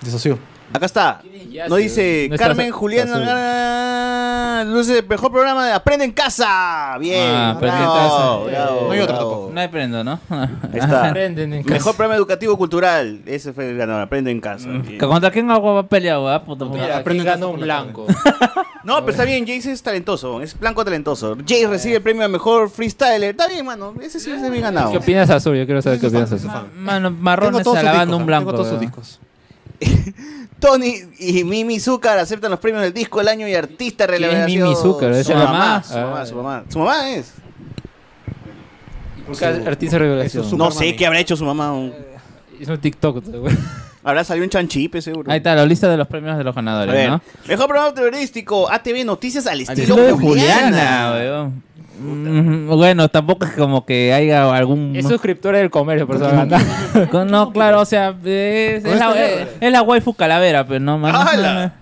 Speaker 13: Desocio.
Speaker 3: acá está.
Speaker 6: Ya
Speaker 3: Nos
Speaker 6: sé,
Speaker 3: dice
Speaker 6: no está
Speaker 3: Carmen
Speaker 6: sa-
Speaker 3: Juliana
Speaker 6: sazón.
Speaker 3: gana Luces, el mejor programa de Aprende en Casa. Bien.
Speaker 5: Ah, Aprende en
Speaker 3: bravo,
Speaker 5: Casa.
Speaker 3: bravo,
Speaker 5: No hay otro
Speaker 3: bravo.
Speaker 5: No hay prendo, ¿no?
Speaker 3: Ahí está.
Speaker 6: Aprenden en casa.
Speaker 3: Mejor programa educativo cultural. Ese fue el ganador. Aprende en casa. Bien.
Speaker 5: ¿Contra quién agua va a pelear, weón? ah, Puta madre.
Speaker 6: Aprenden ganó un blanco.
Speaker 3: No, pero está bien. Jace es talentoso. Es blanco talentoso. Jace recibe el premio a mejor freestyler. Está bien, mano. Ese sí es mi ganado.
Speaker 6: ¿Qué opinas Azul? Yo quiero saber qué opinas Azul.
Speaker 5: Mano, marrón
Speaker 13: Tengo
Speaker 5: está
Speaker 13: todos sus
Speaker 5: lavando
Speaker 13: discos,
Speaker 5: un
Speaker 13: ¿eh?
Speaker 5: blanco.
Speaker 13: Tengo todos sus
Speaker 5: weón.
Speaker 13: discos.
Speaker 3: Tony y Mimi Zúcar aceptan los premios del disco del año y artista
Speaker 6: es
Speaker 3: relevación.
Speaker 6: Mimi Zúcar? ¿Es
Speaker 3: Su
Speaker 6: la
Speaker 3: mamá.
Speaker 6: mamá?
Speaker 3: Su mamá,
Speaker 6: Ah.
Speaker 3: su mamá. Su mamá es.
Speaker 6: Busca Artista Revelación.
Speaker 13: Eso es
Speaker 3: No
Speaker 13: Superman.
Speaker 3: sé qué habrá hecho su mamá. un-
Speaker 6: Es un TikTok, güey.
Speaker 3: Habrá salido un chanchipe, seguro.
Speaker 5: Ahí está, la lista de los premios de los
Speaker 3: A
Speaker 5: ganadores,
Speaker 3: ver.
Speaker 5: ¿no?
Speaker 3: Mejor programa periodístico. ATV Noticias al estilo
Speaker 5: Estilo de
Speaker 3: Juliana.
Speaker 5: weón. Mm, Bueno, tampoco es como que haya algún...
Speaker 6: Es suscriptor del comercio, por eso va a ganar.
Speaker 5: Con- No, claro, o sea, eh, es, es la, es, es la waifu calavera, pero no más.
Speaker 3: ¡Hala!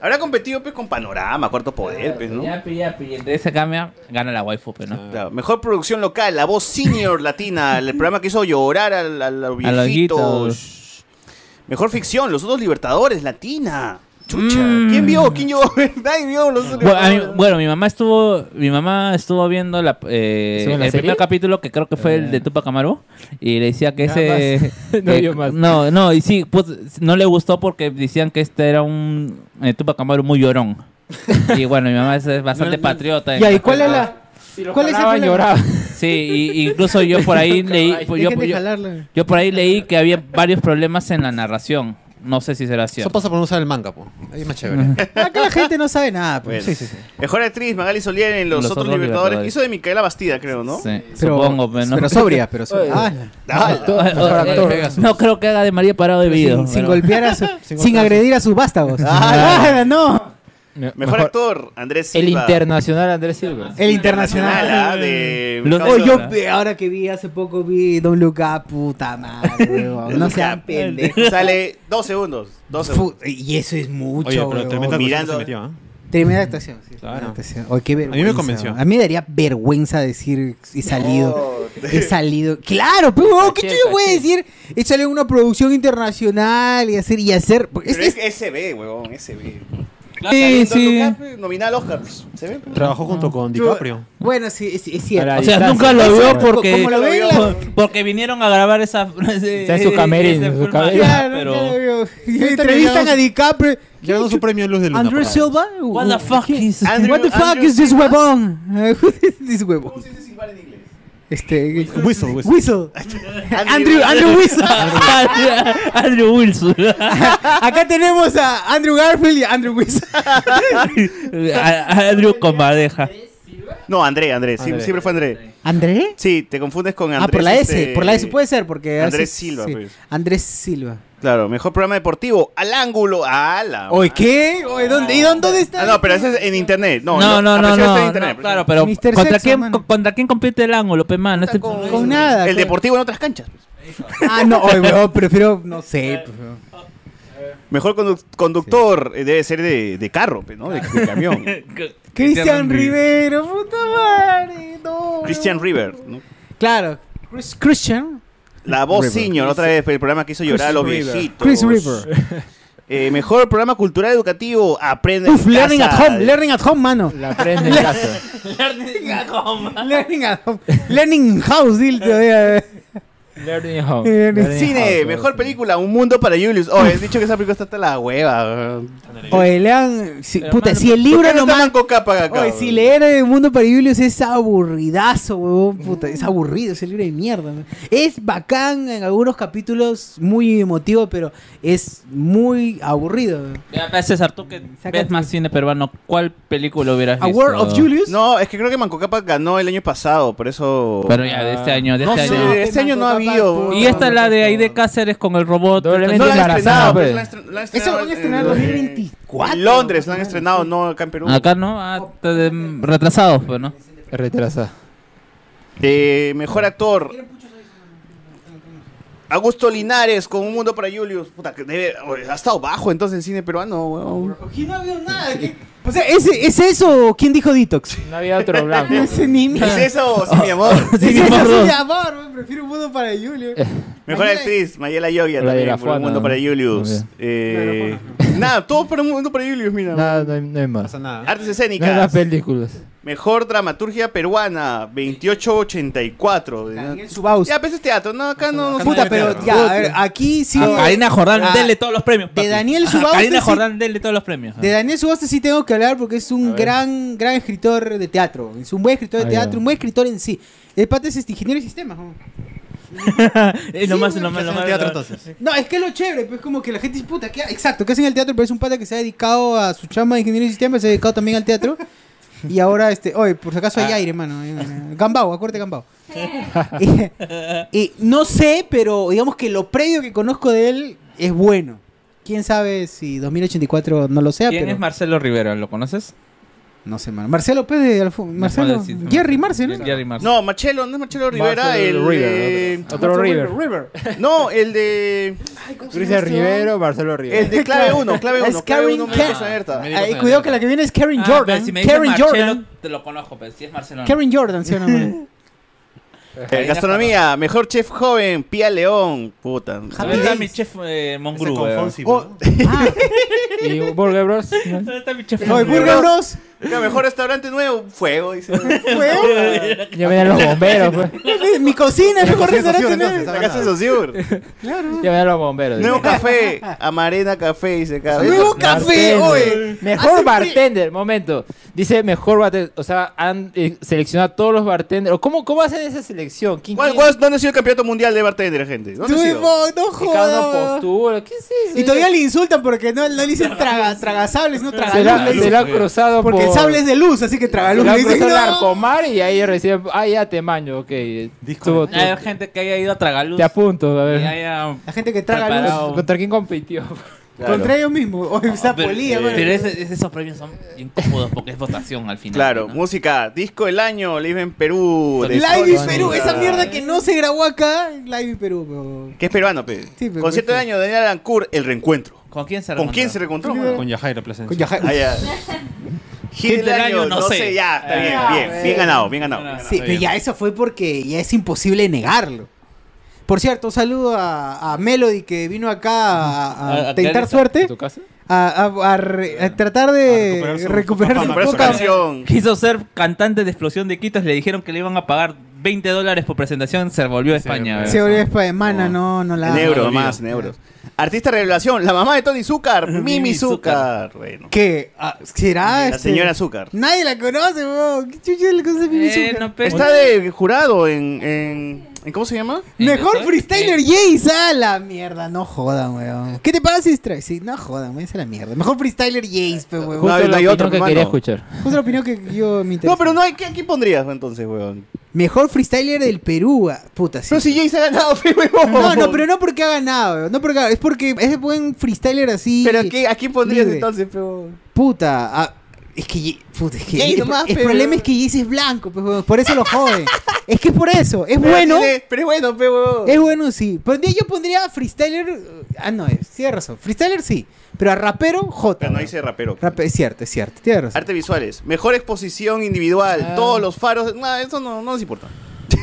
Speaker 3: Habrá competido pues, con Panorama, Cuarto Poder, pues, ¿no?
Speaker 5: Ya, ya, De ese cambio gana la waifu, pero no.
Speaker 3: Claro, mejor producción local, la voz senior latina, el programa que hizo llorar al- al- a, los
Speaker 5: A los
Speaker 3: viejitos. Mejor ficción, Los Otros Libertadores, latina. Chucha, ¿quién vio? ¿Quién vio? Nadie vio Los Otros
Speaker 5: Bueno, a mí-
Speaker 3: Libertadores.
Speaker 5: bueno, mi mamá estuvo mi mamá estuvo viendo la, eh,
Speaker 6: ¿Estuvo en la
Speaker 5: el
Speaker 6: serie? Ah.
Speaker 5: primer capítulo que creo que fue el de Tupac Amaru y le decía que
Speaker 6: Nada
Speaker 5: ese
Speaker 6: más. No
Speaker 5: eh,
Speaker 6: vio más.
Speaker 5: no no, y sí pues, no le gustó porque decían que este era un eh, Tupac Amaru muy llorón y bueno mi mamá es, es bastante patriota
Speaker 2: Ya, ¿y cuál es la.? ¿Cuál es el
Speaker 6: Jalaban,
Speaker 2: problema?
Speaker 6: lloraban.
Speaker 5: sí y- incluso yo por ahí leí pues, yo,
Speaker 2: Dejen de
Speaker 5: yo-
Speaker 2: jalarla.
Speaker 5: yo por ahí leí que había varios problemas en la narración no sé si será
Speaker 13: Eso
Speaker 5: cierto
Speaker 13: pasa por no usar el manga, po. Ahí es más chévere.
Speaker 2: Acá la gente no sabe nada,
Speaker 3: Bueno,
Speaker 2: pues.
Speaker 3: Mejor actriz, Magali Solier en Los, Otros Libertadores. Hizo de Micaela Bastida, creo, ¿no?
Speaker 5: Sí,
Speaker 2: Pero,
Speaker 5: supongo pero no.
Speaker 2: pero sobria, pero sobria.
Speaker 6: Oye.
Speaker 2: Ah,
Speaker 3: Ah,
Speaker 5: Eh, eh,
Speaker 13: actor.
Speaker 5: eh, No creo que haga de María Parado de
Speaker 2: Ah, sin,
Speaker 5: Vido.
Speaker 2: sin
Speaker 5: pero-
Speaker 2: golpear a su, sin
Speaker 13: golpear a su-
Speaker 2: agredir a sus vástagos.
Speaker 3: Ah,
Speaker 2: Ah, no.
Speaker 6: Me-
Speaker 3: Mejor,
Speaker 6: mejor-
Speaker 3: actor, Andrés
Speaker 6: El
Speaker 3: Silva.
Speaker 6: internacional Andrés Silva.
Speaker 2: El internacional.
Speaker 3: ah, de
Speaker 2: Los-
Speaker 3: Mercado
Speaker 2: Oh, yo
Speaker 3: Sola.
Speaker 2: eh, ahora que vi hace poco vi Don't Look Up, puta madre, weón. No sean pendejos.
Speaker 3: Sale dos segundos. Dos segundos.
Speaker 2: Fu- Y eso es mucho,
Speaker 4: Oye, pero
Speaker 2: weón.
Speaker 4: tremenda actuación
Speaker 3: Mirando-
Speaker 4: se metió, ¿ah?
Speaker 2: Tremenda actuación, sí.
Speaker 4: Claro.
Speaker 2: actuación. Oye, qué vergüenza.
Speaker 4: convenció.
Speaker 2: A mí me daría vergüenza decir he salido.
Speaker 3: No.
Speaker 2: He salido. Claro, pero weón, ¿qué
Speaker 6: Caché,
Speaker 2: chulo voy a
Speaker 6: caché.
Speaker 2: decir? He salido en una producción internacional y hacer y hacer. pues,
Speaker 3: Pero
Speaker 2: es-
Speaker 3: es, ese ve, huevón, ese ve.
Speaker 2: Ah,
Speaker 5: Sí, sí.
Speaker 3: Nominal Oscar. pues, ¿Se ve?
Speaker 4: Trabajó junto con DiCaprio.
Speaker 2: Bueno, sí, es, es cierto.
Speaker 6: A la
Speaker 5: O sea,
Speaker 6: distancia.
Speaker 5: nunca lo
Speaker 2: Eso,
Speaker 5: vio
Speaker 2: co-
Speaker 5: porque,
Speaker 2: como lo ven la-
Speaker 5: por- porque vinieron a grabar esa.
Speaker 6: Está en su camerino, en su camerino.
Speaker 2: Claro,
Speaker 5: Pero,
Speaker 2: claro, yo- yo- Entrevistan a DiCaprio.
Speaker 4: Ya ganó su premio Luz de Luna.
Speaker 2: Andrew
Speaker 4: por ahí.
Speaker 2: Silva.
Speaker 5: what the fuck is
Speaker 3: Andrew-
Speaker 2: What the fuck
Speaker 3: Andrew
Speaker 2: is this
Speaker 3: Silva?
Speaker 2: huevón? Eh, Who is this
Speaker 3: ¿Cómo
Speaker 2: huevón?
Speaker 3: se dice silbar en inglés?
Speaker 2: Este.
Speaker 4: Whistle, whistle.
Speaker 2: Whistle. Andrew, Andrew Whistle.
Speaker 5: Andrew Wilson.
Speaker 2: Acá tenemos a Andrew Garfield y a Andrew Whistle.
Speaker 5: A- Andrew Comadeja.
Speaker 3: No, André, André. sí, siempre fue André.
Speaker 2: ¿André?
Speaker 3: Sí, te confundes con Andrés.
Speaker 2: ah, por la S,
Speaker 3: este,
Speaker 2: por la S pues. puede ser, porque. a
Speaker 3: Andrés
Speaker 2: veces-
Speaker 3: Silva,
Speaker 2: sí.
Speaker 3: pues.
Speaker 2: Andrés Silva.
Speaker 3: Claro, mejor programa deportivo. Al ángulo. A la.
Speaker 2: Oye, ¿qué? Oye, ¿dónde, ¿Y dónde dónde está?
Speaker 3: Ah, no, pero ese es en internet. No,
Speaker 5: No, no,
Speaker 3: la
Speaker 5: no,
Speaker 3: presión está en
Speaker 5: no,
Speaker 3: internet, pues.
Speaker 5: no,
Speaker 3: presión.
Speaker 5: claro, pero
Speaker 2: Mr.
Speaker 5: ¿contra,
Speaker 2: Sexo,
Speaker 5: quién,
Speaker 2: mano.
Speaker 5: co- ¿contra quién compite el ángulo, pe, mano? Este-
Speaker 2: Con nada. con-
Speaker 3: El deportivo en otras canchas. pues.
Speaker 2: Ah, no, oye, weón, prefiero, no sé. pues, weón.
Speaker 3: Mejor condu- conductor eh, debe ser de, de carro, pues, ¿no? De, de camión.
Speaker 2: Cristian Rivero, puta madre. No.
Speaker 3: Christian River, ¿no?
Speaker 2: Claro. Chris- Christian.
Speaker 3: La voz Senior, otra vez el programa que hizo llorar a los viejitos.
Speaker 2: Chris River.
Speaker 3: Eh, mejor programa cultural educativo, aprende
Speaker 2: Uf,
Speaker 3: en
Speaker 2: learning at
Speaker 3: casa.
Speaker 2: home, learning at home, mano.
Speaker 6: La prende en casa.
Speaker 2: Learning at home. Learning in house, dile todavía.
Speaker 6: Learning Home.
Speaker 2: Eh,
Speaker 6: Learning
Speaker 3: Cine,
Speaker 6: House,
Speaker 3: mejor película, Un Mundo para Julius. Oh, he dicho que esa película está hasta la hueva. weón.
Speaker 2: Oye, lean. si-
Speaker 6: Pero,
Speaker 2: puta,
Speaker 6: mano,
Speaker 2: si el
Speaker 3: ¿Por
Speaker 2: libro
Speaker 3: qué no
Speaker 2: nomás.
Speaker 3: toman coca para acá?
Speaker 2: Oye,
Speaker 3: weón?
Speaker 2: si leer El Mundo para Julius es aburridazo, huevón, puta, es aburrido ese libro de mierda. ¿no? Es bacán en algunos capítulos, muy emotivo, pero es muy aburrido. ¿no?
Speaker 5: Ya, pe, César, tú que
Speaker 2: Saca
Speaker 5: ves
Speaker 2: tu-
Speaker 5: más cine peruano, ¿cuál película hubieras
Speaker 2: A
Speaker 5: visto?
Speaker 2: World of Julius.
Speaker 3: No, es que creo que Mancocapa ganó el año pasado, por eso.
Speaker 5: Pero ya, de este año, de
Speaker 3: no
Speaker 5: este
Speaker 3: sé,
Speaker 5: año.
Speaker 3: este año no ha habido.
Speaker 5: Y esta es la de ahí de Cáceres con el robot.
Speaker 6: Doblemente
Speaker 3: No la han
Speaker 6: embarazada,
Speaker 3: estrenado,
Speaker 6: pues.
Speaker 3: pues, la han estren- la han
Speaker 2: Eso lo van a estrenar en
Speaker 3: eh,
Speaker 2: 2024.
Speaker 3: En Londres la han estrenado, no acá en Perú.
Speaker 5: Acá no, ah, te- de- retrasados, pues, ¿no?
Speaker 6: Retrasa.
Speaker 3: Eh, mejor actor. Augusto Linares con Un Mundo para Julius. Puta, que debe- ha estado bajo entonces el cine peruano, weón.
Speaker 2: Aquí no ha habido nada. ¿qué? O sea, ¿es, ¿es eso o quién dijo Detox?
Speaker 6: No había otro blanco.
Speaker 2: No sé ni mierda.
Speaker 3: ¿Es eso, sí, mi amor?
Speaker 2: Sí, sí,
Speaker 5: Ah. mi
Speaker 2: eso
Speaker 5: amor.
Speaker 2: sí, amor, weón, prefiero un mundo para Julio.
Speaker 3: Mejor
Speaker 2: Mayela-
Speaker 3: actriz, Mayela Yogia
Speaker 6: La de
Speaker 3: también,
Speaker 6: la
Speaker 3: por Un
Speaker 6: Juana,
Speaker 3: Mundo
Speaker 6: ¿no?
Speaker 3: para Julius.
Speaker 6: Muy
Speaker 3: Eh, nada, todo para Un Mundo para Julius, mira.
Speaker 6: Nada, no, hay, no hay más.
Speaker 4: pasa nada.
Speaker 3: Artes
Speaker 6: No hay más
Speaker 3: escénicas.
Speaker 6: películas.
Speaker 3: Mejor dramaturgia peruana, 2884.
Speaker 2: Daniel Subaus.
Speaker 3: Ya, pues es teatro, no, acá no. no
Speaker 2: Puta,
Speaker 3: se-
Speaker 2: pero ya, a ver, aquí sí.
Speaker 5: A Karina Jordán,
Speaker 2: Ah,
Speaker 5: denle todos los premios.
Speaker 2: de
Speaker 5: papi.
Speaker 2: Daniel
Speaker 5: A
Speaker 2: Subaute
Speaker 5: Karina
Speaker 2: sí-
Speaker 5: Jordán, denle todos los premios.
Speaker 2: De Daniel Subaste sí tengo que hablar porque es un
Speaker 6: ver.
Speaker 2: gran, gran escritor de teatro. Es un buen escritor de
Speaker 6: Ah,
Speaker 2: teatro,
Speaker 6: ya.
Speaker 2: un buen escritor en sí. El pata es este ingeniero de sistemas. ¿no?
Speaker 5: Eh, lo
Speaker 2: Sí,
Speaker 5: más,
Speaker 2: güey,
Speaker 5: lo
Speaker 2: que
Speaker 5: más, lo
Speaker 13: hacen
Speaker 5: más-
Speaker 13: teatro,
Speaker 5: lo-
Speaker 13: entonces.
Speaker 2: No, es que es lo chévere, pues como que la gente dice, puta, ¿qué? exacto, que hacen el teatro, pero es un pata que se ha dedicado a su chamba de ingeniero de sistemas, se ha dedicado también al teatro. Y ahora, este, oye, por si acaso hay aire, hermano. Gambao, acuérdate Gambao. y, y no sé, pero digamos que lo previo que conozco de él es bueno. Quién sabe si 2084 no lo sea,
Speaker 5: ¿Quién
Speaker 2: pero.
Speaker 5: es Marcelo Rivera? ¿Lo conoces?
Speaker 2: No sé, mano. Marcelo Pérez de Alfo- Marcelo.
Speaker 5: sí, sí,
Speaker 2: Jerry Marcelo.
Speaker 5: Jerry Ah, Marcel.
Speaker 3: No, Marcelo, no es Marcelo Rivera,
Speaker 6: Marcelo
Speaker 3: el
Speaker 6: Rivera,
Speaker 3: de-
Speaker 6: otro. Otro River.
Speaker 3: No, el de.
Speaker 6: Cristian Rivero, Marcelo Rivero.
Speaker 3: El de clave 1, clave
Speaker 2: Es
Speaker 3: 1. Clave
Speaker 2: Karen
Speaker 3: 1
Speaker 2: Kent. Ay, cuidado que la que viene es Karen
Speaker 5: Ah,
Speaker 2: Jordan.
Speaker 5: pero si me dices
Speaker 2: Karen
Speaker 5: Marcelo,
Speaker 2: Jordan.
Speaker 5: Te lo conozco, pero si es Marcelo. no.
Speaker 2: Karen Jordan, ¿sí o no, mano?
Speaker 3: Eh, Gastronomía, mejor chef joven, Pía León. Puta.
Speaker 5: ¿Dónde está mi chef eh, Mongru? güey?
Speaker 2: Ah,
Speaker 6: Y Burger Bros. ¿no?
Speaker 5: ¿Dónde está mi chef
Speaker 2: oye,
Speaker 5: Mongru?
Speaker 2: Burger Bros.
Speaker 3: Ya, mejor restaurante nuevo, fuego. Dice.
Speaker 6: Ya venían los bomberos, pues.
Speaker 2: Mi cocina, el mejor restaurante. ¿no?
Speaker 3: La casa de Sosur.
Speaker 6: Ya venían los bomberos.
Speaker 3: Nuevo café, Amarena Café, dice acá.
Speaker 2: Nuevo café, oye.
Speaker 6: Mejor bartender, momento. Dice mejor bartender. O sea, han eh, seleccionado a todos los bartenders. ¿Cómo, cómo hacen esa selección? ¿Quién,
Speaker 3: ¿Cuál-
Speaker 6: quién?
Speaker 3: cuál- ¿Dónde ha sido el campeonato mundial de bartender, gente? ¿Dónde ha
Speaker 2: Uy,
Speaker 3: sido?
Speaker 2: mo, No
Speaker 6: Que cada uno
Speaker 2: jodas.
Speaker 6: postura. ¿Qué es eso?
Speaker 2: Y todavía le insultan porque no, no le dicen traga- tragasables, no
Speaker 6: se la,
Speaker 2: tragaluz.
Speaker 6: se la han cruzado
Speaker 2: Porque
Speaker 6: por...
Speaker 2: el sable es de luz, así que tragaluz.
Speaker 6: se la
Speaker 2: le
Speaker 6: han
Speaker 2: dicen,
Speaker 6: cruzado al
Speaker 2: "No".
Speaker 6: arcomar y ahí recién... Ah, ya te maño, ok. Tú- tú-
Speaker 5: Hay gente que haya ido a Tragaluz.
Speaker 6: te apunto, a
Speaker 5: y
Speaker 6: ver.
Speaker 5: haya-
Speaker 2: La gente que traga luz.
Speaker 5: Preparado.
Speaker 6: ¿Contra quién compitió?
Speaker 3: Claro.
Speaker 2: Contra ellos mismos. Oye, está polía,
Speaker 5: pero,
Speaker 2: mano.
Speaker 5: ese- esos premios son incómodos porque es votación al final.
Speaker 3: Claro, música, disco del año, Live en Perú. de
Speaker 2: Live in
Speaker 3: Sony.
Speaker 2: Perú, esa mierda que no se grabó acá. Live in Perú, pero-
Speaker 3: Que es peruano, pe.
Speaker 2: Sí, pe,
Speaker 3: Concierto
Speaker 2: pe.
Speaker 3: del año, Daniel Alancourt, El Reencuentro.
Speaker 5: ¿Con quién se
Speaker 3: ¿Con quién se reencontró? mano?
Speaker 4: Con Yajaira Plasencia.
Speaker 3: Con Yajaira. Ah, ya. Hit del año, no sé, Ah, ya, Ah, está bien, bien, bien ganado, bien ganado. bien
Speaker 2: Sí,
Speaker 3: ganado.
Speaker 2: pero ya eso fue porque ya es imposible negarlo. Por cierto, un saludo a, a Melody que vino acá a, a
Speaker 6: ¿A- a
Speaker 2: ah, tentar
Speaker 6: quedar
Speaker 2: suerte.
Speaker 6: en tu casa?
Speaker 2: A, a- a re- a tratar de recuperar su poca-
Speaker 5: Quiso ser cantante de explosión de Quitos, le dijeron que le iban a pagar 20 dólares por presentación, se volvió a España.
Speaker 2: Se volvió España. Mana, no, no la
Speaker 3: En euros, más, en euros. Artista revelación, la mamá de Tony Zúcar, Mimi Zúcar. Bueno.
Speaker 2: ¿Qué? Ah, ¿Será?
Speaker 3: La
Speaker 2: este?
Speaker 3: señora Zúcar.
Speaker 2: Nadie la conoce, weón. ¿Qué chucha le conoce a Mimi
Speaker 5: Eh,
Speaker 2: Zucker?
Speaker 3: Está de jurado en, en, en- ¿Cómo se llama?
Speaker 2: Mejor freestyler Jay a la mierda, no jodan, weón. ¿Qué te pasa, Stray? Sí, no jodan, weón, esa es la mierda. Mejor freestyler Jace, pe, weón.
Speaker 3: Justo No, la no hay opinión otro, que hermano. quería
Speaker 6: escuchar.
Speaker 2: Justo la opinión que yo me interesa.
Speaker 3: No, pero no hay. ¿qué- ¿Quién pondrías pues, entonces, weón?
Speaker 2: Mejor freestyler del Perú, ah, puta. Sí. Pero
Speaker 3: si Jace ha ganado,
Speaker 2: No, no, pero no porque ha ganado, weón. No porque ha- es porque es buen freestyler así.
Speaker 3: ¿Pero qué- a quién pondrías
Speaker 2: libre.
Speaker 3: entonces, weón?
Speaker 2: Puta, ah, es que Ye- puta, es que
Speaker 3: Jay
Speaker 2: el-
Speaker 3: nomás,
Speaker 2: el
Speaker 3: pe,
Speaker 2: problema
Speaker 3: weón.
Speaker 2: es que Jace es blanco, pe, weón, por eso lo joden. es que es por eso, es bueno.
Speaker 3: tiene- Pero es bueno, pe, weón.
Speaker 2: Es bueno, sí. Pondría- yo pondría freestyler. eh, Ah, no, es, tiene razón. Freestyler sí. Pero a rapero, J.
Speaker 3: Pero no
Speaker 2: weón.
Speaker 3: dice rapero.
Speaker 2: Rape- es cierto, es cierto. Tiene razón.
Speaker 3: Artes visuales. Mejor exposición individual.
Speaker 2: Ah.
Speaker 3: Todos los faros. No, eso no, no nos importa.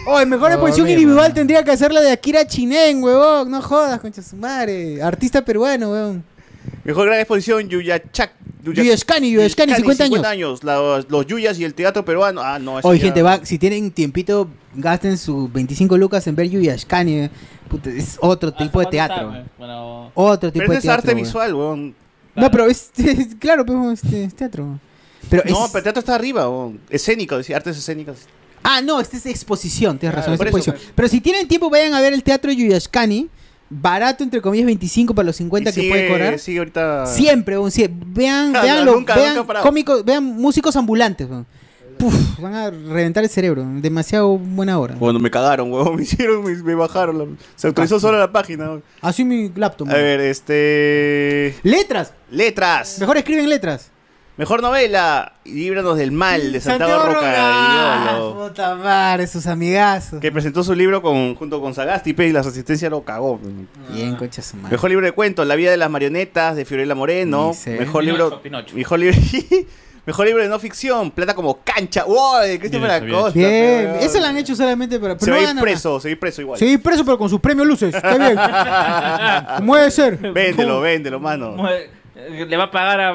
Speaker 2: Oh, mejor
Speaker 3: No,
Speaker 2: exposición
Speaker 3: mira.
Speaker 2: individual tendría que hacer la de Akira Chinén, huevón. No jodas, concha su madre. Artista peruano, huevón.
Speaker 3: Mejor gran exposición, Yuyachak.
Speaker 2: Yuyashkani, Yuyashkani, 50 años.
Speaker 3: la- los Yuyas y el teatro peruano. Ah, no, eso
Speaker 2: Oye,
Speaker 3: ya-
Speaker 2: gente, va, si tienen tiempito, gasten sus 25 lucas en ver Yuyashkani. eh. Puta, es
Speaker 5: Ah,
Speaker 2: otro tipo de teatro.
Speaker 5: pues,
Speaker 2: Otro tipo
Speaker 3: Pero
Speaker 2: de
Speaker 3: eso es
Speaker 2: teatro.
Speaker 3: arte
Speaker 2: huevón.
Speaker 3: visual, weón.
Speaker 2: No, pero es, es- claro, pero es, es teatro. Pero
Speaker 3: no,
Speaker 2: es-
Speaker 3: pero el teatro está arriba, weón. Escénico, decía, artes escénicas.
Speaker 2: Ah, no, esta es exposición, tienes
Speaker 3: Claro,
Speaker 2: razón, es
Speaker 3: Ah, por eso, pues.
Speaker 2: exposición. Pero si tienen tiempo, vayan a ver el teatro Yuyashkani. Barato, entre comillas, 25 para los 50
Speaker 3: Y
Speaker 2: que
Speaker 3: sigue-
Speaker 2: pueden cobrar.
Speaker 3: Sigue ahorita.
Speaker 2: Siempre, weón, sie- Vean,
Speaker 3: No,
Speaker 2: vean,
Speaker 3: no,
Speaker 2: lo-
Speaker 3: nunca,
Speaker 2: vean
Speaker 3: nunca parado.
Speaker 2: cómicos, vean músicos ambulantes, weón. Puf, van a reventar el cerebro. Demasiado buena hora.
Speaker 3: Bueno, me cagaron, weón. Me hicieron, me, me bajaron. la- se
Speaker 2: Ah,
Speaker 3: autorizó solo la página. weón.
Speaker 2: Así mi laptop.
Speaker 3: A ver, este.
Speaker 2: Letras.
Speaker 3: Letras.
Speaker 2: Mejor escriben letras.
Speaker 3: Mejor novela. Líbranos del mal de Santiago, Rocagliolo.
Speaker 2: Roca, puta madre, sus amigazos.
Speaker 3: Que presentó su libro con, junto con Sagasti pe, y la resistencia lo cagó. pe.
Speaker 2: Bien, concha su madre.
Speaker 3: Mejor libro de cuentos, La vida de las marionetas de Fiorella Moreno.
Speaker 2: Dice.
Speaker 3: Mejor libro.
Speaker 5: Pinocho, Pinocho.
Speaker 3: Mejor libro. Mejor libro de no ficción, Plata como cancha. ¡Wow! De Christopher
Speaker 2: Bien,
Speaker 3: Acosta.
Speaker 2: Bien,
Speaker 3: pe,
Speaker 2: eso lo han hecho solamente para.
Speaker 3: Se
Speaker 2: pero
Speaker 3: va
Speaker 2: no
Speaker 3: a
Speaker 2: ganan
Speaker 3: ir
Speaker 2: nada.
Speaker 3: preso, se va a ir preso igual.
Speaker 2: Se va a ir preso, pero con sus premios luces. Está bien. ¿Cómo debe ser?
Speaker 3: Véndelo, véndelo, mano.
Speaker 5: eh, Le va a pagar a,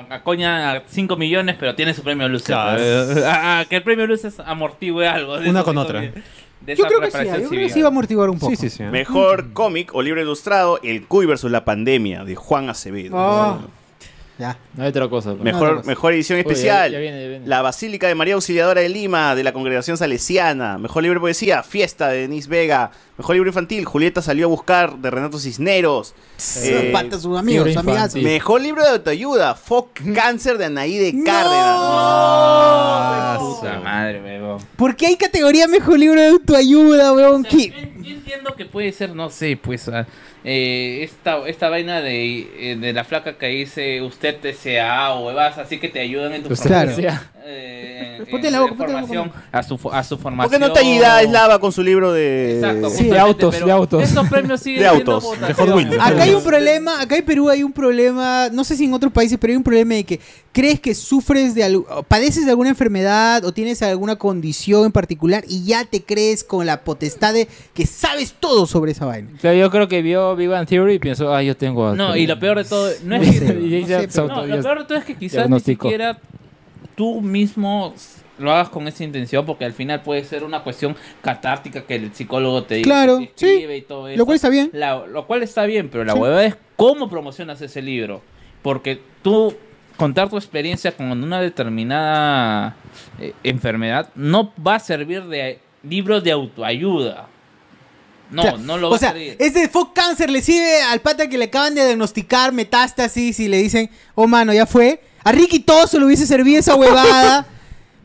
Speaker 5: a- a Coña a 5 millones, pero tiene su premio Luces. Eh, a- a que el premio Luces amortigue algo. de
Speaker 4: Una
Speaker 5: eso
Speaker 4: con
Speaker 5: que
Speaker 4: otra.
Speaker 5: conviene. De
Speaker 2: Yo
Speaker 5: esa
Speaker 2: creo que sí,
Speaker 5: reparación
Speaker 2: yo creo que
Speaker 5: civil.
Speaker 2: sí va a amortiguar un poco.
Speaker 4: Sí, sí, sí.
Speaker 3: Mejor cómic o libro ilustrado, El Cuy versus la pandemia de Juan Acevedo.
Speaker 5: Ah,
Speaker 2: Oh. Ya.
Speaker 6: Ah, No hay otra cosa. pues.
Speaker 3: Mejor, mejor edición
Speaker 6: Uy, ya-
Speaker 3: especial.
Speaker 6: ya viene, ya viene.
Speaker 3: La Basílica de María Auxiliadora de Lima, de la Congregación Salesiana. Mejor libro de poesía, Fiesta, de Denise Vega. Mejor libro infantil, Julieta salió a buscar, de Renato Cisneros. Eh,
Speaker 2: Pata, sus amigos, sus amigazos.
Speaker 3: Mejor libro de autoayuda, Foc
Speaker 6: Mm.
Speaker 3: Cáncer de Anaí de
Speaker 5: Ah,
Speaker 6: Ah,
Speaker 3: Cárdenas.
Speaker 5: su Ah, madre, weón.
Speaker 2: ¿Por qué hay categoría mejor libro de autoayuda, weón? ¿Qué-
Speaker 5: Yo entiendo que puede ser, no sé, pues ah, eh, esta, esta vaina de, eh, de la flaca que dice usted desea o huevas, así que te ayudan en tu
Speaker 2: Usted
Speaker 5: formación,
Speaker 2: desea.
Speaker 5: eh, en-
Speaker 2: Ponte
Speaker 5: en
Speaker 2: la boca, ponte la boca.
Speaker 5: formación, a su, fo- a su
Speaker 3: ¿Por
Speaker 5: formación.
Speaker 3: qué no te ayuda Eslava con su libro de.
Speaker 5: Exacto,
Speaker 6: Sí, de autos, de autos.
Speaker 5: Esos premios siguen
Speaker 3: De
Speaker 5: siendo
Speaker 3: autos.
Speaker 5: votación.
Speaker 3: Mejor Wings.
Speaker 2: Acá hay un problema, acá en Perú hay un problema, no sé si en otros países, pero hay un problema de que crees que sufres de algo, padeces de alguna enfermedad o tienes alguna condición en particular y ya te crees con la potestad de que sabes todo sobre esa vaina.
Speaker 6: O sea, yo creo que vio Big Bang Theory y pensó, ah, yo tengo.
Speaker 5: No, y lo peor de todo, no es que-
Speaker 6: Y
Speaker 5: no
Speaker 6: ella
Speaker 5: sé,
Speaker 6: se
Speaker 5: pero- no, lo
Speaker 6: autodiagnosticó.
Speaker 5: peor de todo es que quizás ni
Speaker 6: Diagnóstico.
Speaker 5: siquiera tú mismo s- lo hagas con esa intención, porque al final puede ser una cuestión catártica que el psicólogo te diga.
Speaker 2: Claro,
Speaker 5: que te escribe
Speaker 2: sí.
Speaker 5: y todo
Speaker 2: Lo
Speaker 5: eso.
Speaker 2: cual está bien.
Speaker 5: La- lo cual está bien, pero la huevada es cómo promocionas ese libro. Porque tú contar tu experiencia con una determinada eh, enfermedad no va a servir de libro de autoayuda. No,
Speaker 2: Claro.
Speaker 5: no lo va
Speaker 2: O sea,
Speaker 5: a servir.
Speaker 2: ese folk cáncer le sirve al pata que le acaban de diagnosticar metástasis y le dicen, oh mano, ya fue. A Ricky Toso le hubiese servido esa huevada.
Speaker 5: Ah,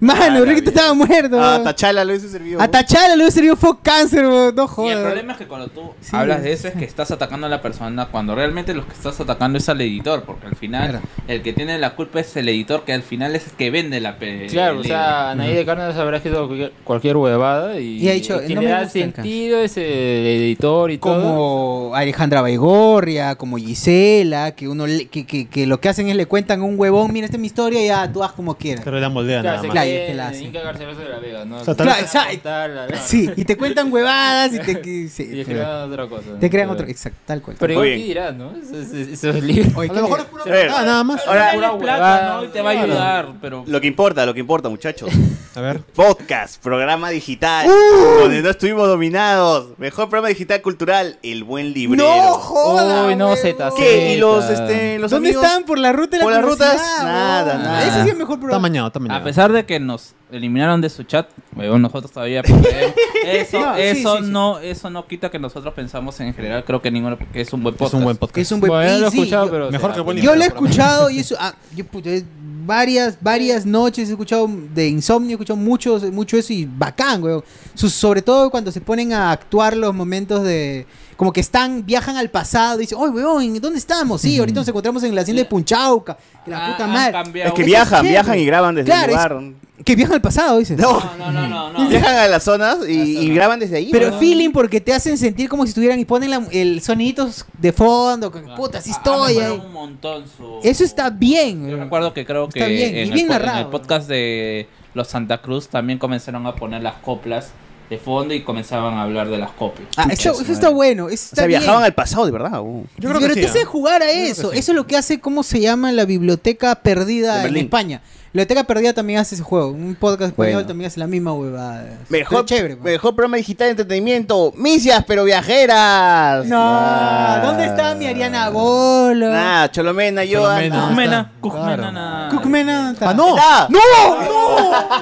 Speaker 11: Mano, Riquito estaba muerto.
Speaker 3: A
Speaker 11: weón.
Speaker 3: Tachala lo hubiese servido.
Speaker 11: A Tachala le hubiese servido fue cáncer, weón. No
Speaker 5: Y el
Speaker 11: jodas.
Speaker 5: problema es que cuando tú hablas de eso es que estás atacando a la persona cuando realmente los que estás atacando es al editor, porque al final
Speaker 6: Claro.
Speaker 5: el que tiene la culpa es el editor que al final es el que vende la pe-
Speaker 6: Claro,
Speaker 5: el
Speaker 6: o sea,
Speaker 5: libro.
Speaker 6: Anaí de Cárdenas habrá escrito cualquier- cualquier huevada y,
Speaker 11: Y ha dicho,
Speaker 6: que
Speaker 11: "No
Speaker 6: le
Speaker 11: me
Speaker 6: da
Speaker 11: gusta el
Speaker 6: sentido ese editor y todo.
Speaker 2: como Alejandra Baigorria, como Gisela, que uno le- que, que, que lo que hacen es le cuentan a un huevón, mira esta es mi historia y ya tú haz como quieras.
Speaker 4: Pero la moldean
Speaker 6: Claro,
Speaker 4: nada
Speaker 6: se
Speaker 4: más.
Speaker 2: Claro,
Speaker 6: cree
Speaker 2: que la
Speaker 6: en
Speaker 2: hacen.
Speaker 6: Inca Garcilaso de la Vega, ¿no?
Speaker 4: sea, tal-
Speaker 2: Claro, exacto.
Speaker 6: Contarla, ¿no?
Speaker 2: Sí, y te cuentan huevadas y te, que- sí,
Speaker 6: Y
Speaker 2: pero-
Speaker 6: crean otra cosa.
Speaker 2: te crean otro, exacto, tal cual.
Speaker 6: Pero
Speaker 2: tal cual.
Speaker 6: igual, ¿qué dirás, no? Es- es- es- Esos libros.
Speaker 2: Oye,
Speaker 6: A
Speaker 2: ¿qué
Speaker 6: lo mejor
Speaker 2: dirás?
Speaker 6: es pura
Speaker 3: A ver,
Speaker 6: huevada, nada más.
Speaker 3: ahora-
Speaker 6: Pura
Speaker 5: Eh, Plata,
Speaker 6: huevada.
Speaker 5: ¿no? Y te va a
Speaker 6: Claro.
Speaker 5: ayudar, pero
Speaker 3: Lo que importa, lo que importa, muchachos.
Speaker 4: A ver.
Speaker 3: Podcast, programa digital,
Speaker 2: ¡Uh!
Speaker 3: donde no estuvimos dominados. Mejor programa digital cultural, el buen librero.
Speaker 2: No jodas.
Speaker 6: Uy, no, Z.
Speaker 3: ¿Qué? ¿Y
Speaker 6: Z.
Speaker 3: los, este, los
Speaker 2: ¿Dónde
Speaker 3: amigos?
Speaker 2: están por la ruta de la
Speaker 3: ¿Por las
Speaker 2: curiosidad,
Speaker 3: rutas?
Speaker 2: huevón?
Speaker 3: Nada, nada.
Speaker 2: Ese sí es el mejor
Speaker 14: Está
Speaker 2: programa.
Speaker 14: mañado, está
Speaker 5: a
Speaker 14: mañado.
Speaker 5: pesar de que nos eliminaron de su chat, huevón, nosotros todavía eh, eso
Speaker 2: No, sí,
Speaker 5: eso
Speaker 2: sí, sí.
Speaker 5: no eso no quita que nosotros pensamos en general, creo que ninguno que es un buen podcast.
Speaker 14: Es un buen podcast.
Speaker 2: Es un buen
Speaker 6: Bueno, ya lo he
Speaker 2: y sí,
Speaker 6: escuchado,
Speaker 2: yo-
Speaker 6: pero.
Speaker 4: mejor que el buen
Speaker 2: Yo lo he escuchado y eso. ah, yo, puta, eh, varias, varias noches he escuchado de insomnio, he escuchado mucho, mucho eso y bacán, weón. Sus- sobre todo cuando se ponen a actuar los momentos de. Como que están, viajan al pasado y dicen, oye, weón, ¿en ¿dónde estamos? Sí, ahorita nos encontramos en la hacienda de Punchauca. Que la
Speaker 5: Ah,
Speaker 2: puta
Speaker 5: han
Speaker 2: madre.
Speaker 5: cambiado.
Speaker 3: Es que
Speaker 2: Eso
Speaker 3: viajan,
Speaker 2: chévere.
Speaker 3: viajan y graban desde
Speaker 2: Claro,
Speaker 3: el
Speaker 2: es-
Speaker 3: lugar.
Speaker 2: Que viajan al pasado, dices.
Speaker 3: No,
Speaker 5: No, no, no, no.
Speaker 3: viajan a las zonas y, y graban desde ahí.
Speaker 2: Pero
Speaker 3: ¿no?
Speaker 2: feeling porque te hacen sentir como si estuvieran y ponen la- el soniditos de fondo.
Speaker 5: Ah,
Speaker 2: que, Puta, así
Speaker 5: Ha- ha
Speaker 2: estoy.
Speaker 5: mejorado
Speaker 2: ahí.
Speaker 5: un montón su-
Speaker 2: Eso está bien.
Speaker 5: Yo
Speaker 2: weón.
Speaker 5: recuerdo que creo que
Speaker 2: Está bien, y bien
Speaker 5: en, el, po- en
Speaker 2: narrado.
Speaker 5: el podcast de los Santa Cruz también comenzaron a poner las coplas de fondo y comenzaban a hablar de las coplas.
Speaker 2: Ah, eso, eso está bueno. eso
Speaker 3: O
Speaker 2: está
Speaker 3: sea,
Speaker 2: bien.
Speaker 3: viajaban al pasado, de verdad. uh.
Speaker 4: Yo creo
Speaker 2: pero
Speaker 4: que
Speaker 2: te
Speaker 4: sí,
Speaker 2: hace
Speaker 4: ¿ah?
Speaker 2: jugar a eso. Eso es lo que hace, ¿cómo se llama? La biblioteca
Speaker 3: De
Speaker 2: perdida en
Speaker 3: Berlín.
Speaker 2: España. La biblioteca perdida también hace ese juego. Un podcast español
Speaker 3: Bueno.
Speaker 2: también hace la misma huevada. Pero
Speaker 3: Mejor,
Speaker 2: chévere. pues.
Speaker 3: mejor programa digital de entretenimiento. Misias, pero viajeras.
Speaker 2: No,
Speaker 3: Nah.
Speaker 2: ¿dónde está mi Ariana Bolo?
Speaker 3: Nah, Cholomena, yo.
Speaker 14: Cholomena.
Speaker 2: Ah,
Speaker 3: anda.
Speaker 14: está,
Speaker 5: Cujmena, Cujmena.
Speaker 14: claro.
Speaker 5: nada.
Speaker 2: Cucmena.
Speaker 14: Ah, no.
Speaker 3: Nah.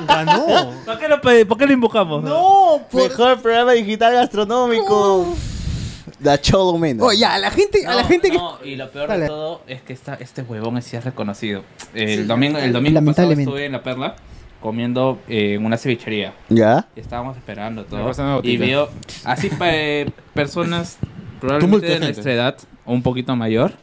Speaker 14: Ganó.
Speaker 5: ¿Por qué lo, pe- por qué lo invocamos?
Speaker 3: No, mejor programa digital gastronómico. La Cholomena.
Speaker 2: Oye, a la gente, a la
Speaker 5: No,
Speaker 2: gente
Speaker 5: no, y lo peor
Speaker 2: Dale.
Speaker 5: de todo es que esta, este huevón sí es reconocido. El domingo, el domingo pasado
Speaker 2: lamentablemente.
Speaker 5: estuve en La Perla comiendo eh, en una cevichería.
Speaker 3: ¿Ya?
Speaker 5: Estábamos esperando
Speaker 6: Me
Speaker 5: todo.
Speaker 6: pasa una botita.
Speaker 5: Y veo así pa- eh, personas probablemente
Speaker 14: Tumulto de
Speaker 5: de
Speaker 14: gente.
Speaker 5: nuestra edad o un poquito mayor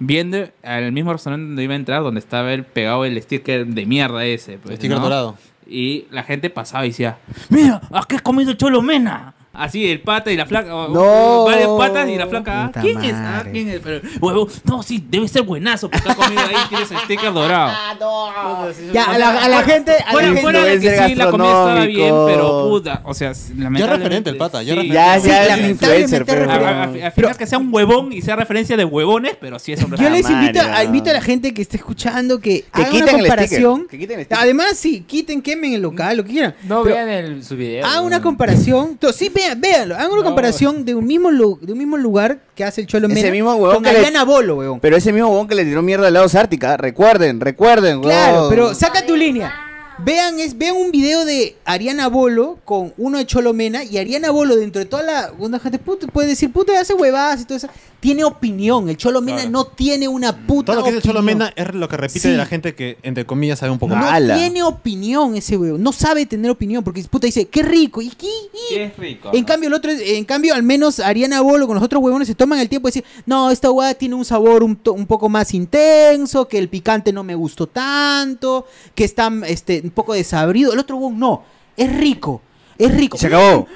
Speaker 5: viendo al mismo restaurante donde iba a entrar donde estaba el pegado el sticker de mierda ese. pues,
Speaker 14: Sticker
Speaker 5: ¿no?
Speaker 14: dorado.
Speaker 5: Y la gente pasaba y decía, mira, ¿a qué has comido Cholomena? Así, el pata y la flaca. o-
Speaker 3: No.
Speaker 5: Varias patas y la flaca. "Ah,
Speaker 2: Puta
Speaker 5: ¿Quién es? Ah,
Speaker 2: madre.
Speaker 5: ¿quién es? Pero, huevón, no, sí, debe ser buenazo porque ha comido ahí tienes el sticker dorado.
Speaker 2: Ya, a la, a la gente. A la
Speaker 5: Fuera,
Speaker 2: gente
Speaker 5: fuera de que
Speaker 3: influencer
Speaker 5: sí, la comida estaba bien,
Speaker 3: gastronómico.
Speaker 5: pero puta. O sea, lamentablemente.
Speaker 14: referente el pata, ya
Speaker 5: sí.
Speaker 14: referente.
Speaker 3: Ya,
Speaker 2: Sí,
Speaker 3: ya es
Speaker 2: lamentablemente
Speaker 3: influencer, pues. pero.
Speaker 5: A- a- a- Al final que sea un huevón y sea referencia de huevones, pero sí es un
Speaker 2: Yo les
Speaker 3: Madre,
Speaker 2: invito, a,
Speaker 3: no.
Speaker 2: invito a la gente que esté escuchando que,
Speaker 3: Que
Speaker 2: haga una
Speaker 3: quiten el
Speaker 2: comparación.
Speaker 3: sticker, que quiten el sticker.
Speaker 2: Además, sí, quiten, quemen el local, lo que quieran.
Speaker 6: No
Speaker 2: Pero-
Speaker 6: vean el, su video.
Speaker 2: Hagan una
Speaker 6: ¿no?
Speaker 2: comparación. to- Sí, vean, véanlo. Hagan una
Speaker 6: No.
Speaker 2: comparación de un mismo lu- de un mismo lugar que hace el Cholo
Speaker 3: Ese
Speaker 2: Mena
Speaker 3: mismo huevón
Speaker 2: con
Speaker 3: que le-
Speaker 2: Adriana Bolo, weón.
Speaker 3: Pero ese mismo huevón que le tiró mierda al lado Ártica, recuerden, recuerden,
Speaker 2: Claro,
Speaker 3: huevón.
Speaker 2: pero saca tu línea. Vean, es, vean un video de Ariana Bolo con uno de Cholomena y Ariana Bolo dentro de toda la... Una gente puta, puede decir, puta, hace huevadas y todo eso. Tiene opinión. El Cholomena
Speaker 4: Claro.
Speaker 2: no tiene una puta
Speaker 4: Todo lo que dice
Speaker 2: opinión.
Speaker 4: Cholomena es lo que repite
Speaker 2: Sí.
Speaker 4: de la gente que, entre comillas, sabe un poco
Speaker 3: No.
Speaker 4: más.
Speaker 3: Ala.
Speaker 2: No tiene opinión ese huevón. No sabe tener opinión porque puta dice, qué rico. Y, y- y-
Speaker 5: Qué rico.
Speaker 2: En
Speaker 5: ¿no?
Speaker 2: cambio, el otro, en cambio, al menos Ariana Bolo con los otros huevones se toman el tiempo de decir, no, esta hueá tiene un sabor un, to- un poco más intenso, que el picante no me gustó tanto, que está este, un poco desabrido. El otro huevón no, es rico, es rico.
Speaker 3: Se acabó.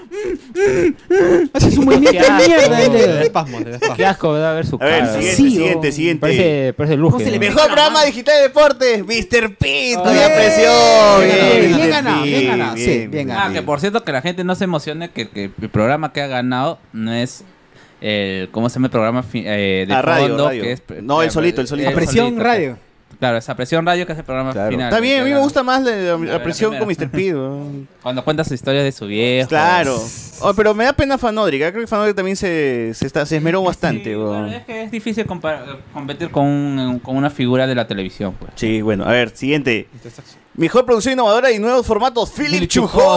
Speaker 2: Hace su movimiento
Speaker 6: Qué
Speaker 2: de
Speaker 6: asco.
Speaker 2: mierda. ahí
Speaker 4: Le
Speaker 2: le-
Speaker 4: da espasmo, le da espasmo.
Speaker 6: Qué asco, ¿verdad? Ver su
Speaker 3: A ver,
Speaker 6: cara.
Speaker 3: siguiente,
Speaker 2: Sí, oh.
Speaker 3: siguiente,
Speaker 2: huevón.
Speaker 3: siguiente.
Speaker 6: Parece, parece lujo.
Speaker 2: se le
Speaker 6: ¿no?
Speaker 2: ve?
Speaker 3: Mejor programa digital de deportes, Mr. Pete,
Speaker 5: Ah.
Speaker 3: con la
Speaker 2: Bien.
Speaker 3: presión.
Speaker 2: Bien, bien
Speaker 3: Mr.
Speaker 2: ganado, bien
Speaker 3: Pete,
Speaker 2: ganado, sí, bien ganado.
Speaker 5: Ah, que por cierto, que la gente no se emocione que, que el programa que ha ganado no es el. ¿Cómo se llama el programa fi- eh, de
Speaker 3: Ah, radio,
Speaker 5: fondo?
Speaker 3: radio.
Speaker 5: Que es,
Speaker 3: No, el solito, el solito.
Speaker 2: A presión
Speaker 5: solito,
Speaker 2: radio.
Speaker 5: Claro, esa presión radio que es el programa
Speaker 3: Claro.
Speaker 5: final.
Speaker 3: Está
Speaker 5: que
Speaker 3: bien, a mí me
Speaker 5: ganó.
Speaker 3: gusta más la, la- la
Speaker 5: la
Speaker 3: presión con
Speaker 5: primera.
Speaker 3: Mr. Pete. huevón.
Speaker 5: Cuando cuenta su historia de su viejo.
Speaker 3: Claro. Oh, pero me da pena Fanodric. ¿eh? Creo que Fanodric también se, se, está, se esmeró bastante.
Speaker 5: Sí,
Speaker 3: weón.
Speaker 5: bueno, es que es difícil compar- competir con, un- con una figura de la televisión, pues.
Speaker 3: Sí, bueno, a ver, siguiente. Mejor producción innovadora y nuevos formatos, Philip
Speaker 6: Philip
Speaker 3: Chujoy.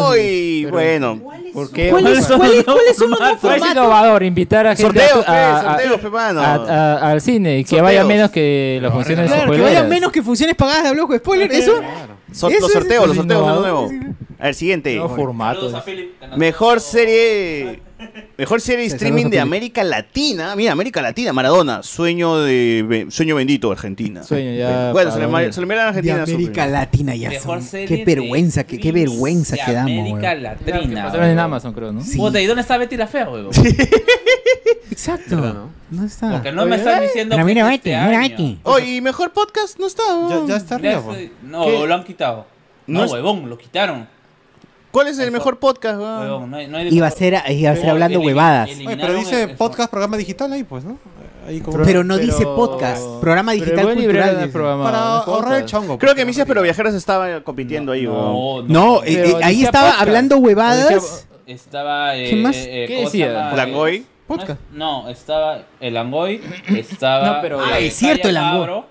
Speaker 6: Chujoy.
Speaker 3: Bueno,
Speaker 6: ¿Por qué?
Speaker 2: ¿Cuáles
Speaker 6: Ojalá-
Speaker 2: son cuál es- cuáles son los nuevos
Speaker 6: Fue
Speaker 2: formatos?
Speaker 6: innovador invitar a gente
Speaker 3: sorteo,
Speaker 6: a- a-
Speaker 3: pe, sorteo, pe, mano.
Speaker 6: a- a- a- al cine y que
Speaker 3: Sorteos.
Speaker 6: vaya menos que las funciones
Speaker 2: Claro, que
Speaker 6: futboleras.
Speaker 2: vayan menos que funciones pagadas de Bloco Spoiler, eso
Speaker 3: So-
Speaker 2: Eso
Speaker 3: los
Speaker 2: es-
Speaker 3: sorteos, los
Speaker 2: es
Speaker 3: sorteos de
Speaker 2: innovador.
Speaker 3: nuevo. A ver, siguiente.
Speaker 2: Nuevo formato. Saludos a
Speaker 15: Philip.
Speaker 3: Mejor serie. Mejor serie
Speaker 2: Sí, saludos a
Speaker 3: streaming de
Speaker 2: Philip.
Speaker 3: América Latina. Mira, América Latina, Maradona. Sueño de be- sueño bendito, Argentina.
Speaker 6: Sueño, ya,
Speaker 3: Bueno, se le,
Speaker 6: para
Speaker 3: ma-
Speaker 6: dormir.
Speaker 3: se le mira a Argentina.
Speaker 6: De
Speaker 3: su-
Speaker 6: América
Speaker 11: Latina ya
Speaker 6: Mejor
Speaker 11: son.
Speaker 6: serie
Speaker 11: Qué
Speaker 6: de
Speaker 11: vergüenza, qué, qué vergüenza
Speaker 6: de
Speaker 11: que damos.
Speaker 15: América
Speaker 11: weón.
Speaker 15: Latrina.
Speaker 6: Pasaron en
Speaker 15: weón.
Speaker 6: Amazon, creo, ¿no?
Speaker 15: Puta, ¿y dónde está Betty la Fea, weón?
Speaker 2: Exacto. No, está.
Speaker 15: Porque no me están diciendo
Speaker 2: Pero
Speaker 15: que
Speaker 2: mira,
Speaker 15: es
Speaker 2: Betty,
Speaker 15: este
Speaker 2: mira,
Speaker 15: año.
Speaker 2: Betty.
Speaker 3: Oh, y mejor podcast no está.
Speaker 2: Ya, ya está arriba,
Speaker 15: Ya
Speaker 2: weón.
Speaker 15: estoy- No,
Speaker 3: ¿Qué?
Speaker 15: lo han quitado. No,
Speaker 3: No es-
Speaker 15: huevón, lo quitaron.
Speaker 3: ¿Cuál es el mejor podcast? weón?
Speaker 15: Huevón, no hay, no hay
Speaker 11: Iba a ser, iba a ser hablando huevadas.
Speaker 2: Oye, pero dice podcast, programa digital ahí, pues, ¿no? Ahí como-
Speaker 11: Pero no dice podcast, programa
Speaker 2: pero
Speaker 11: digital
Speaker 2: buen librero
Speaker 11: cultural.
Speaker 2: de
Speaker 11: dice.
Speaker 2: programa, Para no es ahorrar podcast. el
Speaker 4: pues.
Speaker 2: chongo,
Speaker 3: Creo que Mises Pero Viajeros estaba compitiendo ahí. No,
Speaker 11: No, eh, eh, ahí estaba hablando huevadas.
Speaker 15: Estaba. Eh,
Speaker 11: ¿Qué más?
Speaker 15: eh, eh,
Speaker 11: ¿Qué
Speaker 15: ¿cómo se
Speaker 11: decía?
Speaker 15: llama? Eh,
Speaker 3: Langoy.
Speaker 15: no es- No, estaba el Langoy. Estaba.
Speaker 6: No, pero-
Speaker 15: eh,
Speaker 6: Ah, es cierto, el
Speaker 15: Calla
Speaker 6: Langoy.
Speaker 15: Cabro.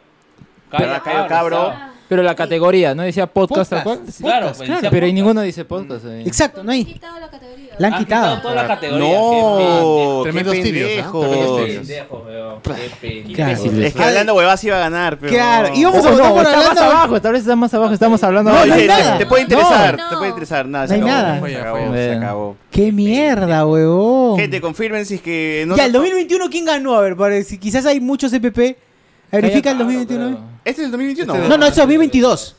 Speaker 6: Pero-
Speaker 15: Calla Cabro. estaba.
Speaker 6: Pero la categoría, ¿no? Decía podcast, tal cual.
Speaker 15: Podcast, claro, pues, decía
Speaker 6: pero ahí
Speaker 15: podcast.
Speaker 6: ninguno dice podcast. eh. ahí.
Speaker 11: Mm. Exacto, no hay. La han
Speaker 15: Han
Speaker 11: quitado.
Speaker 15: quitado toda la categoría.
Speaker 3: No,
Speaker 15: Qué
Speaker 3: tremendos
Speaker 15: pendejo.
Speaker 3: tibios. ¿ah?
Speaker 15: Qué
Speaker 3: Tremendos tibios.
Speaker 15: pendejo, weón. Qué pendejo.
Speaker 6: Claro.
Speaker 3: Es que hablando huevas iba a ganar. Pero...
Speaker 6: Claro,
Speaker 3: y
Speaker 6: íbamos a votar por hablando- Tal vez está más abajo, estamos hablando
Speaker 3: No,
Speaker 6: ahora.
Speaker 3: oye, te, te puede interesar, te puede interesar. Nada, se
Speaker 11: No hay
Speaker 3: acabó,
Speaker 11: nada.
Speaker 3: Se
Speaker 11: Fue,
Speaker 3: acabó,
Speaker 11: fue.
Speaker 3: se acabó.
Speaker 11: Qué mierda, huevón.
Speaker 3: Gente, confirmen si es que no.
Speaker 2: ya, el 2021, ¿quién ganó? A ver, para- si quizás hay muchos EPP. Verifica el 2021.
Speaker 3: Este es el 2021.
Speaker 2: No, no, es 2022.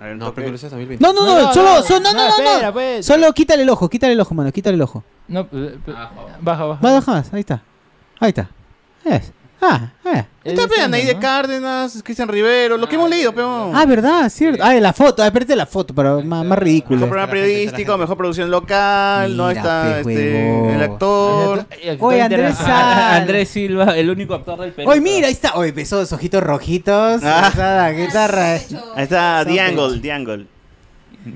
Speaker 3: A ver, no, pero lo 2020.
Speaker 2: No, no, no, solo, solo- no, no, no, no.
Speaker 6: espera, pues.
Speaker 2: Solo quítale el ojo, quítale el ojo, mano, quítale el ojo.
Speaker 6: No, pe- pe- baja, baja.
Speaker 2: Va, baja más, ahí está. Ahí está. Ahí es. Ah, ah.
Speaker 3: Está pegando ahí de Cárdenas, Cristian Rivero, lo que hemos leído, peón.
Speaker 2: Ah, verdad, cierto. Ah, la foto, ah, espérate la foto, pero más, más
Speaker 3: Mejor
Speaker 2: ridículo.
Speaker 3: programa periodístico, mejor producción local, no
Speaker 2: Mira,
Speaker 3: está
Speaker 2: pe
Speaker 3: este,
Speaker 2: huevón.
Speaker 3: el actor.
Speaker 2: Oye, Andrés
Speaker 6: Ah,
Speaker 2: Sal.
Speaker 15: Andrés Silva, el único actor del Perú.
Speaker 2: Oye, mira, ahí está. Oye, esos ojitos rojitos.
Speaker 3: Ah.
Speaker 2: Esa guitarra.
Speaker 3: Ahí está
Speaker 2: Son
Speaker 3: Diangle, Diangle.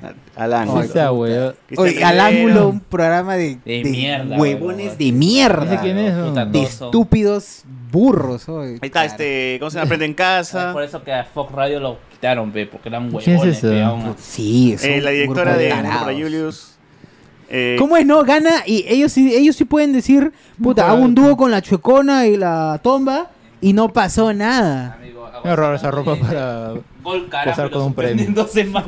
Speaker 3: A- Al ángulo. este
Speaker 2: Oye, esa
Speaker 3: Cristian
Speaker 2: Oye, al
Speaker 3: Rivero.
Speaker 2: ángulo un programa de,
Speaker 15: De
Speaker 2: de
Speaker 15: mierda,
Speaker 2: huevones
Speaker 15: huevón.
Speaker 2: de mierda.
Speaker 15: Ese quién es, Puta,
Speaker 2: de
Speaker 15: todos son-
Speaker 2: estúpidos burros. oye.
Speaker 3: Ahí está, este, ¿cómo se llama? Aprende en casa.
Speaker 15: Por eso que a Fox Radio lo quitaron, ve, porque eran
Speaker 2: ¿Quién es
Speaker 15: huevones.
Speaker 2: eso?
Speaker 15: pe, aún.
Speaker 2: Sí, son
Speaker 3: Eh, la
Speaker 2: un
Speaker 3: directora
Speaker 2: grupo
Speaker 3: de
Speaker 2: tarados.
Speaker 3: Compra Julius. Eh,
Speaker 2: ¿Cómo es, no? Gana y ellos sí, ellos sí pueden decir, puta, hago un dúo con la chuecona y la tomba y no pasó nada.
Speaker 6: Voy a robar esa ropa para
Speaker 15: Gol
Speaker 6: posar con un premio.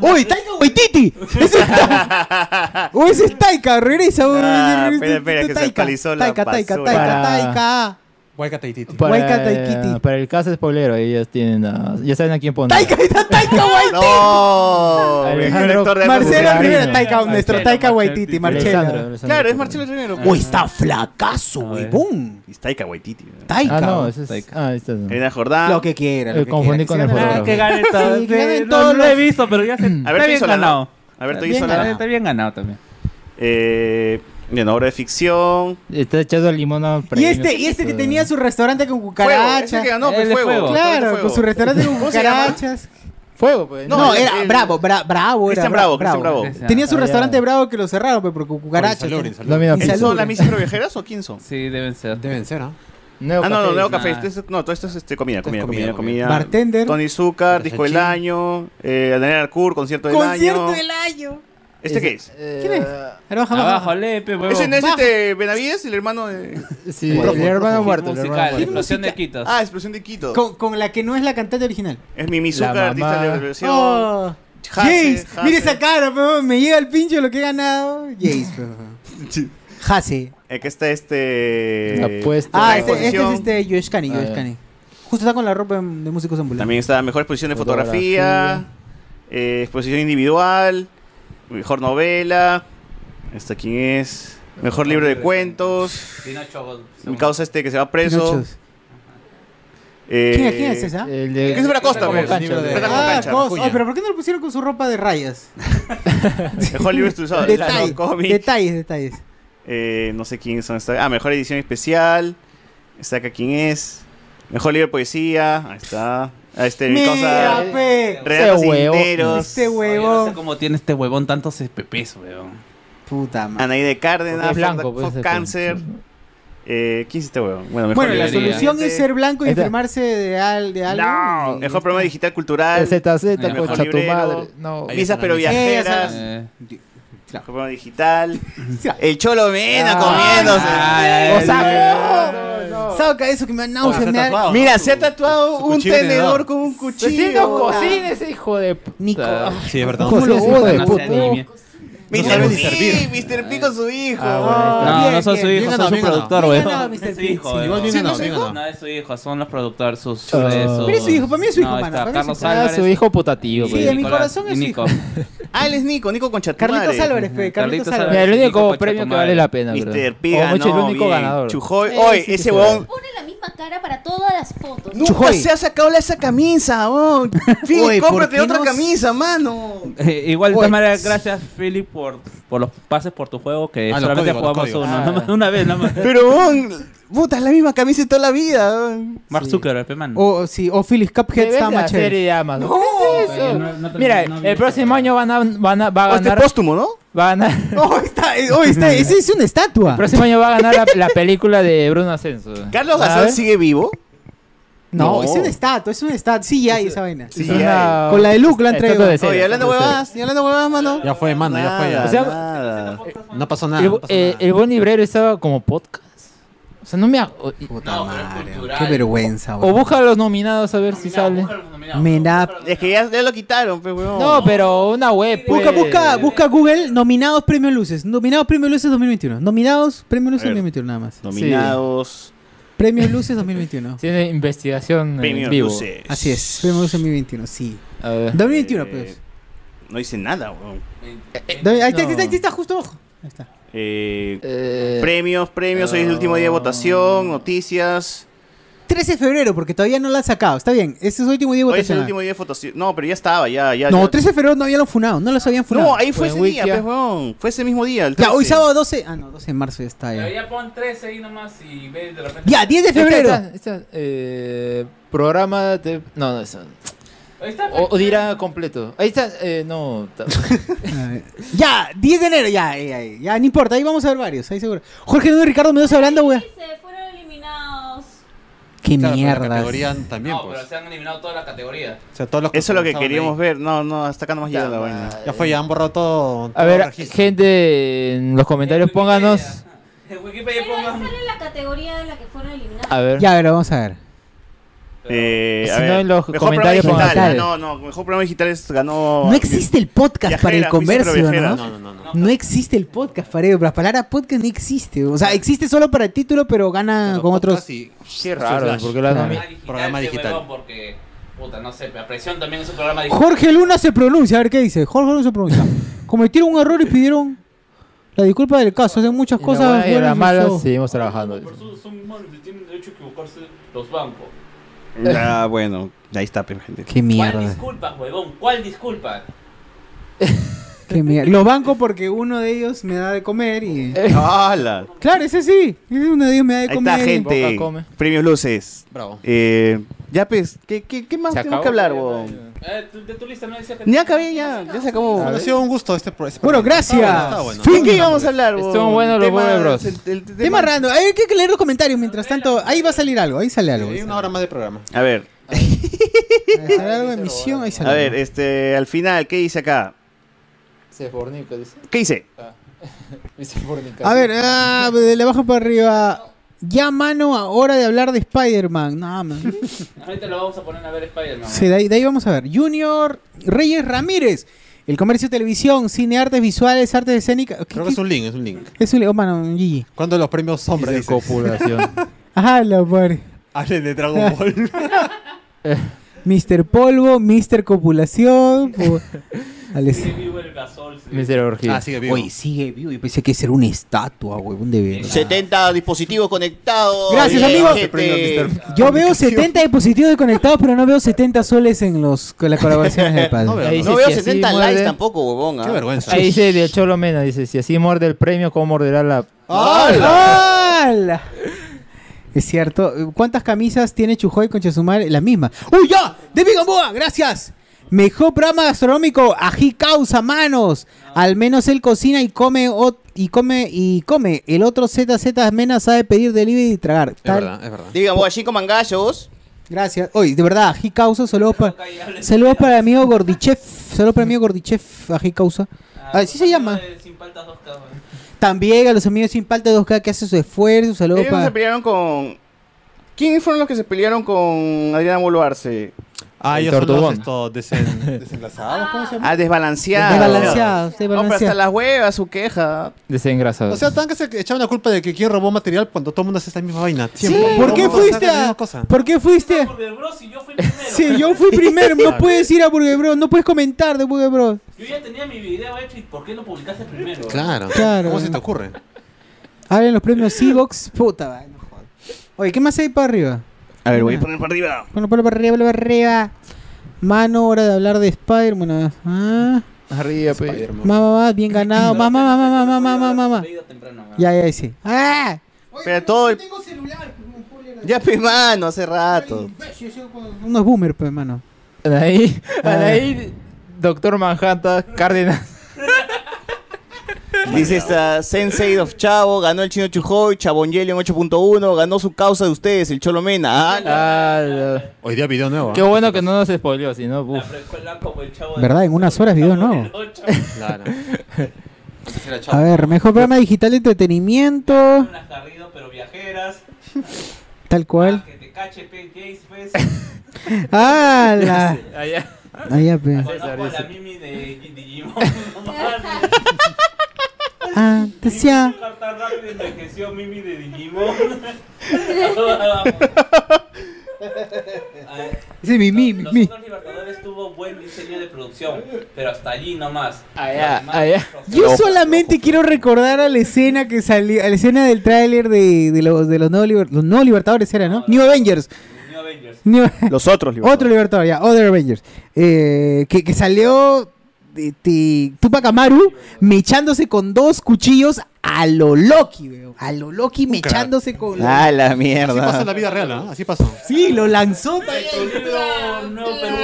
Speaker 2: ¡Uy, Taika Waititi! ¡Ese es Taika! ¡Uy, ese es Taika! ¡Regresa! güey,
Speaker 3: Ah,
Speaker 2: regresa,
Speaker 3: espera, espera, que se
Speaker 2: Taika,
Speaker 3: actualizó la
Speaker 2: Taika, Taika,
Speaker 3: basura.
Speaker 2: Taika,
Speaker 6: Para-
Speaker 2: Taika.
Speaker 6: Para,
Speaker 2: Waikata y
Speaker 6: eh, para el caso spoilero, ahí ya tienen a- ya saben a quién poner.
Speaker 2: Taika
Speaker 3: No,
Speaker 6: Alejandro-
Speaker 3: actor
Speaker 2: Marcelo
Speaker 3: de
Speaker 6: Marcelo
Speaker 2: Rivera,
Speaker 6: Rivera.
Speaker 2: Taika, nuestro
Speaker 6: Marcelo,
Speaker 2: Taika
Speaker 6: Marcelo
Speaker 2: Waititi,
Speaker 6: Titi. Alessandro,
Speaker 2: Marcelo.
Speaker 6: Alessandro.
Speaker 3: Claro, es Marcelo Rivero.
Speaker 11: Uy, está flacazo, huevón.
Speaker 3: Es Taika Waititi. ¿no?
Speaker 2: Taika.
Speaker 6: Ah, no, ese es. Ah, este no.
Speaker 3: Elena Jordán.
Speaker 2: Lo que quiera. lo
Speaker 6: Eh,
Speaker 2: que quiera,
Speaker 6: confundí con
Speaker 2: que
Speaker 6: el
Speaker 2: sea-
Speaker 6: fotógrafo.
Speaker 15: Que gane todo.
Speaker 2: Sí, que
Speaker 15: no
Speaker 2: ganen todos
Speaker 15: lo he
Speaker 2: los-
Speaker 15: visto, pero ya se.
Speaker 3: A ver,
Speaker 15: está
Speaker 3: tú
Speaker 15: bien
Speaker 3: hizo la-
Speaker 15: ganado.
Speaker 3: A ver, tú
Speaker 15: Bien
Speaker 3: hizo
Speaker 15: ganado,
Speaker 3: la.
Speaker 15: Está bien ganado también.
Speaker 3: Eh, bien, obra de ficción.
Speaker 6: Está echado limón a
Speaker 2: Y este, y este que tenía su restaurante con
Speaker 3: Fuego, ese
Speaker 2: cucarachas.
Speaker 3: que ganó, pues,
Speaker 15: El de
Speaker 3: fuego.
Speaker 15: Fuego.
Speaker 3: Todo de
Speaker 2: Claro,
Speaker 3: fuego.
Speaker 2: con su restaurante con
Speaker 3: ¿Cómo se llama?
Speaker 2: cucarachas.
Speaker 6: Fuego, pues.
Speaker 2: No,
Speaker 3: No, el-
Speaker 2: era
Speaker 3: el-
Speaker 2: bravo, bra- bravo, era
Speaker 3: Cristian Bravo, Cristian Bravo.
Speaker 2: Tenía su
Speaker 6: Ah, ya.
Speaker 2: restaurante bravo que lo cerraron pero por cucarachas.
Speaker 6: No, mira, pues,
Speaker 2: Insalubre.
Speaker 3: ¿Esas son las misas pero viajeras o quién son?
Speaker 15: Sí, deben ser.
Speaker 13: Deben ser, ¿ah?
Speaker 6: Neo
Speaker 3: Ah, no, no,
Speaker 6: Café.
Speaker 3: Neo Café.
Speaker 15: nada.
Speaker 3: Este es- no, todo esto es este, comida, comida, comida,
Speaker 13: comida,
Speaker 3: comida.
Speaker 2: Bartender.
Speaker 3: Tony Zúcar, Disco del Año, eh, Daniel Arcur, Concierto del
Speaker 2: Concierto
Speaker 3: Año.
Speaker 2: del año.
Speaker 3: ¿Este qué es?
Speaker 6: eh,
Speaker 2: ¿Quién es? A ver, baja, baja,
Speaker 15: Abajo,
Speaker 2: baja.
Speaker 15: Lepe, huevo.
Speaker 3: ¿Ese no es
Speaker 2: Baja.
Speaker 3: este Benavides, el hermano de...?
Speaker 6: Sí, el hermano muerto. el hermano
Speaker 15: Musical,
Speaker 6: muerto.
Speaker 15: explosión de Quitos.
Speaker 3: Ah, Explosión de Quito.
Speaker 2: Con, con la que no es la cantante original.
Speaker 3: Es Mimi Zúcar,
Speaker 6: La
Speaker 3: artista de la
Speaker 6: mamá.
Speaker 3: revolución.
Speaker 2: Oh,
Speaker 3: Hase,
Speaker 2: Jace,
Speaker 3: Hase.
Speaker 2: mira esa cara, pe, me llega el pincho de lo que he ganado. Jace, pe. Hase.
Speaker 3: El que está este...
Speaker 6: Apuesta.
Speaker 2: Ah,
Speaker 3: la
Speaker 2: este, este es
Speaker 3: exposición.
Speaker 2: este Yoshkani,
Speaker 6: Ah, ya.
Speaker 2: Yoshkani. Justo está con la ropa de de músicos ambulantes.
Speaker 3: También está Mejor Exposición de Fotografía, eh, Exposición Individual, Mejor Novela, ¿esta quién es? Mejor Libro de Cuentos,
Speaker 15: Pinocho.
Speaker 3: mi causa este que se va preso.
Speaker 2: Pinochos.
Speaker 3: eh,
Speaker 2: ¿Quién, quién ¿Ah? es esa?
Speaker 6: El de-
Speaker 3: ¿Qué es Vera Costa?
Speaker 6: Como
Speaker 3: pues?
Speaker 6: cancha,
Speaker 3: Vera
Speaker 6: de-
Speaker 3: como
Speaker 2: Ah,
Speaker 3: cancha.
Speaker 2: Cos. Ay, pero ¿por qué no lo pusieron con su ropa de rayas?
Speaker 3: Mejor libro estudiado.
Speaker 2: Detalles,
Speaker 3: cómic.
Speaker 2: detalles, detalles.
Speaker 3: Eh, no sé quiénes son. esta- Ah, mejor edición especial. Está acá quién es. Mejor libro de poesía. Ahí está. Ah, este, mi
Speaker 2: Mira,
Speaker 3: cosa.
Speaker 2: pe.
Speaker 3: Relatos
Speaker 6: Ese huevo.
Speaker 3: enteros.
Speaker 2: Este
Speaker 15: Oye, No sé
Speaker 2: huevón.
Speaker 15: cómo tiene este huevón tantos SPPs, huevón.
Speaker 2: Puta madre.
Speaker 3: Anaí de Cárdenas.
Speaker 6: Porque es
Speaker 3: Fox-
Speaker 6: blanco, pues,
Speaker 3: Fox
Speaker 6: ese-
Speaker 3: Cáncer. Eh, ¿Quién es este huevo? Bueno, mejor
Speaker 2: Bueno,
Speaker 3: libro
Speaker 2: la
Speaker 3: de poesía.
Speaker 2: solución es ser blanco y
Speaker 6: Ahí está.
Speaker 2: enfermarse de, al, de algo.
Speaker 3: No,
Speaker 2: y-
Speaker 3: Mejor programa digital cultural.
Speaker 6: ZZ,
Speaker 3: Mejor
Speaker 6: concha tu
Speaker 3: librero.
Speaker 6: madre. No.
Speaker 13: Ahí
Speaker 3: Visas
Speaker 13: está la
Speaker 3: pero
Speaker 13: lista.
Speaker 3: viajeras. Mejor
Speaker 15: Eh,
Speaker 3: programa digital.
Speaker 2: Ya.
Speaker 3: El Cholo Mena
Speaker 2: Ah,
Speaker 15: eh.
Speaker 3: comiéndose.
Speaker 15: ay, ay,
Speaker 3: Osaka.
Speaker 6: No, no.
Speaker 2: pensado que eso que me han náusea. me da-
Speaker 3: Mira, Ah, se ha tatuado
Speaker 2: su
Speaker 3: un
Speaker 2: cuchillo de
Speaker 3: tenedor
Speaker 2: tenedor.
Speaker 3: con un cuchillo.
Speaker 2: Recién no
Speaker 3: ah.
Speaker 2: cocines,
Speaker 6: hijo de
Speaker 2: puta.
Speaker 16: Sí, es verdad.
Speaker 2: ¿Cómo lo
Speaker 16: Hijo de
Speaker 2: jodas,
Speaker 16: puta.
Speaker 3: Mr.
Speaker 16: sabe ni
Speaker 3: P, Mr. P con su hijo.
Speaker 5: No, no son su hijo, son su productor, güey.
Speaker 3: Bien ganado, Mr.
Speaker 5: Es su
Speaker 3: P.
Speaker 5: hijo,
Speaker 3: Sí,
Speaker 5: güey.
Speaker 3: igual bien ganado, bien ganado.
Speaker 5: No es su hijo, son los productores. Sus,
Speaker 6: Ah.
Speaker 5: esos-
Speaker 6: Pero es su hijo,
Speaker 2: para mí es su hijo,
Speaker 5: No,
Speaker 2: mano,
Speaker 5: está
Speaker 2: para mí es su
Speaker 5: Carlos
Speaker 2: hijo.
Speaker 6: Ah,
Speaker 5: Álvarez.
Speaker 6: su hijo potativo,
Speaker 5: y
Speaker 6: pues.
Speaker 2: en mi
Speaker 5: Nicolás-
Speaker 2: corazón es
Speaker 5: y
Speaker 2: su
Speaker 5: Nico.
Speaker 3: Ah, él es Nico, Nico con chatumare.
Speaker 2: Carlitos Álvarez, fe, Carlitos Álvarez.
Speaker 6: Mira, el único
Speaker 5: Nico
Speaker 6: premio que
Speaker 5: Pacheco
Speaker 6: vale
Speaker 5: Madre.
Speaker 6: la pena, bro.
Speaker 3: Mr. P
Speaker 6: O mucho
Speaker 3: ganó
Speaker 6: Oh, el único
Speaker 3: bien.
Speaker 6: ganador.
Speaker 3: Chujoy. Oye, ese huevón
Speaker 8: Pone la misma cara para todas las fotos.
Speaker 3: nunca se ha sacado la- esa camisa, oh. Phil,
Speaker 8: Oye, ¿por
Speaker 3: cómprate
Speaker 8: qué
Speaker 3: otra
Speaker 8: no s-
Speaker 3: camisa, mano.
Speaker 5: Eh, Igual, de
Speaker 2: Pues.
Speaker 3: Oye.
Speaker 5: todas maneras, gracias, Philip, por, por los pases por tu juego que
Speaker 3: Ah, los
Speaker 5: solamente
Speaker 3: códigos, los
Speaker 5: jugamos
Speaker 3: códigos.
Speaker 5: uno.
Speaker 3: Ah.
Speaker 5: nada más- Una vez, nada más.
Speaker 3: Pero, huevón, puta, es la misma camisa de toda la vida. huevón.
Speaker 5: Mark Zuckerberg, pe, man.
Speaker 2: O sí, o Phyllis Cuphead
Speaker 6: Debes
Speaker 2: está
Speaker 6: de
Speaker 2: más
Speaker 6: hacer
Speaker 2: chévere.
Speaker 6: idea, mano.
Speaker 2: No.
Speaker 6: ¿Qué es eso?
Speaker 2: No, no te-
Speaker 6: Mira,
Speaker 2: no vi
Speaker 6: el próximo año van a, van a, va a
Speaker 3: Oh, este
Speaker 6: ganar.
Speaker 3: es póstumo, ¿no?
Speaker 6: Va a ganar.
Speaker 2: Oh, está, eh, oh, está, ese es una estatua.
Speaker 6: El próximo año va a ganar la, la película de Bruno Ascenso.
Speaker 3: ¿Carlos
Speaker 6: ¿Sabes?
Speaker 3: Gasol sigue vivo?
Speaker 2: No,
Speaker 6: No.
Speaker 2: es una estatua, es una estatua. Sí, hay esa vaina.
Speaker 3: Sí,
Speaker 2: Ajá.
Speaker 3: hay.
Speaker 2: Con la de Luke la han
Speaker 6: Estatua
Speaker 2: traído.
Speaker 6: de cera,
Speaker 3: Oye, hablando
Speaker 6: estatua de cera.
Speaker 3: huevadas, y hablando huevadas, mano.
Speaker 4: Ya fue, mano, ya fue. Ya.
Speaker 3: Nada,
Speaker 6: O sea,
Speaker 3: nada.
Speaker 4: no pasó nada.
Speaker 6: El,
Speaker 4: no pasó
Speaker 6: eh, el buen librero estaba como podcast. O sea, no me. ha- o-
Speaker 2: Qué vergüenza,
Speaker 6: O
Speaker 2: güey.
Speaker 6: busca a los nominados a ver si sale.
Speaker 2: Me da-
Speaker 3: Es que ya, ya lo quitaron, pues, huevón.
Speaker 6: No, pero una web.
Speaker 2: Busca,
Speaker 6: pues.
Speaker 2: busca, busca Google nominados Premio Luces. Nominados Premio Luces 2021. Nominados Premio Luces
Speaker 3: A ver.
Speaker 2: 2021, nada más.
Speaker 3: Nominados.
Speaker 2: Premio Luces 2021.
Speaker 6: Tiene investigación en
Speaker 3: Premio
Speaker 6: vivo.
Speaker 3: Luces. Eh,
Speaker 2: Así es, Premio Luces 2021, sí.
Speaker 6: A ver.
Speaker 2: 2021, pues.
Speaker 3: No hice nada, huevón.
Speaker 2: Ahí está,
Speaker 6: no.
Speaker 2: ahí está, ahí está, justo abajo. Ahí está.
Speaker 3: Eh, premios, premios, hoy es el último día de votación, noticias.
Speaker 2: 13 de febrero, porque todavía no la han sacado. Está bien, ese es el último día de
Speaker 3: Hoy es
Speaker 2: votación.
Speaker 3: el último día de votación. No, pero ya estaba, ya, ya.
Speaker 2: No,
Speaker 3: ya.
Speaker 2: 13 de febrero no habían funado, no los habían funado.
Speaker 3: No, ahí fue
Speaker 6: Pues
Speaker 3: ese
Speaker 6: en
Speaker 3: día,
Speaker 6: Wikia.
Speaker 3: pues, huevón. Fue ese mismo día. el
Speaker 2: Ya, hoy
Speaker 3: 13.
Speaker 2: sábado 12. Ah, no, 12 de marzo ya está ya.
Speaker 5: Ya pon 13 ahí nomás y ve de repente.
Speaker 2: Ya, 10 de
Speaker 6: Esta-
Speaker 2: febrero.
Speaker 6: esta- esta, Este, eh, programa de. No, no, eso.
Speaker 5: Ahí está, pues.
Speaker 2: Oh.
Speaker 6: O, o dirá completo. Ahí está. eh, no. ta-
Speaker 2: Ya, 10 de enero, ya, ya, ya, ya, no importa, ahí vamos a ver varios, ahí seguro. Jorge Nuno y Ricardo Mendoza hablando, weón.
Speaker 8: Se fueron eliminados.
Speaker 2: Qué
Speaker 4: Claro, pero la
Speaker 2: mierda.
Speaker 4: categoría también,
Speaker 5: No,
Speaker 4: pues.
Speaker 5: pero se han eliminado todas las categorías.
Speaker 4: O sea, todos los
Speaker 3: Eso es lo que
Speaker 4: estaban ahí.
Speaker 3: queríamos ver. No, no, hasta acá no más llega la vaina.
Speaker 4: Ya fue, ya han borrado todo. todo
Speaker 6: A ver,
Speaker 4: registro.
Speaker 6: gente, en los comentarios pónganos.
Speaker 5: En Wikipedia
Speaker 8: Pero ahí sale la categoría en la que fueron eliminados.
Speaker 6: A ver.
Speaker 2: Ya, pero vamos a ver.
Speaker 3: Eh, a
Speaker 6: Si no,
Speaker 3: ver,
Speaker 6: en los
Speaker 3: mejor
Speaker 6: comentarios
Speaker 3: programa digital.
Speaker 6: pongan-
Speaker 3: Ah, No, no, mejor programa digital es- ganó.
Speaker 2: No existe el podcast
Speaker 3: Viajera,
Speaker 2: para el
Speaker 3: juicio, pero
Speaker 2: comercio,
Speaker 3: viajera.
Speaker 2: ¿no?
Speaker 4: No, no, no. no.
Speaker 2: No existe el podcast para ello, pero la palabra podcast no existe. O sea, existe solo para el título, pero gana
Speaker 4: Pero
Speaker 2: ah, con otros.
Speaker 4: podcast y-
Speaker 6: Qué raro,
Speaker 4: Slash.
Speaker 6: porque la nomi-
Speaker 4: Programa digital.
Speaker 5: Porque, puta, no sé, la presión también es un programa digital.
Speaker 2: Jorge Luna se pronuncia, a ver qué dice. Jorge Luna se pronuncia. Cometieron un error y pidieron la disculpa del caso. Hacen muchas
Speaker 6: en la buena
Speaker 2: cosas.
Speaker 6: y en
Speaker 2: buenas
Speaker 6: la
Speaker 2: en su
Speaker 6: mala
Speaker 2: show.
Speaker 6: seguimos trabajando.
Speaker 5: Por su, son humanos y tienen derecho a equivocarse los bancos.
Speaker 3: Ya, bueno, ahí está, pe, gente.
Speaker 2: Qué
Speaker 5: ¿Cuál
Speaker 2: mierda.
Speaker 5: disculpa, huevón? ¿Cuál disculpa?
Speaker 2: Qué mierda. Los banco porque uno de ellos me da de comer y.
Speaker 3: ¡Hala!
Speaker 2: Claro, ese sí. Ese Uno de ellos me da de
Speaker 3: Eh. Ahí
Speaker 2: comer.
Speaker 3: está,
Speaker 2: y-
Speaker 3: gente.
Speaker 6: Boca come.
Speaker 3: Premios Luces.
Speaker 4: Bravo.
Speaker 3: Eh, ya, pues, ¿qué, qué, qué más
Speaker 6: ¿Se
Speaker 3: tengo
Speaker 6: acabó?
Speaker 3: que hablar, bo?
Speaker 5: Eh, tu- de tu lista no decía que.
Speaker 3: Ya acabé, ya, ya se acabó.
Speaker 4: Ha sido un gusto este pro- este
Speaker 2: Bueno,
Speaker 4: programa.
Speaker 2: gracias.
Speaker 4: Está bueno, está
Speaker 3: ¿De
Speaker 4: bueno.
Speaker 3: qué íbamos a hablar, bo?
Speaker 6: Estuvo bueno los
Speaker 3: Tema-
Speaker 6: Warner Bros.
Speaker 3: el- el- el
Speaker 2: Tema raro. Hay que leer los comentarios mientras tanto. Ahí va a salir algo. Ahí sale algo.
Speaker 4: Hay una hora más de programa.
Speaker 3: A ver,
Speaker 2: Ahí sale algo de misión. Ahí sale
Speaker 3: a ver,
Speaker 2: algo.
Speaker 3: este, al final, ¿qué dice acá?
Speaker 6: Se fornica, dice.
Speaker 3: ¿Qué dice?
Speaker 6: Dice fornica.
Speaker 2: A ver, ah, de la baja para arriba. Ya mano, a hora de hablar de Spider-Man. No, man.
Speaker 5: Ahorita lo vamos a poner a ver Spider-Man.
Speaker 2: Sí, de ahí, de ahí vamos a ver. Junior Reyes Ramírez. El comercio de televisión, cine, artes visuales, artes escénicas. ¿Qué-
Speaker 4: Creo que
Speaker 2: qué-
Speaker 4: es un link, es un link.
Speaker 2: Es un... Oh, mano, GG.
Speaker 4: ¿Cuándo los premios sombra?
Speaker 6: Dice
Speaker 4: dice?
Speaker 6: copulación.
Speaker 2: Ajá, la madre.
Speaker 4: Hablen de Dragon Ball.
Speaker 2: Mr. Polvo, Mr. Copulación. po- Alex.
Speaker 5: Sigue vivo el gasol. sí.
Speaker 6: Miserable.
Speaker 4: ah, sigue vivo.
Speaker 2: Oye, sigue vivo. Yo pensé que ese era una estatua, huevón, de verdad.
Speaker 3: 70 dispositivos conectados.
Speaker 2: Gracias,
Speaker 3: Bien,
Speaker 2: amigos.
Speaker 3: gente.
Speaker 2: Yo veo 70 dispositivos desconectados, pero no veo 70 soles en los con las colaboraciones del padre.
Speaker 4: No veo.
Speaker 6: Ahí
Speaker 3: No
Speaker 6: dice,
Speaker 3: veo
Speaker 6: si así
Speaker 3: 70
Speaker 6: muerde-
Speaker 3: likes tampoco, huevón.
Speaker 4: Qué
Speaker 3: ¿ah?
Speaker 4: vergüenza.
Speaker 6: Ahí dice de Cholo Mena, dice, si así muerde el premio, ¿cómo morderá la...
Speaker 2: ¡Hala! Es cierto. ¿Cuántas camisas tiene Chujoy con Chasumar? La misma. ¡Uy, ya! ¡David Gamboa! ¡Gracias! Mejor programa gastronómico, ají causa manos. Al menos él cocina y come o- y come y come. El otro ZZ Mena sabe pedir delivery y tragar.
Speaker 4: Es
Speaker 2: Tal-
Speaker 4: verdad, es verdad.
Speaker 3: Digamos, allí con mangallos.
Speaker 2: Gracias. Oye, de verdad, ají causa, saludos para saludos para mi amigo Gordichef, saludos para mi amigo Gordichef, ají causa.
Speaker 5: Ah,
Speaker 2: Así se llama.
Speaker 5: de Sin faltas dos K, huevón.
Speaker 2: También a los amigos sin falta de 2K que hace su esfuerzo, saludos
Speaker 3: Ellos se
Speaker 2: para
Speaker 3: pelearon con ¿Quiénes fueron los que se pelearon con Adriana Boluarse?
Speaker 17: Ah,
Speaker 3: El
Speaker 17: ellos son los
Speaker 3: Tortugón.
Speaker 17: estos desen- desenlazados, ¿cómo se
Speaker 3: Ah, desbalanceados.
Speaker 17: Desbalanceados,
Speaker 3: No, pero hasta
Speaker 17: desbalanceados.
Speaker 3: las huevas, su queja.
Speaker 6: Desengrasado.
Speaker 4: O sea, tan que se echaban la culpa de que quién robó material cuando todo el mundo hace esta misma vaina.
Speaker 2: Sí,
Speaker 4: Siempre.
Speaker 2: ¿Por qué
Speaker 4: Todo el mundo
Speaker 2: fuiste
Speaker 4: saca la
Speaker 2: a.?
Speaker 4: misma cosa.
Speaker 2: ¿Por qué fuiste? Sí, yo fui primero. No puedes ir a Burger Bros. No puedes comentar de Burger Bros.
Speaker 5: Yo ya tenía mi video hecho y ¿por qué no publicaste primero?
Speaker 4: Claro.
Speaker 2: Claro.
Speaker 4: ¿Cómo se te ocurre?
Speaker 2: Ahora en los premios Seabox. Puta, va, no jodas. Oye, ¿qué más hay para arriba?
Speaker 3: A ver, voy a poner para arriba.
Speaker 2: Bueno, ponlo para arriba, ponlo para arriba. Mano, hora de hablar de Spider. Bueno, ah.
Speaker 3: Arriba,
Speaker 6: pues.
Speaker 2: Más, más, más, bien ganado. Más, más, más, más, más, más, más, más, más. Ya, ya, sí. ¡Ah!
Speaker 3: Pero todo el... Ya, pe, mano, hace rato.
Speaker 2: Unos boomer, pues, mano.
Speaker 6: Para ahí, para ahí, Ah. Doctor Manhattan, Cárdenas.
Speaker 3: Dice esta Sensei of Chavo, ganó el chino Chujoy, Chabongeli en 8.1, ganó su causa de ustedes, el Cholomena. Ah, la-
Speaker 17: Hoy día video nuevo. ¿ah?
Speaker 6: Qué bueno que no nos spoileó, si no, uf.
Speaker 2: ¿Verdad? En unas horas video nuevo.
Speaker 17: Claro.
Speaker 2: A ver, mejor programa digital de entretenimiento. Tal cual. Ah, la.
Speaker 5: Allá.
Speaker 2: Ah, ya, pe.
Speaker 5: Conozco a la Mimi de Digimon.
Speaker 2: Ah, decía.
Speaker 5: Tan rápido envejeció Mimi de Digimon.
Speaker 2: Dice mi, mi,
Speaker 5: Los
Speaker 2: mi.
Speaker 5: otros Libertadores tuvo buen diseño de producción, pero hasta allí nomás.
Speaker 6: Allá,
Speaker 5: Los demás
Speaker 6: allá.
Speaker 2: Yo solamente quiero recordar a la escena que salió, a la escena del tráiler de, de los de los nuevos, liber- los nuevos libertadores era, ¿no? New Avengers. New Avengers.
Speaker 3: Los otros,
Speaker 2: Otro libertador, ya, Other Avengers. Eh, que, que salió este, Tupac Amaru mechándose con dos cuchillos a lo Loki, weón. A lo Loki mechándose con
Speaker 3: Ah, la
Speaker 4: Así pasa en la
Speaker 3: mierda.
Speaker 4: vida real, ¿ah? Así pasó.
Speaker 2: Sí, lo lanzó. pa-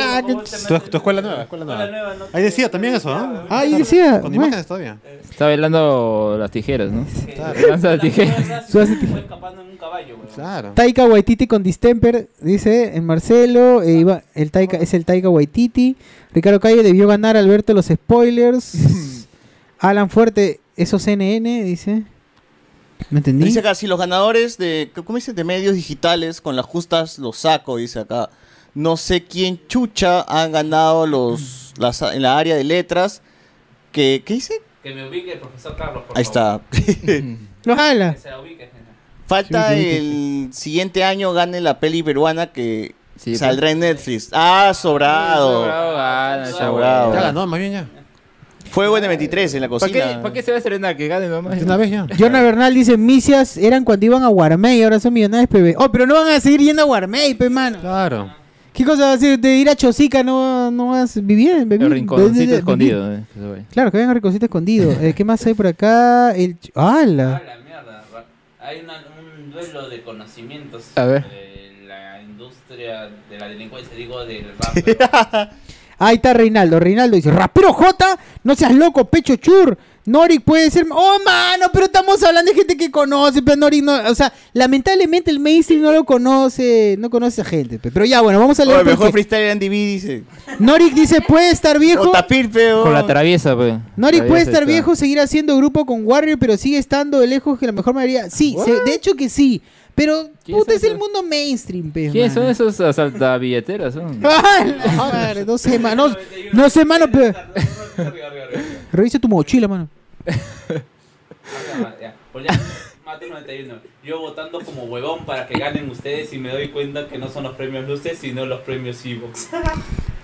Speaker 2: Ah, que-
Speaker 4: Tu, tu escuela nueva, escuela nueva. Ahí decía también eso, ¿ah?
Speaker 2: Ah, ahí decía,
Speaker 4: Con
Speaker 2: bueno.
Speaker 4: imágenes todavía.
Speaker 6: Está bailando las tijeras, ¿no?
Speaker 4: Claro.
Speaker 6: Lanza las tijeras.
Speaker 4: Claro.
Speaker 2: Taika Waititi con Distemper, dice en Marcelo, eh, Iba- el Taika, es el Taika Waititi. Ricardo Calle debió ganar Alberto los spoilers. Alan Fuerte, eso CNN, dice. ¿Me entendí?
Speaker 3: Dice acá, si los ganadores de, ¿cómo dice? De medios digitales, con las justas los saco, dice acá. No sé quién chucha han ganado los, las, en la área de letras. que ¿Qué dice?
Speaker 5: Que me ubique el profesor Carlos. Por
Speaker 3: Ahí
Speaker 5: favor.
Speaker 3: está.
Speaker 2: Los Alan.
Speaker 5: Que se la ubique.
Speaker 3: Falta
Speaker 2: Sí, sí,
Speaker 3: el siguiente año gane la peli peruana que
Speaker 6: Sí,
Speaker 3: saldrá en Netflix. Ah, sobrado.
Speaker 6: gana, esa
Speaker 3: Sobrado.
Speaker 4: Ya
Speaker 6: huevada.
Speaker 4: ganó, más bien ya.
Speaker 3: Fuego en el 23 en la
Speaker 6: ¿Para
Speaker 3: cocina.
Speaker 6: qué, ¿Para qué se va a estrenar? Que gane nomás.
Speaker 4: De una vez ya.
Speaker 2: Jonah Bernal dice, misias eran cuando iban a Guarmey, ahora son millonarios, pebe. Oh, pero no van a seguir yendo a Guarmey, pe, mano.
Speaker 4: Claro.
Speaker 2: ¿Qué cosa va a decir? De ir a Chosica no, no vas vivir,
Speaker 6: El rinconcito escondido. eh, que se vaya.
Speaker 2: Claro, que venga Rinconcito escondido. Eh, ¿Qué más hay por acá? El... ch-
Speaker 5: A
Speaker 2: ¡Hala!
Speaker 5: Ah, la mierda. ra- Hay una- un duelo de conocimientos
Speaker 6: A ver.
Speaker 5: de la industria de la delincuencia, digo, del rap.
Speaker 2: Ahí está Reinaldo. Reinaldo dice, rapero J, no seas loco, pecho chur. Norik puede ser... Oh, mano, pero estamos hablando de gente que conoce, pero Norik no... O sea, lamentablemente el mainstream no lo conoce, no conoce a gente. pe. Pero ya, bueno, vamos a
Speaker 3: Oye,
Speaker 2: leer...
Speaker 3: mejor
Speaker 2: porque
Speaker 3: freestyle en DB dice.
Speaker 2: Norik dice, puede estar viejo.
Speaker 3: O tapir, feo.
Speaker 6: Con la traviesa, pues.
Speaker 2: Nori
Speaker 6: Traviesa
Speaker 2: puede estar
Speaker 6: está.
Speaker 2: viejo, seguir haciendo grupo con Warrior, pero sigue estando de lejos que la mejor mayoría. Sí, se- de hecho que sí. Pero
Speaker 6: ¿Quién
Speaker 2: puta
Speaker 6: son
Speaker 2: es el
Speaker 6: esos?
Speaker 2: mundo mainstream, pe.
Speaker 6: ¿Quiénes son
Speaker 2: mano.
Speaker 6: esos asaltabilleteras? Son?
Speaker 2: ¡Ah, la madre! No sé, mano. No, no sé, mano, pero. Revisa tu mochila, mano.
Speaker 5: Ya, pues ya, Mate 91. Yo votando como huevón para que ganen ustedes y me doy cuenta que no son los premios luces, sino los premios Evox.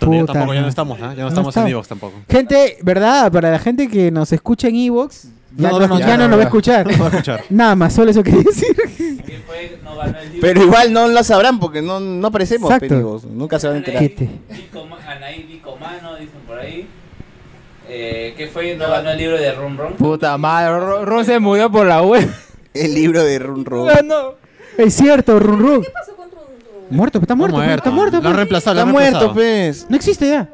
Speaker 17: Donde ya
Speaker 2: Puta
Speaker 17: tampoco ya no
Speaker 2: madre.
Speaker 17: estamos, ¿ah? Ya no
Speaker 2: No
Speaker 17: estamos en
Speaker 2: estamos.
Speaker 17: Evox tampoco.
Speaker 2: Gente, ¿verdad? Para la gente que nos escucha en Evox, ya
Speaker 4: No,
Speaker 2: no,
Speaker 4: no,
Speaker 2: nos-
Speaker 4: ya
Speaker 2: ya
Speaker 4: no,
Speaker 2: no nos va a
Speaker 4: ya.
Speaker 2: escuchar.
Speaker 4: No va a escuchar.
Speaker 2: Nada más, solo eso quería decir.
Speaker 5: ¿Quién fue? No ganó el Evox.
Speaker 3: Pero igual no la sabrán porque no, no aparecemos,
Speaker 2: Exacto.
Speaker 3: penigos. Nunca se van a enterar.
Speaker 2: Gente.
Speaker 5: Anaí Vicomano, dicen por ahí. Eh, ¿Qué fue? No ganó el libro de Ron Ron.
Speaker 6: Puta madre, Ron, Ron se murió por la web.
Speaker 3: El libro de Run Run.
Speaker 6: no.
Speaker 2: Es cierto, Run Run.
Speaker 8: ¿Qué pasó con Run Run?
Speaker 2: Muerto, está muerto, pe, está muerto.
Speaker 4: Lo
Speaker 2: pe.
Speaker 4: han reemplazado, lo
Speaker 3: Está
Speaker 4: han
Speaker 3: muerto, pues.
Speaker 4: reemplazado.
Speaker 3: pez.
Speaker 2: No existe ya.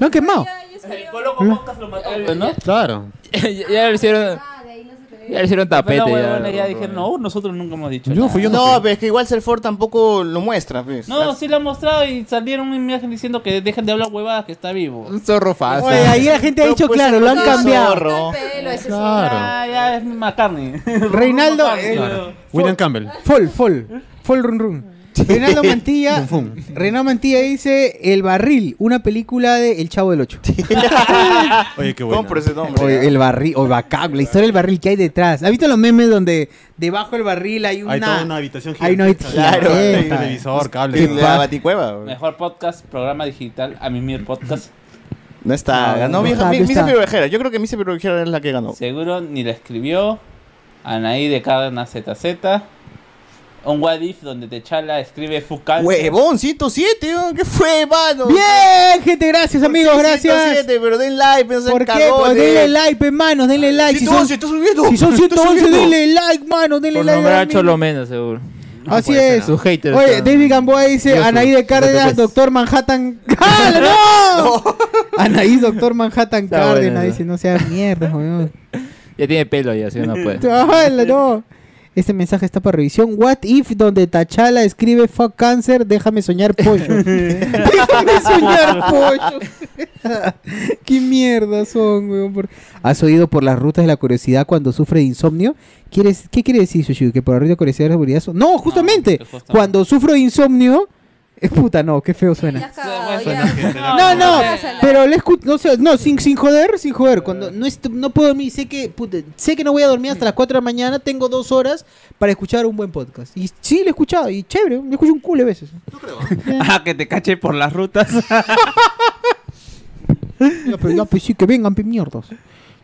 Speaker 2: Lo han quemado.
Speaker 8: Ya, ya salió.
Speaker 5: El Colo con Podcast lo mató, Eh, ¿no?
Speaker 4: Claro.
Speaker 6: ya, ya le hicieron,
Speaker 8: Ah, de ahí no se te ve.
Speaker 6: ya le hicieron tapete.
Speaker 5: Pero
Speaker 6: ya,
Speaker 5: bueno, ya
Speaker 6: Ron,
Speaker 5: dijeron,
Speaker 6: Ron.
Speaker 5: no, nosotros nunca hemos dicho
Speaker 4: Yo
Speaker 5: nada.
Speaker 2: Pues
Speaker 4: fui yo.
Speaker 3: No,
Speaker 4: fui.
Speaker 3: pero es que igual Serfor tampoco lo muestra, pues. pez.
Speaker 5: No, sí lo han mostrado y salieron una imagen diciendo que dejen de hablar huevadas, que está vivo.
Speaker 6: Un zorro fácil.
Speaker 2: Oye, ahí la gente ha
Speaker 3: No,
Speaker 2: dicho,
Speaker 3: pues,
Speaker 2: claro, lo han
Speaker 3: no,
Speaker 2: cambiado.
Speaker 3: zorro.
Speaker 8: Corta el pelo, ese
Speaker 4: Claro.
Speaker 5: Ah, ya es McCartney.
Speaker 2: Reinaldo,
Speaker 5: McCartney.
Speaker 2: eh,
Speaker 4: William Campbell.
Speaker 2: Fol, fol. Fol Run Run. Reinaldo Mantilla, Reinaldo Mantilla dice El Barril, una película de El Chavo del Ocho.
Speaker 4: Oye, qué bueno.
Speaker 3: ese nombre.
Speaker 2: Oye, el barril, o bacán, la historia del barril que hay detrás. ¿Has visto los memes donde debajo del barril hay una,
Speaker 4: Hay toda una habitación
Speaker 2: Hay una
Speaker 4: gigantesca.
Speaker 2: habitación
Speaker 4: Claro, hay
Speaker 2: gigantesca.
Speaker 4: televisor,
Speaker 3: De
Speaker 4: cable.
Speaker 3: la Baticueva.
Speaker 15: Mejor podcast, programa digital, a mimir podcast.
Speaker 3: No está, ganó
Speaker 2: no
Speaker 3: vieja.
Speaker 2: está,
Speaker 3: mi-
Speaker 2: no
Speaker 3: Misa
Speaker 2: ah, está.
Speaker 3: Pirujera. Yo creo que Misa Pirujera es la que ganó.
Speaker 15: Seguro ni la escribió. Anaí de Cárdenas ZZ. Un What If donde Techala escribe Fucal.
Speaker 3: Huevón, 107, ¿no? ¿qué fue, mano?
Speaker 2: Bien, gente, gracias,
Speaker 3: ¿Por qué
Speaker 2: amigos, gracias.
Speaker 3: 107, pero den like, pero no sean
Speaker 2: ¿Por qué?
Speaker 3: cagones.
Speaker 2: Pues denle like, hermanos, denle like. Si son,
Speaker 3: 111, está subiendo.
Speaker 2: si son
Speaker 3: está
Speaker 2: 111,
Speaker 3: subiendo.
Speaker 2: denle like, mano, denle
Speaker 6: Por
Speaker 2: like.
Speaker 6: nombrar a
Speaker 2: amigo.
Speaker 6: Cholomena, seguro.
Speaker 2: Así
Speaker 4: puede ser,
Speaker 2: es.
Speaker 6: Sus haters.
Speaker 2: Oye,
Speaker 6: están-
Speaker 2: David Gamboa dice
Speaker 6: Yo su-
Speaker 2: Anaí de Cárdenas,
Speaker 6: López.
Speaker 2: Doctor Manhattan. ¡Ah, no! Anaí, Doctor Manhattan
Speaker 6: Está bueno
Speaker 2: Cárdenas,
Speaker 6: eso.
Speaker 2: dice, no seas mierda, joder.
Speaker 6: Ya tiene pelo ya, así que no puede.
Speaker 2: ¡Hala, no! Este mensaje está para revisión. What if donde Tachala escribe fuck cancer, déjame soñar pollo. déjame soñar pollo. Qué mierda son, weón. por- ¿Has oído por las rutas de la curiosidad cuando sufre de insomnio? ¿Quieres, ¿Qué quiere decir, Sushi? ¿Que por la ruta de la curiosidad es seguridad? son- No, justamente.
Speaker 15: que justamente.
Speaker 2: Cuando sufro de insomnio. Es puta, no, qué feo
Speaker 8: Ya
Speaker 2: suena.
Speaker 8: has cagado,
Speaker 15: Suena
Speaker 8: ya.
Speaker 2: No,
Speaker 8: ya
Speaker 2: no,
Speaker 8: vas a la-
Speaker 2: pero le escu- no, sé, no sin, sin joder, sin joder. Cuando no, est- no puedo dormir, sé que, puta, sé que no voy a dormir hasta las 4 de la mañana, tengo dos horas para escuchar un buen podcast. Y sí, lo he escuchado, y chévere, lo escucho un culo a veces.
Speaker 5: Ah, que te cache por las rutas.
Speaker 2: Ya, pero ya, pues sí, que vengan, pe mierdas.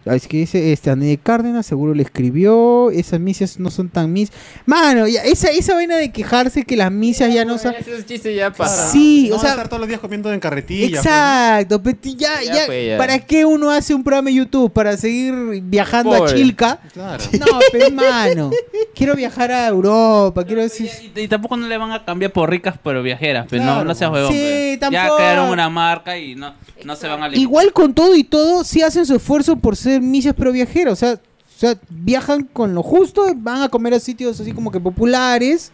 Speaker 2: Ah, Es que dice este Ané de Cárdenas, seguro le escribió. Esas misas no son tan mis. Mano, ya, esa, esa vaina de quejarse que las misas ya no son.
Speaker 6: Ese chiste ya pasa.
Speaker 2: Sí,
Speaker 13: No
Speaker 2: o
Speaker 13: van a
Speaker 2: sea,
Speaker 13: estar todos los días comiendo en carretilla. pues, ¿no?
Speaker 2: Exacto, pe- ti- ya,
Speaker 6: Ya,
Speaker 2: ya,
Speaker 6: pues, ya.
Speaker 2: ¿para qué uno hace un programa de YouTube? ¿Para seguir viajando a
Speaker 6: Pobre.
Speaker 2: Chilca?
Speaker 13: Claro.
Speaker 2: No, pero hermano, quiero viajar a Europa, quiero decir...
Speaker 5: Y, y tampoco no le van a cambiar por ricas pero viajeras, pero
Speaker 2: Claro.
Speaker 5: no, no seas huevón.
Speaker 2: Sí,
Speaker 5: pero.
Speaker 2: tampoco.
Speaker 5: Ya crearon una marca y no, no se van a limitar.
Speaker 2: Igual con todo y todo, sí hacen su esfuerzo por ser millas pero viajeros, o sea, o sea, viajan con lo justo, van a comer a sitios así como que populares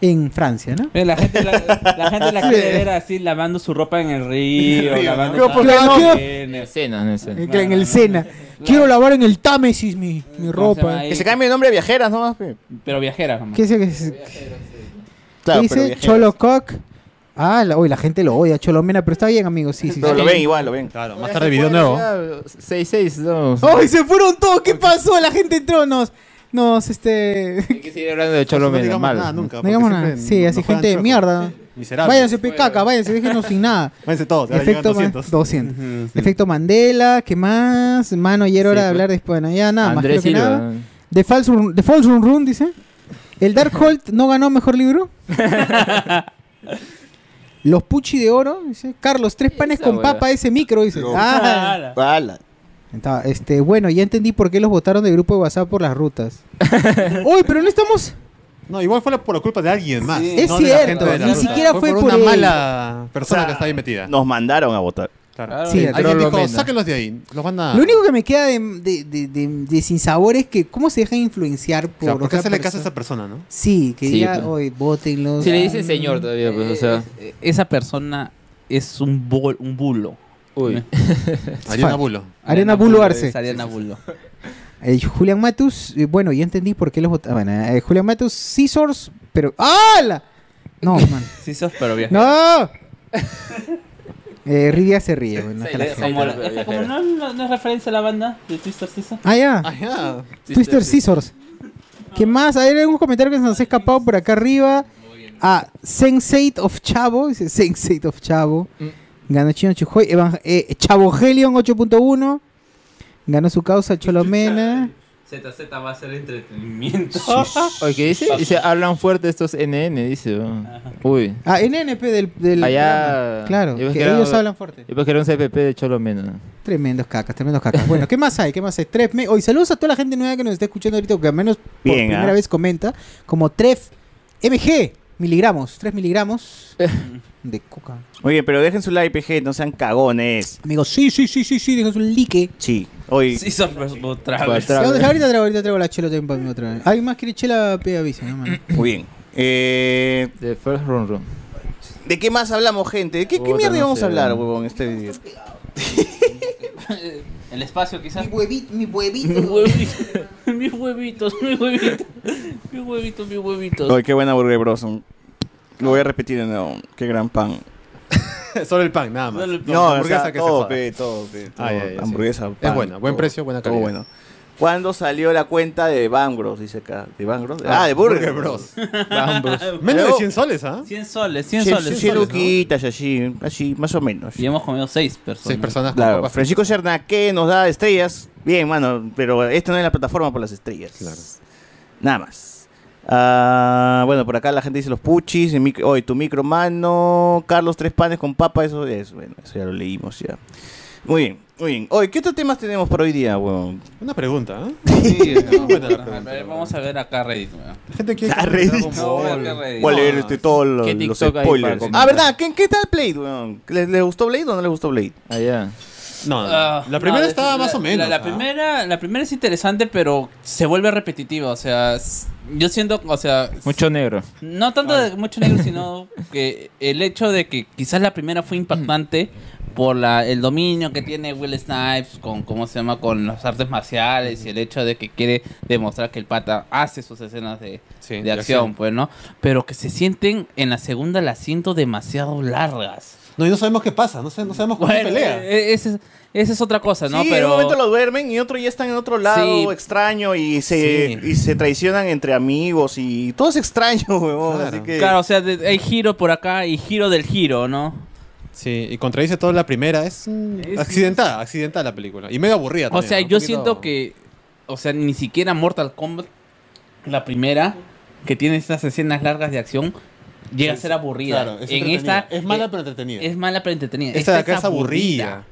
Speaker 2: en Francia, ¿no?
Speaker 15: Mira, Eh, La gente la, la gente la quiere ver así lavando su ropa en el río, lavando
Speaker 2: No, porque no.
Speaker 6: En
Speaker 15: quiero...
Speaker 6: escena, en escena.
Speaker 2: En- en el Sena. Quiero lavar en el Támesis mi, mi ropa.
Speaker 3: Que se cambie el nombre a viajeras nomás, pe.
Speaker 15: Pero viajeras nomás.
Speaker 2: ¿Qué dice? que es-
Speaker 3: Claro,
Speaker 2: dice
Speaker 3: pero viajeras.
Speaker 2: Cholococ. Ah, la, uy, la gente lo odia, Cholomena, pero está bien, amigos. Sí, sí.
Speaker 3: Pero
Speaker 2: sí.
Speaker 3: lo ven igual, lo ven.
Speaker 4: Claro, más tarde video nuevo.
Speaker 6: 6-6, no.
Speaker 2: ¡Ay, se fueron todos! ¿Qué pasó? La gente entró, nos. Nos, este.
Speaker 6: Hay que seguir hablando de
Speaker 13: No
Speaker 6: Cholomena,
Speaker 13: digamos
Speaker 6: mal.
Speaker 13: nada nunca.
Speaker 2: No
Speaker 13: porque
Speaker 2: digamos
Speaker 13: siempre
Speaker 2: nada. Sí,
Speaker 13: nos
Speaker 2: así
Speaker 13: juegan
Speaker 2: gente de
Speaker 13: chueco.
Speaker 2: mierda.
Speaker 13: Miserables.
Speaker 2: Váyanse, pecaca, váyanse, déjenos sin nada.
Speaker 13: Váyanse todos, ahora llegan
Speaker 2: Efecto, Ma-
Speaker 13: 200.
Speaker 2: 200. Efecto Mandela, ¿qué más? Mano, ayer hora
Speaker 6: Sí,
Speaker 2: de hablar después. Bueno, ya nada más.
Speaker 6: Andrés
Speaker 2: creo que
Speaker 6: Silva.
Speaker 2: nada. The False Run, The False Run Run, dice. ¿El Dark Hold no ganó mejor libro? Los Puchi de Oro, dice. Carlos, tres panes
Speaker 6: Esa
Speaker 2: con
Speaker 6: hueá.
Speaker 2: papa ese micro, dice.
Speaker 3: No.
Speaker 2: Ah.
Speaker 15: Ala.
Speaker 3: Ala.
Speaker 2: Está, este, bueno, ya entendí por qué los votaron del grupo de WhatsApp por las rutas. Uy, pero no estamos.
Speaker 13: No, igual fue la- por la culpa de alguien más.
Speaker 2: Es
Speaker 13: no de la
Speaker 2: cierto,
Speaker 13: gente de la
Speaker 2: ni
Speaker 13: ruta.
Speaker 2: siquiera fue
Speaker 13: por
Speaker 2: por
Speaker 13: una
Speaker 2: él.
Speaker 13: mala persona
Speaker 3: O sea,
Speaker 13: que está ahí metida.
Speaker 3: Nos mandaron a votar.
Speaker 13: Claro.
Speaker 2: Sí,
Speaker 13: Alguien
Speaker 6: Trollo
Speaker 13: dijo,
Speaker 6: Mena.
Speaker 13: sáquenlos de ahí. Los van
Speaker 4: Ah.
Speaker 13: a...
Speaker 2: Lo único que me queda de, de, de, de, de sinsabor es que cómo se dejan influenciar
Speaker 13: O
Speaker 2: por
Speaker 13: sea, ¿por qué
Speaker 2: otra
Speaker 13: hacerle caso a
Speaker 2: persona?
Speaker 13: esa persona, no?
Speaker 2: Sí, que
Speaker 6: Sí,
Speaker 2: diga,
Speaker 6: pues.
Speaker 2: oye, ah, mm". votenlos.
Speaker 6: Si le dice señor todavía, pues, o sea.
Speaker 5: Eh, Esa persona es un, bol- un bulo.
Speaker 6: Uy.
Speaker 13: Ariana Bulo.
Speaker 2: Arena Bulo Arce.
Speaker 5: Es Ariana Bulo.
Speaker 2: Eh, Julián Matus, eh, bueno, ya entendí por qué los votaron. Bueno, eh, Julián Matus, Scissors, pero. ¡Hala! No, man.
Speaker 5: Sí, sos, pero viajeras.
Speaker 2: ¡No! eh, Ridia se ríe, bueno, que la gente-
Speaker 15: Como, la- es que como no, no- no es referencia a la banda de Twister Sisa.
Speaker 2: Ah, ya.
Speaker 13: Ah, ya.
Speaker 2: Twister Scissors. ¿Qué más? Hay algún comentario que se nos ha escapado por acá arriba. Ah, Sensate of Chavo. Dice Sensate of Chavo. Ganó Chino Chujoy. Evan- eh, Chavogelion 8.1. Ganó su causa Cholomena.
Speaker 5: ZZ va a ser entretenimiento.
Speaker 6: Oye, ¿qué dice? Dice, hablan fuerte estos NN, dice. oh. Uy.
Speaker 2: Ah, NNP del. del
Speaker 6: Allá.
Speaker 2: programa. Claro,
Speaker 6: Yo
Speaker 2: que
Speaker 6: creo-
Speaker 2: ellos hablan fuerte.
Speaker 6: Y pues que era un CPP de Cholomena.
Speaker 2: Tremendos cacas, tremendos cacas. Bueno, ¿qué más hay? ¿Qué más hay? Tref, me... Hoy saludos a toda la gente nueva que nos está escuchando ahorita, que al menos por
Speaker 3: Bien,
Speaker 2: primera
Speaker 3: ¿ah?
Speaker 2: vez comenta, como Tref MG, miligramos, 3 miligramos de coca.
Speaker 3: Oye, pero dejen su like, PG, no sean cagones.
Speaker 2: Amigos, sí, sí, sí, sí, sí, dejas un like.
Speaker 3: Sí. Oye,
Speaker 5: Sí, sos, pero otra
Speaker 6: Para
Speaker 5: vez.
Speaker 6: atrás.
Speaker 2: Ahorita-
Speaker 3: eh.
Speaker 2: Ahorita traigo, ahorita traigo la chela también para mí otra vez. ¿Alguien más quiere chela? Pe, avisa, ¿no, mano?
Speaker 3: muy bien. Eh,
Speaker 6: The first run run.
Speaker 3: ¿De qué más hablamos, gente? ¿De qué, qué
Speaker 6: Puta,
Speaker 3: mierda
Speaker 6: no
Speaker 3: íbamos
Speaker 6: sé,
Speaker 3: a hablar,
Speaker 6: weón.
Speaker 3: huevón, este video?
Speaker 15: El espacio quizás.
Speaker 2: huevito, mi
Speaker 15: Mis
Speaker 2: huevito.
Speaker 15: huevitos, mis huevitos, mis huevitos, mis huevitos, mis huevitos.
Speaker 3: Oye, qué buena Burger Bros. Lo voy a repetir de nuevo. Qué gran pan.
Speaker 13: Solo el pan, nada más.
Speaker 3: No,
Speaker 13: No,
Speaker 3: o
Speaker 13: hamburguesa
Speaker 3: sea,
Speaker 13: que se
Speaker 3: todo,
Speaker 13: joda.
Speaker 3: pe, todo, pe, todo.
Speaker 13: Ah, ya, ya, sí.
Speaker 3: hamburguesa.
Speaker 13: Es
Speaker 3: pan,
Speaker 13: buena, buen
Speaker 3: todo.
Speaker 13: precio, buena
Speaker 3: Todo
Speaker 13: calidad.
Speaker 3: bueno. ¿Cuándo salió la cuenta de Bangros? Dice acá. ¿De Bangros? Ah, de Burger Bros.
Speaker 13: Menos de 100 soles, ¿ah?
Speaker 5: 100 soles, 100
Speaker 3: Cien-
Speaker 5: soles.
Speaker 3: cien luquitas, así, así, más o menos.
Speaker 5: Y hemos comido 6 personas.
Speaker 13: Seis personas con
Speaker 3: Claro,
Speaker 13: papas
Speaker 3: Francisco Cerna, que nos da estrellas. Bien, mano, pero esta no es la plataforma por las estrellas. Nada más. Ah, bueno, por acá la gente dice los puchis, el micro- oye, tu micro mano, Carlos, tres panes con papa, eso es, bueno, eso ya lo leímos ya. Muy bien, muy bien. Oye, ¿qué otros temas tenemos para hoy día, huevón?
Speaker 13: Una pregunta, ¿eh?
Speaker 5: Sí, no,
Speaker 13: Buena la
Speaker 5: a ver, vamos a ver acá Reddit. weón.
Speaker 13: La gente quiere.
Speaker 3: Ah, Reddit.
Speaker 5: No, voy a ver Reddit.
Speaker 3: Voy a leer este, todos los,
Speaker 6: ¿Qué
Speaker 3: los
Speaker 6: TikTok hay
Speaker 3: spoilers.
Speaker 6: para
Speaker 3: Ah, ¿verdad? ¿Qué, qué tal Blade, huevón? ¿Les, les gustó Blade o no les gustó Blade?
Speaker 6: Ah, ya.
Speaker 13: No,
Speaker 5: Ah,
Speaker 13: la primera
Speaker 5: no,
Speaker 13: estaba
Speaker 5: la-
Speaker 13: más o
Speaker 5: la-
Speaker 13: menos.
Speaker 5: La,
Speaker 13: ¿ah?
Speaker 5: primera, la primera es interesante, pero se vuelve repetitiva. O sea, s- yo siento, o sea,
Speaker 6: Mucho negro.
Speaker 5: no tanto de mucho negro, sino que el hecho de que quizás la primera fue impactante por la, el dominio que tiene Will Snipes con cómo se llama con las artes marciales y el hecho de que quiere demostrar que el pata hace sus escenas de,
Speaker 4: Sí,
Speaker 5: de
Speaker 4: de
Speaker 5: acción,
Speaker 4: acción.
Speaker 5: pues, ¿no? Pero que se sienten en la segunda las siento demasiado largas.
Speaker 13: No, y no sabemos qué pasa, no, sé- no sabemos cómo
Speaker 5: Bueno,
Speaker 13: pelea.
Speaker 5: eh, eh, ese es- esa es otra cosa, ¿no?
Speaker 3: sí, en
Speaker 5: pero
Speaker 3: un momento lo duermen y otro ya están en otro lado
Speaker 5: Sí.
Speaker 3: extraño y se,
Speaker 5: Sí.
Speaker 3: y se traicionan entre amigos y todo es extraño, huevón.
Speaker 13: Claro.
Speaker 3: Así que...
Speaker 5: Claro, o sea, de- hay giro por acá y giro del giro, ¿no?
Speaker 13: Sí, y contradice toda la primera. Es mm,
Speaker 5: Es-
Speaker 13: accidentada, accidentada la película. Y medio aburrida
Speaker 5: O
Speaker 13: también,
Speaker 5: sea,
Speaker 13: ¿no? Un
Speaker 5: yo
Speaker 13: poquito-
Speaker 5: siento que, o sea, ni siquiera Mortal Kombat, la primera, que tiene estas escenas largas de acción, llega a ser aburrida.
Speaker 13: Claro, es
Speaker 5: en
Speaker 13: entretenida.
Speaker 5: esta e
Speaker 13: Es mala pero entretenida.
Speaker 5: es mala pero entretenida.
Speaker 13: Esta de acá es aburrida.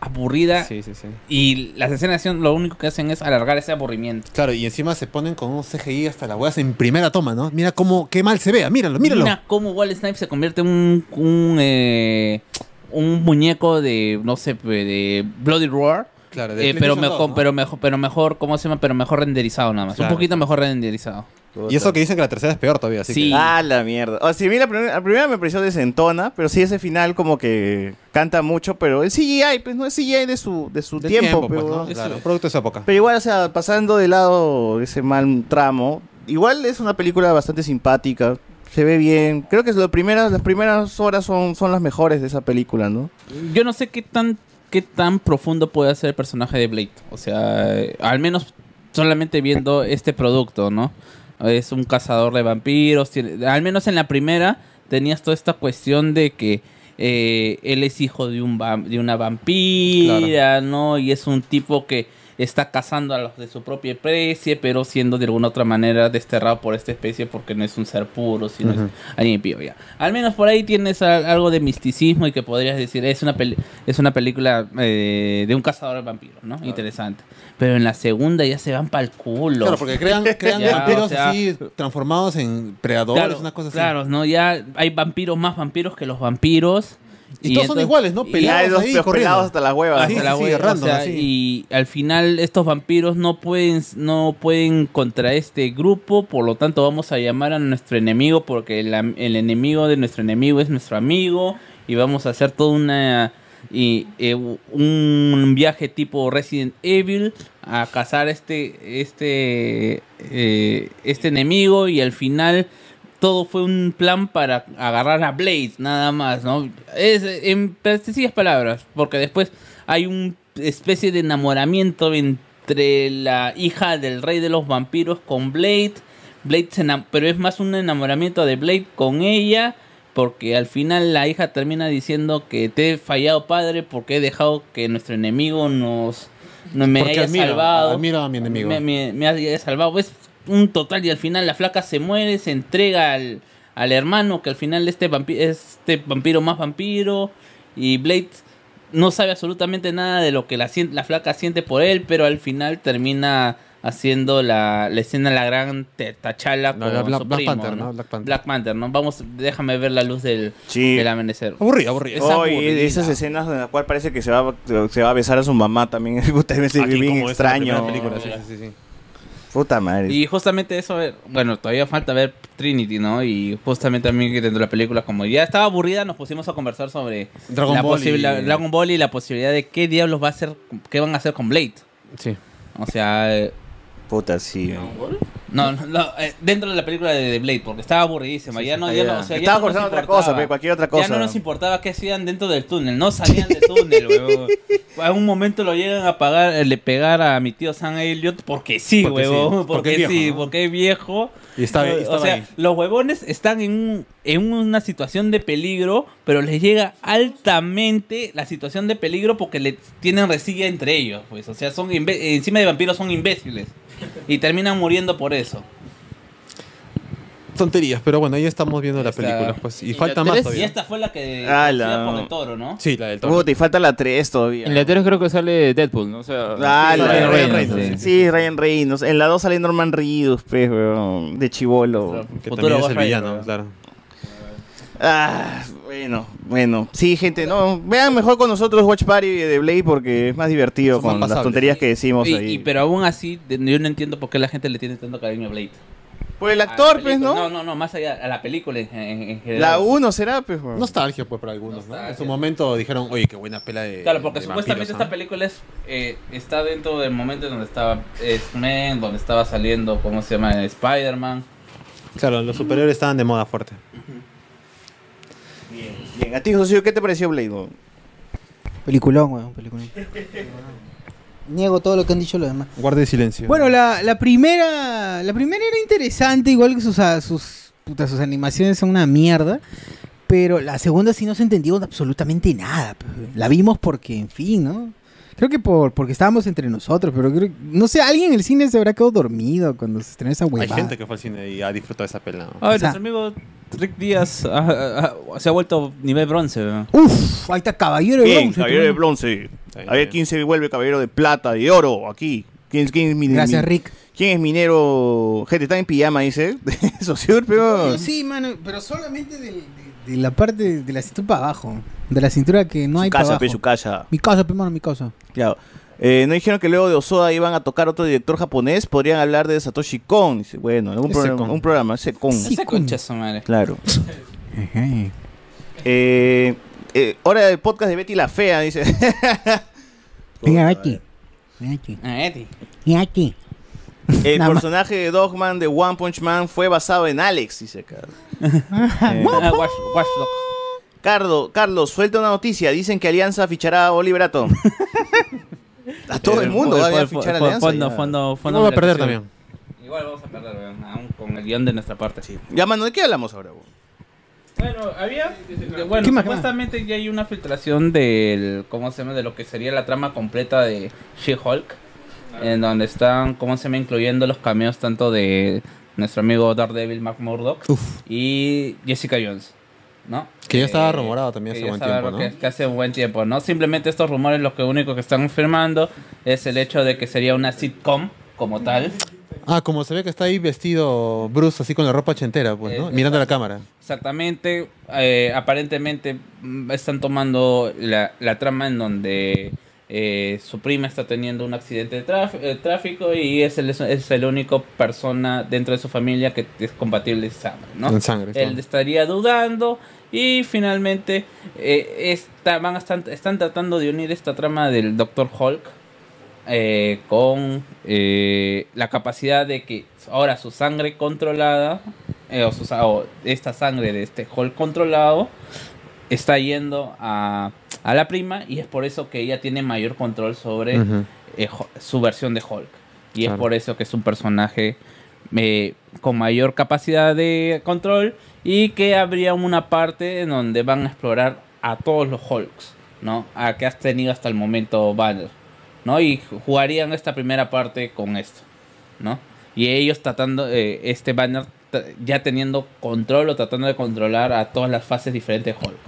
Speaker 5: Aburrida.
Speaker 13: Sí, sí, sí.
Speaker 5: Y las escenas de acción lo único que hacen es alargar ese aburrimiento.
Speaker 13: Claro, y encima se ponen con un CGI hasta las huevas en primera toma, ¿no? Mira cómo, qué mal se vea, míralo, míralo.
Speaker 5: Mira cómo Wall Snipe se convierte en un, un, eh, un muñeco de, no sé, pe- de Bloody Roar.
Speaker 13: Claro, de
Speaker 5: Eh, pero,
Speaker 13: PlayStation
Speaker 5: mejor,
Speaker 13: 2, ¿no?
Speaker 5: pero mejor, pero mejor, ¿cómo se llama? Pero mejor renderizado nada más.
Speaker 13: Claro.
Speaker 5: Un poquito mejor renderizado.
Speaker 13: Y eso que dicen que la tercera es peor todavía, así
Speaker 5: Sí.
Speaker 13: que...
Speaker 3: Ah, la mierda. O sea, a mí la, primer- la primera me pareció desentona, pero sí ese final como que canta mucho, pero es CGI, pues no es CGI de su, de su
Speaker 13: Del
Speaker 3: tiempo,
Speaker 13: pues,
Speaker 3: pero,
Speaker 13: ¿no? Claro, un producto de su época.
Speaker 3: pero igual, o sea, pasando de lado ese mal tramo, igual es una película bastante simpática, se ve bien. Creo que es lo primeras, las primeras horas son, son las mejores de esa película, ¿no?
Speaker 5: Yo no sé qué tan, qué tan profundo puede ser el personaje de Blade. O sea, eh, al menos solamente viendo este producto, ¿no? Es un cazador de vampiros. tiene- al menos en la primera tenías toda esta cuestión de que eh, él es hijo de, un vam- de una vampira, ¿no? Y es un tipo que está cazando a los de su propia especie, pero siendo de alguna otra manera desterrado por esta especie porque no es un ser puro, sino es alguien impío. Ya. Al menos por ahí tienes a- algo de misticismo y que podrías decir, es una, peli- es una película eh, de un cazador de vampiros, ¿no? Interesante. Pero en la segunda ya se van para el culo.
Speaker 13: Claro, porque crean, crean
Speaker 5: Ya,
Speaker 13: vampiros
Speaker 5: o sea-
Speaker 13: así transformados en predadores,
Speaker 5: Claro,
Speaker 13: una cosa así.
Speaker 5: claro, ¿no? Ya hay vampiros más vampiros que los vampiros.
Speaker 13: Y, todos son
Speaker 5: entonces-
Speaker 13: iguales, ¿no?
Speaker 5: y-
Speaker 3: Ya hay
Speaker 13: Pelados
Speaker 3: los
Speaker 13: ahí, corriendo.
Speaker 3: pelados hasta las huevas.
Speaker 13: Sí,
Speaker 5: hasta la
Speaker 13: sí,
Speaker 5: hueva,
Speaker 13: random,
Speaker 5: o sea,
Speaker 13: así.
Speaker 5: y al final estos vampiros no pueden no pueden contra este grupo por lo tanto vamos a llamar a nuestro enemigo porque el, am- el enemigo de nuestro enemigo es nuestro amigo y vamos a hacer toda una y eh, un viaje tipo Resident Evil a cazar este este eh, este enemigo y al final todo fue un plan para agarrar a Blade, nada más, ¿no? Es, en sencillas palabras, porque después hay una especie de enamoramiento entre la hija del rey de los vampiros con Blade. Blade se enam- pero es más un enamoramiento de Blade con ella, porque al final la hija termina diciendo que te he fallado, padre, porque he dejado que nuestro enemigo nos no me
Speaker 13: Porque
Speaker 5: haya
Speaker 13: admiro,
Speaker 5: salvado.
Speaker 13: admiro a mi enemigo.
Speaker 5: Me, me- me haya salvado. Es un total y al final la flaca se muere, se entrega al, al hermano que al final este, vampi- este vampiro más vampiro y Blade no sabe absolutamente nada de lo que la, sien- la flaca siente por él, pero al final termina haciendo la, la escena la gran te- tachala
Speaker 13: No,
Speaker 5: con
Speaker 13: la Bla-
Speaker 5: su
Speaker 13: Black
Speaker 5: primo,
Speaker 13: Panther,
Speaker 5: ¿no?
Speaker 13: ¿no? Black Panther.
Speaker 5: ¿no? Vamos, déjame ver la luz del,
Speaker 3: Sí.
Speaker 5: del amanecer.
Speaker 13: Aburrido, aburrido.
Speaker 5: Es
Speaker 3: Oye,
Speaker 5: aburrida.
Speaker 3: Oh, esas escenas en las cuales parece que se va, se va a besar a su mamá también. Puta, me
Speaker 4: Aquí
Speaker 3: bien
Speaker 4: como es la primera
Speaker 3: extraño.
Speaker 4: película, sí, sí, sí, sí.
Speaker 3: Puta madre.
Speaker 5: Y justamente eso, eh, bueno, todavía falta ver Trinity, ¿no? Y justamente también que dentro de la película, como ya estaba aburrida, nos pusimos a conversar sobre
Speaker 13: Dragon
Speaker 5: la
Speaker 13: Ball y-
Speaker 5: posibil- la- Dragon Ball y la posibilidad de qué diablos va a hacer, qué van a hacer con Blade.
Speaker 13: Sí.
Speaker 5: O sea, eh,
Speaker 3: Puta, sí.
Speaker 5: No, no, no, eh, dentro de la película de The Blade, porque estaba aburridísima. ya no,
Speaker 3: Ah,
Speaker 5: ya
Speaker 3: ya.
Speaker 5: no, o sea, ya
Speaker 3: Estaba
Speaker 5: no nos
Speaker 3: forzando otra
Speaker 5: importaba.
Speaker 3: cosa, pe, cualquier otra
Speaker 5: Ya
Speaker 3: cosa.
Speaker 5: no nos importaba qué hacían dentro del túnel, no salían del túnel, weón. A un momento lo llegan a pagar, eh, le pegar a mi tío Sam Elliot porque sí,
Speaker 15: Porque sí, porque
Speaker 5: huevón, porque,
Speaker 15: es viejo,
Speaker 5: sí,
Speaker 15: ¿no?
Speaker 5: porque es viejo.
Speaker 15: Y estaba- y
Speaker 5: O-
Speaker 15: estaba
Speaker 5: o sea,
Speaker 15: ahí.
Speaker 5: los huevones están en, un- en una situación de peligro, pero les llega altamente la situación de peligro porque le tienen resilla entre ellos, pues. O sea, son imbe- encima de vampiros son imbéciles y terminan muriendo por eso.
Speaker 4: Tonterías, pero bueno, ahí estamos viendo la película. Pues, y, falta más
Speaker 5: Y
Speaker 4: todavía.
Speaker 5: esta fue la que
Speaker 4: Ah,
Speaker 5: producida
Speaker 4: la-
Speaker 5: por el toro, ¿no?
Speaker 4: Sí, la del toro.
Speaker 3: Puta, y falta la 3 todavía.
Speaker 6: En la 3 creo que sale Deadpool, ¿no? O sea,
Speaker 3: Ah, la
Speaker 6: sale
Speaker 3: de Ryan
Speaker 6: Reynolds,
Speaker 3: Reynolds.
Speaker 6: sí.
Speaker 3: Sí. Ryan Reynolds. En la 2 sale Norman Reedus, pues, weón. De chivolo.
Speaker 4: Que también es el villano, claro.
Speaker 3: Ah, bueno, bueno. Sí, gente, no. Vean mejor con nosotros Watch Party de Blade porque es más divertido
Speaker 5: más
Speaker 3: con las
Speaker 5: pasables.
Speaker 3: tonterías que decimos
Speaker 5: Y-
Speaker 3: ahí.
Speaker 5: y- pero aún así, de- yo no entiendo por qué la gente le tiene tanto cariño a Blade.
Speaker 3: Por el
Speaker 5: actor, pues, ¿no? No, no, no, más allá, a la película en, en- en general.
Speaker 3: La 1 será, pues, weón.
Speaker 13: Nostalgia, pues, para algunos, ¿no? En su momento dijeron, oye, qué buena pela de.
Speaker 3: eh,
Speaker 5: Claro, porque
Speaker 13: de
Speaker 5: supuestamente
Speaker 13: vampiros,
Speaker 5: esta película es, eh, está dentro del momento donde estaba eh, X-Men, donde estaba saliendo, ¿cómo se llama? Spider-Man.
Speaker 4: ¿no? Claro, los superiores estaban de moda fuerte.
Speaker 3: Bien, a ti, socio, ¿qué te pareció Blade? weón?
Speaker 2: Peliculón, weón, peliculón. Niego todo lo que han dicho los demás.
Speaker 4: Guarde silencio.
Speaker 2: Bueno, la, la primera la primera era interesante, igual que sus, a- sus, puta, sus animaciones son una mierda. Pero la segunda sí no se entendió absolutamente nada. pues. La vimos porque, en fin, ¿no? Creo que por porque estábamos entre nosotros, pero creo, no sé, alguien en el cine se habrá quedado dormido cuando se estrenó esa
Speaker 4: Hay
Speaker 2: huevada.
Speaker 4: gente que fue al cine y ha disfrutado esa pela. ¿no?
Speaker 5: A ver,
Speaker 2: O sea-
Speaker 5: nuestro amigo Rick Díaz ah, ah, ah, se ha vuelto nivel bronce. ¿no?
Speaker 2: Uf, ahí está Caballero de
Speaker 3: Bien,
Speaker 2: Bronce,
Speaker 3: caballero de
Speaker 2: tú.
Speaker 3: bronce. A ver quién se vuelve caballero de plata, de oro, aquí. ¿Quién, quién es minero?
Speaker 2: Gracias, Rick.
Speaker 3: ¿Quién es minero? Gente, está en pijama, dice. Socio, pero...
Speaker 2: Sí, mano, pero solamente del- de, de la parte de la cintura para abajo. De la cintura que no hay para
Speaker 3: Casa,
Speaker 2: abajo.
Speaker 3: pe, su casa.
Speaker 2: Mi casa, pe, mano, mi casa.
Speaker 3: Claro. Eh, no dijeron que luego de Osoda iban a tocar otro director japonés. Podrían hablar de Satoshi Kon. Dice, bueno, algún
Speaker 2: Ese
Speaker 3: programa,
Speaker 2: Kon.
Speaker 3: un programa, ese Kon.
Speaker 2: Ese Kon.
Speaker 5: Concha su madre.
Speaker 3: Claro. Eh, eh, hora del podcast de Betty la Fea, dice.
Speaker 2: Mira, Betty. Mira, Betty.
Speaker 5: Ah, Eddie.
Speaker 2: Mira, Betty.
Speaker 3: El
Speaker 2: Nada más.
Speaker 3: personaje de Dogman de One Punch Man fue basado en Alex, dice acá. Eh,
Speaker 5: Ah, Wash- Washdog.
Speaker 3: Cardo, Carlos, suelta una noticia. Dicen que Alianza fichará a Oliverato. a todo el mundo
Speaker 4: pues,
Speaker 5: Eh,
Speaker 3: va a
Speaker 5: fue-
Speaker 3: fichar a
Speaker 5: fue-
Speaker 3: Alianza.
Speaker 5: Fondo,
Speaker 3: ya.
Speaker 5: fondo, fondo.
Speaker 3: Igual va a
Speaker 5: de la
Speaker 3: perder
Speaker 5: canción.
Speaker 3: también.
Speaker 5: Igual vamos a perder, weón, aún con el guión de nuestra parte.
Speaker 3: Ya, mano, ¿de qué hablamos ahora? vos?
Speaker 5: Bueno, había. Bueno,
Speaker 3: ¿Qué más?
Speaker 5: supuestamente ya hay una filtración del. ¿Cómo se llama? De lo que sería la trama completa de She-Hulk. En donde están, ¿cómo se llama? Incluyendo los cameos tanto de nuestro amigo Daredevil, Mark Murdock. Y Jessica Jones. ¿No?
Speaker 4: Que ya estaba
Speaker 5: Eh,
Speaker 4: rumorado también
Speaker 5: que
Speaker 4: hace
Speaker 5: ya
Speaker 4: buen
Speaker 5: estaba-
Speaker 4: tiempo, ¿no?
Speaker 5: que- que hace buen tiempo, ¿no? Simplemente estos rumores lo que único que están firmando es el hecho de que sería una sitcom como tal.
Speaker 4: Ah, como se ve que está ahí vestido Bruce, así con la ropa ochentera, pues, ¿no?
Speaker 5: Eh,
Speaker 4: Mirando a la cámara.
Speaker 5: Exactamente. eh, aparentemente mm, están tomando la, la trama en donde eh, su prima está teniendo un accidente de traf- eh, tráfico y es el, es el único persona dentro de su familia que es compatible en sangre, ¿no?
Speaker 4: En sangre,
Speaker 5: Él
Speaker 4: claro.
Speaker 5: estaría dudando y finalmente eh, está- van a estar- están tratando de unir esta trama del Doctor Hulk eh, con eh, la capacidad de que ahora su sangre controlada, eh, o, su sa- o esta sangre de este Hulk controlado, está yendo a, a la prima y es por eso que ella tiene mayor control sobre
Speaker 4: Ujú.
Speaker 5: eh, Ho- su versión de Hulk. Y es
Speaker 4: Claro.
Speaker 5: por eso que es un personaje eh, con mayor capacidad de control y que habría una parte en donde van a explorar a todos los Hulks, ¿no? A que has tenido hasta el momento Banner, ¿no? Y jugarían esta primera parte con esto, ¿no? Y ellos tratando, eh, este Banner tra- ya teniendo control o tratando de controlar a todas las fases diferentes de Hulk.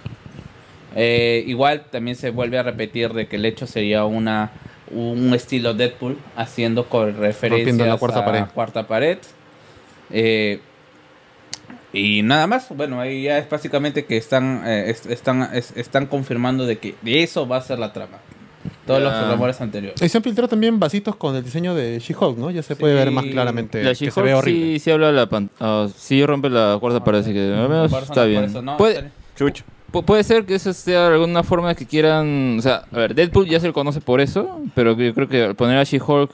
Speaker 5: Eh, igual también se vuelve a repetir de que el hecho sería una un estilo Deadpool haciendo con referencia
Speaker 4: Rompiendo la cuarta pared.
Speaker 5: cuarta pared. Eh, y nada más, bueno, ahí ya es básicamente que están eh, es- están es- están confirmando de que de eso va a ser la trama. Todos
Speaker 4: Ya.
Speaker 5: los rumores anteriores.
Speaker 4: Y se han filtrado también vasitos con el diseño de She-Hulk, ¿no? Ya se puede ver más claramente
Speaker 6: La
Speaker 4: que
Speaker 6: She-Hulk
Speaker 4: se ve horrible.
Speaker 6: Sí, sí habla la pan- ah, sí rompe la cuarta pared, así que al menos
Speaker 5: Por eso
Speaker 6: está
Speaker 5: no, por
Speaker 6: bien.
Speaker 5: eso no,
Speaker 6: puede,
Speaker 5: está
Speaker 6: pu- puede ser que eso sea alguna forma que quieran. O sea, a ver, Deadpool ya se le conoce por eso, pero yo creo que al poner a She-Hulk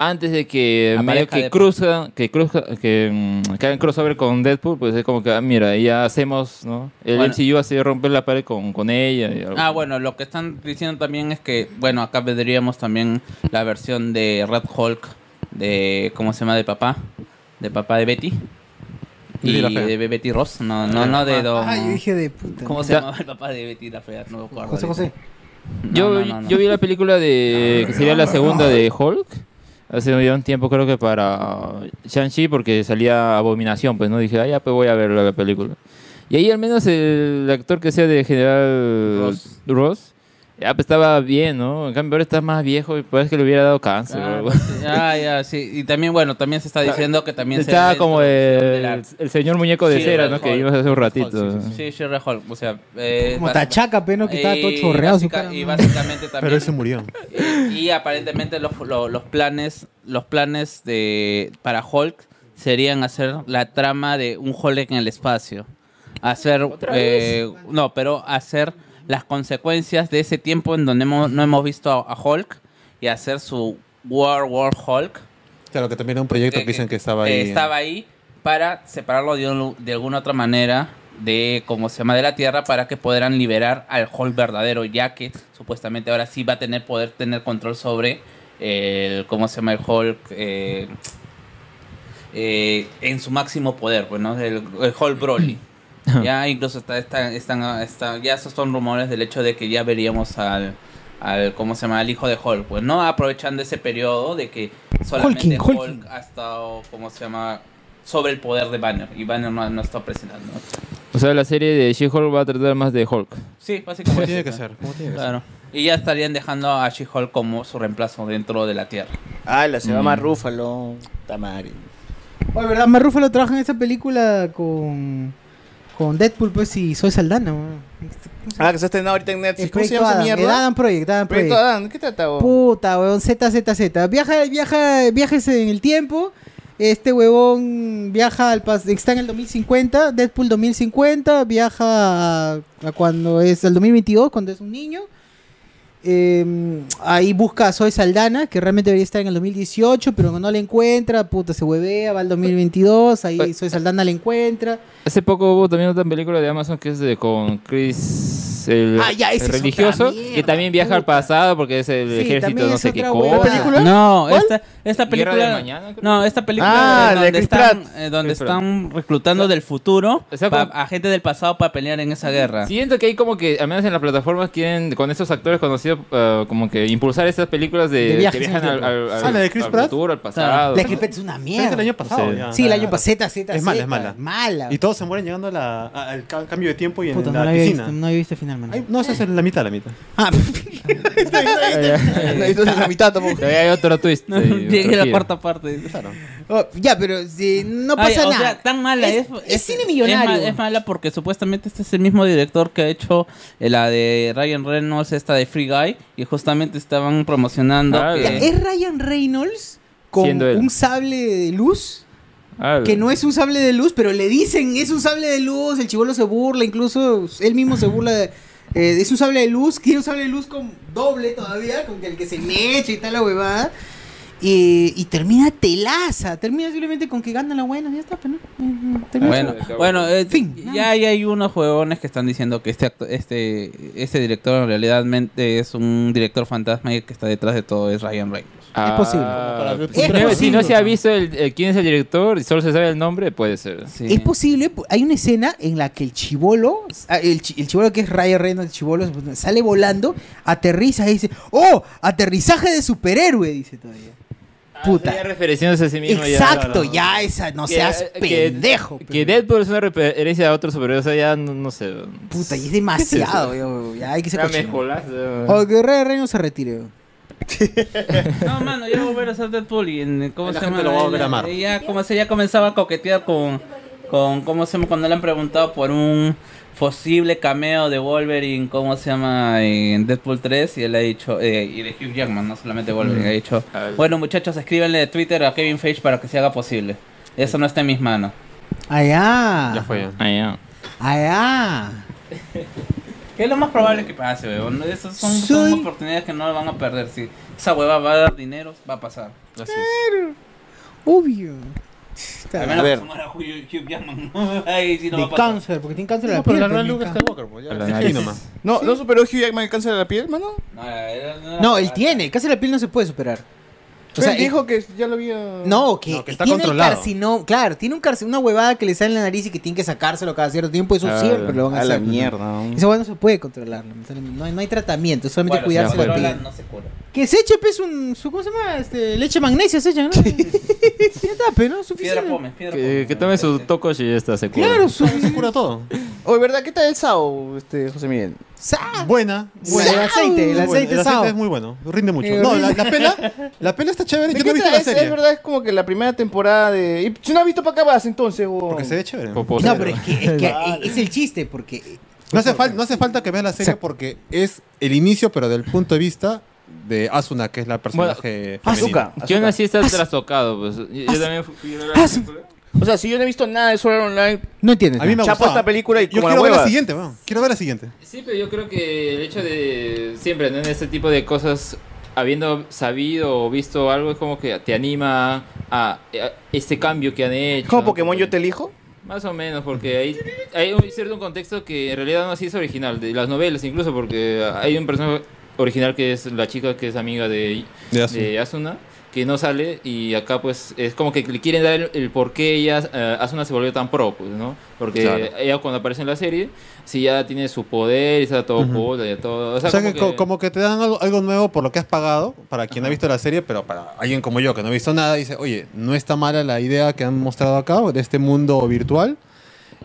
Speaker 6: antes de que
Speaker 5: Aparezca
Speaker 6: medio que
Speaker 5: Deadpool.
Speaker 6: cruza, que cruza, que mm, que hagan crossover con Deadpool, pues es como que, ah, mira, ahí ya hacemos, ¿no? El
Speaker 5: Bueno.
Speaker 6: MCU así romper la pared con, con ella. y algo.
Speaker 5: Ah, bueno, lo que están diciendo también es que, bueno, acá veríamos también la versión de Red Hulk, de, ¿cómo se llama? De papá, de papá de Betty.
Speaker 4: Betty
Speaker 5: Y
Speaker 4: la fea.
Speaker 5: de Be- Betty Ross, no, no, no, de Don...
Speaker 2: Ah, yo dije de puta.
Speaker 5: ¿Cómo se
Speaker 2: Ya.
Speaker 5: llamaba el papá de Betty la fea? No me acuerdo
Speaker 2: José
Speaker 5: ahorita.
Speaker 2: José.
Speaker 5: No,
Speaker 6: yo,
Speaker 5: no, no, no.
Speaker 6: yo vi la película de que sería la segunda de Hulk hace ya un tiempo creo que para Shang-Chi porque salía Abominación pues no dije ah ya pues voy a ver la, la película y ahí al menos el actor que sea de general Ross, ya pues estaba bien no en cambio ahora está más viejo y parece que le hubiera dado cáncer o
Speaker 5: Ah,
Speaker 6: algo.
Speaker 5: sí, ah, ya, sí. Y también, bueno, también se está diciendo que también se
Speaker 6: está
Speaker 5: ve
Speaker 6: como el,
Speaker 5: la-
Speaker 6: el señor muñeco de
Speaker 5: Sí,
Speaker 6: cera
Speaker 5: Red
Speaker 6: no que
Speaker 5: Hulk.
Speaker 6: vimos hace un ratito
Speaker 5: Sí, sí, sí, She-Ra Hulk, o sea... eh,
Speaker 2: Como
Speaker 5: bas-
Speaker 2: Tachaca, pero no, que estaba todo
Speaker 5: y
Speaker 2: chorreado su
Speaker 5: básica-
Speaker 2: cara,
Speaker 5: Y
Speaker 2: ¿no?
Speaker 5: básicamente también...
Speaker 13: Pero él se murió.
Speaker 5: Eh, Y aparentemente los, lo- los planes, los planes de para Hulk serían hacer la trama de un Hulk en el espacio. Hacer eh, no, pero hacer las consecuencias de ese tiempo en donde hemos- no hemos visto a, a Hulk y hacer su World War Hulk.
Speaker 13: Claro, que también era un proyecto
Speaker 5: Eh,
Speaker 13: que dicen que estaba
Speaker 5: eh,
Speaker 13: ahí.
Speaker 5: estaba ahí para separarlo de, un- de alguna otra manera de cómo se llama de la Tierra para que pudieran liberar al Hulk verdadero, ya que supuestamente ahora sí va a tener poder tener control sobre el cómo se llama el Hulk eh, eh, en su máximo poder, pues, ¿no? el, el Hulk Broly. ya incluso está, está- están, está- ya esos son rumores del hecho de que ya veríamos al al cómo se llama al hijo de Hulk, pues no aprovechando ese periodo de que solamente
Speaker 2: Hulking,
Speaker 5: Hulk
Speaker 2: Hulking.
Speaker 5: ha estado cómo se llama sobre el poder de Banner y Banner no, no está presentando. ¿no?
Speaker 6: o sea la serie de She-Hulk va a tratar más de Hulk
Speaker 5: Sí, básicamente.
Speaker 4: ¿Cómo tiene
Speaker 5: sí,
Speaker 4: que
Speaker 5: ¿no?
Speaker 4: ser? ¿Cómo tiene que
Speaker 5: Claro. Y ya estarían dejando a She-Hulk como su reemplazo dentro de la Tierra.
Speaker 3: Ah, la
Speaker 4: Mm.
Speaker 3: se llama Rúfalo. Tamari.
Speaker 2: Oye, ¿verdad? Mark Ruffalo trabaja en esa película con, con Deadpool, pues, y Soy Saldana, weón.
Speaker 3: Ah, que se ha estrenado ahorita en Netflix.
Speaker 2: El
Speaker 3: ¿Cómo se
Speaker 2: proyecto
Speaker 3: llama esa
Speaker 2: Adam, el
Speaker 3: mierda?
Speaker 2: Adam Project, Adam
Speaker 3: Proyecto
Speaker 4: pues.
Speaker 2: Project.
Speaker 3: Adam, ¿qué trata, weón?
Speaker 2: Puta, weón, ZZZ. Viaja, viaja, viajes en el tiempo. Este huevón viaja al pas está en el 2050, Deadpool 2050, viaja a, a cuando es el 2022, cuando es un niño. Eh, ahí busca a Zoe Saldana, que realmente debería estar en el 2018, pero no la encuentra, puta, se huevea, va al 2022, ahí Zoe Saldana la encuentra.
Speaker 6: Hace poco hubo también otra película de Amazon que es de con Chris el,
Speaker 2: Ah, ya, esa
Speaker 6: el
Speaker 2: es
Speaker 6: religioso
Speaker 2: otra mierda,
Speaker 6: que también viaja al pasado porque es el
Speaker 2: Sí,
Speaker 6: ejército
Speaker 2: también
Speaker 6: no
Speaker 2: es
Speaker 6: sé qué
Speaker 2: otra huevada.
Speaker 6: cosa.
Speaker 2: ¿Película?
Speaker 5: No, esta, esta
Speaker 6: Guerra
Speaker 5: película.
Speaker 6: de mañana, creo.
Speaker 5: no, esta película
Speaker 3: Ah,
Speaker 5: de-
Speaker 3: de
Speaker 5: donde,
Speaker 3: Chris
Speaker 5: están,
Speaker 3: Pratt.
Speaker 5: eh, donde
Speaker 6: Chris Pratt.
Speaker 5: están reclutando del futuro
Speaker 6: o sea,
Speaker 5: pa-
Speaker 6: como-
Speaker 5: a gente del pasado para pelear en esa guerra.
Speaker 6: Siento que hay como que, al menos en las plataformas, quieren con estos actores conocidos ah, como que impulsar estas películas de,
Speaker 2: De viajes
Speaker 6: que viajan
Speaker 2: en el
Speaker 6: al,
Speaker 2: tiempo.
Speaker 6: al- al-
Speaker 13: Ah, la de Chris
Speaker 6: al
Speaker 13: Pratt.
Speaker 6: futuro, al pasado.
Speaker 2: La escrita es una
Speaker 13: Pero es del
Speaker 2: mierda.
Speaker 13: año pasado.
Speaker 6: Sí.
Speaker 13: ya.
Speaker 2: Sí, el año pasado, ZZZ.
Speaker 13: Es mala, es mala.
Speaker 2: Mala.
Speaker 13: Y todos se mueren llegando a la- a- al ca- cambio de tiempo y en
Speaker 2: Puta, no
Speaker 13: la
Speaker 2: la había
Speaker 13: piscina.
Speaker 2: visto, no había visto el final, mano.
Speaker 13: Ay, no, esa es en la mitad, la mitad.
Speaker 2: Ah,
Speaker 3: Entonces la mitad tampoco.
Speaker 6: Todavía hay otro twist. eh, sí, otro
Speaker 5: Llegué a la
Speaker 6: giro.
Speaker 5: cuarta parte. "Ah,
Speaker 2: Oh, ya, pero si no
Speaker 5: Ay,
Speaker 2: pasa
Speaker 5: o
Speaker 2: nada.
Speaker 5: sea, tan mala
Speaker 2: Es-
Speaker 5: es.
Speaker 2: es cine millonario.
Speaker 5: Es, ma- es mala porque supuestamente este es el mismo director que ha hecho eh, la de Ryan Reynolds, esta de Free Guy, y justamente estaban promocionando.
Speaker 6: Ah,
Speaker 5: que-
Speaker 6: ya.
Speaker 2: ¿Es Ryan Reynolds con
Speaker 6: Siendo él.
Speaker 2: un sable de luz?
Speaker 6: Ah,
Speaker 2: Que no es un sable de luz, pero le dicen es un sable de luz. El chivolo se burla, incluso él mismo se burla de. eh, es un sable de luz, quiere un sable de luz con doble todavía, con el que se me echa y tal la huevada. Y, y termina telaza, termina simplemente con que gana la buena, ya está, pero no. Eh, Termina-
Speaker 5: Bueno, bueno eh,
Speaker 2: Fin.
Speaker 5: ya ahí hay unos huevones que están diciendo que este acto- este este director en realidad mente es un director fantasma y el que está detrás de todo es Ryan Reynolds.
Speaker 6: Ah,
Speaker 2: es posible.
Speaker 6: pues,
Speaker 2: Es
Speaker 6: si no- Si
Speaker 2: posible.
Speaker 6: no se ha visto el- eh, quién es el director y solo se sabe el nombre, puede ser.
Speaker 5: Sí.
Speaker 2: Es posible, pu- hay una escena en la que el chivolo, ah, el, chi- el chivolo que es Ryan Reynolds, el chivolo pues, sale volando, aterriza y dice, ¡Oh! Aterrizaje de superhéroe, dice todavía. Puta.
Speaker 6: Está referenciándose a sí mismo. ya.
Speaker 2: Exacto, ya, esa, no
Speaker 6: Que- eh,
Speaker 2: seas
Speaker 6: que-
Speaker 2: pendejo.
Speaker 6: Que
Speaker 2: pero,
Speaker 6: Deadpool es una referencia a otro superhéroe, o sea, ya no, no sé.
Speaker 2: Puta, y es demasiado, yo- ya hay que ser
Speaker 6: Una
Speaker 2: cochino.
Speaker 6: mejolaza.
Speaker 2: O que Ryan Reynolds se retire. yo.
Speaker 5: No, mano, ya voy a volver a hacer Deadpool y en, eh, ¿cómo
Speaker 13: La
Speaker 5: se
Speaker 13: gente
Speaker 5: llama?
Speaker 13: lo va a volver a amar.
Speaker 5: Ella, como se ya comenzaba a coquetear con, con ¿cómo se llama? Cuando le han preguntado por un posible cameo de Wolverine, ¿cómo se llama? En Deadpool 3 y él ha dicho, eh, y de Hugh Jackman, no solamente Wolverine, ha dicho, bueno muchachos, escríbanle de Twitter a Kevin Feige para que se haga posible. Eso no está en mis manos.
Speaker 2: Allá.
Speaker 4: Ya fue ya.
Speaker 6: Ah, ya.
Speaker 2: Allá.
Speaker 5: ¿Qué es lo más probable que pase, weón? Esas son, son
Speaker 2: Soy-
Speaker 5: oportunidades que no van a perder. Si esa hueva va a dar dinero, va a pasar. Así
Speaker 2: Claro. Obvio.
Speaker 5: A
Speaker 2: A ver.
Speaker 5: ver. Hugh Jackman, ¿no? Ahí sí no va a
Speaker 2: De
Speaker 5: pasar.
Speaker 2: cáncer, porque tiene cáncer de
Speaker 5: No,
Speaker 2: la
Speaker 5: pero
Speaker 2: piel.
Speaker 5: la gran
Speaker 2: pues,
Speaker 5: Luke
Speaker 2: mi
Speaker 5: Skywalker,
Speaker 2: ca-
Speaker 5: pues,
Speaker 1: ya. Ahí nomás.
Speaker 3: No, ¿no superó Hugh Jackman el cáncer de la piel, mano?
Speaker 2: No, él tiene. Cáncer de la piel no se puede superar. O sea,
Speaker 3: él dijo que ya lo había...
Speaker 2: No, que,
Speaker 3: está
Speaker 2: tiene
Speaker 3: controlado.
Speaker 2: el carcinoma, claro, tiene un carcinoma, una huevada que le sale en la nariz y que tiene que sacárselo cada cierto tiempo, eso
Speaker 3: Ah,
Speaker 2: siempre lo van a,
Speaker 3: a
Speaker 2: hacer.
Speaker 3: la
Speaker 2: ¿no?
Speaker 3: mierda.
Speaker 2: Esa huevada no se puede controlar, lamentablemente. no hay, no hay tratamiento, solamente
Speaker 5: Bueno,
Speaker 2: cuidarse
Speaker 5: si la
Speaker 2: la
Speaker 5: hueva
Speaker 2: piel.
Speaker 5: no se cura.
Speaker 2: Que se eche pues un, su, ¿cómo se llama? Este, leche magnesia se echa, ¿no? Ya tape, ¿no? Suficiente.
Speaker 5: Piedra come, piedra
Speaker 6: Que, que tome
Speaker 3: Este.
Speaker 6: su tocoche y ya está, se cura.
Speaker 2: Claro, su...
Speaker 4: Se cura todo.
Speaker 3: Oye, ¿verdad? ¿Qué tal el Sao, este, José Miguel?
Speaker 4: Buena.
Speaker 2: Bueno, el aceite, el
Speaker 4: Bueno,
Speaker 2: aceite
Speaker 4: el
Speaker 2: sao.
Speaker 4: aceite es muy bueno, rinde mucho.
Speaker 2: Eh,
Speaker 4: No,
Speaker 2: rinde.
Speaker 4: la, la pela, la pela está chévere, yo no he visto la
Speaker 3: es, es
Speaker 4: serie.
Speaker 3: verdad, es como que la primera temporada de... ¿Y si no has visto para acá vas entonces, huevón?
Speaker 4: Porque se ve chévere.
Speaker 2: No, pero es que, es, que es el chiste, porque... eh,
Speaker 4: No hace, fal- no hace falta que veas la serie porque es el inicio, pero del punto de vista de Asuna, que es la personaje.
Speaker 3: Bueno,
Speaker 4: femenina.
Speaker 3: Asuka.
Speaker 6: Yo aún así está trastocado, pues. Yo, yo también fui- fui a ver la película.
Speaker 3: O sea, si yo no he visto nada de Sword Art Online,
Speaker 2: No entiendes.
Speaker 4: A mí me
Speaker 3: chapo
Speaker 4: gustaba.
Speaker 3: esta película y
Speaker 4: Yo
Speaker 3: como la
Speaker 4: quiero ver la
Speaker 3: huevas.
Speaker 4: siguiente, weón. Quiero ver la siguiente.
Speaker 6: Sí, pero yo creo que el hecho de siempre tener este tipo de cosas, habiendo sabido o visto algo, es como que te anima a, a este cambio que han hecho.
Speaker 3: ¿Como
Speaker 6: ¿no?
Speaker 3: Pokémon
Speaker 6: Porque-
Speaker 3: yo te elijo?
Speaker 6: Más o menos, porque hay, hay un cierto contexto que en realidad no así es original, de las novelas incluso, porque hay un personaje original que es la chica que es amiga de,
Speaker 4: De Asuna.
Speaker 6: de Asuna, que no sale y acá pues es como que le quieren dar el, el por qué ella, eh, Asuna se volvió tan pro, pues, ¿no? Porque
Speaker 4: Claro.
Speaker 6: ella cuando aparece en la serie, si ya tiene su poder, está todo
Speaker 4: Ujú.
Speaker 6: cool, ya todo...
Speaker 4: O sea, que, co- como que te dan algo, algo nuevo por lo que has pagado, para quien ha visto la serie, pero para alguien como yo que no ha visto nada, dice, oye, no está mala la idea que han mostrado acá, de este mundo virtual,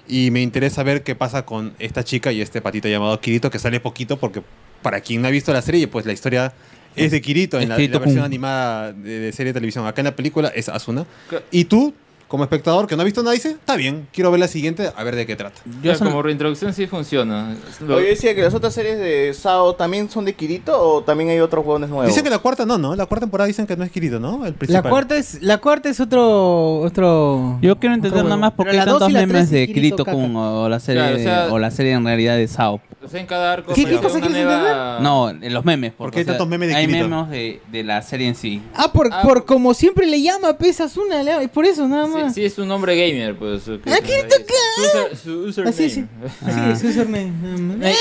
Speaker 4: y me interesa ver qué pasa con esta chica y este patito llamado Kirito, que sale poquito, porque para quien no ha visto la serie, pues la historia es de Kirito en la,
Speaker 5: Kirito
Speaker 4: la versión
Speaker 5: Kun.
Speaker 4: animada de, de serie de televisión. Acá en la película es Asuna. Y tú, como espectador que no ha visto nada, dice, está bien, quiero ver la siguiente, a ver de qué trata.
Speaker 6: Ya como reintroducción sí funciona. Lo-
Speaker 3: Oye, decía que las otras series de Sao también son de Kirito o también hay otros huevones nuevos.
Speaker 4: Dicen que la cuarta no, ¿no? La cuarta temporada dicen que no es Kirito, ¿no? El
Speaker 2: La
Speaker 4: principal.
Speaker 2: cuarta es, la cuarta es otro, otro...
Speaker 5: Yo quiero entender
Speaker 2: Otro
Speaker 5: nada
Speaker 2: huevo.
Speaker 5: más por
Speaker 2: Pero
Speaker 5: qué
Speaker 2: la
Speaker 5: hay
Speaker 2: dos
Speaker 5: tantos
Speaker 2: y la
Speaker 5: memes
Speaker 2: tres es
Speaker 5: de
Speaker 2: Kirito
Speaker 5: Kirito Kun o, o la serie,
Speaker 6: Claro, o sea-
Speaker 5: o la serie en realidad de Sao.
Speaker 6: O sea, en cada arco
Speaker 2: ¿Qué
Speaker 6: aparece
Speaker 2: cosa
Speaker 6: una
Speaker 2: quieres
Speaker 6: nueva...
Speaker 5: No, en los memes.
Speaker 4: ah. ¿Por qué hay tantos memes de
Speaker 5: Hay
Speaker 4: Kirito?
Speaker 5: memes de, de la serie en sí.
Speaker 2: Ah, por, por como siempre le llama, pues, Asuna, le llama- y por eso nada
Speaker 6: Sí,
Speaker 2: más.
Speaker 6: sí, es un hombre gamer, pues. que-
Speaker 2: Ah, ¿qué
Speaker 6: su user- su username.
Speaker 2: Así, sí.
Speaker 5: Ah.
Speaker 2: Sí, su username, nada más.
Speaker 6: Eh,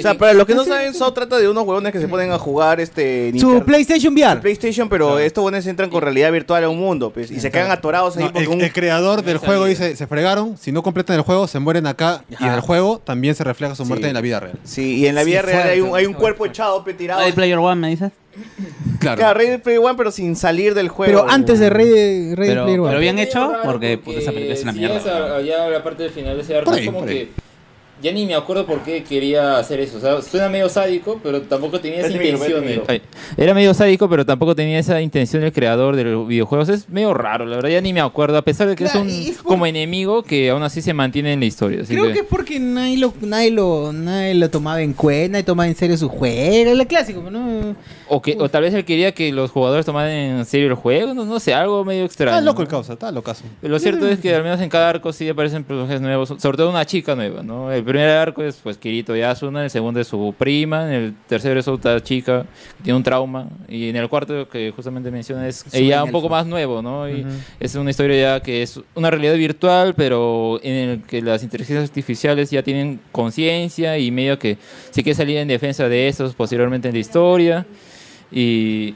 Speaker 3: O sea, para los que no saben, Sao trata de unos huevones que se ponen a jugar este... en
Speaker 2: Su
Speaker 3: internet.
Speaker 2: PlayStation
Speaker 3: al
Speaker 2: VR.
Speaker 3: PlayStation, pero estos buenos entran con realidad virtual a un mundo, pues, y se quedan atorados ahí
Speaker 4: No,
Speaker 3: porque
Speaker 4: el,
Speaker 3: un...
Speaker 4: el creador del juego dice, se fregaron, si no completan el juego, se mueren acá y en el juego también se refleja su muerte
Speaker 3: Sí.
Speaker 4: en la vida real.
Speaker 3: Sí, y en la
Speaker 4: Sí,
Speaker 3: vida real
Speaker 4: fuerte,
Speaker 3: hay un, hay un cuerpo echado, pe, tirado.
Speaker 5: Ready Player One, ¿me dices?
Speaker 4: Claro.
Speaker 3: Claro, Ready Player One, pero sin salir del juego.
Speaker 2: Pero antes de Rey, Rey
Speaker 5: Pero,
Speaker 2: Player One.
Speaker 5: pero bien hecho,
Speaker 6: raro
Speaker 5: porque puta, esa película es una
Speaker 6: si
Speaker 5: mierda.
Speaker 6: llegas a- Ya la parte del final de ese arco
Speaker 4: Por
Speaker 6: es
Speaker 4: ahí,
Speaker 6: como
Speaker 4: por
Speaker 6: que. Ya ni me acuerdo por qué quería hacer eso. O sea, suena medio sádico, pero tampoco tenía esa
Speaker 3: Vete, miro, vete,
Speaker 6: intención.
Speaker 3: miro.
Speaker 6: Ay, Era medio sádico, pero tampoco tenía esa intención el creador de los videojuegos. Es medio raro, la verdad, ya ni me acuerdo. A pesar de que
Speaker 2: Claro,
Speaker 6: es un
Speaker 2: y es por-
Speaker 6: como enemigo que aún así se mantiene en la historia. así
Speaker 2: Creo
Speaker 6: que-
Speaker 2: que es porque nadie lo, nadie lo, nadie lo tomaba en cuenta, nadie tomaba en serio su juego, el clásico, ¿no?
Speaker 6: O, que, o tal vez él quería que los jugadores tomaran en serio el juego, no, no sé, algo medio extraño.
Speaker 2: Ah,
Speaker 4: Está loco el causa, está locazo.
Speaker 6: Lo cierto es que al menos en cada arco sí aparecen personajes nuevos, sobre todo una chica nueva, ¿no? El primer arco es pues Kirito y Asuna, el segundo es su prima, en el tercero es otra chica que tiene un trauma y en el cuarto que justamente menciona es
Speaker 2: Es un
Speaker 6: ella un
Speaker 2: elfo.
Speaker 6: poco más nuevo, ¿no? Y es una historia ya que es una realidad virtual, pero en el que las inteligencias artificiales ya tienen conciencia y medio que sí que salir en defensa de esos posteriormente en la historia y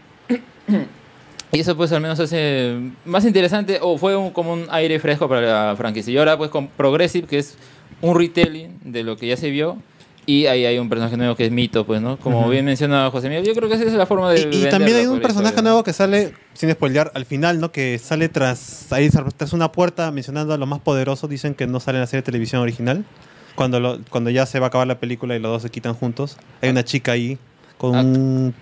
Speaker 6: y eso pues al menos hace más interesante o fue un- como un aire fresco para la franquicia. Y ahora pues con Progressive, que es un retelling de lo que ya se vio. Y ahí hay un personaje nuevo que es Mito, pues, ¿no? Como bien mencionaba José Miguel, yo creo que esa es la forma de...
Speaker 4: Y- Y, también
Speaker 6: venderla
Speaker 4: hay un
Speaker 6: por
Speaker 4: personaje
Speaker 6: historia, ¿no?
Speaker 4: nuevo que sale, sin spoilear, al final, ¿no? Que sale tras, ahí tras una puerta mencionando a los más poderosos, dicen que no sale en la serie de televisión original. Cuando, lo- cuando ya se va a acabar la película y los dos se quitan juntos, hay una chica ahí con,
Speaker 6: Ah,
Speaker 4: un-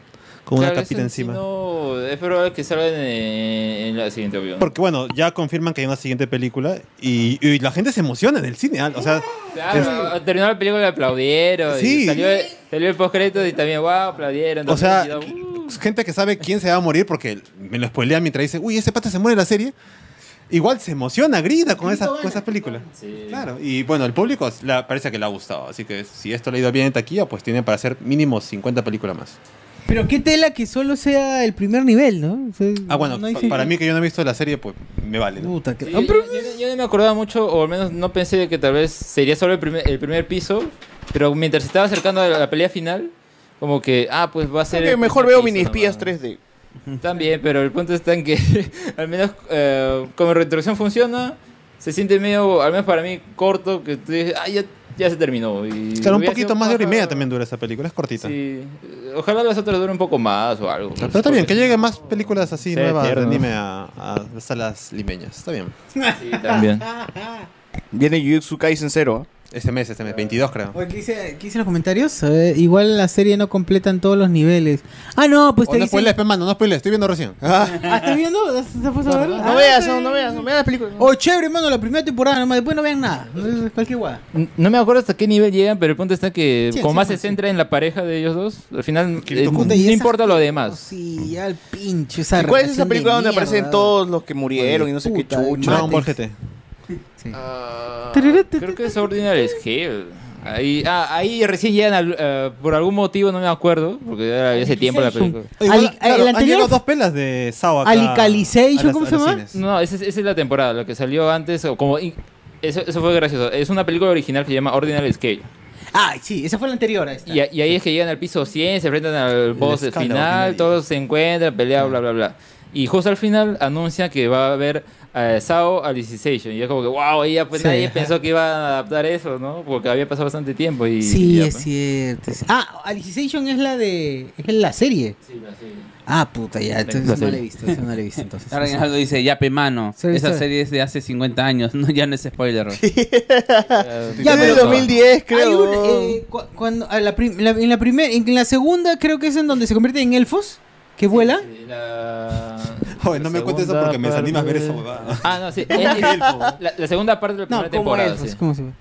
Speaker 4: con una
Speaker 6: Claro,
Speaker 4: capita
Speaker 6: ese sí
Speaker 4: encima.
Speaker 6: No, es probable que salga en, eh, en la siguiente obvio.
Speaker 4: Porque bueno, ya confirman que hay una siguiente película y, y la gente se emociona en el cine. al- O sea,
Speaker 6: Claro, terminó la película, aplaudieron.
Speaker 4: Sí.
Speaker 6: Y salió, el- salió el postcrédito y también, wow, aplaudieron.
Speaker 4: o sea,
Speaker 6: también, y yo,
Speaker 4: gente que sabe quién se va a morir porque me lo spoilean mientras dice, uy, ese pata se muere en la serie. igual se emociona, grita con esas, con esas películas. Claro, y bueno, el público la- parece que le ha gustado. Así que si esto le ha ido bien en taquilla, pues tiene para hacer mínimo 50 películas más.
Speaker 2: Pero qué tela que solo sea el primer nivel, ¿no? O sea,
Speaker 4: Ah, bueno,
Speaker 2: no
Speaker 4: pa-
Speaker 2: dice-
Speaker 4: para mí que yo no he visto la serie, pues me vale. ¿no?
Speaker 6: Yo,
Speaker 4: pues
Speaker 6: yo- yo no me acordaba mucho, o al menos no pensé de que tal vez sería solo el primer, el primer piso, pero mientras estaba acercando a la, la pelea final, como que, ah, pues va a ser...
Speaker 3: Creo que
Speaker 6: el
Speaker 3: mejor
Speaker 6: primer
Speaker 3: veo
Speaker 6: piso
Speaker 3: mini espías
Speaker 6: nomás.
Speaker 3: 3D.
Speaker 6: También, pero el punto está en que al menos eh, como retroacción funciona, se siente medio, al menos para mí, corto, que tú dices, ah, ya, ya se terminó. Y
Speaker 4: Claro, un
Speaker 6: hubiera
Speaker 4: poquito
Speaker 6: sido
Speaker 4: más de hora y
Speaker 6: paja-
Speaker 4: media también dura esa película, es cortita.
Speaker 6: Sí. Eh, Ojalá las otras duren un poco más o algo.
Speaker 4: Pero está bien, que lleguen más películas así
Speaker 6: Sí,
Speaker 4: nuevas de
Speaker 6: tierno.
Speaker 4: anime a, a las salas limeñas. Está bien.
Speaker 6: Sí, también.
Speaker 3: Viene Jujutsu Kaisen 0.
Speaker 4: Este mes, este mes, 22 creo.
Speaker 2: Oye, Ah, ¿qué dice, qué dice los comentarios? A ver, igual la serie no completan todos los niveles. Ah, no, pues
Speaker 4: Oh,
Speaker 2: te
Speaker 4: no
Speaker 2: dicen...
Speaker 4: spoilees, pe, mano, no spoilees, estoy viendo recién.
Speaker 2: Ah, ¿estás viendo? ¿Te has puesto a verla?
Speaker 3: No
Speaker 2: Ah,
Speaker 3: veas,
Speaker 2: está
Speaker 3: no, no
Speaker 2: bien.
Speaker 3: veas, no veas la película.
Speaker 2: Oh, chévere, hermano, la primera temporada nomás, después no vean nada. No es Cualquier guada.
Speaker 6: No me acuerdo hasta qué nivel llegan, pero el punto está que
Speaker 2: Sí,
Speaker 6: como
Speaker 2: sí,
Speaker 6: más
Speaker 2: sí,
Speaker 6: se centra en la pareja de ellos dos, al final eh,
Speaker 2: Puta,
Speaker 6: no
Speaker 2: y esas
Speaker 6: importa lo demás.
Speaker 2: Oh, Sí, ya el pinche.
Speaker 3: ¿Y cuál es esa película donde aparecen todos los que murieron y no sé qué
Speaker 2: puta,
Speaker 3: chucha?
Speaker 2: Dragon Ball
Speaker 4: GT.
Speaker 6: Creo que es Ordinary Scale. Ahí, ah, ahí recién llegan, al- eh, por algún motivo, no me acuerdo, porque ya era hace tiempo la película.
Speaker 4: Oye, igual,
Speaker 2: Ali- el
Speaker 4: claro, han
Speaker 2: anterior-
Speaker 4: llegado dos pelas de Sawa.
Speaker 2: Alicalization, ¿cómo se llama?
Speaker 6: No, esa, es- esa es la temporada, la que salió antes, o como... y- Eso, eso fue gracioso. Es una película original que se llama Ordinary Scale.
Speaker 2: Ay, sí, esa fue la anterior a esta.
Speaker 6: Y, a- y ahí es que llegan al piso 100, se enfrentan al boss
Speaker 2: escala
Speaker 6: final,
Speaker 2: ordinaria.
Speaker 6: todos se encuentran, pelea, bla, bla, bla. Y justo al final anuncia que va a haber eh, Sao Alicization. Y es como que, wow, ahí ya pues
Speaker 2: Sí,
Speaker 6: nadie
Speaker 2: ajá.
Speaker 6: pensó que iban a adaptar eso, ¿no? Porque había pasado bastante tiempo. Y,
Speaker 2: Sí,
Speaker 6: y ya,
Speaker 2: es
Speaker 6: pues.
Speaker 2: cierto. es- Ah, Alicization es la de. Es la serie.
Speaker 6: Sí, la serie.
Speaker 2: Ah, puta, ya. Entonces
Speaker 6: La
Speaker 2: no
Speaker 6: serie.
Speaker 2: la he visto. Eso no la he visto. Entonces.
Speaker 5: Ahora Reinaldo dice, ya pe mano,
Speaker 2: Sí,
Speaker 5: esa
Speaker 2: sí.
Speaker 5: serie es de hace 50 años, no, ya no es spoiler.
Speaker 6: pues,
Speaker 2: Ah, Ya,
Speaker 3: Desde
Speaker 2: pero-
Speaker 3: el 2010
Speaker 2: Hay
Speaker 3: creo.
Speaker 2: un, eh, cu- cuando, a la prim- la- en, la primer, en la segunda creo que es en donde se convierte en elfos. Que vuela.
Speaker 6: Sí, la-
Speaker 4: Oye, no
Speaker 6: la
Speaker 4: me cuentes eso
Speaker 6: segunda
Speaker 4: porque me desanima
Speaker 6: parte-
Speaker 4: ver esa huevada.
Speaker 6: Ah, no, sí. es- es- la, la segunda parte de la primera
Speaker 2: No, como
Speaker 6: temporada.
Speaker 2: elfos.
Speaker 6: sí.
Speaker 2: ¿cómo se llama?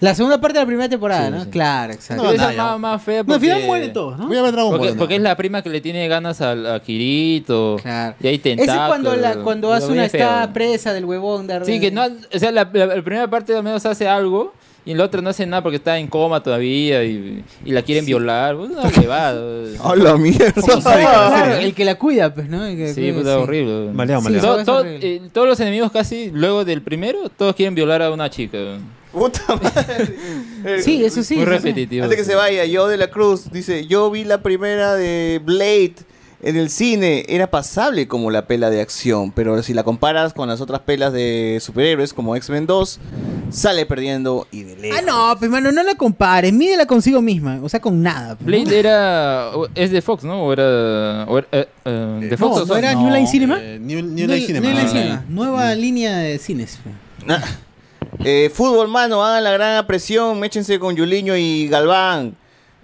Speaker 2: La segunda parte de la primera temporada, ¿no? Claro, exacto.
Speaker 6: Pero esa
Speaker 4: nada,
Speaker 6: es
Speaker 4: ya.
Speaker 6: más, más fea
Speaker 2: No, al final
Speaker 6: porque-
Speaker 2: mueren todos, ¿no?
Speaker 4: Voy a ver Dragon
Speaker 6: Porque,
Speaker 4: Ball.
Speaker 6: porque es la prima que le tiene ganas al- a, Kirito.
Speaker 2: Claro.
Speaker 6: Y hay
Speaker 2: Ese es
Speaker 6: tentáculos.
Speaker 2: cuando, la, cuando
Speaker 6: Lo
Speaker 2: Asuna
Speaker 6: bien
Speaker 2: está
Speaker 6: feo.
Speaker 2: presa del huevón. de
Speaker 6: Sí, que no. O sea, la, la- la primera parte al menos hace algo. Y en la otra no hace nada porque está en coma todavía. Y, y la quieren violar. Pues, Una huevada.
Speaker 3: A la mierda.
Speaker 2: Sí, claro, el que la cuida, pues, ¿no? El que la
Speaker 6: Sí,
Speaker 2: cuida,
Speaker 6: puta, horrible.
Speaker 4: Maleado,
Speaker 2: Sí,
Speaker 4: maleado.
Speaker 6: Todo-
Speaker 2: es
Speaker 6: todo-
Speaker 2: horrible.
Speaker 6: eh, todos los enemigos casi, luego del primero, todos quieren violar a una chica.
Speaker 3: Puta madre. Eh,
Speaker 2: Sí, eso sí.
Speaker 6: Muy
Speaker 2: eso sí.
Speaker 6: repetitivo.
Speaker 3: Antes que
Speaker 6: sí.
Speaker 3: se vaya, yo de la Cruz dice, yo vi la primera de Blade en el cine, era pasable como la pela de acción, pero si la comparas con las otras pelas de superhéroes como X-Men 2, sale perdiendo y de lejos.
Speaker 2: Ah, no, pues, mano, no la compares. Mídela consigo misma. O sea, con nada. pues, ¿no?
Speaker 6: Blade era. o- Es de Fox, ¿no? O era. o era, eh, eh, de Fox.
Speaker 2: No,
Speaker 6: o
Speaker 2: no
Speaker 6: Sony?
Speaker 2: era New Line Cinema.
Speaker 4: Eh, New, New
Speaker 2: New-
Speaker 4: Line Cinema.
Speaker 2: New Line
Speaker 6: Ah,
Speaker 2: Cinema. Nueva línea de cines. pues.
Speaker 3: Ah. Eh, fútbol, mano, hagan la gran presión, méchense con Juliño y Galván.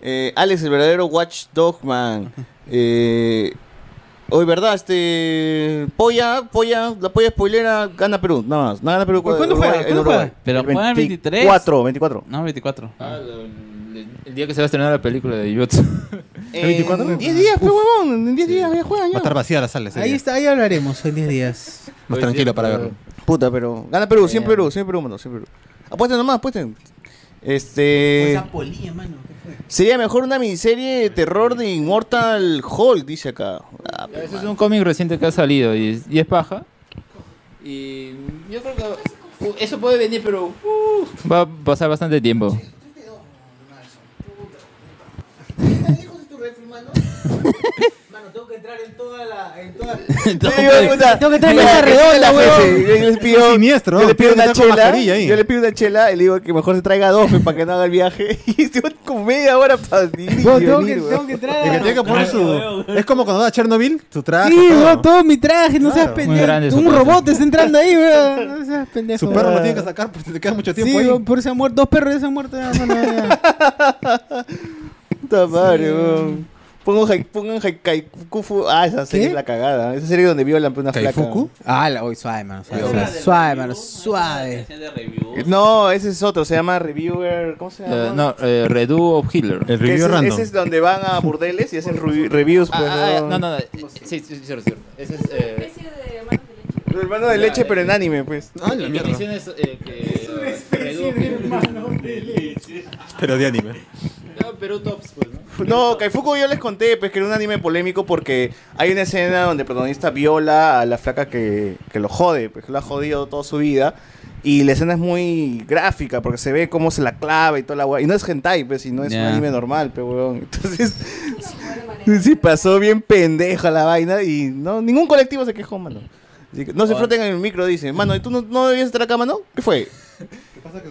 Speaker 3: Eh, Alex, el verdadero watchdog, man. Eh, hoy, ¿verdad? Este. Polla, polla, la polla spoilera gana Perú, nada más. No gana Perú.
Speaker 2: ¿Pero cuándo
Speaker 3: Uruguay-
Speaker 2: juega?
Speaker 3: en
Speaker 2: ¿Cuándo
Speaker 3: Uruguay.
Speaker 2: juega?
Speaker 5: Pero juega el 23.
Speaker 3: 24, 24.
Speaker 5: No, 24.
Speaker 6: Ah, lo- el, el día que se va a estrenar la película de Jutsu.
Speaker 3: ¿El 24? En 10 días, pues, huevón. En 10 días ya juegan
Speaker 4: Va a
Speaker 3: ya.
Speaker 4: estar vacía la sala. ese
Speaker 2: Ahí
Speaker 4: día.
Speaker 2: está, ahí hablaremos en 10 días.
Speaker 4: Más tranquilo para verlo.
Speaker 3: Puta, pero. Gana Perú, siempre Perú, siempre Perú, mano, siempre Perú. Apuesten nomás, apuesten.
Speaker 6: Eh,
Speaker 3: Este.
Speaker 2: Esa polilla, mano. ¿qué fue?
Speaker 3: Sería mejor una miniserie de terror de Immortal Hulk, dice acá. Ah, pero
Speaker 6: Ese es
Speaker 3: man.
Speaker 6: un cómic reciente que ha salido y, y es paja. Y yo creo que uh, eso puede venir, pero uh, va a pasar bastante tiempo.
Speaker 2: Mano, tengo que entrar en toda la. En toda...
Speaker 3: Sí, puta.
Speaker 2: Tengo que traer
Speaker 3: Mira,
Speaker 2: mesa redonda,
Speaker 3: la
Speaker 2: huevón.
Speaker 3: gente, Yo yo le pido,
Speaker 4: siniestro,
Speaker 3: yo le
Speaker 4: ¿no?
Speaker 3: pido
Speaker 4: Tiene que
Speaker 3: una
Speaker 4: estar con
Speaker 3: chela.
Speaker 4: mascarilla ahí.
Speaker 3: Yo le pido una chela y le digo que mejor se traiga dos pues, para que no haga el viaje. Y se va como media hora para ir y
Speaker 2: Huevón, tengo,
Speaker 3: venir,
Speaker 2: que,
Speaker 3: huevón.
Speaker 2: tengo que entrar.
Speaker 4: El que tiene que poner su. Es como cuando va a Chernobyl, tu traje.
Speaker 2: Sí,
Speaker 4: todo,
Speaker 2: weón,
Speaker 4: ¿no?
Speaker 2: todo mi traje, no seas
Speaker 4: Claro.
Speaker 6: Ah, Muy grande
Speaker 2: pendejo.
Speaker 6: su
Speaker 2: Un
Speaker 6: traje.
Speaker 2: robot está entrando ahí, weón. No seas pendejo.
Speaker 4: Su perro lo
Speaker 2: weón.
Speaker 4: tiene que sacar porque te queda mucho
Speaker 2: Sí,
Speaker 4: tiempo ahí.
Speaker 2: weón, por eso han muerto. Dos perros ya se han muerto. ya, mano, ya.
Speaker 3: Puta madre, weón. Pongo Hai- pongan Hai- Kaikufu. Ah, esa
Speaker 2: ¿Qué?
Speaker 3: serie es la cagada. Esa serie donde violan una flaca.
Speaker 4: ¿Kaifuku?
Speaker 2: Ah, la voy suave, mano. Suave,
Speaker 3: Esa
Speaker 2: suave,
Speaker 3: es la
Speaker 2: suave, mano.
Speaker 5: Ah,
Speaker 2: Suave.
Speaker 3: No, ese es otro. Se llama Reviewer. ¿Cómo se llama?
Speaker 6: Eh, no, eh, Redo of Hitler.
Speaker 4: El
Speaker 3: Que
Speaker 4: review
Speaker 3: ese,
Speaker 4: random.
Speaker 3: ese es donde van a burdeles y hacen ru- reviews.
Speaker 6: Ah,
Speaker 3: pues,
Speaker 6: ah, ah,
Speaker 3: weón.
Speaker 6: no, no, no. eh, Sí, sí, sí, sí, sí. Ese es, eh,
Speaker 8: Especie de hermanos de leche.
Speaker 3: El hermano de
Speaker 6: Ya,
Speaker 3: leche,
Speaker 6: ya.
Speaker 3: pero en anime, pues.
Speaker 6: Ah, la mierda. Es, una especie de hermano de leche.
Speaker 4: Pero de anime.
Speaker 6: Perú Tops, pues, ¿no?
Speaker 3: No, Kaifuku yo les conté, pues que era un anime polémico porque hay una escena donde el protagonista viola a la flaca que, que lo jode, pues que lo ha jodido toda su vida. Y la escena es muy gráfica porque se ve cómo se la clava y toda la guay. Y no es hentai, pues, sino es
Speaker 5: Ya.
Speaker 3: un anime normal, pues, weón. Entonces, sí, pasó bien pendeja la vaina y no, ningún colectivo se quejó, mano. Así que no se froten en el micro, dice. Mano, ¿y tú no, no debías estar acá, mano? ¿Qué fue?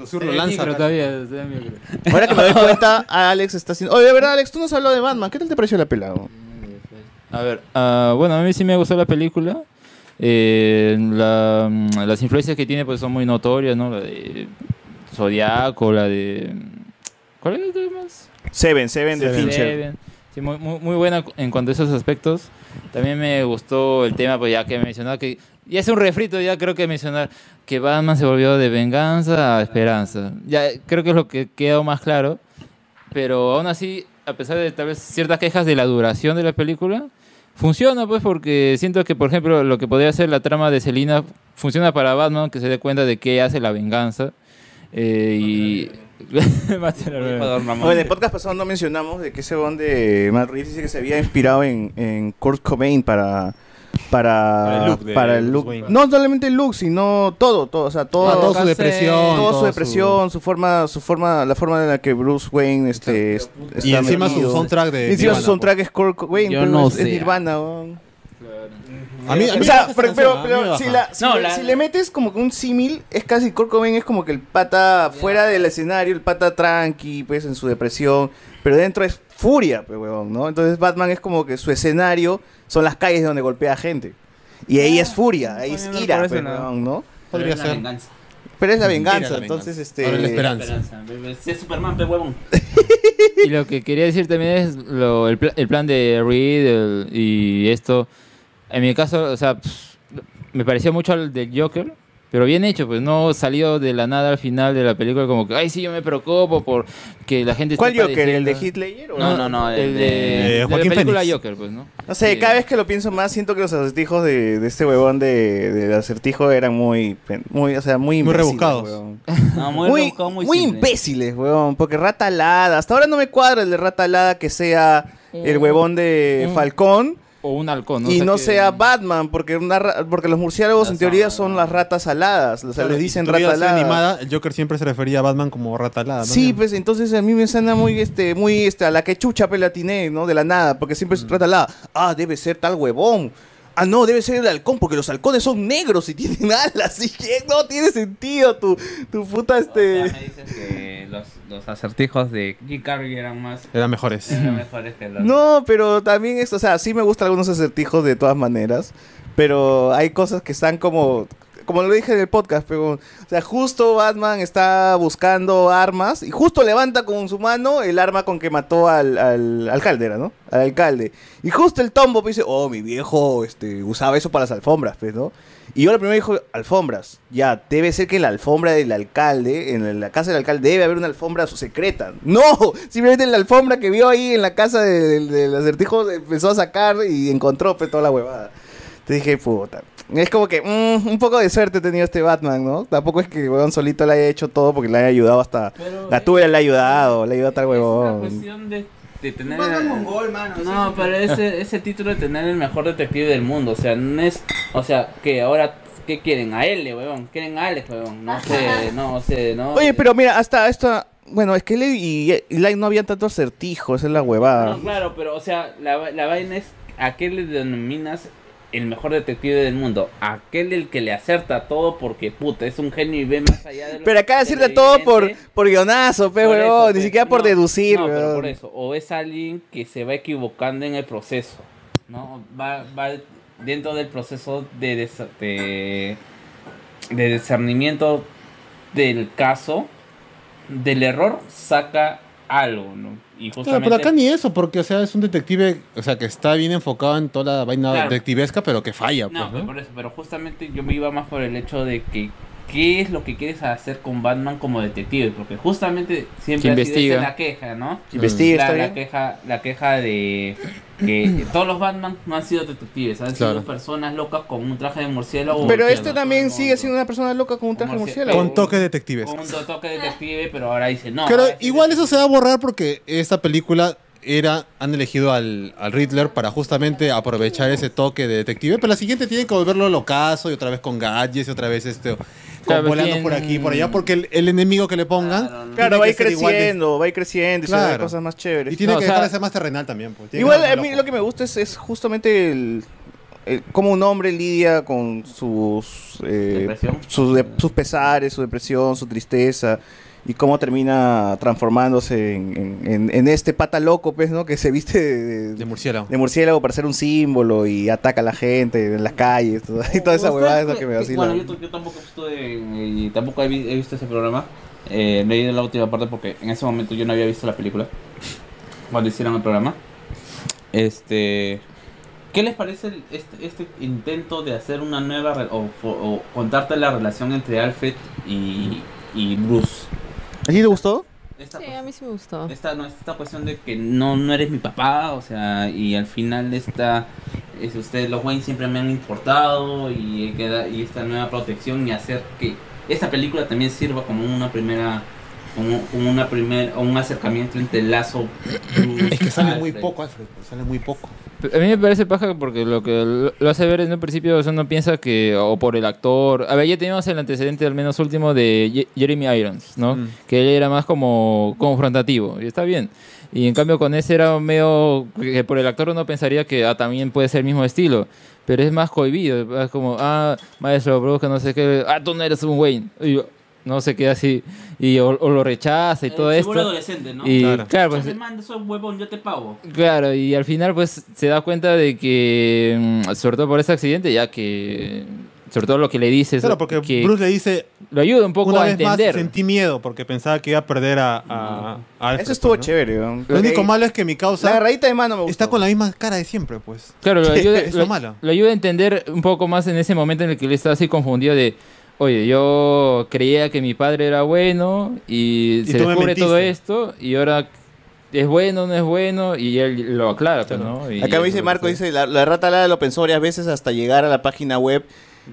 Speaker 6: Está en
Speaker 4: lanza,
Speaker 6: micro
Speaker 4: cara.
Speaker 6: todavía, está en micro.
Speaker 3: Ahora que me doy cuenta, Alex está haciendo... Oye, de verdad, Alex, tú nos habló de Batman. ¿Qué tal te pareció la pelada?
Speaker 6: A ver, ah, bueno, a mí sí me gustó la película. Eh, la- mm, las influencias que tiene pues son muy notorias, ¿no? La de Zodiaco, la de... ¿Cuál es la otra más?
Speaker 3: Seven, Seven de
Speaker 6: Seven.
Speaker 3: Fincher.
Speaker 6: Seven. Sí, muy, muy, muy buena en cuanto a esos aspectos. También me gustó el tema, pues ya que mencionaba que... Y es un refrito, ya creo que mencionar que Batman se volvió de venganza a esperanza. Ya eh, creo que es lo que quedó más claro. Pero aún así, a pesar de tal vez ciertas quejas de la duración de la película, funciona pues porque siento que, por ejemplo, lo que podría ser la trama de Selina funciona para Batman, que se dé cuenta de qué hace la venganza. eh, y... Mátela,
Speaker 3: Oye, en el podcast pasado no mencionamos de que ese bond de Matt Reeves dice que se había inspirado en, en Kurt Cobain para para
Speaker 4: Para el look de
Speaker 3: para el
Speaker 4: Bruce
Speaker 3: look.
Speaker 4: Wayne.
Speaker 3: no solamente el look sino todo todo o sea todo
Speaker 4: Ah, toda su depresión,
Speaker 3: toda su
Speaker 4: todo
Speaker 3: depresión su... forma su forma la forma en la que Bruce Wayne este es- está
Speaker 4: Y encima su
Speaker 3: metido.
Speaker 4: soundtrack de
Speaker 3: Y encima su
Speaker 4: Nirvana, pues.
Speaker 3: soundtrack es Kurt Cobain
Speaker 5: Yo
Speaker 3: pero
Speaker 5: no
Speaker 3: es, es
Speaker 5: sé.
Speaker 3: Nirvana weón.
Speaker 4: A mí, a mí
Speaker 3: o sea,
Speaker 4: me
Speaker 3: pero,
Speaker 4: baja,
Speaker 3: pero-
Speaker 4: a mí me
Speaker 3: pero
Speaker 4: baja.
Speaker 3: si, la- si
Speaker 5: No,
Speaker 3: le,
Speaker 5: la-
Speaker 3: si le metes como que un símil, es casi Kurt Cobain es como que el pata fuera del escenario, el pata tranqui, pues en su depresión, pero dentro es furia, pues, huevón, ¿no? Entonces Batman es como que su escenario son las calles donde golpea a gente. Y ahí es furia, ahí es
Speaker 5: Poniéndolo
Speaker 3: ira,
Speaker 5: por ese
Speaker 3: pues,
Speaker 5: lado.
Speaker 3: huevón, ¿no?
Speaker 4: Podría
Speaker 5: Pero es la
Speaker 4: ser.
Speaker 5: venganza. Eh,
Speaker 3: Pero es la
Speaker 4: Ira,
Speaker 3: venganza,
Speaker 4: la venganza.
Speaker 3: entonces este
Speaker 4: Ahora la esperanza.
Speaker 5: Esperanza. Si es Superman, pe huevón.
Speaker 6: Y lo que quería decir también es lo- el, pla- el plan de Reed el- y esto. En mi caso, o sea, pss, me parecía mucho al del Joker, pero bien hecho, pues no salió de la nada al final de la película como que, ay, sí, yo me preocupo por que la gente... esté
Speaker 3: ¿Cuál Joker? ¿El de
Speaker 6: padeciendo".
Speaker 3: Hitler? o-
Speaker 5: No, no, no.
Speaker 6: El
Speaker 5: El
Speaker 6: de,
Speaker 5: de.
Speaker 6: de la
Speaker 4: Joaquín
Speaker 6: película
Speaker 4: Phoenix.
Speaker 6: Joker, pues, ¿no?
Speaker 3: No sé,
Speaker 6: Sí.
Speaker 3: cada vez que lo pienso más siento que los acertijos de, de este huevón de, del acertijo eran muy, muy, o sea, muy
Speaker 4: Muy
Speaker 3: imbéciles,
Speaker 4: rebuscados.
Speaker 3: huevón.
Speaker 5: No, muy,
Speaker 3: muy,
Speaker 5: rebuscado, muy,
Speaker 3: muy
Speaker 5: simple.
Speaker 3: imbéciles, weón. Porque Rata Alada, hasta ahora no me cuadra el de Rata Alada que sea el huevón de
Speaker 6: Mm.
Speaker 3: Falcón
Speaker 6: O un halcón, ¿no?
Speaker 3: y
Speaker 6: O sea
Speaker 3: no
Speaker 6: que-
Speaker 3: sea Batman, porque una ra- porque los murciélagos en
Speaker 5: Las
Speaker 3: teoría
Speaker 5: aladas.
Speaker 3: son las ratas aladas, o sea, les
Speaker 4: Y
Speaker 3: dicen
Speaker 4: si tuviera
Speaker 3: Rata Alada.
Speaker 4: serie animada, el Joker siempre se refería a Batman como rata alada. ¿no?
Speaker 3: Sí, pues entonces a mí me suena muy este muy este a la que chucha pelatiné, ¿no? De la nada, porque siempre
Speaker 5: Mm.
Speaker 3: es Rata Alada. Ah, debe ser tal huevón. Ah, no, debe ser el halcón, porque los halcones son negros y tienen alas. Así que no tiene sentido tu, tu puta este.
Speaker 5: O sea, me dices que los, los acertijos de Jim Carrey eran más
Speaker 4: Eran mejores.
Speaker 5: eran mejores que los.
Speaker 3: No, pero también es, o sea, sí me gustan algunos acertijos de todas maneras, pero hay cosas que están como, como lo dije en el podcast, pero, o sea, justo Batman está buscando armas y justo levanta con su mano el arma con que mató al, al alcalde, era, ¿no? Al alcalde. Y justo el tombo pues, dice, oh, mi viejo este, usaba eso para las alfombras, pues, ¿no? Y yo lo primero dijo, alfombras. Ya, debe ser que en la alfombra del alcalde, en la casa del alcalde, debe haber una alfombra secreta. No, simplemente la alfombra que vio ahí en la casa del, del acertijo empezó a sacar y encontró pues, toda la huevada. Te dije, puta. Es como que mm, un poco de suerte ha tenido este Batman, ¿no? Tampoco es que el huevón solito le haya hecho todo porque le haya ayudado hasta...
Speaker 5: Pero
Speaker 3: La tuya le ha ayudado, le ha ayudado a tal
Speaker 5: Es una
Speaker 3: huevón.
Speaker 5: cuestión de, de tener.
Speaker 2: Batman mongol, mano.
Speaker 5: No, pero ese, ese título de tener el mejor detective del mundo, o sea, no es, o sea, que ahora, ¿qué quieren? A L, huevón, quieren a Alex, huevón, no sé, no sé, no.
Speaker 3: Oye, pero mira, hasta esta... Bueno, es que él y, y Light no habían tanto acertijo, esa es la huevada.
Speaker 5: No, claro, pero, o sea, la, va- la vaina es, ¿a qué le denominas el mejor detective del mundo? Aquel el que le acerta todo porque, puta, es un genio y ve más allá de lo
Speaker 3: Pero acá
Speaker 5: de
Speaker 3: decirle
Speaker 5: lo
Speaker 3: todo
Speaker 5: evidente.
Speaker 3: por, por guionazo, pe,
Speaker 5: Por eso,
Speaker 3: huevón. Ni
Speaker 5: pe.
Speaker 3: siquiera por
Speaker 5: No,
Speaker 3: deducir,
Speaker 5: no, pero
Speaker 3: huevón.
Speaker 5: por eso. O es alguien que se va equivocando en el proceso. ¿no? Va, va dentro del proceso de, desa- de, de discernimiento del caso, del error, saca algo. ¿no? Y
Speaker 4: Claro,
Speaker 5: justamente.
Speaker 4: pero acá ni eso, porque o sea, es un detective, o sea, que está bien enfocado en toda la vaina
Speaker 5: Claro.
Speaker 4: detectivesca, pero que falla,
Speaker 5: No,
Speaker 4: pues, ¿no?
Speaker 5: por eso, pero justamente yo me iba más por el hecho de que qué es lo que quieres hacer con Batman como detective, porque justamente siempre
Speaker 6: Que
Speaker 5: ha sido esa
Speaker 6: investiga.
Speaker 5: la queja, ¿no?
Speaker 3: Que investiga,
Speaker 5: la,
Speaker 3: está
Speaker 5: la
Speaker 3: bien.
Speaker 5: queja, la queja de que todos los Batman no han sido detectives, han
Speaker 13: Claro.
Speaker 5: sido personas locas con un traje de murciélago.
Speaker 3: Pero este
Speaker 5: golpeando.
Speaker 3: también sigue siendo una persona loca con un traje de murciélago.
Speaker 13: Con toques detectives.
Speaker 5: Con un toque detective, pero ahora dice no.
Speaker 13: Pero
Speaker 5: ahora dice,
Speaker 13: igual eso se va a borrar porque esta película era han elegido al, al Riddler para justamente aprovechar ese toque de detective. Pero la siguiente tienen que volverlo locazo y otra vez con gadgets y otra vez este con
Speaker 6: Claro,
Speaker 13: volando
Speaker 6: tienen-
Speaker 13: por aquí y por allá porque el, el enemigo que le pongan tiene
Speaker 3: Claro, va a
Speaker 13: que
Speaker 3: ir
Speaker 13: ser igual de-
Speaker 3: creciendo, va a ir creciendo y se
Speaker 13: Claro.
Speaker 3: van a ver cosas más chéveres.
Speaker 13: y tiene
Speaker 6: No,
Speaker 13: que
Speaker 6: o sea-
Speaker 13: dejar de ser más terrenal también. pues. Tiene que
Speaker 3: Igual
Speaker 13: ser
Speaker 3: a
Speaker 13: más
Speaker 3: mí
Speaker 13: loco.
Speaker 3: lo que me gusta es, es justamente el, el- cómo un hombre lidia con sus, eh,
Speaker 5: Depresión.
Speaker 3: sus, de- sus pesares, su depresión, su tristeza y cómo termina transformándose en, en- en- en este pata loco, pues, ¿no? Que se viste de,
Speaker 13: de
Speaker 3: de-
Speaker 13: murciélago.
Speaker 3: de murciélago para ser un símbolo y ataca a la gente en las calles todo- y toda esa
Speaker 5: ¿Ustedes
Speaker 3: huevada es lo
Speaker 5: creen-
Speaker 3: que me vacila.
Speaker 5: Bueno, yo, t- yo tampoco estuve en- y tampoco he, vi- he visto ese programa. Eh, no he ido a la última parte porque en ese momento yo no había visto la película cuando hicieron el programa. Este, ¿qué les parece el- este, este intento de hacer una nueva re- o, fo- o contarte la relación entre Alfred y, y Bruce?
Speaker 3: ¿A ti te gustó?
Speaker 5: Esta
Speaker 8: Sí,
Speaker 5: cosa-
Speaker 8: a mí sí me gustó.
Speaker 5: esta, no, esta cuestión de que no, no eres mi papá, o sea, y al final esta, es usted, los Wayne siempre me han importado y, he queda- y esta nueva protección y hacer que esta película también sirva como una primera, como, como una primer, o un acercamiento entre el lazo.
Speaker 13: Es que
Speaker 6: Ah,
Speaker 13: sale muy poco, Alfred.
Speaker 3: pues,
Speaker 13: Sale muy poco.
Speaker 6: A mí me parece paja porque lo que lo- lo hace ver en un principio, uno no piensa que, o por el actor. A ver, ya teníamos el antecedente, al menos último, de Ye- Jeremy Irons, ¿no? Que él era más como confrontativo, y está bien. Y en cambio, con ese era medio. que por el actor uno pensaría que ah, también puede ser el mismo estilo, pero es más cohibido, es como, ah, maestro, bro, que no sé qué, ah, tú no eres un Wayne. Y yo, no se queda así, y o, o lo rechaza y todo esto.
Speaker 5: Eh, adolescente, ¿no?
Speaker 6: Y
Speaker 13: Claro.
Speaker 6: claro,
Speaker 5: Yo
Speaker 6: pues,
Speaker 5: te mando, soy huevón, yo te pago.
Speaker 6: Claro, y al final pues se da cuenta de que, mm, sobre todo por ese accidente, ya que, sobre todo lo que le dices,
Speaker 13: Claro, porque
Speaker 6: que
Speaker 13: Bruce le dice
Speaker 6: lo ayuda un poco
Speaker 13: una
Speaker 6: a
Speaker 13: vez más
Speaker 6: entender.
Speaker 13: sentí miedo porque pensaba que iba a perder a, a, a Alfred, pues,
Speaker 3: Eso estuvo
Speaker 13: ¿no?
Speaker 3: chévere. ¿no?
Speaker 13: Lo único
Speaker 3: Ok.
Speaker 13: malo es que mi
Speaker 3: La
Speaker 13: causa
Speaker 3: agarradita de mano me gustó.
Speaker 13: está con la misma cara de siempre, pues.
Speaker 6: Claro, lo ayuda,
Speaker 13: Es lo
Speaker 6: lo,
Speaker 13: malo.
Speaker 6: lo ayuda a entender un poco más en ese momento en el que él está así confundido de, oye, yo creía que mi padre era bueno y,
Speaker 13: Y
Speaker 6: se
Speaker 13: tú me
Speaker 6: descubre todo
Speaker 13: mentiste.
Speaker 6: esto y ahora es bueno, no es bueno y él lo aclara, pues, ¿no? Y-
Speaker 3: Acá me dice Marco, dice, la, la rata Lara lo pensó varias veces hasta llegar a la página web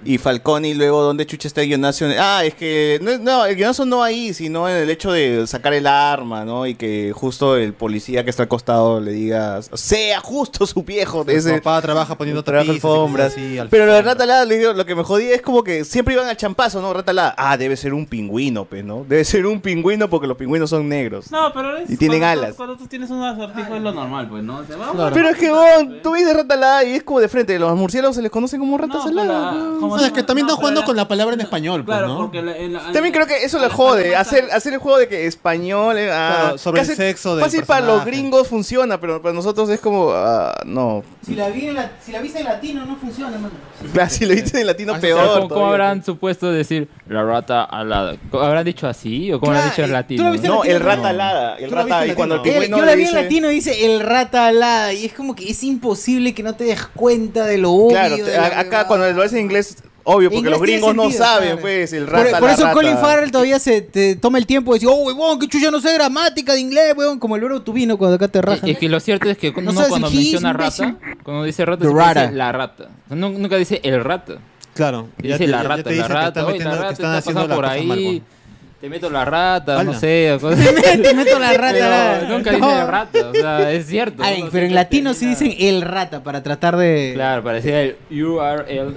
Speaker 3: y Falcón y luego dónde chucha está el guionazo. Ah, es que no, es- no, el guionazo no ahí, sino en el hecho de sacar el arma, ¿no? Y que justo el policía que está al costado le diga, sea justo su viejo.
Speaker 13: Su
Speaker 3: Ese,
Speaker 13: papá trabaja poniendo
Speaker 3: trabaja
Speaker 13: tapizas y
Speaker 3: alfombras.
Speaker 13: cosas así,
Speaker 3: Pero lo de
Speaker 13: alfombras.
Speaker 3: Rata Alada, le digo, lo que me jodía es como que siempre iban al champazo, ¿no? Rata Alada, ah, debe ser un pingüino, pues, ¿no? Debe ser un pingüino porque los pingüinos son negros.
Speaker 5: No, pero es
Speaker 3: Y tienen
Speaker 5: cuando-
Speaker 3: alas.
Speaker 5: Cuando tú tienes un acertijo es lo normal, pues, ¿no? O sea, vamos a-
Speaker 3: Pero es que, weón, tú dices rata alada y es como de frente. Los murciélagos se les conoce como ratas
Speaker 5: No,
Speaker 3: aladas,
Speaker 5: pero-
Speaker 3: weón.
Speaker 5: como
Speaker 13: No, es que
Speaker 5: no-
Speaker 13: también
Speaker 5: no,
Speaker 13: están jugando
Speaker 5: pero-
Speaker 13: con la palabra en español, pues,
Speaker 5: Claro,
Speaker 13: ¿no?
Speaker 5: porque la- en la-
Speaker 3: También creo que eso
Speaker 5: a
Speaker 3: le
Speaker 5: las
Speaker 3: jode.
Speaker 5: palomas-
Speaker 3: Hacer, hacer el juego de que español. eh, ah,
Speaker 13: Claro, sobre el sexo del
Speaker 3: Fácil para los
Speaker 13: personaje.
Speaker 3: gringos funciona, pero para nosotros es como. ah, no.
Speaker 2: Si la, vi en la- si la viste en latino, no funciona, mano.
Speaker 3: Claro, si lo viste en latino,
Speaker 13: Ah,
Speaker 6: Pero
Speaker 3: peor.
Speaker 6: ¿Cómo, cómo
Speaker 3: todavía.
Speaker 6: habrán supuesto decir la rata alada? ¿Habrán dicho así o cómo habrán
Speaker 3: Claro,
Speaker 6: dicho en
Speaker 3: eh,
Speaker 6: latino?
Speaker 2: ¿tú lo viste en
Speaker 3: No, el
Speaker 2: latino?
Speaker 3: rata
Speaker 13: No.
Speaker 3: alada. El
Speaker 13: ¿Tú lo viste
Speaker 3: rata.
Speaker 13: en
Speaker 3: Y cuando el
Speaker 13: latino?
Speaker 2: El-
Speaker 3: pingüino
Speaker 2: yo
Speaker 3: le
Speaker 2: la vi en
Speaker 3: dice-
Speaker 2: latino y dice el rata alada y es como que es imposible que no te des cuenta de lo obvio.
Speaker 3: Claro,
Speaker 2: de
Speaker 3: te-
Speaker 2: la
Speaker 3: a- acá
Speaker 2: huevada.
Speaker 3: cuando lo hace en inglés, obvio, porque
Speaker 2: Inglés
Speaker 3: los
Speaker 2: tiene
Speaker 3: gringos no
Speaker 2: sentido,
Speaker 3: saben,
Speaker 2: claro.
Speaker 3: pues, el
Speaker 2: Por,
Speaker 3: rata.
Speaker 2: por
Speaker 3: la
Speaker 2: eso
Speaker 3: rata.
Speaker 2: Colin Farrell todavía se te toma el tiempo de decir, oh, huevón, qué chucha, no sé gramática de inglés, huevón, como el oro tubino cuando acá te rajan.
Speaker 6: Es que lo cierto es que uno
Speaker 2: sabes
Speaker 6: cuando
Speaker 2: si he's
Speaker 6: menciona
Speaker 2: un
Speaker 6: rata, cuando dice rata,
Speaker 2: The
Speaker 6: siempre
Speaker 2: rata.
Speaker 6: dice la rata. O sea, nu- nunca dice el rata.
Speaker 13: Claro.
Speaker 6: Y
Speaker 13: Ya
Speaker 6: dice
Speaker 13: te-
Speaker 6: la
Speaker 13: ya
Speaker 6: rata,
Speaker 13: te
Speaker 6: la
Speaker 13: dicen que
Speaker 6: rata,
Speaker 13: están
Speaker 6: oye,
Speaker 13: metiendo-
Speaker 6: la
Speaker 13: que
Speaker 6: rata,
Speaker 13: están
Speaker 6: está
Speaker 13: haciendo
Speaker 6: pasando
Speaker 13: las
Speaker 6: por
Speaker 13: cosas mal,
Speaker 6: ahí.
Speaker 13: pues.
Speaker 6: Te meto la rata, no
Speaker 13: Ala.
Speaker 6: sé. o cosas-
Speaker 2: te meto la rata. alada.
Speaker 6: Pero nunca dice
Speaker 2: No.
Speaker 6: rata, o sea, es cierto.
Speaker 2: Ay,
Speaker 6: ¿no?
Speaker 2: pero en
Speaker 6: Siempre
Speaker 2: latino sí
Speaker 6: termina-
Speaker 2: dicen el rata para tratar de.
Speaker 6: Claro, parecía el URL.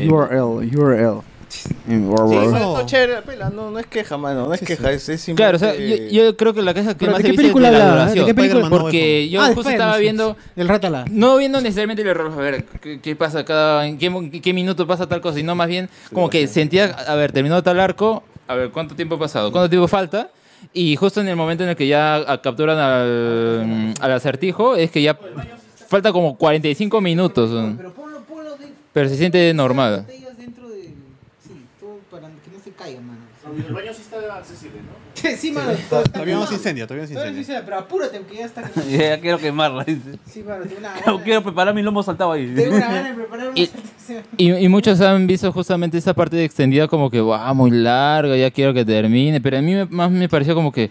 Speaker 9: URL, URL.
Speaker 3: Sí,
Speaker 13: Wow.
Speaker 3: eso es todo chévere, pela, no, no es queja, mano, no es
Speaker 13: Sí,
Speaker 3: queja, es, es
Speaker 6: Claro, o sea, yo,
Speaker 3: simplemente-
Speaker 6: yo creo que la queja que
Speaker 2: Pero,
Speaker 6: más
Speaker 2: ¿de qué
Speaker 6: he visto es
Speaker 2: película
Speaker 6: de la
Speaker 2: hablaba? ¿De
Speaker 6: duración.
Speaker 2: qué película?
Speaker 13: Spider-Man no
Speaker 6: Porque yo
Speaker 2: Ah,
Speaker 6: justo
Speaker 2: Spider-Man,
Speaker 6: estaba
Speaker 2: sí.
Speaker 6: viendo
Speaker 2: El rata alada.
Speaker 6: No viendo necesariamente el error, a ver, ¿qué, qué pasa cada, en qué, mo- en qué minuto pasa tal cosa, sino más bien como que sentía, a ver, terminó tal arco, a ver, ¿cuánto tiempo ha pasado? ¿Cuánto tiempo falta? Y justo en el momento en el que ya ah, capturan al, al acertijo, es que ya falta como 45 minutos,
Speaker 2: Pero ponlo, ponlo de-
Speaker 6: pero se siente normal.
Speaker 2: botellas dentro de- sí, todo para que no se caiga, mano.
Speaker 3: El baño sí está accesible, ¿no?
Speaker 2: Sí, mano.
Speaker 4: Sí.
Speaker 2: todo está
Speaker 4: pues. Todavía no se
Speaker 2: quemado.
Speaker 4: incendia, todavía no se
Speaker 2: Todavía no se incendia, pero apúrate, porque ya está quemado.
Speaker 15: Ya quiero quemarla. dice.
Speaker 2: Sí, mano, tengo una
Speaker 15: Quiero- Quiero preparar mi lomo saltado ahí.
Speaker 2: Tengo una gana de preparar una
Speaker 6: Y-
Speaker 2: sentencia.
Speaker 6: Y, y muchos han visto justamente esa parte de extendida como que, wow, muy larga, ya quiero que termine. Pero a mí me- más me pareció como que,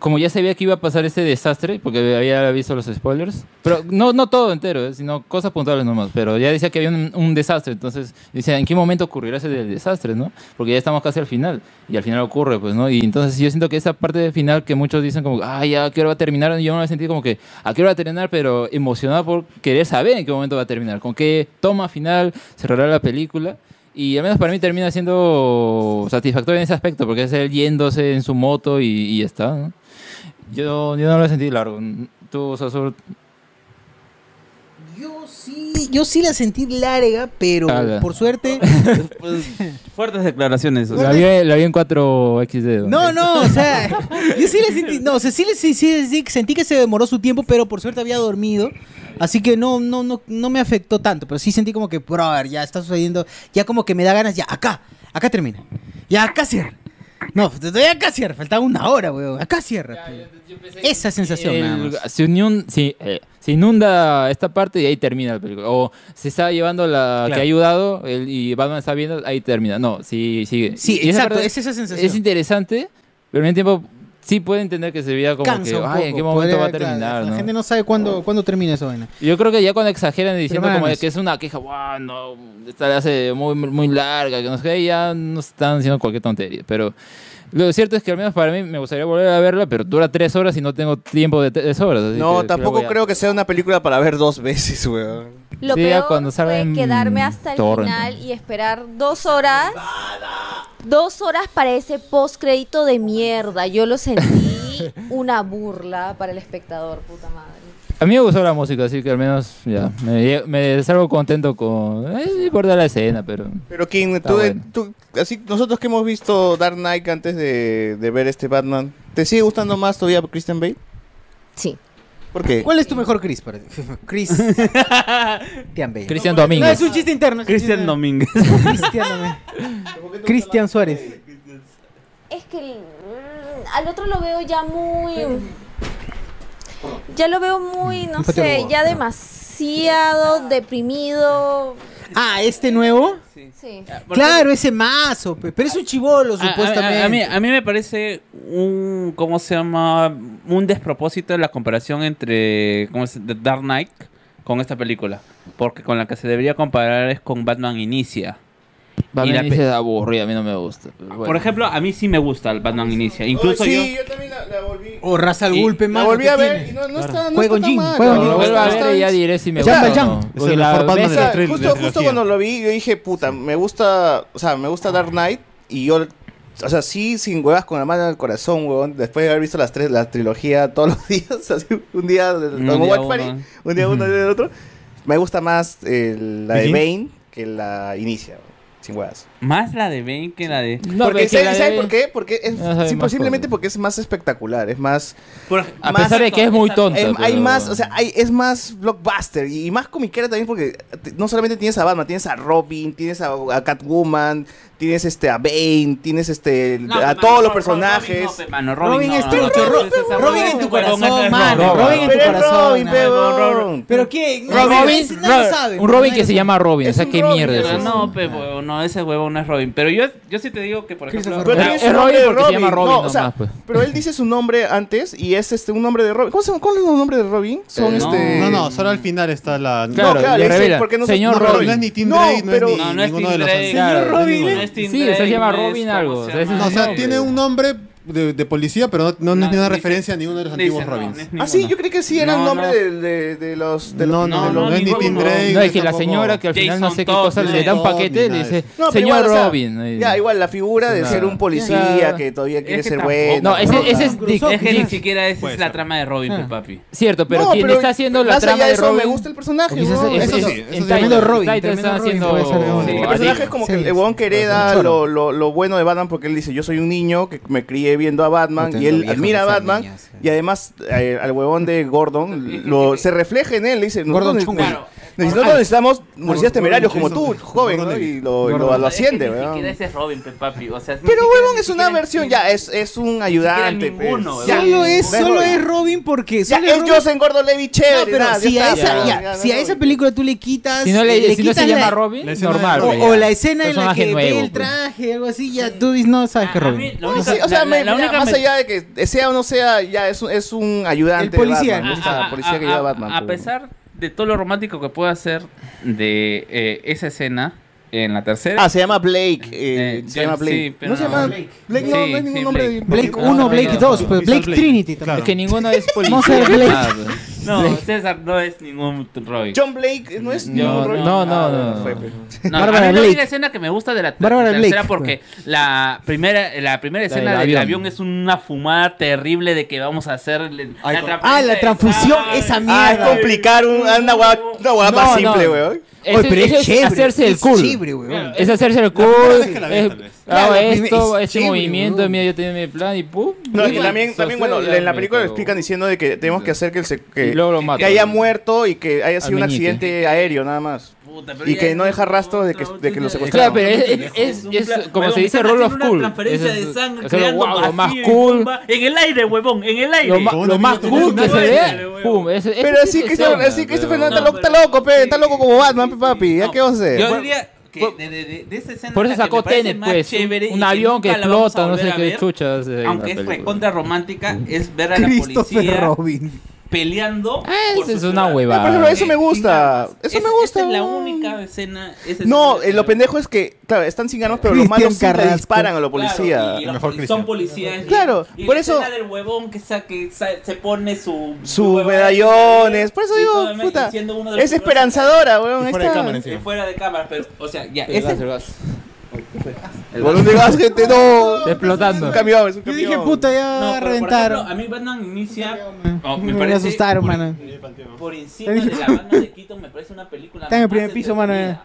Speaker 6: como ya sabía que iba a pasar ese desastre, porque había visto los spoilers, pero no, no todo entero, eh, sino cosas puntuales nomás, pero ya decía que había un, un desastre. Entonces, dice, ¿en qué momento ocurrirá ese del desastre, no? Porque ya estamos casi al final, y al final ocurre, pues, ¿no? Y entonces yo siento que esa parte del final que muchos dicen como, ah, ya, ¿a qué hora va a terminar? Yo me sentí como que, ¿a qué hora va a terminar? Pero emocionado por querer saber en qué momento va a terminar, con qué toma final cerrará la película. Y al menos para mí termina siendo satisfactorio en ese aspecto, porque es él yéndose en su moto y, y ya está, ¿no? Yo, yo no lo sentí largo. Tú, Sasur,
Speaker 2: Yo sí, yo sí la sentí larga, pero
Speaker 6: Ala.
Speaker 2: por suerte. pues,
Speaker 15: Fuertes declaraciones. o sea.
Speaker 6: la vi, la vi en 4XD.
Speaker 2: No, no, o sea, yo sí le sentí, no, o sea, sí le sí, sí, sí, sentí que se demoró su tiempo, pero por suerte había dormido. Así que no, no, no, no me afectó tanto, pero sí sentí como que, brother, ya está sucediendo, ya como que me da ganas, ya, acá, acá termina, ya acá cierra. No, todavía acá cierra, faltaba una hora, weón, acá cierra. pe. Esa sensación, nada
Speaker 6: El-
Speaker 2: más.
Speaker 6: se, unió- sí, eh, se inunda esta parte y ahí termina la película. O se está llevando la que ha ayudado el- y Batman está viendo, ahí termina. No, sí, sigue.
Speaker 2: Sí,
Speaker 6: Y esa
Speaker 2: exacto,
Speaker 6: parte
Speaker 2: es esa sensación.
Speaker 6: Es interesante, pero al mismo tiempo sí puede entender que se veía como
Speaker 2: Cansa
Speaker 6: que,
Speaker 2: un
Speaker 6: ay, ¿en
Speaker 2: poco,
Speaker 6: qué
Speaker 2: podría-
Speaker 6: momento va a
Speaker 2: claro,
Speaker 6: terminar?
Speaker 2: La
Speaker 6: no?
Speaker 2: gente no sabe cuándo, cuándo termina esa vaina.
Speaker 6: Yo creo que ya cuando exageran diciendo
Speaker 2: Pero,
Speaker 6: como
Speaker 2: manos.
Speaker 6: que es una queja, wow, no, esta la hace muy, muy larga, que no sé qué, ya no están haciendo cualquier tontería. Pero lo cierto es que al menos para mí me gustaría volver a verla, pero dura tres horas y no tengo tiempo de tres horas. así
Speaker 3: No,
Speaker 6: que
Speaker 3: tampoco
Speaker 6: voy a-
Speaker 3: creo que sea una película para ver dos veces, weón.
Speaker 8: Lo
Speaker 6: Sí, ya
Speaker 8: peor
Speaker 6: cuando salga
Speaker 8: fue
Speaker 6: en
Speaker 8: quedarme hasta el
Speaker 6: torrent.
Speaker 8: final y esperar dos horas. Dos horas para ese postcrédito de mierda. Yo lo sentí una burla para el espectador, puta madre.
Speaker 6: A mí me gustó la música, así que al menos ya, me, me salgo contento con... eh, sí, por dar la escena, pero...
Speaker 3: Pero King,
Speaker 6: Está
Speaker 3: tú,
Speaker 6: bueno.
Speaker 3: tú- así, nosotros que hemos visto Dark Knight antes de, de ver este Batman, ¿te sigue gustando más todavía Christian Bale?
Speaker 8: Sí.
Speaker 3: ¿Por qué?
Speaker 2: ¿Cuál es tu mejor Chris para ti? Chris. Cristian Bale.
Speaker 6: Cristian
Speaker 2: No,
Speaker 6: Domínguez.
Speaker 2: es un chiste interno. es un chiste
Speaker 15: Cristian
Speaker 2: interno.
Speaker 15: Domínguez.
Speaker 2: Cristian Domínguez. Cristian Suárez.
Speaker 8: Es que el- mm, al otro lo veo ya muy. Ya lo veo muy, no
Speaker 2: Un patio de
Speaker 8: sé,
Speaker 2: boda,
Speaker 8: ya
Speaker 2: no.
Speaker 8: demasiado deprimido.
Speaker 2: Ah, ¿este nuevo?
Speaker 8: Sí.
Speaker 2: Claro, ese mazo. pe- Pero es un chivolo,
Speaker 15: A- a-
Speaker 2: supuestamente.
Speaker 15: A, a mí, a mí me parece un, ¿cómo se llama? Un despropósito la comparación entre ¿cómo se- The Dark Knight con esta película. Porque con la que se debería comparar es con Batman Inicia.
Speaker 6: Batman
Speaker 15: la pe-
Speaker 6: Inicia es aburrida, a mí no me gusta. pero bueno.
Speaker 15: Por ejemplo, a mí sí me gusta el Batman Inicia. Incluso
Speaker 3: Ay,
Speaker 15: yo...
Speaker 3: sí, yo, también la, la volví.
Speaker 2: O Raza al
Speaker 15: Y-
Speaker 2: Gulpe,
Speaker 3: La
Speaker 2: mano.
Speaker 3: volví
Speaker 2: ¿qué
Speaker 3: a ver
Speaker 2: tiene?
Speaker 3: y no, no está, no
Speaker 2: Juega
Speaker 3: está
Speaker 2: con
Speaker 3: tan
Speaker 2: Jin,
Speaker 3: mal.
Speaker 2: juega
Speaker 6: Cuando
Speaker 2: con
Speaker 6: lo
Speaker 2: Jin.
Speaker 6: vuelva a ver y ya
Speaker 3: Está-
Speaker 6: diré si me
Speaker 2: Jump,
Speaker 6: gusta o no.
Speaker 2: jump.
Speaker 6: Porque
Speaker 13: Es el
Speaker 6: la
Speaker 13: mejor Batman
Speaker 6: ves
Speaker 3: O sea,
Speaker 13: de la tri-
Speaker 3: justo,
Speaker 13: de la
Speaker 3: justo
Speaker 13: trilogía.
Speaker 3: cuando lo vi, yo dije, puta, me gusta, o sea, me gusta Dark Knight y yo, o sea, sí, sin huevas, con la mano en el corazón, huevón, después de haber visto las tres, la trilogía todos los días, así, un día,
Speaker 15: Un
Speaker 3: como
Speaker 15: día
Speaker 3: Watch Party,
Speaker 15: uno.
Speaker 3: un día uno y el otro, me gusta más eh, la de
Speaker 13: Begin.
Speaker 3: Bane que la inicia, huevón, sin huevas.
Speaker 15: Más la de Bane que la de...
Speaker 3: porque,
Speaker 6: No, porque
Speaker 3: ¿sabes,
Speaker 6: la
Speaker 3: sabes
Speaker 6: de-
Speaker 3: por qué? Porque es,
Speaker 6: Ya sabe
Speaker 3: sí,
Speaker 6: más
Speaker 3: posiblemente
Speaker 6: cosas.
Speaker 3: porque es más espectacular, es más...
Speaker 15: Por-
Speaker 6: A
Speaker 3: Más
Speaker 6: pesar de que es muy tonto.
Speaker 3: Em, Hay
Speaker 6: pero-
Speaker 3: más, o sea, hay- es más blockbuster y más comiquera también porque te- no solamente tienes a Batman, tienes a Robin, tienes a, a Catwoman, tienes este a Bane, tienes este
Speaker 15: No,
Speaker 3: a
Speaker 15: pe,
Speaker 3: todos
Speaker 15: mano,
Speaker 3: los
Speaker 15: Ro-
Speaker 3: personajes.
Speaker 15: Robin, no, pe, mano,
Speaker 2: Robin
Speaker 15: no,
Speaker 2: es
Speaker 15: no,
Speaker 2: tu
Speaker 15: no,
Speaker 2: Ro-
Speaker 15: no, no, no, no,
Speaker 2: Robin
Speaker 15: no,
Speaker 2: en tu
Speaker 15: no, no, no,
Speaker 2: corazón,
Speaker 15: no,
Speaker 2: mano.
Speaker 15: no,
Speaker 2: Robin en tu
Speaker 3: Pero es
Speaker 2: corazón.
Speaker 3: Robin,
Speaker 2: mano.
Speaker 3: pe,
Speaker 15: Robin.
Speaker 3: huevón.
Speaker 2: Pero qué. No,
Speaker 6: Robin-
Speaker 2: nadie- nadie
Speaker 6: Ro-
Speaker 2: sabe,
Speaker 6: un
Speaker 2: pe,
Speaker 6: Robin
Speaker 2: nadie
Speaker 6: que se
Speaker 2: sabe.
Speaker 6: llama Robin, o
Speaker 3: Es
Speaker 6: sea,
Speaker 3: un
Speaker 6: qué
Speaker 3: Robin,
Speaker 6: mierda. es
Speaker 15: Pero
Speaker 6: eso?
Speaker 15: no, pe, huevón, no, ese huevo no es Robin. Pero yo, yo sí te digo que, por ejemplo...
Speaker 3: Pero
Speaker 6: Pero
Speaker 3: tienes
Speaker 6: es
Speaker 3: un
Speaker 6: Robin
Speaker 3: nombre de
Speaker 6: porque se llama Robin
Speaker 3: No, o sea,
Speaker 6: nomás, pues.
Speaker 3: Pero él dice su nombre antes y es este un nombre de Robin. ¿Cómo se- ¿Cuál es el nombre de Robin? Son
Speaker 15: Eh, no.
Speaker 3: este
Speaker 4: No, no, solo al final está la.
Speaker 6: Claro,
Speaker 3: claro,
Speaker 6: le
Speaker 3: ese,
Speaker 6: revela.
Speaker 3: porque no se-
Speaker 6: Señor
Speaker 3: no,
Speaker 4: No,
Speaker 6: Robin.
Speaker 4: no es ni Tim
Speaker 3: No,
Speaker 4: Drake, no,
Speaker 3: pero- ¿eh?
Speaker 4: es ni
Speaker 15: No, no es
Speaker 4: ninguno de
Speaker 15: Tim
Speaker 4: los
Speaker 15: Drake.
Speaker 4: ancianos,
Speaker 6: Claro.
Speaker 4: no es
Speaker 15: No
Speaker 4: ninguno.
Speaker 15: es Tim
Speaker 6: Sí, se
Speaker 15: Drake, no
Speaker 6: llama
Speaker 15: es-
Speaker 6: Robin
Speaker 15: ¿cómo
Speaker 6: algo,
Speaker 15: se
Speaker 6: o sea, ese
Speaker 15: llama?
Speaker 4: No, o sea,
Speaker 6: No,
Speaker 4: tiene
Speaker 6: pero-
Speaker 4: un nombre de, de policía, pero no, no,
Speaker 15: No,
Speaker 4: es ni una
Speaker 15: dice-
Speaker 4: referencia a ninguno de los
Speaker 15: Dice,
Speaker 4: antiguos
Speaker 15: no,
Speaker 4: Robins.
Speaker 15: no es
Speaker 3: Ah, sí,
Speaker 15: ninguno.
Speaker 3: yo creí que sí era
Speaker 15: No,
Speaker 3: el nombre
Speaker 15: no.
Speaker 3: de, de- de los de
Speaker 4: No,
Speaker 3: los- de
Speaker 4: no, no,
Speaker 3: los-
Speaker 4: no es ni
Speaker 15: ninguno.
Speaker 4: Tim Drake.
Speaker 6: No, es que la
Speaker 4: tampoco-
Speaker 6: señora que al final no
Speaker 15: Jason
Speaker 6: sé qué
Speaker 15: Todd,
Speaker 6: cosa
Speaker 15: no
Speaker 6: le
Speaker 15: es
Speaker 6: da un
Speaker 4: Todd,
Speaker 6: paquete,
Speaker 4: ni
Speaker 6: le
Speaker 4: nada de
Speaker 6: dice,
Speaker 3: No, pero
Speaker 6: señor
Speaker 3: igual, o sea,
Speaker 6: Robin. eh.
Speaker 3: Ya, igual, la figura de
Speaker 6: Claro.
Speaker 3: ser un policía
Speaker 6: Claro.
Speaker 3: que todavía quiere
Speaker 15: Es que
Speaker 3: ser
Speaker 15: tampoco-
Speaker 3: bueno.
Speaker 6: No, ese, ese es
Speaker 2: Cruzó,
Speaker 6: Dick-
Speaker 15: Es que ni
Speaker 2: Cruzó.
Speaker 15: siquiera esa
Speaker 4: Puede
Speaker 15: es la
Speaker 4: ser.
Speaker 15: trama de Robin, pe,
Speaker 2: Ah.
Speaker 15: papi.
Speaker 6: Cierto, pero
Speaker 3: No,
Speaker 6: quien está haciendo la
Speaker 3: más allá
Speaker 6: trama de
Speaker 3: eso,
Speaker 6: Robin...
Speaker 3: me gusta el personaje,
Speaker 6: Porque
Speaker 3: huevón. Eso
Speaker 6: es- es-
Speaker 3: sí.
Speaker 6: en
Speaker 4: eso sí.
Speaker 6: Titans-
Speaker 2: Tremendo Robin,
Speaker 6: Titans
Speaker 2: tremendo
Speaker 6: están
Speaker 2: Robin,
Speaker 6: haciendo...
Speaker 2: puede ser,
Speaker 3: El
Speaker 2: Sí,
Speaker 3: personaje es como que
Speaker 2: sí,
Speaker 3: el huevón que hereda
Speaker 2: Choro.
Speaker 3: lo, lo, lo bueno de Batman porque él dice, yo soy un niño que me crié viendo a Batman
Speaker 11: Puta,
Speaker 3: y
Speaker 11: es lo
Speaker 3: él
Speaker 11: viejo
Speaker 3: admira
Speaker 11: que
Speaker 3: a
Speaker 11: son
Speaker 3: Batman
Speaker 11: niñas.
Speaker 3: y además eh, al huevón de Gordon lo, se refleja en él, le dice,
Speaker 2: Gordon
Speaker 3: nosotros,
Speaker 2: Chungway.
Speaker 3: claro, nosotros necesitamos policías temerarios como tú,
Speaker 2: Gordon
Speaker 3: joven, ¿no? y lo, lo- lo asciende,
Speaker 5: Ni
Speaker 3: ¿verdad?
Speaker 5: siquiera ese es Robin, pe, papi. O sea, ni
Speaker 3: Pero
Speaker 5: siquiera-
Speaker 3: huevón
Speaker 5: ni
Speaker 3: es una
Speaker 5: siquiera-
Speaker 3: versión, ya, es, es un ayudante. pues.
Speaker 5: ninguno,
Speaker 3: Ya,
Speaker 2: Solo es,
Speaker 3: no
Speaker 2: solo es Robin porque.
Speaker 3: Ya,
Speaker 2: solo
Speaker 3: es
Speaker 2: Robin-
Speaker 3: Joseph Gordon Levy chévere.
Speaker 2: No, pero
Speaker 3: nada,
Speaker 2: si,
Speaker 3: ya
Speaker 2: a
Speaker 3: está,
Speaker 2: esa,
Speaker 3: ya,
Speaker 2: ya,
Speaker 3: ya,
Speaker 2: si
Speaker 3: no,
Speaker 2: a esa película tú le quitas.
Speaker 6: Si no, le,
Speaker 2: le
Speaker 6: si no se
Speaker 2: quitas
Speaker 6: llama
Speaker 2: la-
Speaker 6: Robin,
Speaker 4: la escena
Speaker 6: normal.
Speaker 4: de Robin.
Speaker 6: güey,
Speaker 2: O
Speaker 6: ya.
Speaker 2: la escena en la
Speaker 6: Personaje
Speaker 2: que
Speaker 6: nuevo,
Speaker 2: ve el
Speaker 6: pues.
Speaker 2: traje, algo así, ya tú dices, no sabes que es
Speaker 5: A
Speaker 2: Robin.
Speaker 5: mí, la
Speaker 3: No,
Speaker 5: única-
Speaker 3: Ah, sí, o sea,
Speaker 5: la-
Speaker 3: me-
Speaker 5: la
Speaker 3: mira,
Speaker 5: única
Speaker 3: más
Speaker 5: me-
Speaker 3: allá de que sea o no sea, ya es un, es un ayudante.
Speaker 2: El policía.
Speaker 3: de Batman, ¿no? O sea,
Speaker 5: a-
Speaker 3: policía que
Speaker 5: Ah, a-
Speaker 3: ayuda a
Speaker 5: a-
Speaker 3: Batman.
Speaker 5: A
Speaker 3: pues.
Speaker 5: pesar de todo lo romántico que pueda ser de eh, esa escena en la tercera.
Speaker 3: Ah, se llama Blake. eh,
Speaker 5: Eh,
Speaker 3: se llama
Speaker 5: sí,
Speaker 3: Blake.
Speaker 5: pero
Speaker 3: no se
Speaker 5: no.
Speaker 3: llama Blake.
Speaker 5: Blake.
Speaker 3: no, no hay
Speaker 5: Sí,
Speaker 3: ningún
Speaker 5: sí,
Speaker 3: nombre.
Speaker 5: Blake.
Speaker 3: de-
Speaker 2: Blake
Speaker 3: No,
Speaker 2: 1,
Speaker 5: no,
Speaker 2: Blake 2,
Speaker 5: no, no,
Speaker 2: pero
Speaker 4: no,
Speaker 2: Blake
Speaker 4: Blake.
Speaker 2: Trinity también.
Speaker 4: Claro.
Speaker 6: Es que ninguna es policía.
Speaker 2: No sé, Blake.
Speaker 6: Ah, pues.
Speaker 5: No, César no es ningún Robin.
Speaker 3: John Blake no es
Speaker 6: No,
Speaker 3: ningún
Speaker 6: no,
Speaker 3: Robin.
Speaker 6: no, no,
Speaker 3: Ah,
Speaker 6: no,
Speaker 3: bueno,
Speaker 6: no.
Speaker 3: fue, pues.
Speaker 5: No,
Speaker 2: Bárbara
Speaker 5: a mí la
Speaker 2: Blake.
Speaker 5: única escena que me gusta de la ter-
Speaker 2: Bárbara
Speaker 5: tercera
Speaker 2: Blake,
Speaker 5: porque
Speaker 6: pues.
Speaker 5: la primera la primera
Speaker 6: del
Speaker 5: escena del
Speaker 6: avión.
Speaker 5: avión es una fumada terrible de que vamos a hacer le-
Speaker 4: Ay,
Speaker 5: la
Speaker 4: co-
Speaker 5: transfusión
Speaker 2: Ah, la
Speaker 5: de
Speaker 2: transfusión,
Speaker 5: sangre.
Speaker 2: esa
Speaker 3: Ah, es
Speaker 2: mierda.
Speaker 3: complicar un, una hueá una hueá
Speaker 6: No,
Speaker 3: más
Speaker 6: no.
Speaker 3: simple, weón.
Speaker 6: Eso-
Speaker 2: Oye, pero
Speaker 6: eso
Speaker 2: es chévere,
Speaker 6: hacerse el
Speaker 2: es
Speaker 6: cool.
Speaker 2: chévere, weón.
Speaker 6: Es hacerse el cool.
Speaker 4: primera vez que la ves,
Speaker 6: es-
Speaker 4: tal vez.
Speaker 6: Hago
Speaker 2: Claro, la primera-
Speaker 6: esto,
Speaker 2: es
Speaker 6: este
Speaker 2: chévere,
Speaker 6: movimiento
Speaker 2: weón.
Speaker 6: mío, yo tenía mi plan y pum.
Speaker 3: No, y
Speaker 6: pum,
Speaker 3: también, también bueno,
Speaker 6: sostenerme,
Speaker 3: en la película lo
Speaker 6: pero-
Speaker 3: explican diciendo de que tenemos que hacer que, el se-
Speaker 6: Y
Speaker 3: que,
Speaker 6: luego lo matan.
Speaker 3: que haya muerto y que haya sido
Speaker 6: Al
Speaker 3: un
Speaker 6: meñique.
Speaker 3: accidente aéreo nada más.
Speaker 5: Puta, pero
Speaker 3: Y
Speaker 5: ya
Speaker 3: que no
Speaker 5: es
Speaker 3: deja rastros de que,
Speaker 5: otro-
Speaker 3: de que lo
Speaker 5: Claro,
Speaker 3: secuestraron.
Speaker 6: Claro, pero es, es,
Speaker 5: Es
Speaker 6: es,
Speaker 5: un
Speaker 6: es
Speaker 5: plan-
Speaker 6: como
Speaker 5: huevón,
Speaker 6: se
Speaker 5: me
Speaker 6: dice
Speaker 5: están
Speaker 6: roll
Speaker 5: haciendo
Speaker 6: of
Speaker 5: una
Speaker 6: cool.
Speaker 5: transferencia de
Speaker 6: es-
Speaker 5: sangre,
Speaker 6: es algo,
Speaker 5: creando
Speaker 6: wow, lo más
Speaker 5: vacío y
Speaker 6: cool,
Speaker 5: bomba en el aire, huevón, en el aire.
Speaker 6: lo, ma- lo más
Speaker 4: Con
Speaker 6: cool que se
Speaker 5: Dale,
Speaker 6: vea.
Speaker 5: huevón.
Speaker 6: Pum, es, es-
Speaker 3: Pero así
Speaker 6: es-
Speaker 3: que
Speaker 6: es-
Speaker 3: está-
Speaker 6: es-
Speaker 3: así que
Speaker 6: es-
Speaker 3: Stephen Fernández
Speaker 5: No,
Speaker 3: está loco, está
Speaker 5: pero-
Speaker 3: loco, pe, está loco como Batman, pe, papi, ya
Speaker 5: No,
Speaker 3: qué vas a hacer.
Speaker 5: Yo
Speaker 3: Bueno,
Speaker 5: diría que de, de- de- de esa escena
Speaker 6: Por
Speaker 5: la
Speaker 6: eso
Speaker 5: que me
Speaker 6: sacó
Speaker 5: parece
Speaker 6: Tenet,
Speaker 5: más
Speaker 6: pues.
Speaker 5: chévere y
Speaker 6: Un
Speaker 5: que
Speaker 6: avión que
Speaker 5: nunca la vamos a
Speaker 6: explota, no sé
Speaker 5: volver a
Speaker 6: qué
Speaker 5: ver,
Speaker 6: chuchas. eh,
Speaker 5: Aunque es recontra romántica, es ver a la
Speaker 2: Christopher
Speaker 5: policía
Speaker 2: Robin.
Speaker 5: peleando.
Speaker 6: Ah,
Speaker 5: por
Speaker 6: esa
Speaker 5: su
Speaker 6: es una
Speaker 5: ciudad.
Speaker 6: huevada.
Speaker 3: Por ejemplo, eso me
Speaker 5: Eh,
Speaker 3: gusta.
Speaker 5: sin armas.
Speaker 3: Eso
Speaker 5: Esa-
Speaker 3: me gusta.
Speaker 5: Esa es la
Speaker 3: weón.
Speaker 5: única escena. esa
Speaker 3: No,
Speaker 5: escena
Speaker 3: eh,
Speaker 5: que-
Speaker 3: lo pendejo es que, claro, están sin armas, pero los
Speaker 2: Cristian
Speaker 3: malos sí le
Speaker 2: Carrasco.
Speaker 3: disparan a los
Speaker 5: Claro,
Speaker 3: policías.
Speaker 5: y la
Speaker 4: Mejor
Speaker 5: poli-
Speaker 4: Cristian.
Speaker 5: son policías. y-
Speaker 3: Claro,
Speaker 5: y
Speaker 3: por
Speaker 5: la
Speaker 3: eso-
Speaker 5: escena del huevón que, sa- que sa- se pone su.
Speaker 3: Sus
Speaker 5: huevada
Speaker 3: medallones. Por eso
Speaker 5: y todo
Speaker 3: digo,
Speaker 5: demás, y
Speaker 3: puta.
Speaker 5: siendo uno de los
Speaker 3: Es
Speaker 5: primeros
Speaker 3: esperanzadora, weón.
Speaker 4: Y
Speaker 3: ahí
Speaker 4: fuera de
Speaker 3: está.
Speaker 4: cámara
Speaker 5: que- eh,
Speaker 4: encima.
Speaker 5: Fuera de cámara, pero. O sea, ya.
Speaker 6: El
Speaker 5: ese-
Speaker 6: gas, el gas.
Speaker 3: El balón de gas, gente, no.
Speaker 6: Está
Speaker 3: Es un
Speaker 6: explotando.
Speaker 3: camión, es un
Speaker 2: Yo
Speaker 3: camión.
Speaker 2: dije, puta, ya
Speaker 5: No, pero, por
Speaker 2: reventaron.
Speaker 5: ejemplo, a mí Batman inicia. Oh,
Speaker 2: me,
Speaker 5: me parece
Speaker 2: asustaron,
Speaker 5: por-
Speaker 2: mano.
Speaker 5: Por encima de la banda de Quito me parece una película.
Speaker 2: Está en el
Speaker 5: más
Speaker 2: primer piso, mano, eh.
Speaker 5: entretenida.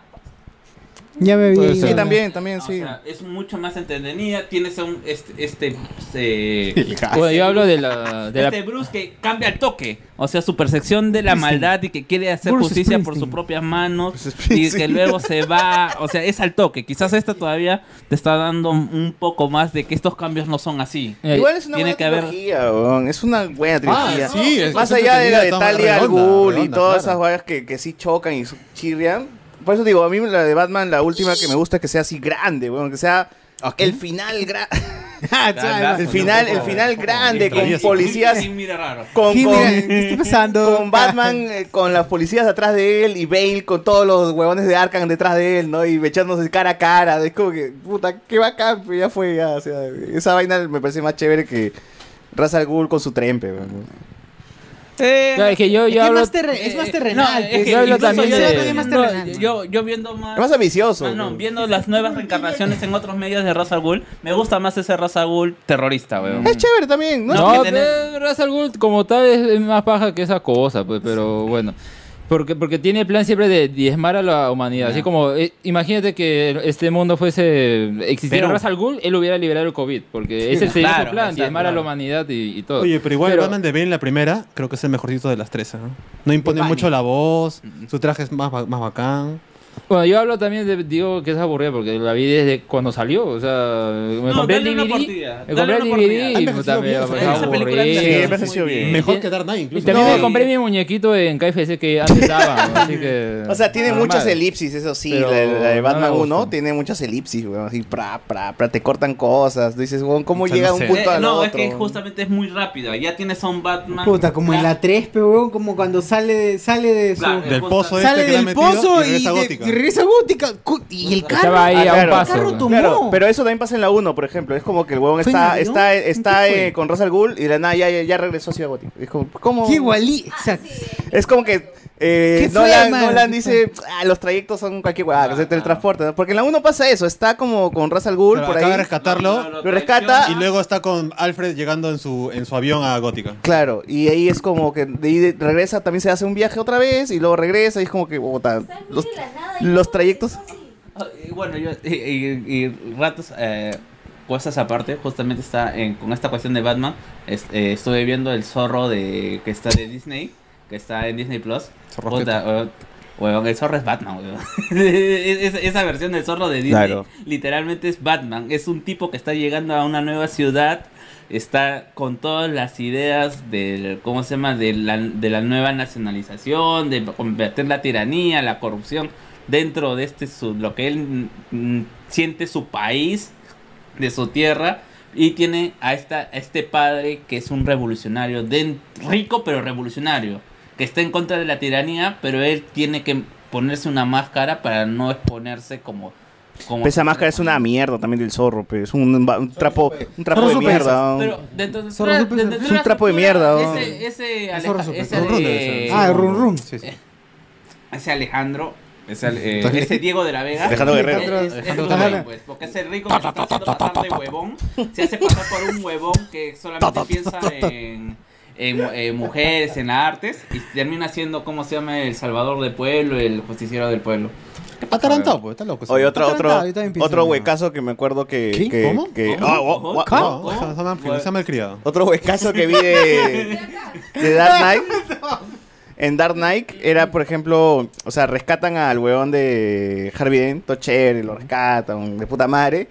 Speaker 2: Ya me
Speaker 6: Puede
Speaker 2: vi.
Speaker 6: ser.
Speaker 3: Sí, también, también,
Speaker 5: Ah, O
Speaker 3: sí.
Speaker 5: sea, es mucho más entretenida. Tienes a un. Este. este eh,
Speaker 6: Bueno, yo hablo de la. De la
Speaker 5: este Bruce que cambia el toque. O sea, su percepción de la maldad y que quiere hacer
Speaker 2: Bruce
Speaker 5: justicia por
Speaker 2: Springsteen.
Speaker 5: sus propias manos
Speaker 3: Bruce
Speaker 5: y
Speaker 3: Springsteen.
Speaker 5: que luego se va. O sea, es al toque. Quizás esta todavía te está dando un poco más de que estos cambios no son así.
Speaker 2: Ah,
Speaker 6: eh,
Speaker 3: Igual es una
Speaker 5: Tiene
Speaker 3: buena
Speaker 5: que haber-
Speaker 3: trilogía, weón. Es una buena trilogía.
Speaker 4: Ah, sí, es-
Speaker 3: Más
Speaker 4: es
Speaker 3: allá de la de
Speaker 4: entretenida, está
Speaker 3: Talia al
Speaker 4: redonda,
Speaker 3: Ghul y
Speaker 4: redonda,
Speaker 3: todas
Speaker 4: claro.
Speaker 3: esas vayas que, que sí chocan y chirrian. Por eso digo, a mí la de Batman, la última que me gusta es que sea así grande, weón. Que sea el final grande. el final, el final grande con
Speaker 4: Travieso.
Speaker 3: policías.
Speaker 5: Sí, mira raro.
Speaker 3: Con,
Speaker 2: Sí, mira, ah.
Speaker 3: con,
Speaker 2: ¿Qué está pasando?
Speaker 3: con Batman, eh, con las policías atrás de él y Bale con todos los huevones de Arkham detrás de él, ¿no? Y echándose cara a cara. Es como que, puta, qué bacán, pero ya fue, ya. O sea, esa vaina me parece más chévere que Raza al Ghul con su trempe, weón.
Speaker 6: claro, es que yo,
Speaker 2: Es
Speaker 6: yo
Speaker 2: que
Speaker 6: hablo.
Speaker 2: más terre- Eh, es más terrenal.
Speaker 5: No,
Speaker 2: pues.
Speaker 5: es que
Speaker 6: Yo hablo
Speaker 5: incluso
Speaker 6: también
Speaker 5: yo-
Speaker 6: de-
Speaker 5: yo-
Speaker 2: Es más terrenal.
Speaker 5: yo, yo viendo más.
Speaker 3: Es más ambicioso.
Speaker 5: Ah, no,
Speaker 3: weón.
Speaker 5: viendo las nuevas reencarnaciones en otros medios de Ra's al Ghul, me gusta más ese Ra's al Ghul terrorista, weón.
Speaker 3: Es chévere también, ¿no?
Speaker 5: No,
Speaker 6: No,
Speaker 5: que tener-
Speaker 6: pero Ra's al Ghul como tal es es más paja que esa cosa, pues, pero bueno. Porque, porque tiene el plan siempre de diezmar a la humanidad. Así como, eh, imagínate que este mundo fuese. Existiera
Speaker 5: Perú.
Speaker 6: Ra's al Ghul, él hubiera liberado el COVID. Porque ese sería
Speaker 5: claro,
Speaker 6: su plan,
Speaker 5: exacto,
Speaker 6: diezmar a
Speaker 5: claro.
Speaker 6: la humanidad y, y todo.
Speaker 4: Oye, pero igual Batman de Bane, la primera, creo que es el mejorcito de las tres, ¿no? No impone mucho la voz,
Speaker 3: Mm,
Speaker 4: su traje es más, ba- más bacán.
Speaker 6: Bueno, yo hablo también de. Digo que es aburrida porque la vi desde cuando salió. O sea, me
Speaker 5: No,
Speaker 6: compré el
Speaker 5: dale una
Speaker 6: DVD.
Speaker 5: oportunidad,
Speaker 6: Me
Speaker 5: dale
Speaker 6: compré el
Speaker 5: una
Speaker 6: DVD y pues,
Speaker 4: oportunidad.
Speaker 6: puta, me
Speaker 4: Esa película
Speaker 6: pareció
Speaker 5: película
Speaker 6: aburrida.
Speaker 3: Sí, me
Speaker 5: es
Speaker 3: parece
Speaker 5: muy
Speaker 3: bien.
Speaker 5: bien.
Speaker 4: Mejor
Speaker 6: y-
Speaker 4: que Dark Knight,
Speaker 6: Y
Speaker 4: incluso.
Speaker 6: también
Speaker 3: No.
Speaker 6: me compré mi muñequito en KFC que antes daban. así que,
Speaker 3: O sea, tiene
Speaker 2: Ah,
Speaker 6: normal.
Speaker 3: muchas elipsis, eso sí.
Speaker 6: Pero
Speaker 3: la, la de
Speaker 6: no me
Speaker 3: Batman
Speaker 6: gusta.
Speaker 3: 1 tiene muchas elipsis, weón. Así, pra, pra, pra, te cortan cosas. Dices, weón, ¿cómo
Speaker 4: O sea,
Speaker 3: llega
Speaker 4: no
Speaker 3: un
Speaker 4: sé.
Speaker 3: punto
Speaker 5: Eh,
Speaker 3: al
Speaker 5: no,
Speaker 3: otro?
Speaker 5: es que justamente es muy rápido. Ya tienes a un Batman.
Speaker 2: Puta, como en la 3, pero weón, como cuando sale de, sale de su.
Speaker 5: Claro,
Speaker 4: Del
Speaker 5: justo-
Speaker 4: pozo este
Speaker 2: sale
Speaker 4: que le han
Speaker 2: del
Speaker 4: metido
Speaker 2: pozo y,
Speaker 4: y regresa
Speaker 2: de-
Speaker 4: gótica.
Speaker 2: y regresa gótica. Cu- Y el carro.
Speaker 6: Estaba ahí
Speaker 3: Ah,
Speaker 6: a
Speaker 3: claro.
Speaker 6: un paso.
Speaker 2: Carro
Speaker 6: ¿no?
Speaker 2: tomó.
Speaker 3: Claro, pero eso también pasa en la 1, por ejemplo. Es como que el huevón
Speaker 2: ¿Fue en
Speaker 3: está,
Speaker 2: avión?
Speaker 3: está,
Speaker 2: ¿En
Speaker 3: está
Speaker 2: qué fue?
Speaker 3: eh, con Ra's al Ghul y de la nada ya, ya regresó a Ciudad Gótica. Es como, ¿cómo?
Speaker 2: Qué igualí. Exacto.
Speaker 3: Es como que eh,
Speaker 2: ¿Qué fue,
Speaker 3: Nolan,
Speaker 2: man? Ah.
Speaker 3: Nolan
Speaker 2: ¿Qué
Speaker 3: dice, ah, los trayectos son cualquier huevada, que se teletransporta. ¿no? Porque en la 1 pasa eso, está como con Ra's al Ghul
Speaker 4: Pero
Speaker 3: por
Speaker 4: acaba de
Speaker 3: ahí.
Speaker 4: rescatarlo
Speaker 3: Lo rescata.
Speaker 4: y luego está con Alfred llegando en su, en su avión a Gótica.
Speaker 3: Claro, y ahí es como que de ahí de- regresa, también se hace un viaje otra vez y luego regresa y es como que, puta, los, los trayectos...
Speaker 5: Ah, y Bueno, yo. Y, y- y ratos. eh, cosas aparte, justamente está en- con esta cuestión de Batman, es- eh, estuve viendo el zorro de que está de Disney, que está en Disney Plus.
Speaker 4: Zorro
Speaker 5: Puta, huevón, huevón, el zorro es Batman, huevón. Es- esa versión del zorro de Disney
Speaker 4: Claro.
Speaker 5: literalmente es Batman, es un tipo que está llegando a una nueva ciudad, está con todas las ideas del ¿cómo se llama? de la, de la nueva nacionalización, de combatir la tiranía, la corrupción dentro de este su- lo que él mm, siente su país, de su tierra y tiene a esta a este padre que es un revolucionario den- rico pero revolucionario que está en contra de la tiranía pero él tiene que ponerse una máscara para no exponerse como como
Speaker 3: Esa máscara es una mierda también del zorro, pe. es un, un trapo, un trapo de
Speaker 5: Zorro
Speaker 3: mierda.
Speaker 5: Pero
Speaker 3: un-
Speaker 5: dentro de-
Speaker 3: Zorro
Speaker 5: tra-
Speaker 3: Super-
Speaker 5: dentro de
Speaker 3: Es un
Speaker 5: la
Speaker 3: trapo de
Speaker 5: estructura,
Speaker 3: mierda,
Speaker 5: Ese,
Speaker 3: ¿no?
Speaker 5: ese,
Speaker 3: El
Speaker 5: Aleja-
Speaker 3: Zorro Super.
Speaker 5: ese
Speaker 3: Run Run
Speaker 5: de-
Speaker 3: debe ser. Ah, el Run Run. Sí, sí.
Speaker 5: Ese Alejandro. Ese, al- eh,
Speaker 3: Entonces-
Speaker 5: ese Diego de la Vega.
Speaker 3: Alejandro Guerrero.
Speaker 5: Es- es- es
Speaker 3: Alejandro
Speaker 5: Rubén,
Speaker 3: Guerrero.
Speaker 5: pues, porque ese rico que se está haciendo pasar de huevón. Se hace pasar por un huevón que solamente piensa en, en, en mujeres, en artes. Y termina siendo, ¿cómo se llama? El salvador del pueblo, el justiciero del pueblo.
Speaker 4: Atarantado, pues, está loco.
Speaker 3: Oye, otro, otro,
Speaker 4: Atarantado, yo también pienso
Speaker 3: otro
Speaker 4: lo mismo.
Speaker 3: huecazo que me acuerdo que.
Speaker 4: ¿Qué?
Speaker 3: que-
Speaker 4: ¿Cómo?
Speaker 3: que-
Speaker 4: ¿Cómo?
Speaker 3: ah, oh, oh,
Speaker 4: ¿Cómo?
Speaker 3: no.
Speaker 4: ¿Cómo? Son- son amplios, se ha malcriado.
Speaker 3: Otro huecazo que vi de, de Dark Knight. En Dark Knight era, por ejemplo, o sea, rescatan al huevón de Harvey Dent, todo chévere, lo rescatan, de puta madre.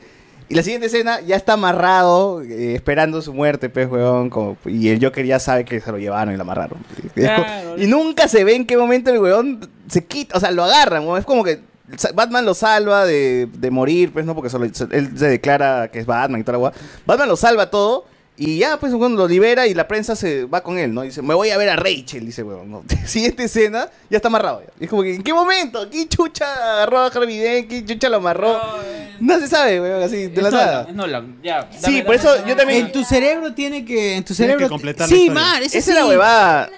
Speaker 3: Y la siguiente escena ya está amarrado, eh, esperando su muerte, pues, huevón. como- y el Joker ya sabe que se lo llevaron y lo amarraron. Es co- y nunca se ve en qué momento el huevón se quita, o sea, lo agarran, huevón, es como que sa- Batman lo salva de, de morir, pues, ¿no? Porque solo, se- él se declara que es Batman y toda la hueá. Batman lo salva todo y ya, pues, huevón, lo libera y la prensa se va con él, ¿no? Dice, me voy a ver a Rachel, dice, huevón. ¿no? Siguiente escena, ya está amarrado. ya. Y es como que, ¿en qué momento? ¿Qué chucha agarró a Harvey Dent? ¿Qué chucha lo amarró? No se sabe, huevón, así, de la
Speaker 5: Es Nolan,
Speaker 3: nada.
Speaker 5: es Nolan, ya.
Speaker 3: Sí, por eso yo también...
Speaker 2: En tu cerebro tiene que. En tu
Speaker 3: Tiene que
Speaker 2: cerebro.
Speaker 3: completar la
Speaker 2: sí,
Speaker 3: historia.
Speaker 2: man, esa
Speaker 3: Esa es la huevada.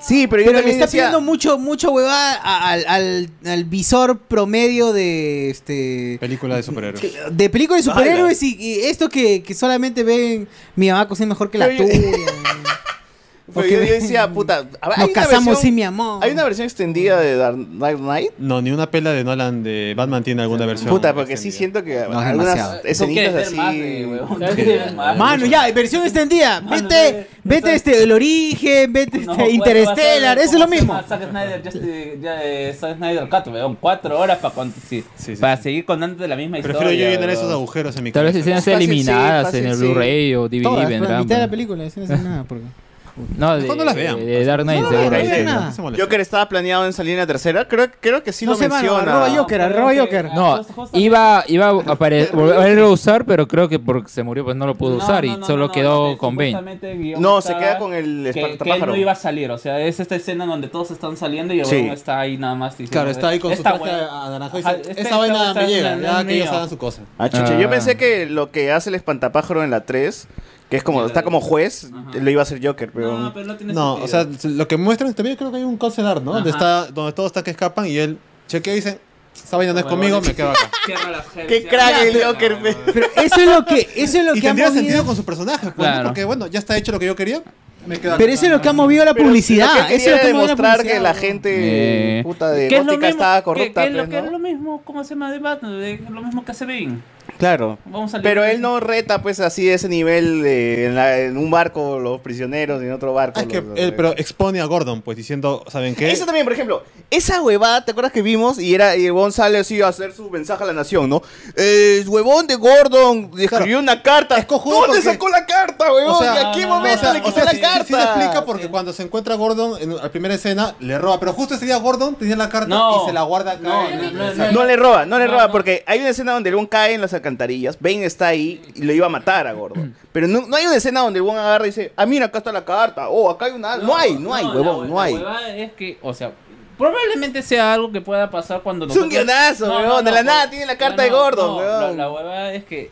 Speaker 3: Sí, pero yo
Speaker 2: Pero le
Speaker 3: también
Speaker 2: está
Speaker 3: decía-
Speaker 2: pidiendo mucho, mucho huevada a- al, al, al visor promedio de este.
Speaker 4: Película de superhéroes.
Speaker 2: De películas de superhéroes y, y esto que, que solamente ven mi mamá cocina mejor que la
Speaker 3: Pero
Speaker 2: tuya.
Speaker 3: yo-
Speaker 2: Porque
Speaker 3: Pero yo, yo decía, puta, a ver,
Speaker 2: Nos
Speaker 3: una
Speaker 2: casamos,
Speaker 3: versión-
Speaker 2: sí, mi amor.
Speaker 3: Hay una versión extendida de Dark Knight.
Speaker 4: No, ni una pela de Nolan de Batman tiene alguna versión.
Speaker 3: Puta, porque sí siento que
Speaker 4: No, es demasiado.
Speaker 3: algunas
Speaker 4: Tú
Speaker 3: escenitas
Speaker 4: quieres
Speaker 3: así.
Speaker 4: ver más
Speaker 2: Mano, ya, versión extendida. Vete, vete este, el origen, vete este, Interstellar, eso es lo mismo.
Speaker 5: Zack Snyder, Just- ya, eh, Zack Snyder Cut, weón. Cuatro horas para, para seguir contando la misma historia.
Speaker 4: Prefiero yo llenar
Speaker 5: weón.
Speaker 4: esos agujeros en mi
Speaker 6: Tal vez
Speaker 4: cabeza.
Speaker 6: escenas
Speaker 5: Fácil, sí,
Speaker 6: eliminadas
Speaker 5: fácil,
Speaker 6: en el
Speaker 5: sí.
Speaker 6: Blu-ray o DVD
Speaker 2: Todas, la
Speaker 6: vendrán.
Speaker 2: mitad de la
Speaker 6: pues.
Speaker 2: película, escenas sin nada, porque.
Speaker 6: No, de,
Speaker 2: Mejor no las vean.
Speaker 6: de- de Dark Knight.
Speaker 2: No,
Speaker 6: de
Speaker 2: no,
Speaker 6: Dark
Speaker 2: no,
Speaker 6: Knight,
Speaker 2: no,
Speaker 6: sí.
Speaker 2: no.
Speaker 3: Joker estaba planeado en salir en la tercera. Creo, creo que sí
Speaker 2: No
Speaker 3: lo
Speaker 2: se van,
Speaker 3: menciona.
Speaker 2: arroba Joker, arroba Joker.
Speaker 6: No, iba, iba a apare- volverlo a usar, pero creo que porque se murió pues no lo pudo usar y solo quedó con Bane.
Speaker 5: Justamente este, el guión
Speaker 3: No,
Speaker 5: estaba
Speaker 3: se queda con el
Speaker 5: Que, que él
Speaker 3: espantapájaro.
Speaker 5: no iba a salir, o sea, es esta escena donde todos están saliendo y el
Speaker 3: Sí.
Speaker 5: huevón está ahí nada más. diciendo,
Speaker 4: Claro, está ahí con su
Speaker 5: "Esta
Speaker 4: traje
Speaker 5: hueva-
Speaker 4: anaranjado y
Speaker 5: Ajá,
Speaker 4: dice,
Speaker 5: este-
Speaker 4: esta vaina
Speaker 5: esta
Speaker 4: me llega,
Speaker 5: no
Speaker 4: ya
Speaker 5: es
Speaker 4: que ellos
Speaker 5: mío".
Speaker 4: hagan su cosa.
Speaker 3: Ah, chucha,
Speaker 4: Ah.
Speaker 3: yo pensé que lo que hace el espantapájaro en la 3, que es como, está como juez, lo iba a hacer Joker, pero. No,
Speaker 5: pero no tiene
Speaker 4: No, o sea, lo que muestran también creo que hay un concept art, ¿no? Donde,
Speaker 3: Ajá.
Speaker 4: está, donde todos están que escapan y él chequea y dice, esta vaina no es
Speaker 3: Bueno,
Speaker 4: conmigo,
Speaker 3: bueno,
Speaker 4: me quedo acá.
Speaker 5: Cierra las geles,
Speaker 3: Qué
Speaker 5: cierra
Speaker 3: crack
Speaker 5: las
Speaker 3: el
Speaker 5: geles.
Speaker 3: Joker, pe.
Speaker 2: Pero eso es lo que, eso es lo
Speaker 4: y
Speaker 2: que ha
Speaker 4: tendría
Speaker 2: movido.
Speaker 4: sentido con su personaje, pues, ¿no?
Speaker 2: Claro.
Speaker 4: porque bueno, ya está hecho lo que yo quería. Me quedo
Speaker 2: Pero eso es lo que ha movido la
Speaker 3: Pero
Speaker 2: publicidad.
Speaker 3: lo que él
Speaker 2: eso es lo que ha
Speaker 3: quería
Speaker 2: movido la
Speaker 3: demostrar
Speaker 2: publicidad.
Speaker 3: que la gente
Speaker 6: Eh.
Speaker 3: puta de
Speaker 5: ¿Qué es lo
Speaker 3: gótica
Speaker 5: mismo?
Speaker 3: estaba
Speaker 5: ¿Qué-
Speaker 3: corrupta,
Speaker 5: qué es lo
Speaker 3: pues,
Speaker 5: que
Speaker 3: ¿no?
Speaker 5: es lo mismo? ¿Cómo se llama de Batman? De- Lo mismo que hace Bane.
Speaker 3: Claro.
Speaker 5: Vamos a leer.
Speaker 3: Pero él no reta, pues, así de ese nivel de- en, la- en un barco los prisioneros y en otro barco.
Speaker 4: Ah, Es que
Speaker 3: los-
Speaker 4: él, pero expone a Gordon, pues diciendo, ¿saben qué?
Speaker 3: Eso también, por ejemplo, esa huevada, ¿te acuerdas que vimos? Y era y el huevón sale así a hacer su mensaje a la nación, ¿no? Eh, El huevón de Gordon escribió una carta. ¿Dónde
Speaker 4: porque-
Speaker 3: sacó la carta, huevón?
Speaker 4: O sea,
Speaker 3: ¿Y a qué
Speaker 4: no, no,
Speaker 3: momento
Speaker 4: o sea,
Speaker 3: le
Speaker 4: o
Speaker 3: quitó
Speaker 4: sea,
Speaker 3: la
Speaker 4: sí-
Speaker 3: carta?
Speaker 4: Sí, se explica porque cuando se encuentra a Gordon en la primera escena, le roba. Pero justo ese día Gordon tenía la carta
Speaker 5: No.
Speaker 4: y se la guarda acá.
Speaker 5: No,
Speaker 4: en
Speaker 5: no,
Speaker 4: el-
Speaker 5: no,
Speaker 4: Exacto.
Speaker 3: No le roba, no le roba, porque hay una escena donde el huevón cae en las alcantarillas, Bane está ahí y lo iba a matar a Gordon. Pero no, no hay una escena donde el huevón agarra y dice, ah, mira, acá está la carta, oh, acá hay una... No, hay, no hay,
Speaker 5: la hue-
Speaker 3: huevón, no
Speaker 5: la
Speaker 3: hay.
Speaker 5: huevada es que, o sea, probablemente sea algo que pueda pasar cuando
Speaker 3: Es un guionazo, huevón, de la nada
Speaker 5: por-
Speaker 3: tiene la carta de Gordon,
Speaker 5: La,
Speaker 3: huevón.
Speaker 5: la huevada es que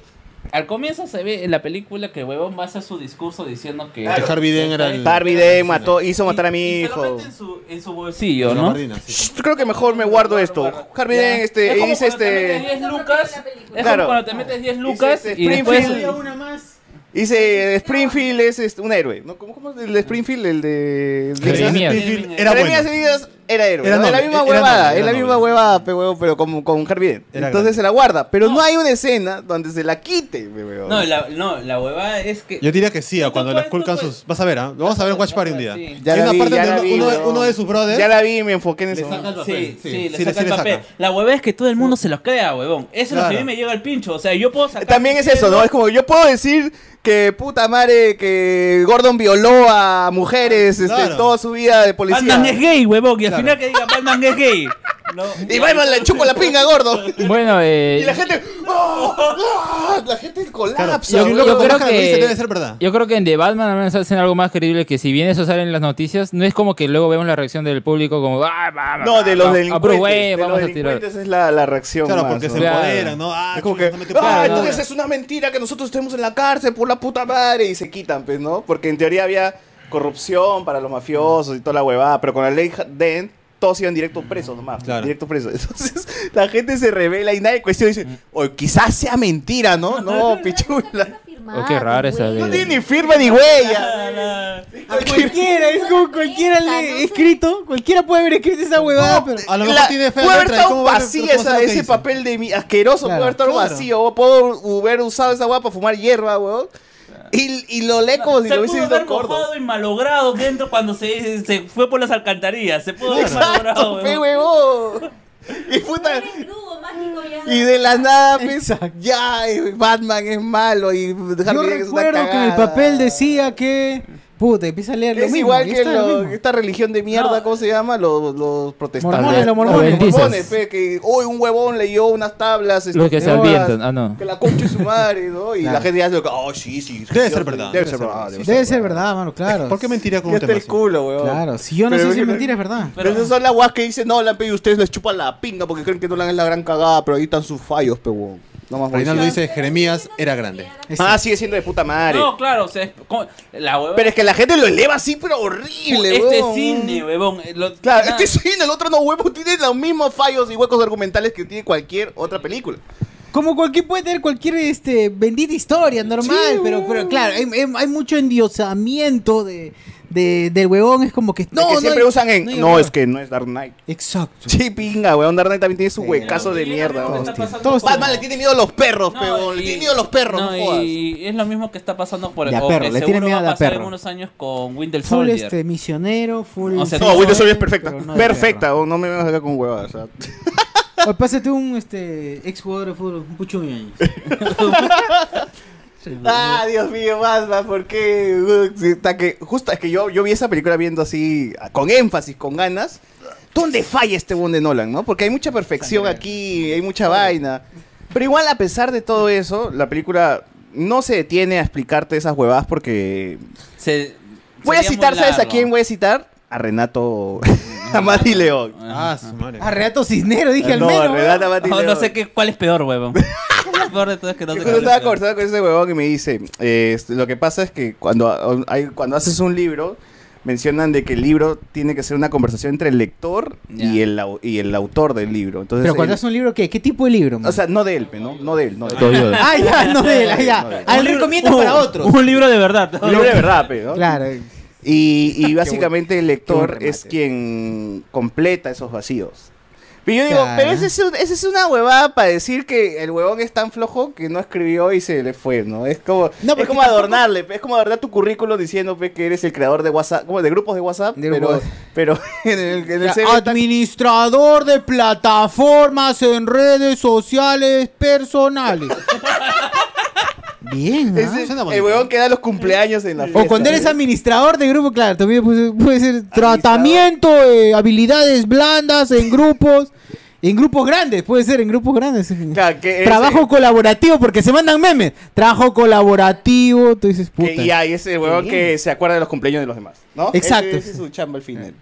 Speaker 5: al comienzo se ve en la película que huevón va a hacer su discurso diciendo que
Speaker 4: Que Harvey Dent era el...
Speaker 3: Harvey Dent mató, hizo matar a mi
Speaker 5: y
Speaker 3: hijo.
Speaker 5: solamente en su, en su bolsillo,
Speaker 4: la
Speaker 5: ¿no?
Speaker 4: gabardina, sí.
Speaker 3: Yo creo que mejor me guardo esto. Harvey
Speaker 5: Ya.
Speaker 3: Dent,
Speaker 5: Es
Speaker 3: este,
Speaker 5: como
Speaker 3: dice
Speaker 5: cuando te metes
Speaker 3: este...
Speaker 5: 10 lucas, es
Speaker 3: Claro.
Speaker 5: como cuando te metes 10 lucas
Speaker 3: este,
Speaker 5: y después
Speaker 3: Springfield. Dice, eh, Springfield es este, un héroe. ¿no? ¿Cómo, cómo es el de Springfield? El de...
Speaker 6: Jeremías.
Speaker 3: Jeremías Jeremías Jeremías Era héroe.
Speaker 13: Era
Speaker 3: ¿no? Es la
Speaker 13: noble,
Speaker 3: misma
Speaker 13: era
Speaker 3: huevada,
Speaker 13: noble,
Speaker 3: es la
Speaker 13: era
Speaker 3: misma
Speaker 13: noble.
Speaker 3: huevada, pe, huevón, pero con, con Harvey Dent.
Speaker 13: Era
Speaker 3: Entonces se la guarda, pero no. hay una escena donde se la quite, pe, huevón.
Speaker 5: No, la, no, la huevada es que.
Speaker 13: Yo diría que sí, a cuando
Speaker 5: puedes,
Speaker 13: las culcan
Speaker 5: tú
Speaker 13: sus. Vas a ver, ¿ah? Lo Vamos a ver en Watch Party un día.
Speaker 5: Sí.
Speaker 3: Ya
Speaker 13: Hay
Speaker 3: la
Speaker 13: una
Speaker 3: vi,
Speaker 13: parte
Speaker 3: ya
Speaker 13: donde
Speaker 3: la vi,
Speaker 13: uno, uno de-
Speaker 3: huevón.
Speaker 13: uno de sus brothers.
Speaker 3: Ya la vi y me enfoqué en eso.
Speaker 5: Sí, sí, le
Speaker 13: sí,
Speaker 5: saca
Speaker 13: sí
Speaker 5: el
Speaker 13: le
Speaker 5: papel.
Speaker 13: saca.
Speaker 5: La huevada es que todo el mundo se los crea, huevón. Eso es lo
Speaker 3: Claro.
Speaker 5: que a mí me llega al pincho. O sea, yo puedo sacar.
Speaker 3: También es eso, ¿no? Es como, yo puedo decir que puta madre, que Gordon violó a mujeres
Speaker 13: Ah,
Speaker 3: este,
Speaker 5: Claro.
Speaker 3: toda su vida de policía.
Speaker 5: Batman es gay, huevón. Y al
Speaker 3: Claro.
Speaker 5: final que diga Batman es gay.
Speaker 3: Y bueno, le chupo la pinga, gordo.
Speaker 6: Bueno, eh,
Speaker 3: Y la gente. ¡Oh! ¡Ah! La gente colapsa.
Speaker 6: yo,
Speaker 3: bro.
Speaker 6: yo creo que, yo creo que en The Batman al menos hacen algo más creíble que si bien eso sale en las noticias, no es como que luego vemos la reacción del público como... "Ah, va, va,
Speaker 3: No, de
Speaker 6: va,
Speaker 3: los
Speaker 6: va, A Bruce
Speaker 3: delincuentes.
Speaker 6: Wayne
Speaker 3: de
Speaker 6: vamos
Speaker 3: los
Speaker 6: a tirar.
Speaker 3: delincuentes es la, la reacción.
Speaker 13: Claro,
Speaker 3: más,
Speaker 13: porque
Speaker 3: ¿no?
Speaker 13: se
Speaker 6: Claro.
Speaker 13: empoderan, ¿no? Ah,
Speaker 3: Es como que, ah,
Speaker 13: Claro.
Speaker 3: entonces es una mentira que nosotros estemos en la cárcel por la puta madre y se quitan, pues, ¿no? Porque en teoría había corrupción para los mafiosos y toda la huevada, pero con la ley Dent todos iban directo presos nomás, pues, directo presos. Entonces la gente se revela y nadie cuestiona y
Speaker 13: Mm.
Speaker 3: dice, o quizás sea mentira, ¿no? No, pichula.
Speaker 6: Oh, qué rara esa
Speaker 3: No
Speaker 6: ley.
Speaker 3: tiene ni firma ni huella.
Speaker 2: A cualquiera, es como cualquiera le escrito. Cualquiera puede haber escrito esa huevada, pero.
Speaker 13: A lo
Speaker 3: La-
Speaker 13: mejor tiene fe
Speaker 3: puede haber estado vacía esa- ese papel de mi asqueroso,
Speaker 2: Claro,
Speaker 3: puede haber estado
Speaker 2: claro.
Speaker 3: vacío, o puedo haber usado esa hueá para fumar hierba, weón. Y, y lo lee como si lo
Speaker 5: se pudo
Speaker 3: hubiese
Speaker 5: haber
Speaker 3: visto corto.
Speaker 5: mojado y malogrado dentro cuando se, se fue por las alcantarillas. Se pudo haber malogrado.
Speaker 3: Exacto, fe,
Speaker 5: huevón.
Speaker 3: huevón. Y puta. Y de la nada, pe, ya, eh, Batman es malo y
Speaker 2: Yo
Speaker 3: Harvey Dent es una
Speaker 2: recuerdo que en el
Speaker 3: cagada.
Speaker 2: papel decía que. Puta, empieza a leer lo
Speaker 3: Es
Speaker 2: mismo.
Speaker 3: igual
Speaker 2: y
Speaker 3: que
Speaker 2: está lo
Speaker 3: lo-
Speaker 2: mismo.
Speaker 3: esta religión de mierda, ¿cómo se llama? Los, los protestantes.
Speaker 2: Mormones, los
Speaker 3: Los
Speaker 2: mormones.
Speaker 3: mormones, fe, que hoy un huevón leyó unas tablas. este,
Speaker 6: Los que se
Speaker 3: horas,
Speaker 6: advierten. Ah, no.
Speaker 3: Que la concha es su madre, ¿no? Y
Speaker 13: Claro.
Speaker 3: la gente ya dice, oh, sí, sí.
Speaker 13: Debe
Speaker 3: Dios,
Speaker 13: ser verdad,
Speaker 3: Debe
Speaker 13: debe ser
Speaker 3: ser verdad.
Speaker 13: verdad.
Speaker 3: debe ser
Speaker 2: Debe ser verdad, mano, claro.
Speaker 13: ¿Por qué mentiría con
Speaker 3: Ya
Speaker 13: un
Speaker 3: está
Speaker 13: tema
Speaker 3: el
Speaker 13: así?
Speaker 3: culo, weón.
Speaker 2: Claro, si yo no
Speaker 3: Pero
Speaker 2: sé si
Speaker 3: es
Speaker 2: es
Speaker 3: que-
Speaker 2: mentira, es verdad.
Speaker 3: Pero esas son las guas que dicen, no, la y ustedes les chupan la pinga porque creen que no la es la gran cagada, pero ahí están sus fallos, pe, weón. No más
Speaker 13: Reinaldo
Speaker 3: voy a
Speaker 13: dice, Jeremías era grande.
Speaker 3: decir. Ah, sigue siendo de puta madre.
Speaker 5: No, claro, o sea, es como- la huevada.
Speaker 3: Pero es que la gente lo eleva así, pero horrible,
Speaker 5: este
Speaker 3: weón.
Speaker 5: cine, huevón. eh, lo-
Speaker 3: Claro,
Speaker 5: nada.
Speaker 3: este cine, el otro no, huevo, tiene los mismos fallos y huecos argumentales que tiene cualquier otra película.
Speaker 2: Como cualquier puede tener cualquier este bendita historia normal, pero, pero claro, hay, hay- hay mucho endiosamiento de, de- del huevón, es como que
Speaker 3: No,
Speaker 2: no,
Speaker 3: que
Speaker 2: no
Speaker 3: siempre
Speaker 2: hay-
Speaker 3: usan en.
Speaker 2: no
Speaker 3: No,
Speaker 2: hay
Speaker 3: es que no es Dark Knight.
Speaker 2: Exacto.
Speaker 3: Sí, pinga, weón. Dark Knight también tiene su huecazo de
Speaker 5: Y es lo
Speaker 3: mierda.
Speaker 5: mismo que
Speaker 3: weón.
Speaker 5: está pasando
Speaker 2: Todos
Speaker 5: con-
Speaker 3: Batman le tiene miedo a los perros,
Speaker 5: No,
Speaker 3: pero le
Speaker 5: y-
Speaker 3: tiene miedo a los perros, no,
Speaker 5: no,
Speaker 3: jodas.
Speaker 5: y es lo mismo que está pasando por
Speaker 2: De a
Speaker 5: o
Speaker 2: perro,
Speaker 5: que
Speaker 2: le tiene
Speaker 5: seguro
Speaker 2: miedo
Speaker 5: va
Speaker 2: de
Speaker 5: a
Speaker 2: a
Speaker 5: pasar en
Speaker 2: perro.
Speaker 5: unos años con Winter
Speaker 2: Full
Speaker 5: Soldier.
Speaker 2: este misionero, full
Speaker 5: O sea,
Speaker 3: No, Winter Soldier es
Speaker 2: pero
Speaker 3: perfecta.
Speaker 2: no de
Speaker 3: perfecta, weón, no me vas a sacar con huevadas. o sea.
Speaker 2: Oye, pásate un este ex jugador de fútbol, un pucho Ñañez.
Speaker 3: Ah, Dios mío, Batman, ¿por qué? Uh, sí, Está que, justo es que yo, yo vi esa película viendo así, a- con énfasis, con ganas. ¿Dónde falla este buen de Nolan, no? Porque hay mucha perfección aquí, hay mucha vaina. Pero igual, a pesar de todo eso, la película no se detiene a explicarte esas huevadas porque...
Speaker 5: Se-
Speaker 3: Voy a
Speaker 5: sería muy
Speaker 3: citar, ¿sabes a
Speaker 5: largo.
Speaker 3: quién voy a citar? A Renato... a Mati León.
Speaker 13: Ah, su madre.
Speaker 2: A Reato Cisnero, dije al
Speaker 3: Eh, No,
Speaker 2: menos.
Speaker 3: a Renato Mati
Speaker 5: Oh, No,
Speaker 3: León.
Speaker 5: no sé qué, cuál es peor, huevón. Lo peor de todo es que no sé
Speaker 3: Yo
Speaker 5: cuál
Speaker 3: justo estaba
Speaker 5: es peor.
Speaker 3: conversando con ese huevón y me dice, eh, este, lo que pasa es que cuando, a- hay- cuando haces un libro, mencionan de que el libro tiene que ser una conversación entre el lector y,
Speaker 5: Ya.
Speaker 3: el, au- y el autor del libro. Entonces,
Speaker 2: Pero cuando
Speaker 3: el-
Speaker 2: haces un libro, ¿qué? ¿Qué tipo de libro? man?
Speaker 3: O sea, no de él, pe, ¿no? No de él, no de él.
Speaker 2: ah, ya, no de él, ah,
Speaker 3: No de
Speaker 2: ya.
Speaker 3: él.
Speaker 2: Al recomiendo para otros.
Speaker 5: Un libro de verdad.
Speaker 3: Un libro de verdad, pe, ¿no?
Speaker 2: Claro.
Speaker 3: Y, y básicamente el lector
Speaker 2: remate.
Speaker 3: es quien completa esos vacíos. Pero yo digo,
Speaker 2: Claro.
Speaker 3: pero esa es, un- esa es una huevada para decir que el huevón es tan flojo que no escribió y se le fue, ¿no? Es como,
Speaker 2: No,
Speaker 3: es
Speaker 2: porque
Speaker 3: como adornarle, pe, es como adornar tu currículo diciendo pe, que eres el creador de WhatsApp, como de grupos de WhatsApp,
Speaker 2: De
Speaker 3: pero,
Speaker 2: grupos.
Speaker 3: pero en el, en el
Speaker 2: Ya, ah,
Speaker 3: CV está-
Speaker 2: administrador de plataformas en redes sociales personales. Bien. ¿ah?
Speaker 3: es el- el huevón que da los cumpleaños en la fiesta.
Speaker 2: O cuando eres
Speaker 3: ¿no?
Speaker 2: administrador de grupo, claro, también puede, puede ser tratamiento, eh, habilidades blandas en grupos. En grupos grandes, puede ser en grupos grandes.
Speaker 3: Claro, que es-
Speaker 2: Trabajo colaborativo, porque se mandan memes. Trabajo colaborativo, tú dices, puta.
Speaker 3: Que- y ahí ese huevón que se acuerda de los cumpleaños de los demás, ¿no?
Speaker 2: Exacto.
Speaker 3: Ese, ese es su chamba al final.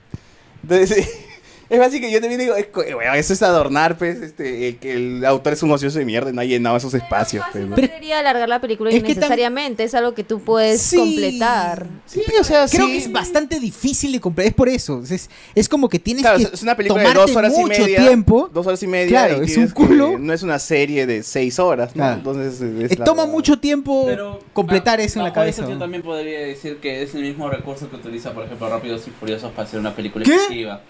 Speaker 3: Entonces, es así que yo también digo, es co- eh, huevón, eso es adornar, pues, este, eh, que el autor es un ocioso de mierda y no ha llenado esos espacios, pues, ¿no?
Speaker 8: No debería alargar la película
Speaker 2: Es que tam-
Speaker 8: innecesariamente, es algo que tú puedes
Speaker 2: Sí.
Speaker 8: completar.
Speaker 3: Sí, o sea,
Speaker 2: Creo
Speaker 3: sí.
Speaker 2: que es bastante difícil de comprar. Es por eso. Es, es como que tienes
Speaker 3: Claro,
Speaker 2: que
Speaker 3: es una película de
Speaker 2: tomarte
Speaker 3: dos horas y
Speaker 2: mucho
Speaker 3: media.
Speaker 2: tiempo.
Speaker 3: Dos horas y media.
Speaker 2: Claro,
Speaker 3: y
Speaker 2: es
Speaker 3: tienes
Speaker 2: un culo.
Speaker 3: que- No es una serie de seis horas, ¿no?
Speaker 2: Claro.
Speaker 3: Entonces,
Speaker 2: Eh, toma mucho tiempo
Speaker 5: Pero,
Speaker 2: completar
Speaker 5: ah,
Speaker 2: eso en la
Speaker 5: bajo
Speaker 2: cabeza.
Speaker 5: Eso yo
Speaker 2: ¿no?
Speaker 5: también podría decir que es el mismo recurso que utiliza, por ejemplo, Rápidos y Furiosos para hacer una película
Speaker 2: ¿Qué?
Speaker 5: efectiva.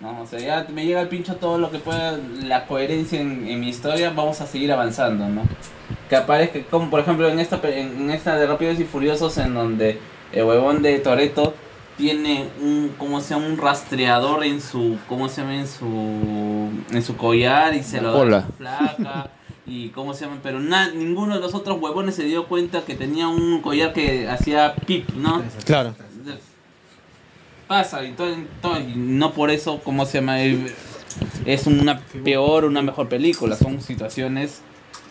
Speaker 5: No, o sea, ya me llega el pincho todo lo que pueda, la coherencia en, en mi historia, vamos a seguir avanzando, ¿no? Que aparezca, como por ejemplo en esta, pe- en, en esta de Rápidos y Furiosos, en donde el huevón de Toreto tiene un, ¿cómo se llama? Un rastreador en su, ¿cómo se llama? En su, en su collar y se
Speaker 6: La
Speaker 5: lo da a la
Speaker 6: cola.
Speaker 5: flaca. Y cómo se llama, pero na- ninguno de los otros huevones se dio cuenta que tenía un collar que hacía pip, ¿no?
Speaker 4: Claro.
Speaker 5: pasa y todo, todo- y no por eso como se llama El- es una peor una mejor película son situaciones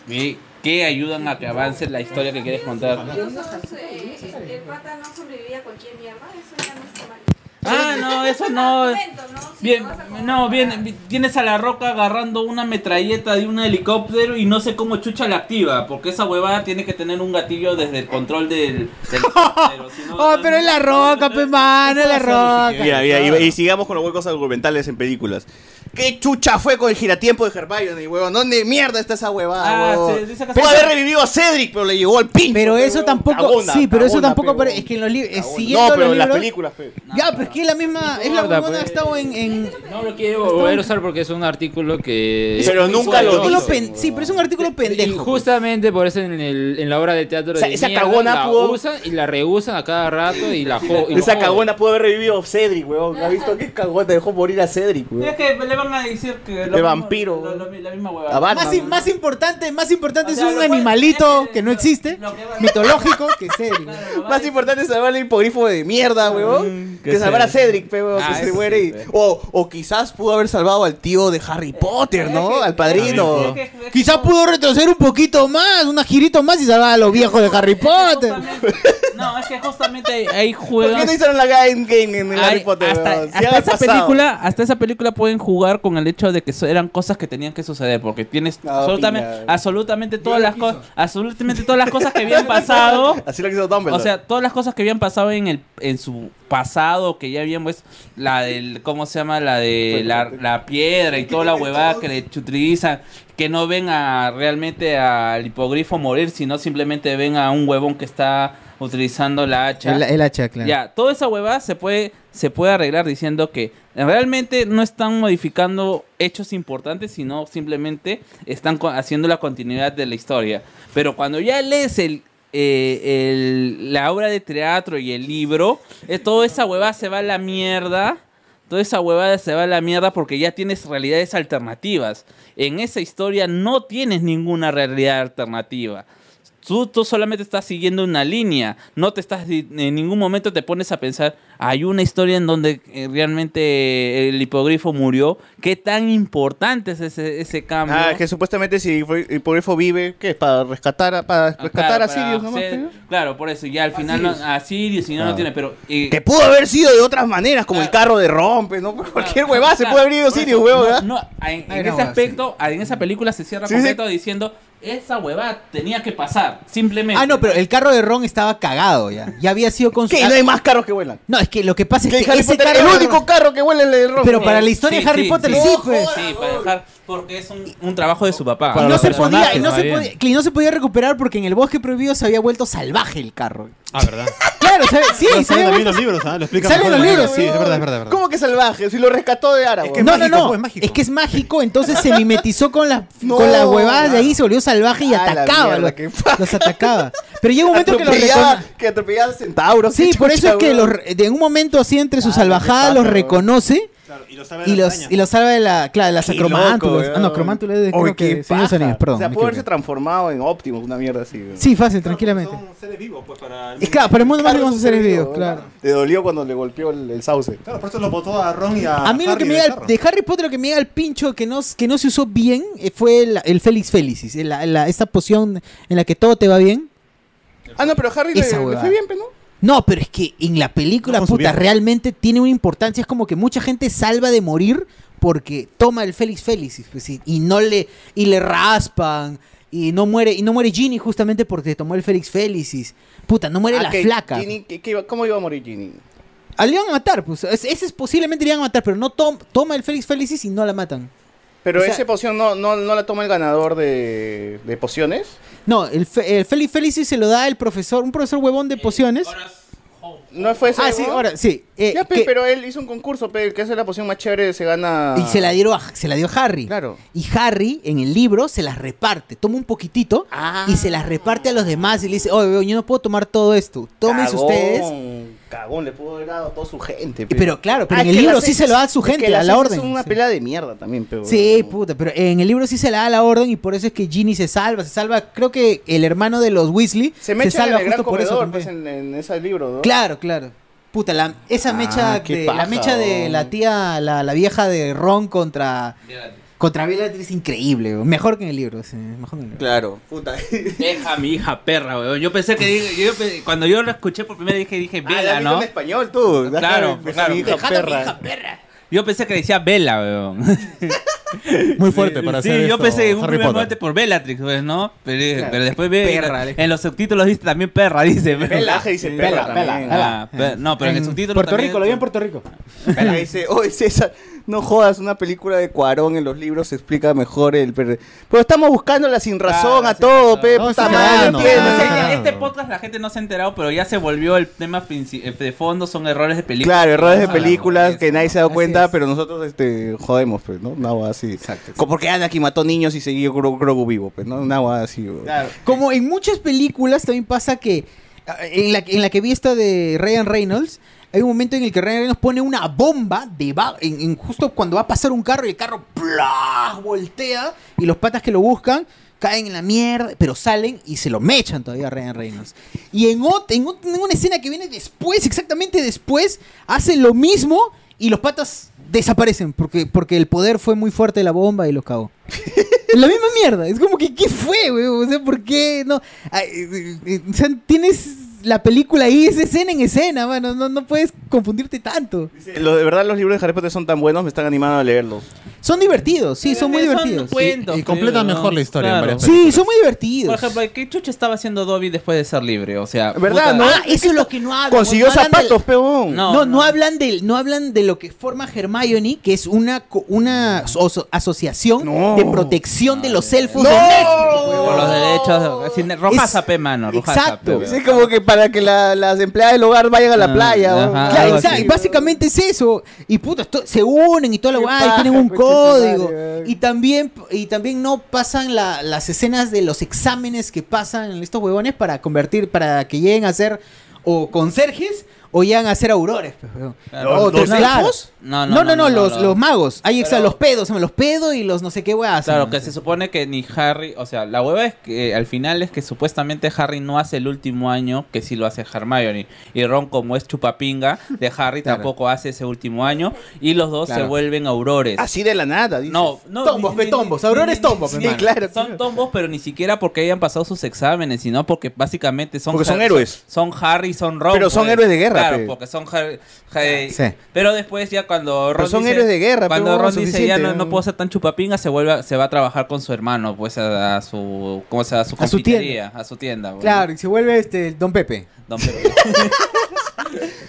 Speaker 5: que, que ayudan a que avance la historia que quieres contar
Speaker 8: eh, el pata no sobrevivía a cualquier mierda, eso ya no está mal.
Speaker 5: ah no eso no bien no bien vi- tienes a la roca agarrando una metralleta de un helicóptero y no sé cómo chucha la activa porque esa huevada tiene que tener un gatillo desde el control del, del
Speaker 2: Oh, pero es la roca, pe mano, es la roca.
Speaker 3: Mira, mira, y, y sigamos con los huecos argumentales en películas. ¿Qué chucha fue con el giratiempo de Hermione, huevón? ¿Dónde mierda está esa huevada,
Speaker 5: Ah,
Speaker 3: huevón?
Speaker 5: sí, dice que-
Speaker 3: Pudo haber revivido a Cedric, pero le llegó al pinche.
Speaker 2: Pero eso tampoco,
Speaker 3: Cagona,
Speaker 2: sí, pero eso
Speaker 3: cagona,
Speaker 2: tampoco,
Speaker 3: pe,
Speaker 2: pare-
Speaker 3: huevón.
Speaker 2: es que en los libros, eh, siguiendo
Speaker 3: No, pero
Speaker 2: los
Speaker 3: en las
Speaker 2: libros-
Speaker 3: películas, pe.
Speaker 2: Ya, pero es que es la misma, es la
Speaker 6: Gorda,
Speaker 2: misma,
Speaker 6: pues.
Speaker 2: ha estado en, en-
Speaker 6: No lo quiero volver a usar porque es un artículo que.
Speaker 3: Pero
Speaker 6: es
Speaker 3: nunca lo
Speaker 6: insólito,
Speaker 2: artículo pen- sí, pero es un artículo
Speaker 6: Y
Speaker 2: pendejo. pues.
Speaker 6: justamente por eso en, el- en la obra de teatro
Speaker 3: O sea,
Speaker 6: de
Speaker 3: esa
Speaker 6: mierda
Speaker 3: cagona
Speaker 6: la
Speaker 3: pudo-
Speaker 6: usan y la reusan a cada rato y la jo- y lo
Speaker 3: Esa
Speaker 6: joden.
Speaker 3: cagona pudo haber revivido a Cedric, huevón. ¿Has visto qué cagona dejó morir a Cedric,
Speaker 5: Es
Speaker 3: huevón?
Speaker 5: que le van a decir que...
Speaker 3: De vampiro. Ah,
Speaker 5: lo- lo- la misma huevada.
Speaker 3: A Batman.
Speaker 2: Más, i- más importante, más importante
Speaker 5: O sea,
Speaker 2: es
Speaker 5: lo
Speaker 2: un
Speaker 5: cual-
Speaker 2: animalito que no existe,
Speaker 5: Lo que va-
Speaker 2: mitológico, que es Cedric.
Speaker 3: Más importante es salvar al hipogrifo de
Speaker 2: Mm,
Speaker 3: mierda, huevón.
Speaker 5: que
Speaker 3: que salvar a
Speaker 5: Cedric.
Speaker 3: Cedric, pe, huevón,
Speaker 5: Ah,
Speaker 3: que se
Speaker 5: eso
Speaker 3: muere.
Speaker 5: sí,
Speaker 3: y-
Speaker 5: pe.
Speaker 3: o, o quizás pudo haber salvado al tío de Harry Potter,
Speaker 2: Eh,
Speaker 3: ¿no? Al padrino.
Speaker 5: Es que- es que-
Speaker 2: Quizás pudo retroceder un poquito más, una girito más y salvar a los viejos de Harry Potter.
Speaker 5: No, es que justamente ahí, ahí
Speaker 3: ¿Por qué
Speaker 5: juegan...
Speaker 3: no hicieron la game game en el
Speaker 5: ahí-
Speaker 3: Harry Potter?
Speaker 5: hasta,
Speaker 3: huevón? Si
Speaker 5: hasta
Speaker 3: ya
Speaker 5: esa
Speaker 3: ha pasado.
Speaker 5: película, hasta esa película pueden jugar con el hecho de que so- eran cosas que tenían que suceder, porque tienes
Speaker 3: No,
Speaker 5: absolutamente,
Speaker 3: pilla.
Speaker 5: absolutamente todas las cosas, absolutamente todas las cosas que habían pasado.
Speaker 3: Así lo quiso Dumbledore.
Speaker 5: O sea, todas las cosas que habían pasado en el en su pasado, que ya habían pues, la del, ¿cómo se llama? La de la, la piedra y toda la huevada que le utilizan, que no ven a realmente al hipogrifo morir, sino simplemente ven a un huevón que está utilizando la hacha.
Speaker 2: El, el hacha, claro.
Speaker 5: Ya, toda esa huevada se puede, se puede arreglar diciendo que realmente no están modificando hechos importantes, sino simplemente están co- haciendo la continuidad de la historia. Pero cuando ya lees el, eh, el- la obra de teatro y el libro, eh, toda esa huevada se va a la mierda. Toda esa huevada se va a la mierda porque ya tienes realidades alternativas. En esa historia no tienes ninguna realidad alternativa. Tú, tú solamente estás siguiendo una línea. No te estás. di- En ningún momento te pones a pensar. Hay una historia en donde eh, realmente eh, el hipogrifo murió. ¿Qué tan importante es ese, ese cambio?
Speaker 3: Ah, que supuestamente si fue- el hipogrifo vive, ¿qué? Para rescatar a, para
Speaker 5: Ah,
Speaker 3: rescatar
Speaker 5: claro,
Speaker 3: a
Speaker 5: para
Speaker 3: Sirius nomás.
Speaker 5: hacer-
Speaker 3: pe, ¿no?
Speaker 5: Claro, por eso. Ya al final no- a Sirius y no, no tiene. Pero. eh,
Speaker 3: Que pudo haber sido de otras maneras, como el carro de rompe, ¿no? Cualquier huevada se
Speaker 5: Claro,
Speaker 3: puede haber ido Sirius,
Speaker 5: por eso,
Speaker 3: huevón. ¿eh? ¿verdad?
Speaker 5: No, no, en, en
Speaker 2: Ay, no,
Speaker 5: ese
Speaker 2: bueno,
Speaker 5: aspecto, ah, en esa película se cierra
Speaker 3: Sí,
Speaker 5: completo diciendo. Esa huevada tenía que pasar. Simplemente.
Speaker 2: Ah, no, pero el carro de Ron estaba cagado ya. Ya había sido con
Speaker 3: ¿Qué?
Speaker 2: ah,
Speaker 3: No hay más carros que vuelan.
Speaker 2: No, es que lo que pasa
Speaker 3: Que
Speaker 2: es
Speaker 3: el
Speaker 2: que
Speaker 3: Harry
Speaker 2: ese
Speaker 3: Potter,
Speaker 2: carro
Speaker 3: el
Speaker 2: de
Speaker 3: único
Speaker 2: Ron-
Speaker 3: carro que huele es el de Ron.
Speaker 2: Pero para la historia de Harry Potter sí, pues.
Speaker 5: Eh, Sí, para dejar, porque es un, un trabajo de su papá.
Speaker 2: Y no se podía, y no
Speaker 6: más
Speaker 2: se
Speaker 6: bien.
Speaker 2: podía, y no se podía recuperar porque en el bosque prohibido se había vuelto salvaje el carro.
Speaker 4: Ah, ¿verdad?
Speaker 2: Claro, se- sí,
Speaker 4: Pero
Speaker 2: se
Speaker 4: salen
Speaker 2: había
Speaker 4: también
Speaker 2: vuelto-
Speaker 4: los libros, ¿ah? Lo explican
Speaker 2: Salen
Speaker 4: mejor
Speaker 2: los
Speaker 4: en
Speaker 2: libros.
Speaker 4: Sí, es verdad, es verdad. es verdad.
Speaker 3: ¿Cómo que salvaje? Si lo rescató de Ara,
Speaker 4: Es que
Speaker 3: huevón.
Speaker 2: No,
Speaker 4: mágico,
Speaker 2: no,
Speaker 4: pues,
Speaker 2: no.
Speaker 4: es mágico.
Speaker 2: Es que es mágico, entonces se mimetizó con las
Speaker 3: No,
Speaker 2: con las huevadas de ahí,
Speaker 3: claro.
Speaker 2: se volvió salvaje y
Speaker 3: Ah, la
Speaker 2: atacaba.
Speaker 3: mierda,
Speaker 2: los,
Speaker 3: qué
Speaker 2: los atacaba. Pero llega un momento que los
Speaker 3: atropellaba,
Speaker 2: recono-
Speaker 3: que atropellaba centauros.
Speaker 2: Sí,
Speaker 3: qué
Speaker 2: por eso
Speaker 3: chucha,
Speaker 2: es que
Speaker 3: huevón.
Speaker 2: los, re- de un momento así entre sus
Speaker 3: Claro, qué
Speaker 2: salvajadas los
Speaker 3: paja, huevón.
Speaker 2: reconoce
Speaker 4: Claro, y lo saben
Speaker 2: y los, y los salva de la, claro, de las
Speaker 3: Qué
Speaker 2: acromántulas.
Speaker 3: loco,
Speaker 2: Ah, no,
Speaker 3: weón.
Speaker 2: acromántulas es de
Speaker 3: Oye,
Speaker 2: creo que
Speaker 3: qué
Speaker 2: Señor de los
Speaker 3: paja.
Speaker 2: Anillos,
Speaker 3: O
Speaker 2: perdón.
Speaker 3: sea,
Speaker 2: me
Speaker 3: pudo haberse
Speaker 2: equivoqué.
Speaker 3: transformado en Optimus, una mierda así. weón.
Speaker 2: Sí, fácil, tranquilamente.
Speaker 4: Son seres vivos, pues, para... el
Speaker 2: Y claro, para el mundo
Speaker 3: Claro,
Speaker 2: mágico vamos a
Speaker 3: eso
Speaker 2: hacer
Speaker 3: te
Speaker 2: videos,
Speaker 3: digo,
Speaker 2: claro.
Speaker 3: Te dolió cuando le golpeó el, el sauce.
Speaker 4: Claro, por eso lo botó a Ron y a
Speaker 2: A mí lo que
Speaker 4: Ah, Harry
Speaker 2: me
Speaker 4: del
Speaker 2: llega
Speaker 4: carro.
Speaker 2: de Harry Potter lo que me llega al pincho que no, que no se usó bien eh, fue el, el Félix Felicis, el- la- la- esa poción en la que todo te va bien.
Speaker 3: Ah, no, pero Harry le,
Speaker 2: Esa
Speaker 3: le
Speaker 2: huevada.
Speaker 3: fue bien, pero no.
Speaker 2: No, pero es que en la película,
Speaker 4: No, con su
Speaker 2: puta,
Speaker 4: viejo.
Speaker 2: realmente tiene una importancia. Es como que mucha gente salva de morir porque toma el Félix Felicis pues, y, y no le y le raspan y no muere y no muere Ginny justamente porque tomó el Félix Felicis. Puta, no muere
Speaker 3: Ah,
Speaker 2: la
Speaker 3: que
Speaker 2: flaca.
Speaker 3: Ginny, que- que iba- ¿Cómo iba a morir Ginny?
Speaker 2: Ah, le iban a matar, pues. Es- Ese es posiblemente le iban a matar, pero no tom- toma el Félix Felicis y no la matan.
Speaker 3: Pero
Speaker 2: O sea-
Speaker 3: esa poción no, no, no la toma el ganador de, de pociones.
Speaker 2: No, el, fe- el Félix Felicis se lo da el profesor, un profesor huevón de pociones.
Speaker 3: No fue ese
Speaker 2: Ah, sí,
Speaker 3: huevón?
Speaker 2: ahora, sí. Eh,
Speaker 3: ya, pe,
Speaker 2: que-
Speaker 3: pero él hizo un concurso, pe, el que hace la poción más chévere se gana.
Speaker 2: Y se la, dieron a- se la dio Harry. Claro. Y Harry, en el libro, se las reparte. Toma un poquitito
Speaker 3: Ah.
Speaker 2: y se las reparte a los demás. Y le dice, oye, weón, yo no puedo tomar todo esto. Tómense
Speaker 3: Cagón,
Speaker 2: ustedes.
Speaker 3: Cagón, le pudo haber dado a toda su gente.
Speaker 2: Y pero claro,
Speaker 3: Ah,
Speaker 2: pero en el libro sí se lo da a su gente, a la orden.
Speaker 3: Es una pelea de mierda también, pero.
Speaker 2: Sí, puta, pero en el libro sí se la da la orden y por eso es que Ginny se salva. Se salva, creo que el hermano de los Weasley
Speaker 3: Se me echa en
Speaker 2: salva
Speaker 3: el gran
Speaker 2: justo por eso.
Speaker 3: comedor,
Speaker 2: también.
Speaker 3: pues, en, en ese libro, ¿no?
Speaker 2: Claro, claro. Puta, la, esa
Speaker 3: Ah,
Speaker 2: mecha,
Speaker 3: qué
Speaker 2: de,
Speaker 3: paja,
Speaker 2: la mecha de
Speaker 3: weón.
Speaker 2: la tía, la, la vieja de Ron contra contra Bellatrix es increíble, weón. mejor que en el libro, sí, mejor que en el libro.
Speaker 3: Claro.
Speaker 5: Deja a mi hija perra, weón. Yo pensé que. dije- yo pe- cuando yo lo escuché por primera vez dije, dije
Speaker 3: Ah, la
Speaker 5: vela,
Speaker 3: has visto
Speaker 5: ¿no?
Speaker 3: en español, tú. Deja-
Speaker 5: Claro,
Speaker 3: deja
Speaker 5: claro.
Speaker 3: a mi pues, hija
Speaker 5: Dejando a mi
Speaker 3: perra.
Speaker 5: hija Yo pensé que decía vela, weón.
Speaker 4: Muy fuerte para
Speaker 5: Sí,
Speaker 4: hacer
Speaker 5: yo
Speaker 4: esto,
Speaker 5: pensé en un
Speaker 4: Harry
Speaker 5: primer
Speaker 4: Potter.
Speaker 5: momento por Bellatrix, pues, ¿no? Pero, dije-
Speaker 4: Claro.
Speaker 5: pero después ve.
Speaker 4: Perra,
Speaker 5: en, los subtítulos dice también perra, dice.
Speaker 3: Pela, dice perra también.
Speaker 5: Ah, pe- no, pero en, el subtítulo. también-
Speaker 2: lo vi en Puerto Rico.
Speaker 3: Pela dice, oye César, no jodas, una película de Cuarón en los libros se explica mejor el... per- Pero estamos buscándola sin razón a todo, pe, puta
Speaker 5: sí,
Speaker 3: madre,
Speaker 5: Ah, no,
Speaker 3: ¿entiendes?
Speaker 5: no, no, no, no. Este podcast la gente no se ha enterado, pero ya se volvió el tema princi- eh, de fondo, son errores de películas. Ah,
Speaker 3: Claro, errores de
Speaker 5: Claro.
Speaker 3: películas que nadie se da cuenta, pero nosotros este, jodemos, pues, ¿no? Una hueá así. Exacto. Porque Anakin mató niños y siguió Gro- Grogu vivo, pues, ¿no? Una hueá así. bro.
Speaker 2: Como en muchas películas también pasa que ah, en la, en la que vi esta de Ryan Reynolds, hay un momento en el que Ryan Reynolds pone una bomba deba- en, en justo cuando va a pasar un carro y el carro ¡plá! voltea y los patas que lo buscan caen en la mierda, pero salen y se lo mechan todavía a Ryan Reynolds. Y en, ot- en ot- en una escena que viene después, exactamente después, hace lo mismo y los patas desaparecen porque, porque el poder fue muy fuerte de la bomba y los cagó. La misma mierda. Es como que, ¿qué fue, güey? O sea, ¿por qué no? Ay, eh, eh, o sea, tienes la película ahí, es escena en escena, mano. No, no puedes confundirte tanto.
Speaker 3: Lo- de verdad, los libros de Harry Potter son tan buenos, me están animando a leerlos.
Speaker 2: Son divertidos, sí, son muy
Speaker 5: Son
Speaker 2: divertidos.
Speaker 5: cuentos, Y- y completan pero, mejor la historia en claro. varias
Speaker 2: Sí,
Speaker 5: películas.
Speaker 2: son muy
Speaker 5: Por
Speaker 2: divertidos.
Speaker 5: ejemplo, ¿qué chucho estaba haciendo Dobby después de ser libre? O sea,
Speaker 2: ¿Verdad,
Speaker 5: puta-
Speaker 2: no? Ah, eso es lo que no hablan.
Speaker 5: Consiguió
Speaker 2: no hablan del-
Speaker 5: zapatos,
Speaker 3: peón.
Speaker 2: No, no, hablan del, no hablan de lo que forma Hermione, que es una, co- una aso- asociación de protección de los elfos de México. huevón.
Speaker 5: Por los derechos. sin- Rojaza, pe, mano. Rojaza, pe,
Speaker 3: Exacto.
Speaker 5: weón.
Speaker 3: Es como que para que la- las empleadas del hogar vayan a la
Speaker 5: Ah,
Speaker 3: playa. bro.
Speaker 5: ajá,
Speaker 2: Claro,
Speaker 5: algo
Speaker 2: exacto,
Speaker 5: así.
Speaker 2: y básicamente es eso. Y puta, esto- se unen y toda la
Speaker 3: Qué
Speaker 2: guay,
Speaker 3: paja,
Speaker 2: tienen un
Speaker 3: concha
Speaker 2: código.
Speaker 3: su
Speaker 5: eh.
Speaker 3: madre,
Speaker 2: Y también, y también no pasan la- las escenas de los exámenes que pasan en estos huevones para convertir, para que lleguen a ser o conserjes o llegan a ser aurores. pues, huevón.
Speaker 5: Claro.
Speaker 2: O
Speaker 5: ¿Los-
Speaker 2: tres
Speaker 5: los
Speaker 2: claro.
Speaker 5: elfos?
Speaker 2: No, no, no, los, los magos. Hay exa- los pedos, se llaman los pedos y los no sé qué weas.
Speaker 5: Claro, que se supone que ni Harry, o sea, la hueva es que eh, al final es que supuestamente Harry no hace el último año que sí lo hace Hermione. Y Ron, como es chupapinga de Harry,
Speaker 3: Claro.
Speaker 5: tampoco hace ese último año. Y los dos se
Speaker 3: Claro.
Speaker 5: vuelven aurores.
Speaker 3: Así de la nada, dices.
Speaker 5: No, no,
Speaker 2: Tombos, pe, tombos. Aurores tombos,
Speaker 5: Sí,
Speaker 2: hermano.
Speaker 5: claro. Son tombos, pero ni siquiera porque hayan pasado sus exámenes, sino porque básicamente son.
Speaker 3: Porque son
Speaker 5: Har-
Speaker 3: héroes.
Speaker 5: Son Harry, y son Ron. pues.
Speaker 3: Pero son héroes de guerra,
Speaker 5: Claro,
Speaker 3: pe.
Speaker 5: porque son Harry. Harry-
Speaker 3: Sí.
Speaker 5: Pero después, ya cuando Ron.
Speaker 3: Pero son
Speaker 5: dice-
Speaker 3: héroes de guerra, pe,
Speaker 5: Cuando
Speaker 3: huevón,
Speaker 5: Ron dice, ya
Speaker 3: suficiente,
Speaker 5: no, no
Speaker 3: ¿no?
Speaker 5: puedo ser tan chupapinga, se vuelve a- se va a trabajar con su hermano, pues a, a su. ¿Cómo se llama? A su
Speaker 2: A su
Speaker 5: confitería, A su tienda, huevón.
Speaker 2: Claro, y se vuelve este Don Pepe.
Speaker 5: Don Pedro.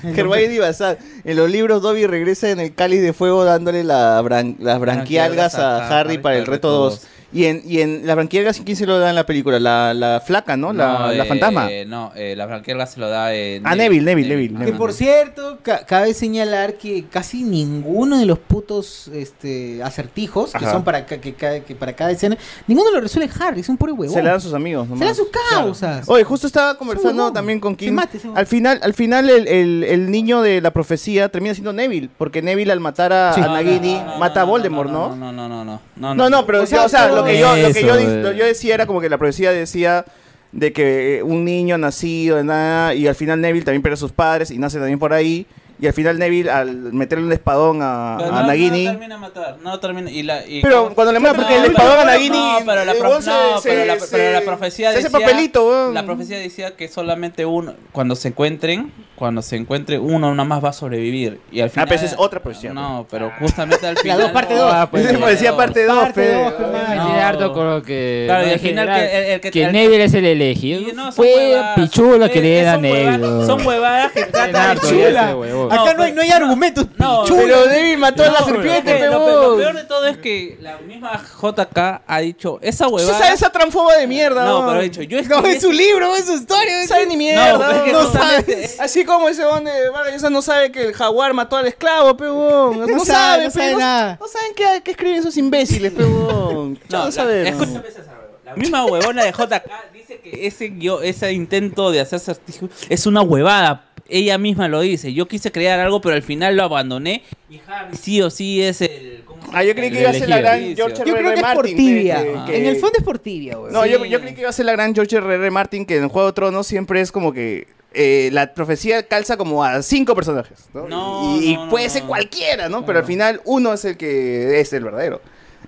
Speaker 3: Hermione y Bazán. En los libros, Dobby regresa en el cáliz de fuego dándole la bran- las branquialgas a, Harry para el reto 2. Y en, y en las branquialgas, ¿quién se lo da en la película? La, la flaca, ¿no? La,
Speaker 5: No,
Speaker 3: la
Speaker 5: eh,
Speaker 3: fantasma.
Speaker 5: No, eh, la franquicia se lo da. Eh,
Speaker 3: Ah, Neville, Neville, Neville.
Speaker 2: Que por cierto, ca- cabe señalar que casi ninguno de los putos este, acertijos que
Speaker 3: Ajá.
Speaker 2: son para, ca- que, ca- que para cada escena, ninguno lo resuelve Harry, es un puro huevón.
Speaker 3: Se la dan sus amigos.
Speaker 2: Se le dan
Speaker 3: nomás.
Speaker 2: sus causas.
Speaker 3: Oye, justo estaba conversando
Speaker 2: huevón.
Speaker 3: también con Kim.
Speaker 2: Se mate, se
Speaker 3: al final, al final el, el- el niño de la profecía termina siendo Neville, porque Neville al matar a,
Speaker 5: Sí.
Speaker 3: a
Speaker 5: No,
Speaker 3: Nagini mata a Voldemort, ¿no?
Speaker 5: No, no, no, no.
Speaker 3: No, no, pero o sea, o sea, lo que yo, lo que yo, dis- lo- yo decía era como que la profecía decía de que eh, un niño nacido de nada y al final Neville también pierde a sus padres y nace también por ahí y al final Neville al meterle un espadón a,
Speaker 5: Pero
Speaker 3: a
Speaker 5: no,
Speaker 3: Nagini
Speaker 5: No termina de matar, no termina. Y la, y
Speaker 3: Pero cuando le mata, porque el espadón a Nagini,
Speaker 5: No, pero la,
Speaker 3: el
Speaker 5: pro-
Speaker 3: weón se-
Speaker 5: no,
Speaker 3: se-
Speaker 5: pero la,
Speaker 3: se-
Speaker 5: pero la profecía
Speaker 3: se hace
Speaker 5: decía.
Speaker 3: papelito, weón.
Speaker 5: La profecía decía que solamente uno. Cuando se encuentren, cuando se encuentre uno, nada más va a sobrevivir. Y al final.
Speaker 3: Ah, pero esa es otra profecía, pues.
Speaker 5: No, pero justamente al
Speaker 3: La
Speaker 5: final.
Speaker 3: dos, parte dos.
Speaker 5: Ah, pues,
Speaker 3: Esa es
Speaker 5: la
Speaker 3: profecía
Speaker 5: dos.
Speaker 3: parte dos, Parte pe. dos, pe,
Speaker 5: No,
Speaker 3: madre.
Speaker 6: Bardo creo que.
Speaker 5: Claro,
Speaker 6: no,
Speaker 5: y
Speaker 6: en
Speaker 5: al final
Speaker 6: general,
Speaker 5: que- el- el que-
Speaker 6: que
Speaker 5: el-
Speaker 6: Neville es el elegido.
Speaker 5: Y no, son
Speaker 6: Fue
Speaker 5: huevadas. Eh,
Speaker 6: pichula que le
Speaker 5: Son
Speaker 6: dan
Speaker 5: huevadas-
Speaker 6: Neville.
Speaker 5: Son huevadas que tratan
Speaker 6: harto ya ese huevón. Acá
Speaker 5: no hay, no hay argumentos. No,
Speaker 6: Pero David mató a la serpiente,
Speaker 5: pero,
Speaker 6: huevón.
Speaker 5: pero lo peor de todo es que la misma JK ha dicho, esa huevada...
Speaker 3: Esa, esa transfoba de mierda.
Speaker 5: No,
Speaker 3: ¿no?
Speaker 5: pero he dicho, yo
Speaker 3: No,
Speaker 5: escribí
Speaker 3: es su libro, es su historia. No sabe ni mierda.
Speaker 5: No, es que
Speaker 3: no
Speaker 5: justamente-
Speaker 3: sabe. Así como ese don de Vargas Llosa no sabe que el jaguar mató al esclavo, pebón. No, sabe, pe, no- No saben qué, qué escriben esos imbéciles, pebón.
Speaker 5: No,
Speaker 3: no,
Speaker 5: la-
Speaker 3: sabe.
Speaker 5: escúchame, César, La misma huevona de JK dice que ese, guio- ese intento de hacerse artístico es una huevada. Ella misma lo dice. Yo quise crear algo, pero al final lo abandoné. Y Harry sí o sí es el. ¿cómo se
Speaker 3: Ah, yo creí
Speaker 5: llama?
Speaker 3: que iba a ser la
Speaker 5: El
Speaker 3: gran
Speaker 5: elegido.
Speaker 3: George
Speaker 5: Yo
Speaker 3: R.R.
Speaker 5: creo que es
Speaker 3: Martin.
Speaker 5: por
Speaker 3: pe,
Speaker 5: tibia.
Speaker 3: que-
Speaker 5: Ah.
Speaker 3: que-
Speaker 5: En el
Speaker 18: fondo es por tibia, güey.
Speaker 3: No, yo,
Speaker 18: Sí.
Speaker 3: yo creí que iba a ser la gran George R.R. Martin, que en Juego de Tronos siempre es como que eh, la profecía calza como a cinco personajes. ¿no? y y puede ser cualquiera, ¿no? Pero al final uno es el que es el verdadero.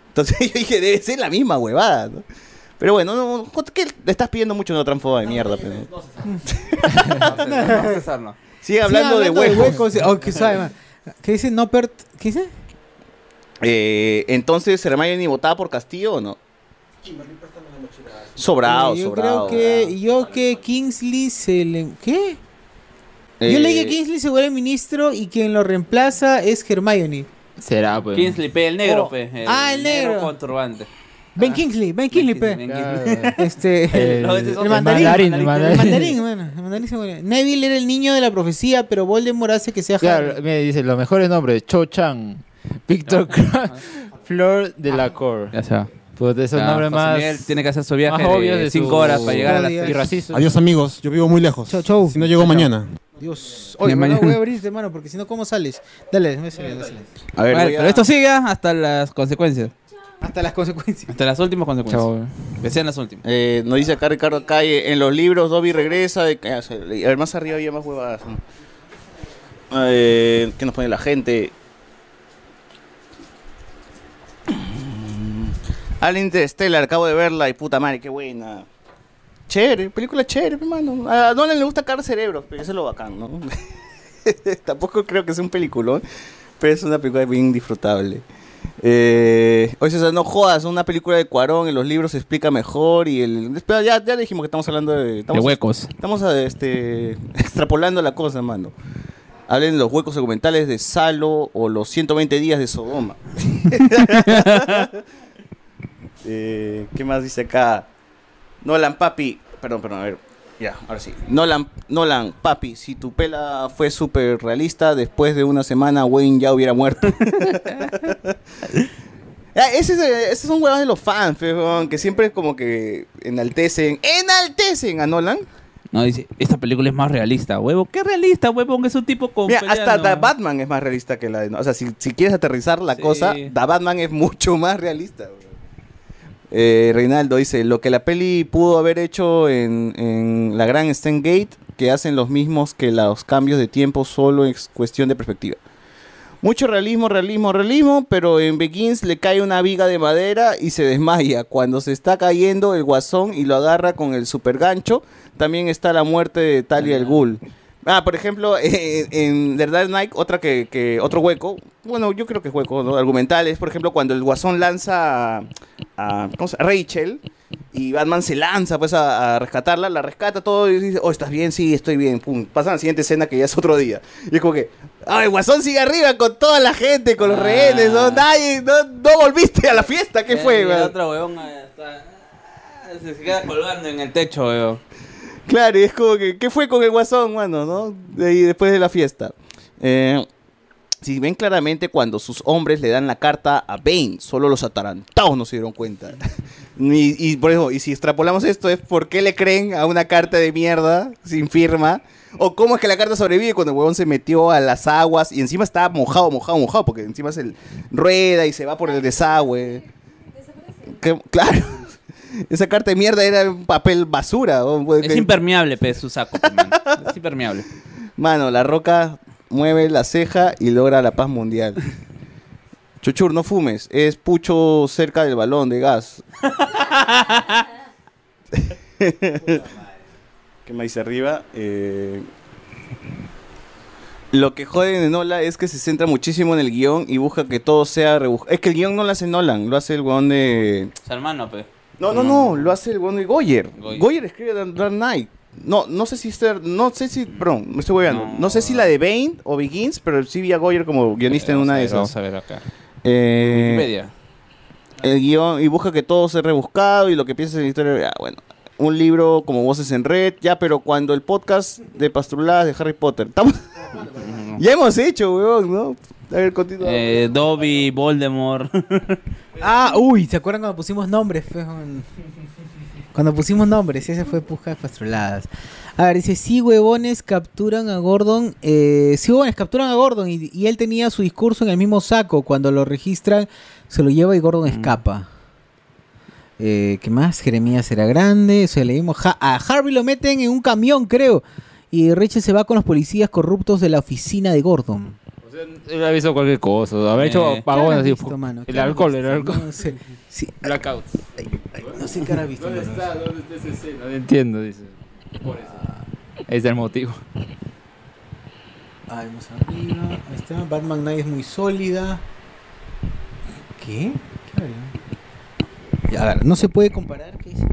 Speaker 3: Entonces yo dije, debe ser la misma huevada, ¿no? Pero bueno, no, no, ¿qué le estás pidiendo mucho a una trampa de mierda? pe?
Speaker 5: No, César, no.
Speaker 3: Sigue hablando de
Speaker 2: hablando de
Speaker 3: huecos.
Speaker 2: huecos. Oh, qué suave, man. ¿Qué dice Noppert? ¿Qué dice?
Speaker 3: Eh, Entonces, ¿Hermione votada por Castillo o no? Sobrado,
Speaker 2: Eh, yo
Speaker 3: sobrado.
Speaker 2: creo que yo que Kingsley se le ¿Qué?
Speaker 3: Eh,
Speaker 2: Yo leí que Kingsley se vuelve ministro y quien lo reemplaza es Hermione.
Speaker 6: Será, pues.
Speaker 5: Kingsley, pe, el negro,
Speaker 2: Oh.
Speaker 5: pe,
Speaker 2: Ah, el negro.
Speaker 5: con turbante.
Speaker 2: Ben Kingsley, Ah, Ben Kingsley, pe. Este,
Speaker 5: El- no, ese es
Speaker 2: el,
Speaker 5: otro.
Speaker 2: mandarín,
Speaker 5: El mandarín,
Speaker 2: el
Speaker 5: el
Speaker 2: mandarín,
Speaker 5: mandarín.
Speaker 2: bueno, el mandarín se muere. Neville era el niño de la profecía, pero Voldemort hace que sea
Speaker 6: Claro,
Speaker 2: Harry.
Speaker 6: me dice los mejores nombres: Cho Chang, Victor Crumb, Flor de la Cor.
Speaker 19: Ya se va.
Speaker 6: Pues de esos
Speaker 19: Ya,
Speaker 6: nombres
Speaker 19: José
Speaker 6: más.
Speaker 19: Miguel tiene que hacer su viaje
Speaker 6: más
Speaker 19: de
Speaker 6: obvios
Speaker 19: cinco
Speaker 6: su-
Speaker 19: horas para llegar a las
Speaker 6: y
Speaker 19: seis.
Speaker 6: racistas.
Speaker 4: Adiós amigos, yo vivo muy lejos. Si no llego mañana.
Speaker 2: Dios, oye,
Speaker 19: Ya
Speaker 2: no
Speaker 19: mañana.
Speaker 2: voy a abrirte, hermano, porque si no cómo sales. Dale, dale, dale, dale.
Speaker 3: Eh,
Speaker 19: A ver, pero esto sigue hasta las consecuencias.
Speaker 2: hasta las consecuencias.
Speaker 19: Hasta las últimas consecuencias. Que sean las últimas.
Speaker 3: Eh, nos dice acá Ricardo Calle, en los libros Dobby regresa. de- ah, se- A ver, más arriba había más huevadas. ¿no? Eh, ¿Qué nos pone la gente? Mm, Alien Interstellar, acabo de verla y puta madre, qué buena. Chévere, película chévere, hermano. A Nolan le gusta cagar cerebros, pero eso es lo bacán, ¿no? Tampoco creo que sea un peliculón, pero es una película bien disfrutable. Eh, oye, César, no jodas, una película de Cuarón en los libros se explica mejor y el... Espera, ya, ya dijimos que estamos hablando de... Estamos,
Speaker 19: De huecos.
Speaker 3: Estamos este, extrapolando la cosa, mano. Hablen de los huecos documentales de Salo o los 120 días de Sodoma. Eh, ¿Qué más dice acá? Nolan, papi. Perdón, perdón, a ver. Ya, ahora sí. Nolan, Nolan, papi, si tu pela fue súper realista, después de una semana Wayne ya hubiera muerto. Ah, ese es, eh, Esos son huevos de los fans, pe, huevón, que siempre como que enaltecen, enaltecen a Nolan.
Speaker 19: No, dice, esta película es más realista, huevo. ¿Qué realista, huevo? Que es un tipo con...
Speaker 3: Mira,
Speaker 19: pelea,
Speaker 3: hasta
Speaker 19: no.
Speaker 3: The Batman es más realista que la de... O sea, si, si quieres aterrizar la cosa, The Batman es mucho más realista. bro. Eh, Reinaldo dice, lo que la peli pudo haber hecho en, en la gran Stand Gate, que hacen los mismos que los cambios de tiempo solo es cuestión de perspectiva. Mucho realismo, realismo, realismo, pero en Begins le cae una viga de madera y se desmaya. Cuando se está cayendo el guasón y lo agarra con el super gancho, también está la muerte de Talia el Ghul. Ah, por ejemplo, en, en The Dark Knight, otra que, que- otro hueco, bueno, yo creo que es hueco, ¿no? Argumental, es por ejemplo cuando el guasón lanza a, a- ¿cómo se llama? Rachel y Batman se lanza pues a, a rescatarla, la rescata todo y dice, oh, ¿estás bien? Sí, estoy bien, pum, pasa a la siguiente escena que ya es otro día. Y es como que, ay, guasón sigue arriba con toda la gente, con los rehenes, ¿no? Nadie, no, no volviste a la fiesta, ¿qué
Speaker 5: Y
Speaker 3: fue,
Speaker 5: el
Speaker 3: weón?
Speaker 5: otro huevón eh, está- ah, se se queda colgando en el techo, huevón.
Speaker 3: Claro, y es como que, ¿qué fue con el guasón, mano, no? De ahí, después de la fiesta. Eh, si ven claramente cuando sus hombres le dan la carta a Bane, solo los atarantados no se dieron cuenta. y, y por eso, y si extrapolamos esto, es por qué le creen a una carta de mierda sin firma. O cómo es que la carta sobrevive cuando el huevón se metió a las aguas y encima está mojado, mojado, mojado, porque encima es el rueda y se va por el desagüe. Que- claro. Esa carta de mierda era un papel basura. ¿no?
Speaker 19: Es impermeable, pe, su saco. pe, man. es impermeable.
Speaker 3: Mano, la roca mueve la ceja y logra la paz mundial. Chuchur, no fumes. Es pucho cerca del balón de gas. ¿Qué me dice arriba? Eh, Lo que jode de Nolan es que se centra muchísimo en el guión y busca que todo sea rebujado. Es que el guión no lo hace Nolan, lo hace el weón de.
Speaker 5: Salmano, pe.
Speaker 3: No, no, no, lo hace el weón de Goyer. Goyer, escribe The Dark Knight. No, no sé si este, no sé si, perdón, me estoy hueveando. No, sé si la de Bane o Begins, pero sí vi a Goyer como guionista en una de esas.
Speaker 6: Vamos a ver acá.
Speaker 3: Eh,
Speaker 6: Wikipedia.
Speaker 3: El guión y busca que todo sea rebuscado y lo que pienses en la historia. ah, bueno, un libro como Voces en Red, ya, pero cuando el podcast de Pastruladas de Harry Potter. Estamos. ya hemos hecho, weón, ¿no? A ver, continúa.
Speaker 5: Eh, Dobby, Voldemort.
Speaker 2: Ah, uy, ¿se acuerdan cuando pusimos nombres? Fue un- Cuando pusimos nombres, ese fue Pujas Pastroladas. A ver, dice, sí, huevones capturan a Gordon. Eh, sí, huevones capturan a Gordon. Y, y él tenía su discurso en el mismo saco. Cuando lo registran, se lo lleva y Gordon
Speaker 6: Mm.
Speaker 2: escapa. Eh, ¿Qué más? Jeremías era grande. Se leímos. Ja- a Harvey lo meten en un camión, creo. Y Rachel se va con los policías corruptos de la oficina de Gordon.
Speaker 6: Él ha visto cualquier cosa. Haber
Speaker 2: Eh,
Speaker 6: hecho
Speaker 2: ¿qué habrás
Speaker 6: pagones así.
Speaker 2: visto,
Speaker 6: fu-
Speaker 2: mano? ¿Qué
Speaker 6: El
Speaker 2: habrás
Speaker 6: alcohol, el
Speaker 2: visto?
Speaker 6: alcohol.
Speaker 2: No sé. Sí.
Speaker 6: Blackout.
Speaker 2: No sé qué habrá visto.
Speaker 6: ¿Dónde
Speaker 2: mano.
Speaker 6: está? ¿Dónde está esa escena? No entiendo, dice. Por eso.
Speaker 2: Ah.
Speaker 6: Ese es el motivo.
Speaker 2: Ay, más arriba. Ahí está. Batman Night es muy sólida. ¿Qué? ¿Qué habla? Ya, a ver, no se puede comparar. ¿qué dice?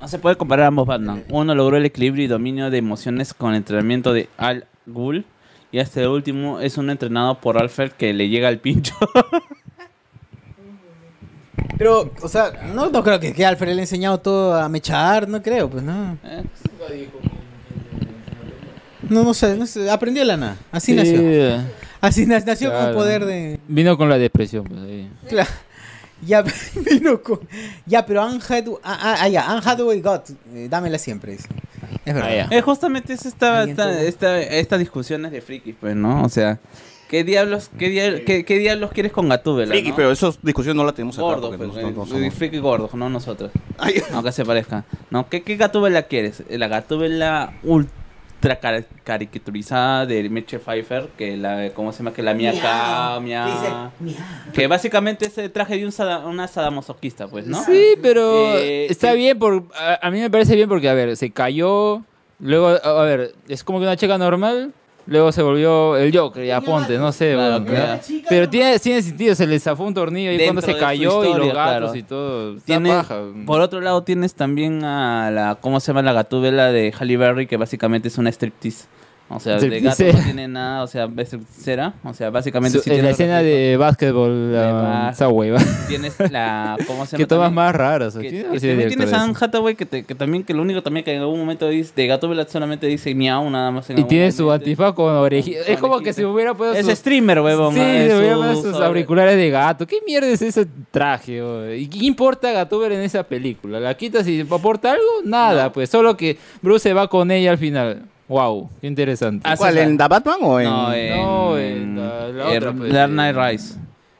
Speaker 5: No se puede comparar ambos Batman. Uno logró el equilibrio y dominio de emociones con el entrenamiento de Al Ghul. Y este último es un entrenado por Alfred que le llega al pincho.
Speaker 2: Pero, o sea, no, no creo que, que Alfred le ha enseñado todo a mechar, no creo, pues no.
Speaker 5: Eh,
Speaker 2: No, no sé, no sé, aprendió la nada. Así
Speaker 6: Sí.
Speaker 2: nació. Así na- nació con
Speaker 6: Claro.
Speaker 2: poder de.
Speaker 6: Vino con la depresión. Pues, ahí.
Speaker 2: Claro. Ya, vino con- ya, pero Anne Hathaway, ah, ah, ah, ya, Anne Hathaway God, eh, dámela siempre. dice. Es
Speaker 3: Ah,
Speaker 2: verdad.
Speaker 5: Eh, justamente es esta,
Speaker 2: Alguien
Speaker 5: esta,
Speaker 2: tuvo-
Speaker 5: esta- estas discusiones de frikis, pues, ¿no? O sea, ¿qué diablos, qué dia- qué- qué diablos quieres con Gatúbela?
Speaker 3: Friki,
Speaker 5: no?
Speaker 3: pero esa discusión no la tenemos acá.
Speaker 5: Gordo,
Speaker 3: porque
Speaker 5: pues,
Speaker 3: nosotros no
Speaker 5: eh,
Speaker 3: somos-
Speaker 5: friki gordo, no nosotros. Aunque se parezca. No, ¿qué, qué Gatúbela quieres? La Gatúbela ultra car- caricaturizada de Meche Pfeiffer, que la, ¿cómo se llama? Que la mía acá, mía. Que básicamente es el traje de un sada- una sadamosoquista, pues, ¿no?
Speaker 6: Sí, pero
Speaker 5: Eh,
Speaker 6: está
Speaker 5: sí.
Speaker 6: bien. Por, a, a mí me parece bien porque, a ver, se cayó. Luego, a, a ver, es como que una chica normal. Luego se volvió el Joker, ya ponte, no sé.
Speaker 5: Claro,
Speaker 6: bueno,
Speaker 5: claro.
Speaker 6: ya. Pero tiene, tiene sentido, se le zafó un tornillo y cuando
Speaker 5: Dentro
Speaker 6: se
Speaker 5: de su
Speaker 6: cayó y los
Speaker 5: historia,
Speaker 6: gatos
Speaker 5: claro.
Speaker 6: y todo. Está
Speaker 5: Tiene-
Speaker 6: paja.
Speaker 5: por otro lado tienes también a la cómo se llama la gatúbela de Halle Berry que básicamente es una striptease o sea de gato no
Speaker 6: Stripteasera.
Speaker 5: tiene nada o sea es stripteasera o sea básicamente
Speaker 6: Su-
Speaker 5: sí
Speaker 6: en
Speaker 5: tiene
Speaker 6: la escena de básquetbol, la-
Speaker 5: ba-
Speaker 6: esa hueva.
Speaker 5: tienes la cómo se llama
Speaker 6: Que tomas
Speaker 5: también?
Speaker 6: más raras.
Speaker 5: Que-
Speaker 6: así,
Speaker 5: que
Speaker 6: así de
Speaker 5: también
Speaker 6: director
Speaker 5: tienes a
Speaker 6: eso.
Speaker 5: Anne Hathaway que, te- que también que lo único también que en algún momento dice de Gatúbela solamente dice miau nada más en
Speaker 6: Y
Speaker 5: algún
Speaker 6: tiene
Speaker 5: momento.
Speaker 6: su antifaz con orejillas. Es como que si hubiera puesto.
Speaker 5: es
Speaker 6: sus-
Speaker 5: streamer huevón
Speaker 6: Sí,
Speaker 5: eh,
Speaker 6: se hubiera
Speaker 5: su-
Speaker 6: puesto sus
Speaker 5: sobre-
Speaker 6: auriculares de gato. ¿Qué mierda es ese traje? bro? ¿Y qué importa Gatuber en esa película? ¿La quitas y aporta algo? Nada, pues. Solo que Bruce se va con ella al final. Wow, qué interesante.
Speaker 3: ¿En ¿Cuál? ¿En The Batman o en.?
Speaker 5: Ah, no en,
Speaker 6: No, en la- la
Speaker 5: en
Speaker 6: otra, pues,
Speaker 5: Dark Knight Rise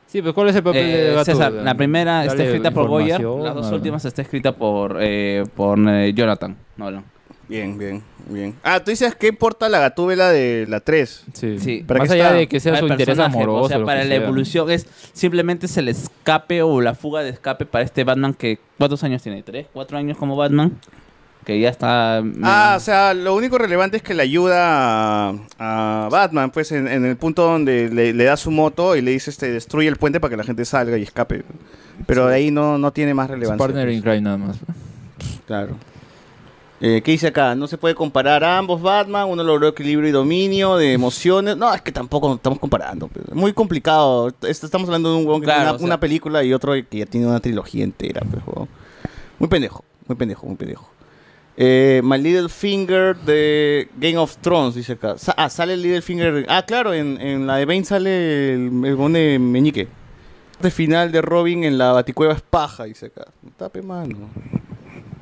Speaker 6: Sí, pues ¿cuál es el papel
Speaker 5: Eh,
Speaker 6: de Gatúbela?
Speaker 5: César, la primera está
Speaker 6: Dale
Speaker 5: escrita por Goyer,
Speaker 6: información,
Speaker 5: las dos
Speaker 6: dale.
Speaker 5: últimas está escrita por, eh, por eh, Jonathan Nolan.
Speaker 3: Bien, bien, bien. Ah, tú dices, ¿qué importa la gatúbela de la 3?
Speaker 6: Sí.
Speaker 3: ¿Para
Speaker 6: Más
Speaker 3: qué
Speaker 6: allá
Speaker 3: está?
Speaker 6: de Eh, que sea
Speaker 5: Para
Speaker 6: su
Speaker 5: el
Speaker 6: interés
Speaker 5: personaje,
Speaker 6: amoroso.
Speaker 5: O sea,
Speaker 6: lo
Speaker 5: para
Speaker 6: que
Speaker 5: la
Speaker 6: sea.
Speaker 5: evolución es simplemente es el escape o la fuga de escape para este Batman que... ¿Cuántos años tiene? ¿Tres? ¿Cuatro años como Batman? Que ya está... mm,
Speaker 3: Ah, o sea, lo único relevante es que le ayuda a, a Batman, pues, en, en el punto donde le, le da su moto y le dice, este, destruye el puente para que la gente salga y escape. Pero de ahí no, no tiene más
Speaker 6: Su
Speaker 3: relevancia. pues.
Speaker 6: partner in crime nada más.
Speaker 3: Claro. Eh, ¿Qué dice acá? No se puede comparar a ambos Batman, uno logró equilibrio y dominio de emociones. No, es que tampoco estamos comparando. pues. Muy complicado. Est- Estamos hablando de un huevón que
Speaker 5: Claro,
Speaker 3: tiene una,
Speaker 5: o sea-
Speaker 3: una película y otro que ya tiene una trilogía entera. pues, huevón. Muy pendejo, muy pendejo, muy pendejo. Eh, My Little Finger de Game of Thrones, dice acá. Sa- ah, sale Little Finger. Ah, claro, en, en la de Bane sale el, el huevón de Meñique. De final de Robin en la Baticueva es paja, dice acá. Tape mano.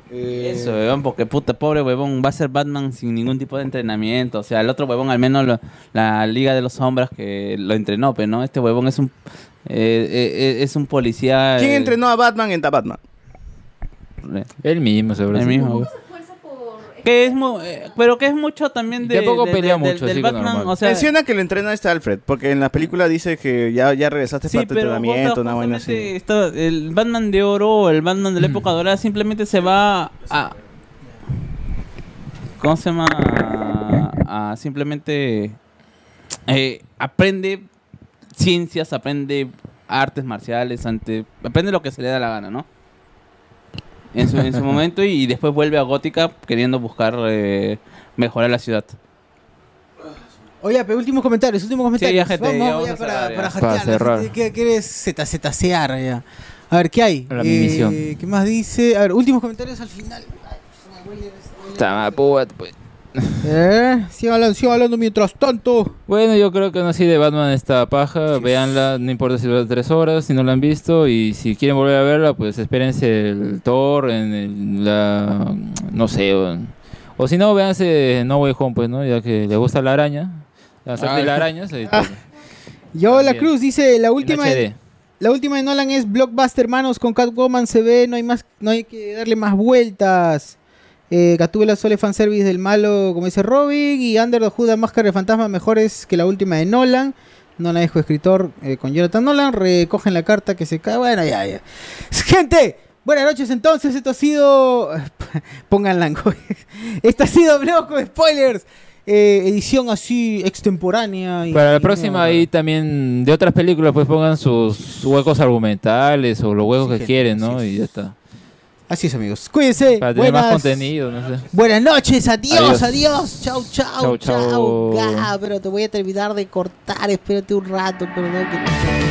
Speaker 3: Eh,
Speaker 5: Eso, huevón, porque puta, pobre huevón, va a ser Batman sin ningún tipo de entrenamiento. O sea, el otro huevón, al menos lo- la Liga de los Sombras que lo entrenó, pero no, este huevón es un... eh, eh, eh, es un policía...
Speaker 3: ¿Quién
Speaker 5: eh,
Speaker 3: entrenó a Batman en The Batman?
Speaker 6: Él mismo, seguro.
Speaker 5: El mismo, güey. Que es mu- eh, pero que es mucho también de,
Speaker 6: Tampoco
Speaker 5: de-
Speaker 6: pelea
Speaker 5: de- del-
Speaker 6: mucho,
Speaker 5: del
Speaker 6: así que
Speaker 5: Batman,
Speaker 6: normal.
Speaker 5: o sea,
Speaker 3: Menciona que lo entrena este Alfred, porque en la película dice que ya, ya regresaste
Speaker 5: Sí,
Speaker 3: para tu
Speaker 5: pero
Speaker 3: este entrenamiento,
Speaker 5: Gota
Speaker 3: una buena así.
Speaker 5: está- el Batman de oro o el Batman de la época dorada simplemente se va a ¿cómo se llama? a simplemente eh, aprende ciencias, aprende artes marciales, ante, aprende lo que se le da la gana, ¿no? En su, en su momento y, después vuelve a Gótica queriendo buscar eh, mejorar la ciudad.
Speaker 2: Oye, pero últimos comentarios, últimos comentarios.
Speaker 5: ya,
Speaker 2: vamos,
Speaker 5: gente, ya
Speaker 2: ya
Speaker 5: vamos a
Speaker 2: para,
Speaker 5: cerrar, ya.
Speaker 2: para
Speaker 6: Para
Speaker 2: jatear, la
Speaker 6: cerrar.
Speaker 2: gente que- ¿Quieres zetacear ya? A ver, ¿qué hay? Eh,
Speaker 6: Ahora mi misión.
Speaker 2: ¿Qué más dice? A ver, últimos comentarios al final. Eh, sigan hablando, sigan hablando mientras tanto.
Speaker 6: Bueno, yo creo que no así de Batman esta paja. Veanla, no importa si dura tres horas, si no la han visto. Y si quieren volver a verla, pues espérense el Thor, en el- la. No sé. O, o si no, véanse No Way Home, pues, ¿no? Ya que le gusta la araña. La
Speaker 2: Ah.
Speaker 6: de la araña. pues, se-
Speaker 2: Yo la
Speaker 6: También.
Speaker 2: Cruz dice, la última
Speaker 6: HD.
Speaker 2: la última de Nolan es Blockbuster Manos con Catwoman se ve, no hay más no hay que darle más vueltas. Eh, Gatúbela Sole fanservice del malo, como dice Robin, y Under the Hood, la Máscara de Fantasma, mejores que la última de Nolan. Nolan es coescritor eh, con Jonathan Nolan, recogen la carta que se cae. Bueno, ya, ya. Gente, buenas noches entonces, esto ha sido... Pónganla en Esto ha sido Hablemos con Spoilers, eh, edición así extemporánea. y-
Speaker 6: Para la
Speaker 2: y
Speaker 6: próxima, ahí también de otras películas, pues pongan sus huecos argumentales o los huecos que quieren, ¿no? Y ya está.
Speaker 2: Así es, amigos. Cuídense.
Speaker 6: Para tener más
Speaker 2: Eh, Buenas-
Speaker 6: contenido, no sé.
Speaker 2: Buenas noches, adiós,
Speaker 6: Adiós.
Speaker 2: adiós, chau, chau,
Speaker 6: Chau,
Speaker 2: chau.
Speaker 6: chau.
Speaker 2: ga, pero te voy a terminar de cortar, espérate un rato, perdón. Que...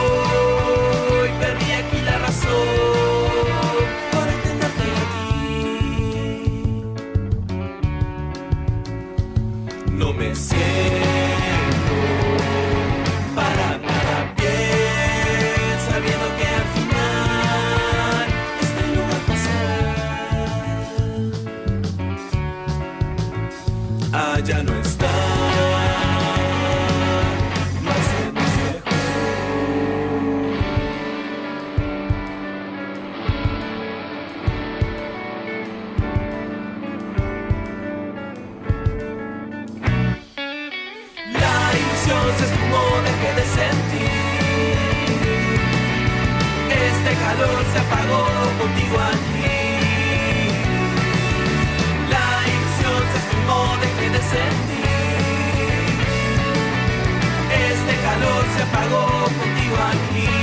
Speaker 11: Hoy perdí aquí la razón por entenderte a ti. No me siento para nada bien, sabiendo que al final esto no va a pasar. Allá no está. más en este La ilusión se esfumó, dejé de sentir. Este calor se apagó contigo aquí. La ilusión se esfumó, dejé de sentir. Este calor se apagó contigo aquí. Este Este